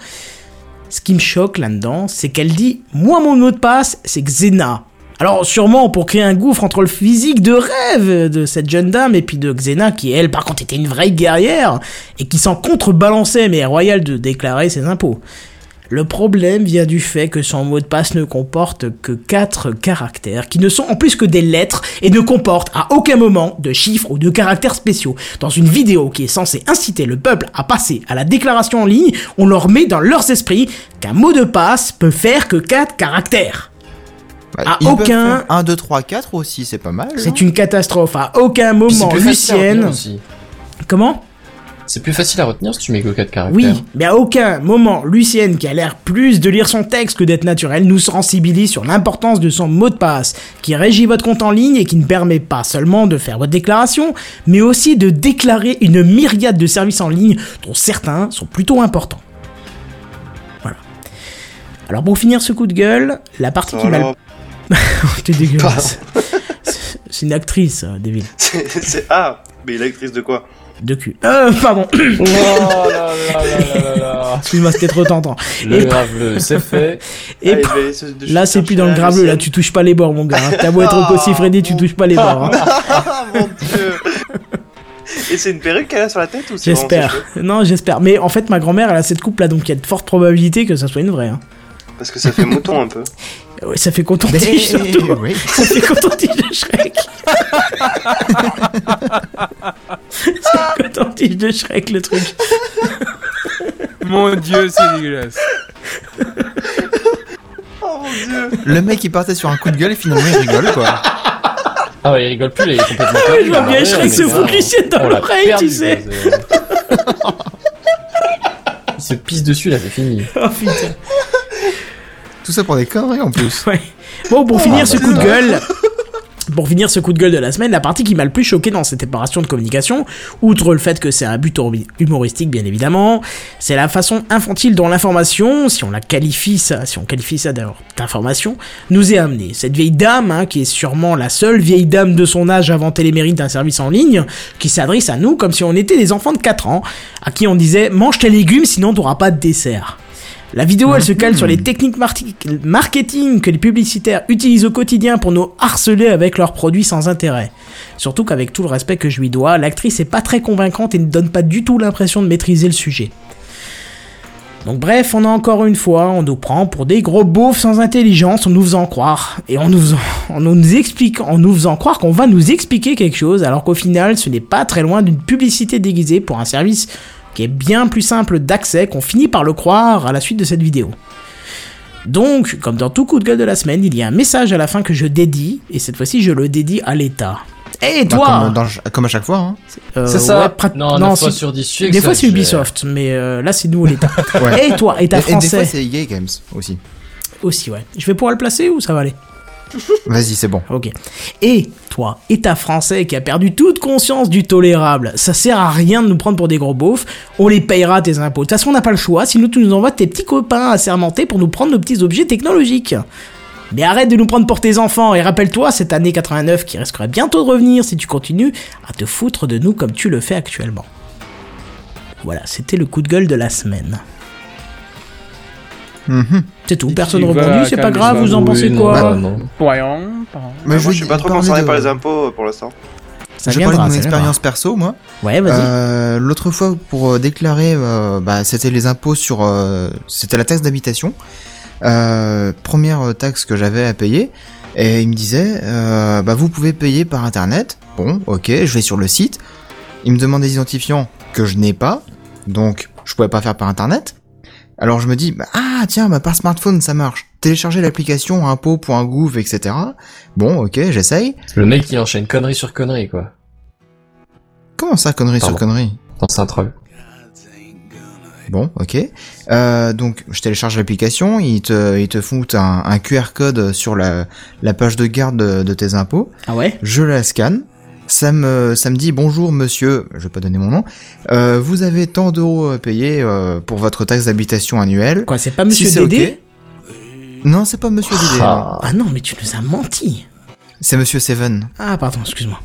[SPEAKER 1] Ce qui me choque là-dedans, c'est qu'elle dit Moi, mon mot de passe, c'est Xena. Alors, sûrement pour créer un gouffre entre le physique de rêve de cette jeune dame et puis de Xena, qui elle, par contre, était une vraie guerrière et qui s'en contrebalançait, mais royale de déclarer ses impôts. Le problème vient du fait que son mot de passe ne comporte que 4 caractères, qui ne sont en plus que des lettres et ne comportent à aucun moment de chiffres ou de caractères spéciaux. Dans une vidéo qui est censée inciter le peuple à passer à la déclaration en ligne, on leur met dans leurs esprits qu'un mot de passe peut faire que 4 caractères. à
[SPEAKER 3] Bah, Ils peuvent
[SPEAKER 1] Ah, aucun
[SPEAKER 3] faire 1, 2, 3, 4 aussi, c'est pas mal. hein.
[SPEAKER 1] c'est une catastrophe. À aucun
[SPEAKER 5] Puis c'est
[SPEAKER 1] moment,
[SPEAKER 5] plus facile à retenir
[SPEAKER 1] Lucienne.
[SPEAKER 5] aussi.
[SPEAKER 1] Comment
[SPEAKER 5] C'est plus facile à retenir si tu mets que 4 caractères.
[SPEAKER 1] Oui, mais à aucun moment, Lucienne, qui a l'air plus de lire son texte que d'être naturelle, nous sensibilise sur l'importance de son mot de passe, qui régit votre compte en ligne et qui ne permet pas seulement de faire votre déclaration, mais aussi de déclarer une myriade de services en ligne dont certains sont plutôt importants. Voilà. Alors pour finir ce coup de gueule, la partie qui m'a le...
[SPEAKER 2] Voilà.
[SPEAKER 1] T'es dégueulasse. C'est- C'est une actrice, euh, Devil.
[SPEAKER 2] C'est c'est- ah, mais l'actrice de quoi
[SPEAKER 1] De cul. Euh, pardon. Excuse-moi, c'était trop tentant.
[SPEAKER 5] Le
[SPEAKER 1] Et-
[SPEAKER 5] graveleux, c'est fait.
[SPEAKER 1] Et
[SPEAKER 2] Ah,
[SPEAKER 5] Allez,
[SPEAKER 1] pa-
[SPEAKER 2] ben,
[SPEAKER 5] je vais essayer de
[SPEAKER 1] là, c'est plus dans le graveleux, là, tu touches pas les bords, mon gars. hein. T'as beau être au aussi Freddy, tu touches pas les bords. hein.
[SPEAKER 2] Ah, Et c'est une perruque qu'elle a sur la tête ou c'est vraiment ses
[SPEAKER 1] J'espère.
[SPEAKER 2] cheveux
[SPEAKER 1] Non, j'espère. Mais en fait, ma grand-mère, elle a cette coupe là, donc il y a de fortes probabilités que ça soit une vraie. hein. Ah
[SPEAKER 2] Parce que ça fait mouton un peu. Ah,
[SPEAKER 1] Ouais, ça fait coton-tige
[SPEAKER 2] Mais-
[SPEAKER 1] surtout. hein.
[SPEAKER 2] oui.
[SPEAKER 1] Ça fait coton-tige de Shrek. c'est coton-tige de Shrek le truc.
[SPEAKER 4] Mon dieu, c'est dégueulasse.
[SPEAKER 2] Oh mon dieu
[SPEAKER 3] Le mec il partait sur un coup de gueule et finalement il rigole quoi.
[SPEAKER 5] Ah ouais, il rigole plus, il est complètement
[SPEAKER 3] Ah
[SPEAKER 1] oui,
[SPEAKER 5] perdu,
[SPEAKER 1] je vois
[SPEAKER 5] là,
[SPEAKER 1] bien
[SPEAKER 5] bah ouais,
[SPEAKER 1] Shrek
[SPEAKER 5] mais
[SPEAKER 1] se
[SPEAKER 5] là,
[SPEAKER 1] foutre
[SPEAKER 5] on-
[SPEAKER 1] Lucien dans
[SPEAKER 5] on l'a
[SPEAKER 1] l'oreille,
[SPEAKER 5] perdu,
[SPEAKER 1] tu sais.
[SPEAKER 5] quoi, c'est- Il se pisse dessus, là, c'est fini.
[SPEAKER 1] Oh putain.
[SPEAKER 3] Tout ça pour des conneries en plus.
[SPEAKER 1] Bon, pour
[SPEAKER 3] Ah,
[SPEAKER 1] finir
[SPEAKER 3] bah,
[SPEAKER 1] ce coup de
[SPEAKER 3] putain.
[SPEAKER 1] gueule, pour finir ce coup de gueule de la semaine, la partie qui m'a le plus choqué dans cette opération de communication, outre le fait que c'est un but humi- humoristique bien évidemment, c'est la façon infantile dont l'information, si on la qualifie ça, si on qualifie ça d'ailleurs d'information, nous est amenée. Cette vieille dame, hein, qui est sûrement la seule vieille dame de son âge à vanter les mérites d'un service en ligne, qui s'adresse à nous comme si on était des enfants de 4 ans, à qui on disait mange tes légumes sinon t'auras pas de dessert. La vidéo, elle se cale sur les techniques marti- marketing que les publicitaires utilisent au quotidien pour nous harceler avec leurs produits sans intérêt. Surtout qu'avec tout le respect que je lui dois, l'actrice est pas très convaincante et ne donne pas du tout l'impression de maîtriser le sujet. Donc bref, on a encore une fois, on nous prend pour des gros beaufs sans intelligence, on nous faisant croire, et on nous, faisant- on nous explique, en nous faisant croire qu'on va nous expliquer quelque chose, alors qu'au final, ce n'est pas très loin d'une publicité déguisée pour un service qui est bien plus simple d'accès qu'on finit par le croire à la suite de cette vidéo. Donc, comme dans tout coup de gueule de la semaine, il y a un message à la fin que je dédie, et cette fois-ci, je le dédie à l'État. Et
[SPEAKER 3] Bah,
[SPEAKER 1] toi
[SPEAKER 3] comme, dans- comme à chaque fois. hein.
[SPEAKER 1] euh,
[SPEAKER 5] C'est ça.
[SPEAKER 1] ouais, prat-
[SPEAKER 5] Non, neuf
[SPEAKER 1] c'est-
[SPEAKER 5] fois sur dix, je suis
[SPEAKER 1] Des fois,
[SPEAKER 5] exact,
[SPEAKER 1] c'est
[SPEAKER 5] je-
[SPEAKER 1] Ubisoft, mais euh, là, c'est nous, l'État.
[SPEAKER 3] Ouais.
[SPEAKER 1] Et toi, État
[SPEAKER 3] Et- Et des fois,
[SPEAKER 1] français
[SPEAKER 3] c'est EA Games aussi.
[SPEAKER 1] Aussi, ouais. Je vais pouvoir le placer ou ça va aller
[SPEAKER 3] Vas-y, c'est bon.
[SPEAKER 1] Ok. Et toi, État français qui a perdu toute conscience du tolérable, ça sert à rien de nous prendre pour des gros beaufs, on les payera tes impôts. De toute façon, on n'a pas le choix, sinon tu nous envoies tes petits copains assermentés pour nous prendre nos petits objets technologiques. Mais arrête de nous prendre pour tes enfants et rappelle-toi cette année 89 qui risquerait bientôt de revenir si tu continues à te foutre de nous comme tu le fais actuellement. Voilà, c'était le coup de gueule de la semaine.
[SPEAKER 3] Mhm.
[SPEAKER 1] C'est tout, personne
[SPEAKER 4] va
[SPEAKER 1] rebondit, c'est pas
[SPEAKER 4] calmer
[SPEAKER 1] grave,
[SPEAKER 4] ça.
[SPEAKER 1] vous en
[SPEAKER 4] Oui,
[SPEAKER 1] pensez
[SPEAKER 5] non,
[SPEAKER 1] quoi
[SPEAKER 5] bah non.
[SPEAKER 4] Voyons. pardon.
[SPEAKER 3] Mais
[SPEAKER 2] moi, je suis pas trop
[SPEAKER 3] parler
[SPEAKER 2] concerné
[SPEAKER 3] de-
[SPEAKER 2] par les impôts euh, pour l'instant.
[SPEAKER 1] Ça
[SPEAKER 3] je vais parler
[SPEAKER 1] viendra,
[SPEAKER 3] de mon
[SPEAKER 1] ça
[SPEAKER 3] expérience perso, moi.
[SPEAKER 1] Ouais, vas-y.
[SPEAKER 3] Euh, L'autre fois, pour euh, déclarer, euh, bah, c'était les impôts sur, euh, c'était la taxe d'habitation. Euh, première euh, taxe que j'avais à payer, et il me disait, euh, bah, vous pouvez payer par internet. Bon, ok, je vais sur le site. Il me demande des identifiants que je n'ai pas, donc je pouvais pas faire par internet. Alors je me dis, bah, ah tiens, bah, par smartphone ça marche. Télécharger l'application impôts.gouv, etc. Bon, ok, j'essaye.
[SPEAKER 5] Le mec qui enchaîne connerie sur connerie, quoi.
[SPEAKER 3] Comment ça, connerie
[SPEAKER 5] Pardon.
[SPEAKER 3] sur connerie
[SPEAKER 5] Non, c'est un troll.
[SPEAKER 3] Bon, ok. Euh, donc, je télécharge l'application, ils te, ils te foutent un, un QR code sur la, la page de garde de, de tes impôts.
[SPEAKER 1] Ah ouais
[SPEAKER 3] Je la scanne. Ça me, ça me dit bonjour monsieur, je vais pas donner mon nom. Euh, vous avez tant d'euros à payer euh, pour votre taxe d'habitation annuelle.
[SPEAKER 1] Quoi, c'est pas
[SPEAKER 3] Si
[SPEAKER 1] Monsieur
[SPEAKER 3] c'est ok.
[SPEAKER 1] Dédé
[SPEAKER 3] Non, c'est pas monsieur Dédé. non.
[SPEAKER 1] Ah non, mais tu nous as menti.
[SPEAKER 3] C'est monsieur Seven.
[SPEAKER 1] Ah pardon, excuse-moi.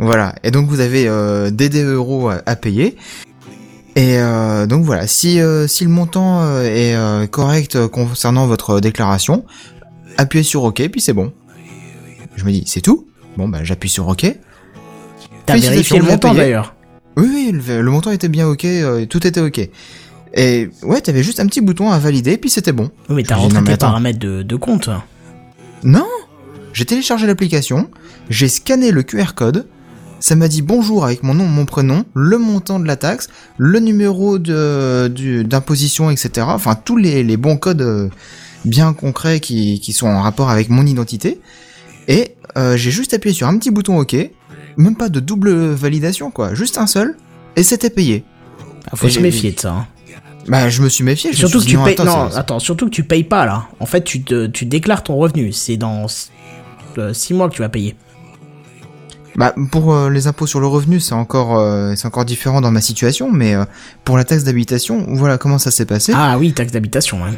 [SPEAKER 3] Voilà. Et donc vous avez euh, DD euros à, à payer. Et euh, donc voilà, si, euh, si le montant euh, est euh, correct euh, concernant votre déclaration, appuyez sur OK, puis c'est bon. Je me dis, c'est tout Bon, bah j'appuie sur OK.
[SPEAKER 1] T'as
[SPEAKER 3] Félicitations,
[SPEAKER 1] vérifié le
[SPEAKER 3] vous avez
[SPEAKER 1] montant
[SPEAKER 3] payé.
[SPEAKER 1] d'ailleurs.
[SPEAKER 3] Oui, oui, le, le montant était bien OK, euh, tout était OK. Et ouais, t'avais juste un petit bouton à valider, puis c'était bon.
[SPEAKER 1] Oui, mais t'as
[SPEAKER 3] Je dis,
[SPEAKER 1] rentré
[SPEAKER 3] non, mais
[SPEAKER 1] tes
[SPEAKER 3] attends.
[SPEAKER 1] paramètres de, de compte. Ah,
[SPEAKER 3] Non J'ai téléchargé l'application, j'ai scanné le QR code, ça m'a dit bonjour avec mon nom, mon prénom, le montant de la taxe, le numéro de- du- d'imposition, etc. Enfin, tous les, les bons codes euh, bien concrets qui, qui sont en rapport avec mon identité. Et euh, j'ai juste appuyé sur un petit bouton OK, même pas de double validation, quoi, juste un seul, et c'était payé.
[SPEAKER 1] Ah, faut
[SPEAKER 3] Et
[SPEAKER 1] se
[SPEAKER 3] j'ai-
[SPEAKER 1] méfier de ça. hein.
[SPEAKER 3] Bah, je me suis méfié. je me
[SPEAKER 1] Surtout que
[SPEAKER 3] suis dit,
[SPEAKER 1] tu
[SPEAKER 3] non,
[SPEAKER 1] payes.
[SPEAKER 3] attends,
[SPEAKER 1] non,
[SPEAKER 3] ça-
[SPEAKER 1] attends, surtout que tu payes pas là. En fait, tu, te, tu déclares ton revenu. C'est dans 6 mois que tu vas payer.
[SPEAKER 3] Bah, pour euh, les impôts sur le revenu, c'est encore, euh, c'est encore différent dans ma situation, mais euh, pour la taxe d'habitation, voilà comment ça s'est passé.
[SPEAKER 1] Ah oui, taxe d'habitation. hein.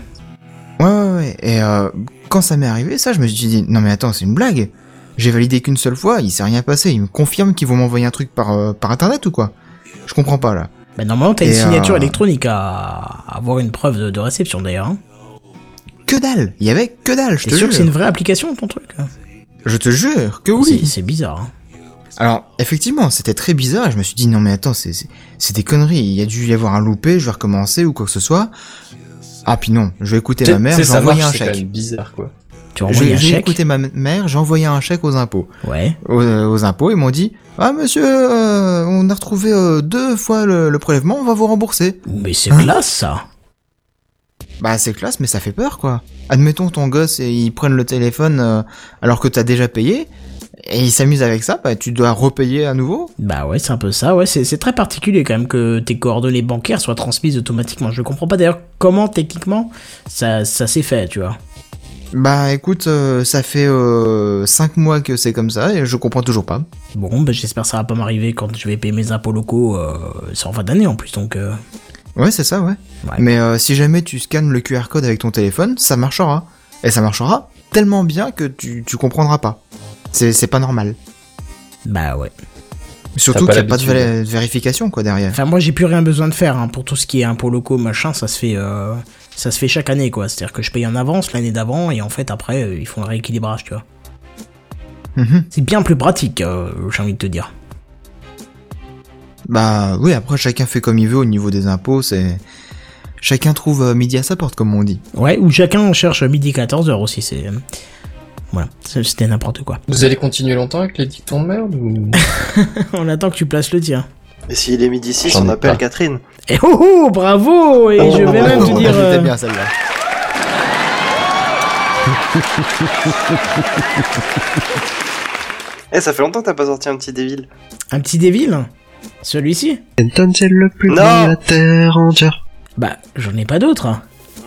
[SPEAKER 3] Ouais, ouais, ouais. Et euh, quand ça m'est arrivé, ça, je me suis dit, non mais attends, c'est une blague. J'ai validé qu'une seule fois, il s'est rien passé. Ils me confirment qu'ils vont m'envoyer un truc par, euh, par internet ou quoi Je comprends pas là.
[SPEAKER 1] Bah, normalement, t'as une
[SPEAKER 3] Et,
[SPEAKER 1] signature
[SPEAKER 3] euh,
[SPEAKER 1] électronique à à avoir une preuve de, de réception d'ailleurs. hein.
[SPEAKER 3] Que dalle Il y avait que dalle, je
[SPEAKER 1] T'es
[SPEAKER 3] te
[SPEAKER 1] sûr
[SPEAKER 3] jure.
[SPEAKER 1] que c'est une vraie application ton truc hein
[SPEAKER 3] Je te jure que
[SPEAKER 1] C'est-
[SPEAKER 3] oui.
[SPEAKER 1] C'est bizarre. hein.
[SPEAKER 3] Alors, effectivement, c'était très bizarre. Je me suis dit, non mais attends, c'est c'est- c'est des conneries. Il y a dû y avoir un loupé, je vais recommencer ou quoi que ce soit. Ah, puis non, je vais écouter ma mère,
[SPEAKER 5] Tu
[SPEAKER 3] je
[SPEAKER 5] sais,
[SPEAKER 3] vais
[SPEAKER 5] ça
[SPEAKER 3] envoyer
[SPEAKER 5] marche,
[SPEAKER 3] un
[SPEAKER 5] c'est quand
[SPEAKER 3] chèque.
[SPEAKER 5] même bizarre, quoi.
[SPEAKER 1] Tu as envoyé
[SPEAKER 3] J'ai
[SPEAKER 1] un
[SPEAKER 3] j'ai
[SPEAKER 1] chèque.
[SPEAKER 3] écouté ma mère, j'ai envoyé un chèque aux impôts.
[SPEAKER 1] Ouais.
[SPEAKER 3] Aux, euh, aux impôts, ils m'ont dit Ah monsieur, euh, on a retrouvé euh, deux fois le, le prélèvement, on va vous rembourser.
[SPEAKER 1] Mais c'est
[SPEAKER 3] Hein
[SPEAKER 1] classe ça.
[SPEAKER 3] Bah c'est classe, mais ça fait peur quoi. Admettons ton gosse, et ils prennent le téléphone euh, alors que t'as déjà payé, et ils s'amusent avec ça, bah tu dois repayer à nouveau.
[SPEAKER 1] Bah ouais, c'est un peu ça, ouais, c'est c'est très particulier quand même que tes coordonnées bancaires soient transmises automatiquement. Je comprends pas d'ailleurs comment techniquement ça, ça s'est fait, tu vois.
[SPEAKER 3] Bah écoute, euh, ça fait 5 mois que c'est comme ça et je comprends toujours pas.
[SPEAKER 1] Bon, bah, j'espère que ça va pas m'arriver quand je vais payer mes impôts locaux. euh, c'est en fin d'année en plus, donc. euh,
[SPEAKER 3] Ouais, c'est ça, ouais. Mais euh, si jamais tu scannes le QR code avec ton téléphone, ça marchera. Et ça marchera tellement bien que tu, tu comprendras pas. C'est c'est pas normal.
[SPEAKER 1] Bah ouais.
[SPEAKER 3] Surtout qu'il n'y a pas de vé- vérification quoi derrière.
[SPEAKER 1] Enfin, moi, j'ai plus rien besoin de faire hein, pour tout ce qui est impôts locaux, machin. Ça se fait, euh, ça se fait chaque année, quoi. C'est-à-dire que je paye en avance l'année d'avant, et en fait, après, euh, ils font le rééquilibrage, tu vois.
[SPEAKER 3] Mhm.
[SPEAKER 1] C'est bien plus pratique, euh, j'ai envie de te dire.
[SPEAKER 3] Bah oui, après chacun fait comme il veut au niveau des impôts, c'est. Chacun trouve euh, midi à sa porte comme on dit.
[SPEAKER 1] Ouais, ou chacun cherche midi 14h aussi, c'est. Voilà, c'est- c'était n'importe quoi.
[SPEAKER 5] Vous allez continuer longtemps avec les dictons de merde ou...
[SPEAKER 1] On attend que tu places le tien.
[SPEAKER 2] Et s'il est midi 6,
[SPEAKER 5] J'en
[SPEAKER 2] on
[SPEAKER 5] ai
[SPEAKER 2] appelle
[SPEAKER 5] pas.
[SPEAKER 2] Catherine.
[SPEAKER 1] Et oh oh, bravo Et je vais même te dire. euh,
[SPEAKER 3] celle-là.
[SPEAKER 2] Eh, ça fait longtemps que t'as pas sorti un petit Devil.
[SPEAKER 1] Un petit dévil Celui-ci
[SPEAKER 12] Kenton, c'est le plus
[SPEAKER 2] Non.
[SPEAKER 12] grand de la terre entière.
[SPEAKER 1] Bah, j'en ai pas d'autres.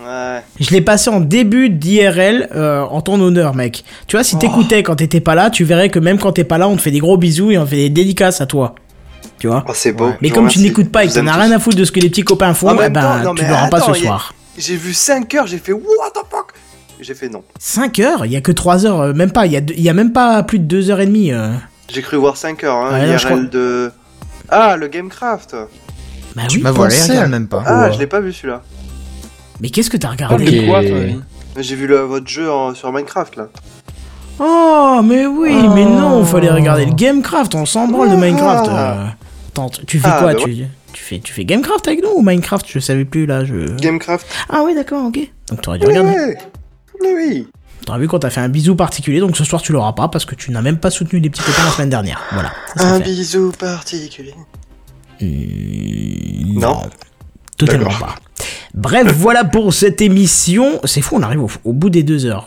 [SPEAKER 2] Ouais.
[SPEAKER 1] Je l'ai passé en début d'IRL euh, en ton honneur, mec. Tu vois,
[SPEAKER 2] Oh.
[SPEAKER 1] si t'écoutais quand t'étais pas là, tu verrais que même quand t'es pas là, on te fait des gros bisous et on fait des dédicaces à toi. Tu vois
[SPEAKER 2] Oh, c'est beau.
[SPEAKER 1] Mais
[SPEAKER 2] Je vous
[SPEAKER 1] comme tu
[SPEAKER 2] remercie.
[SPEAKER 1] n'écoutes pas et que
[SPEAKER 2] Je
[SPEAKER 1] t'en
[SPEAKER 2] vous
[SPEAKER 1] as
[SPEAKER 2] aime
[SPEAKER 1] rien à foutre de ce que les petits copains
[SPEAKER 2] En
[SPEAKER 1] font, eh
[SPEAKER 2] même
[SPEAKER 1] ben,
[SPEAKER 2] temps, non,
[SPEAKER 1] tu
[SPEAKER 2] mais
[SPEAKER 1] l'auras pas
[SPEAKER 2] attends,
[SPEAKER 1] ce
[SPEAKER 2] il y a-
[SPEAKER 1] soir.
[SPEAKER 2] J'ai vu 5 heures, j'ai fait What the fuck J'ai fait non.
[SPEAKER 1] 5 heures Il y a que 3 heures, euh, même pas. Il y, a deux- il y a même pas plus de 2 heures et demie. euh.
[SPEAKER 2] J'ai cru voir 5 heures, hein,
[SPEAKER 1] Ouais, non,
[SPEAKER 2] IRL
[SPEAKER 1] je crois-
[SPEAKER 2] de... Ah, le Gamecraft
[SPEAKER 1] Bah
[SPEAKER 3] Tu
[SPEAKER 1] oui,
[SPEAKER 3] m'as volé,
[SPEAKER 1] pensez à-
[SPEAKER 3] regarde même pas.
[SPEAKER 2] Ah, je l'ai pas vu celui-là.
[SPEAKER 1] Mais qu'est-ce que t'as
[SPEAKER 2] Ah,
[SPEAKER 1] regardé
[SPEAKER 2] mais quoi, toi, oui. J'ai vu le- votre jeu en- sur Minecraft, là.
[SPEAKER 1] Oh, mais oui, mais
[SPEAKER 2] Oh.
[SPEAKER 1] non, fallait regarder le Gamecraft, on s'en branle de Minecraft. euh. Attends, tu tu fais
[SPEAKER 2] Ah,
[SPEAKER 1] quoi
[SPEAKER 2] bah
[SPEAKER 1] tu, tu, fais, tu fais Gamecraft avec nous ou Minecraft Je savais plus là. Je...
[SPEAKER 2] Gamecraft
[SPEAKER 1] Ah oui, d'accord, ok. Donc t'aurais dû
[SPEAKER 2] Mais
[SPEAKER 1] regarder.
[SPEAKER 2] ouais. Mais oui
[SPEAKER 1] T'aurais vu qu'on t'a fait un bisou particulier, donc ce soir tu l'auras pas parce que tu n'as même pas soutenu les petits copains la semaine dernière. Voilà. ça, c'est
[SPEAKER 2] Un
[SPEAKER 1] fait.
[SPEAKER 2] bisou particulier.
[SPEAKER 1] Euh, Non. Totalement pas. Bref, voilà pour cette émission. C'est fou, on arrive au, au bout des deux heures.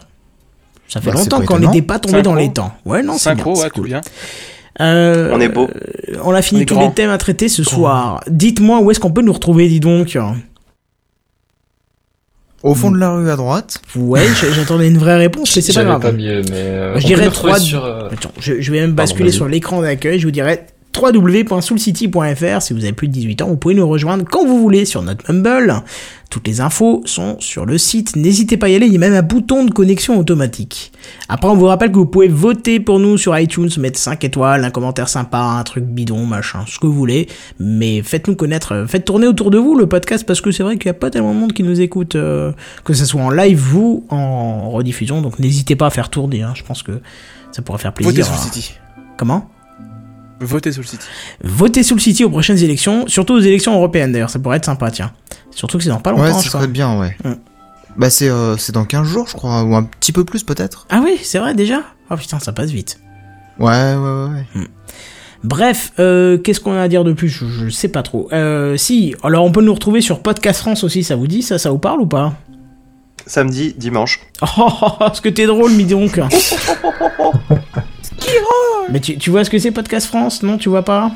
[SPEAKER 1] Ça fait
[SPEAKER 4] Bah, c'est
[SPEAKER 1] longtemps
[SPEAKER 4] pas
[SPEAKER 1] qu'on
[SPEAKER 4] étonnant.
[SPEAKER 1] n'était pas tombé dans
[SPEAKER 4] Synchro.
[SPEAKER 1] les temps. Ouais, non, c'est bien.
[SPEAKER 4] Synchro,
[SPEAKER 1] c'est
[SPEAKER 4] ouais,
[SPEAKER 1] cool.
[SPEAKER 4] tout bien.
[SPEAKER 1] Euh,
[SPEAKER 2] On est beau.
[SPEAKER 1] euh, On a fini
[SPEAKER 4] On est
[SPEAKER 1] tous
[SPEAKER 4] grand.
[SPEAKER 1] les thèmes à traiter ce soir. Dites-moi où est-ce qu'on peut nous retrouver, dis donc.
[SPEAKER 3] Au fond de
[SPEAKER 2] Mm.
[SPEAKER 3] la rue à droite.
[SPEAKER 1] Ouais, j'- j'attendais une vraie réponse, mais c'est pas
[SPEAKER 5] J'avais
[SPEAKER 1] grave.
[SPEAKER 5] pas mieux, mais. euh,
[SPEAKER 1] Je
[SPEAKER 5] on
[SPEAKER 1] dirais
[SPEAKER 5] peut le retrouver
[SPEAKER 1] 3
[SPEAKER 5] sur. euh,
[SPEAKER 1] Attends, je, je vais même basculer
[SPEAKER 5] vas-y.
[SPEAKER 1] sur l'écran d'accueil, je vous dirais www.soulcity.fr si vous avez plus de 18 ans, vous pouvez nous rejoindre quand vous voulez sur notre Mumble. Toutes les infos sont sur le site, n'hésitez pas à y aller, il y a même un bouton de connexion automatique. Après on vous rappelle que vous pouvez voter pour nous sur iTunes, mettre 5 étoiles, un commentaire sympa, un truc bidon, machin, ce que vous voulez, mais faites-nous connaître, euh, faites tourner autour de vous le podcast parce que c'est vrai qu'il n'y a pas tellement de monde qui nous écoute, euh, que ce soit en live ou en rediffusion, donc n'hésitez pas à faire tourner, hein, je pense que ça pourrait faire plaisir.
[SPEAKER 4] Votez Soul
[SPEAKER 1] hein.
[SPEAKER 4] City.
[SPEAKER 1] Comment
[SPEAKER 4] Votez Soul City.
[SPEAKER 1] Votez Soul City aux prochaines élections, surtout aux élections européennes d'ailleurs, ça pourrait être sympa, tiens. Surtout que c'est dans pas longtemps,
[SPEAKER 3] ouais, Ah, ça
[SPEAKER 1] je crois.
[SPEAKER 3] serait bien, ouais.
[SPEAKER 1] Mm.
[SPEAKER 3] Bah c'est euh, c'est dans 15 jours, je crois, ou un petit peu plus peut-être.
[SPEAKER 1] Ah oui, c'est vrai déjà Oh putain, ça passe vite.
[SPEAKER 3] Ouais, ouais, ouais. ouais.
[SPEAKER 1] Bref, euh, qu'est-ce qu'on a à dire de plus je, je sais pas trop. Euh, si, alors on peut nous retrouver sur Podcast France aussi, ça vous dit ça Ça vous parle ou pas
[SPEAKER 2] Samedi, dimanche.
[SPEAKER 1] Oh, oh, oh, ce que t'es drôle, mis donc Mais tu, tu vois ce que c'est Podcast France Non, tu vois pas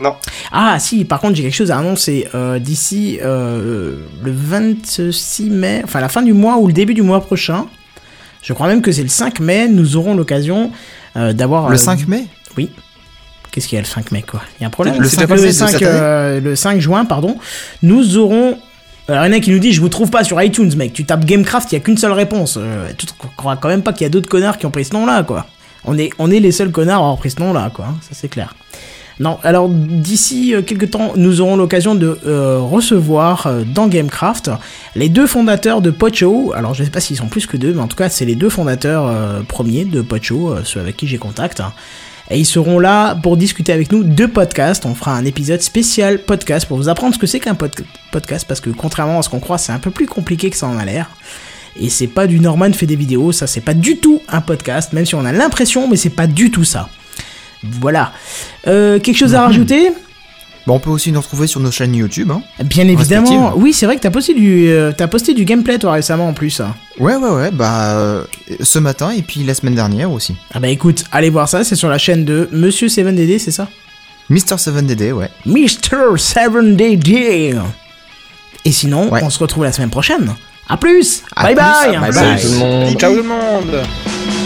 [SPEAKER 2] Non.
[SPEAKER 1] Ah si, par contre j'ai quelque chose à annoncer. Euh, D'ici euh, le 26 mai, enfin la fin du mois ou le début du mois prochain, je crois même que c'est le 5 mai, nous aurons l'occasion euh, d'avoir...
[SPEAKER 3] Le
[SPEAKER 1] euh,
[SPEAKER 3] 5 mai
[SPEAKER 1] Oui. Qu'est-ce qu'il y a le 5 mai quoi Il y a un problème
[SPEAKER 3] Le
[SPEAKER 1] C'est
[SPEAKER 3] 5
[SPEAKER 1] pas
[SPEAKER 3] mai
[SPEAKER 1] le
[SPEAKER 3] de
[SPEAKER 1] 5,
[SPEAKER 3] cette année
[SPEAKER 1] euh, le 5 juin, pardon. Nous aurons... Alors il y en a qui nous dit je vous trouve pas sur iTunes mec, tu tapes Gamecraft, il y a qu'une seule réponse. Euh, tu te crois quand même pas qu'il y a d'autres connards qui ont pris ce nom là quoi. On est, on est les seuls connards à avoir pris ce nom là quoi, hein, ça c'est clair. Non, alors d'ici euh, quelques temps, nous aurons l'occasion de euh, recevoir euh, dans Gamecraft les deux fondateurs de Pocho. Alors je ne sais pas s'ils sont plus que deux, mais en tout cas c'est les deux fondateurs euh, premiers de Pocho, euh, ceux avec qui j'ai contact. Et ils seront là pour discuter avec nous de podcasts. On fera un épisode spécial podcast pour vous apprendre ce que c'est qu'un pod- podcast, parce que contrairement à ce qu'on croit, c'est un peu plus compliqué que ça en a l'air. Et c'est pas du Norman fait des vidéos, ça c'est pas du tout un podcast, même si on a l'impression, mais c'est pas du tout ça. Voilà. Euh, quelque chose à rajouter
[SPEAKER 3] Bah on peut aussi nous retrouver sur nos chaînes YouTube. Hein.
[SPEAKER 1] Bien évidemment.
[SPEAKER 3] Respective.
[SPEAKER 1] Oui, c'est vrai que t'as posté du, euh, t'as posté du gameplay toi récemment en plus. hein.
[SPEAKER 3] Ouais, ouais, ouais, bah euh, ce matin et puis la semaine dernière aussi.
[SPEAKER 1] Ah bah écoute, allez voir ça, c'est sur la chaîne de Monsieur 7DD, c'est ça
[SPEAKER 3] Mister 7DD, ouais.
[SPEAKER 1] Mr. 7DD Et sinon, on se retrouve la semaine prochaine
[SPEAKER 13] À plus.
[SPEAKER 1] À
[SPEAKER 13] bye
[SPEAKER 1] plus.
[SPEAKER 13] bye.
[SPEAKER 1] Bye bye. Salut tout le monde.
[SPEAKER 4] Ciao tout le monde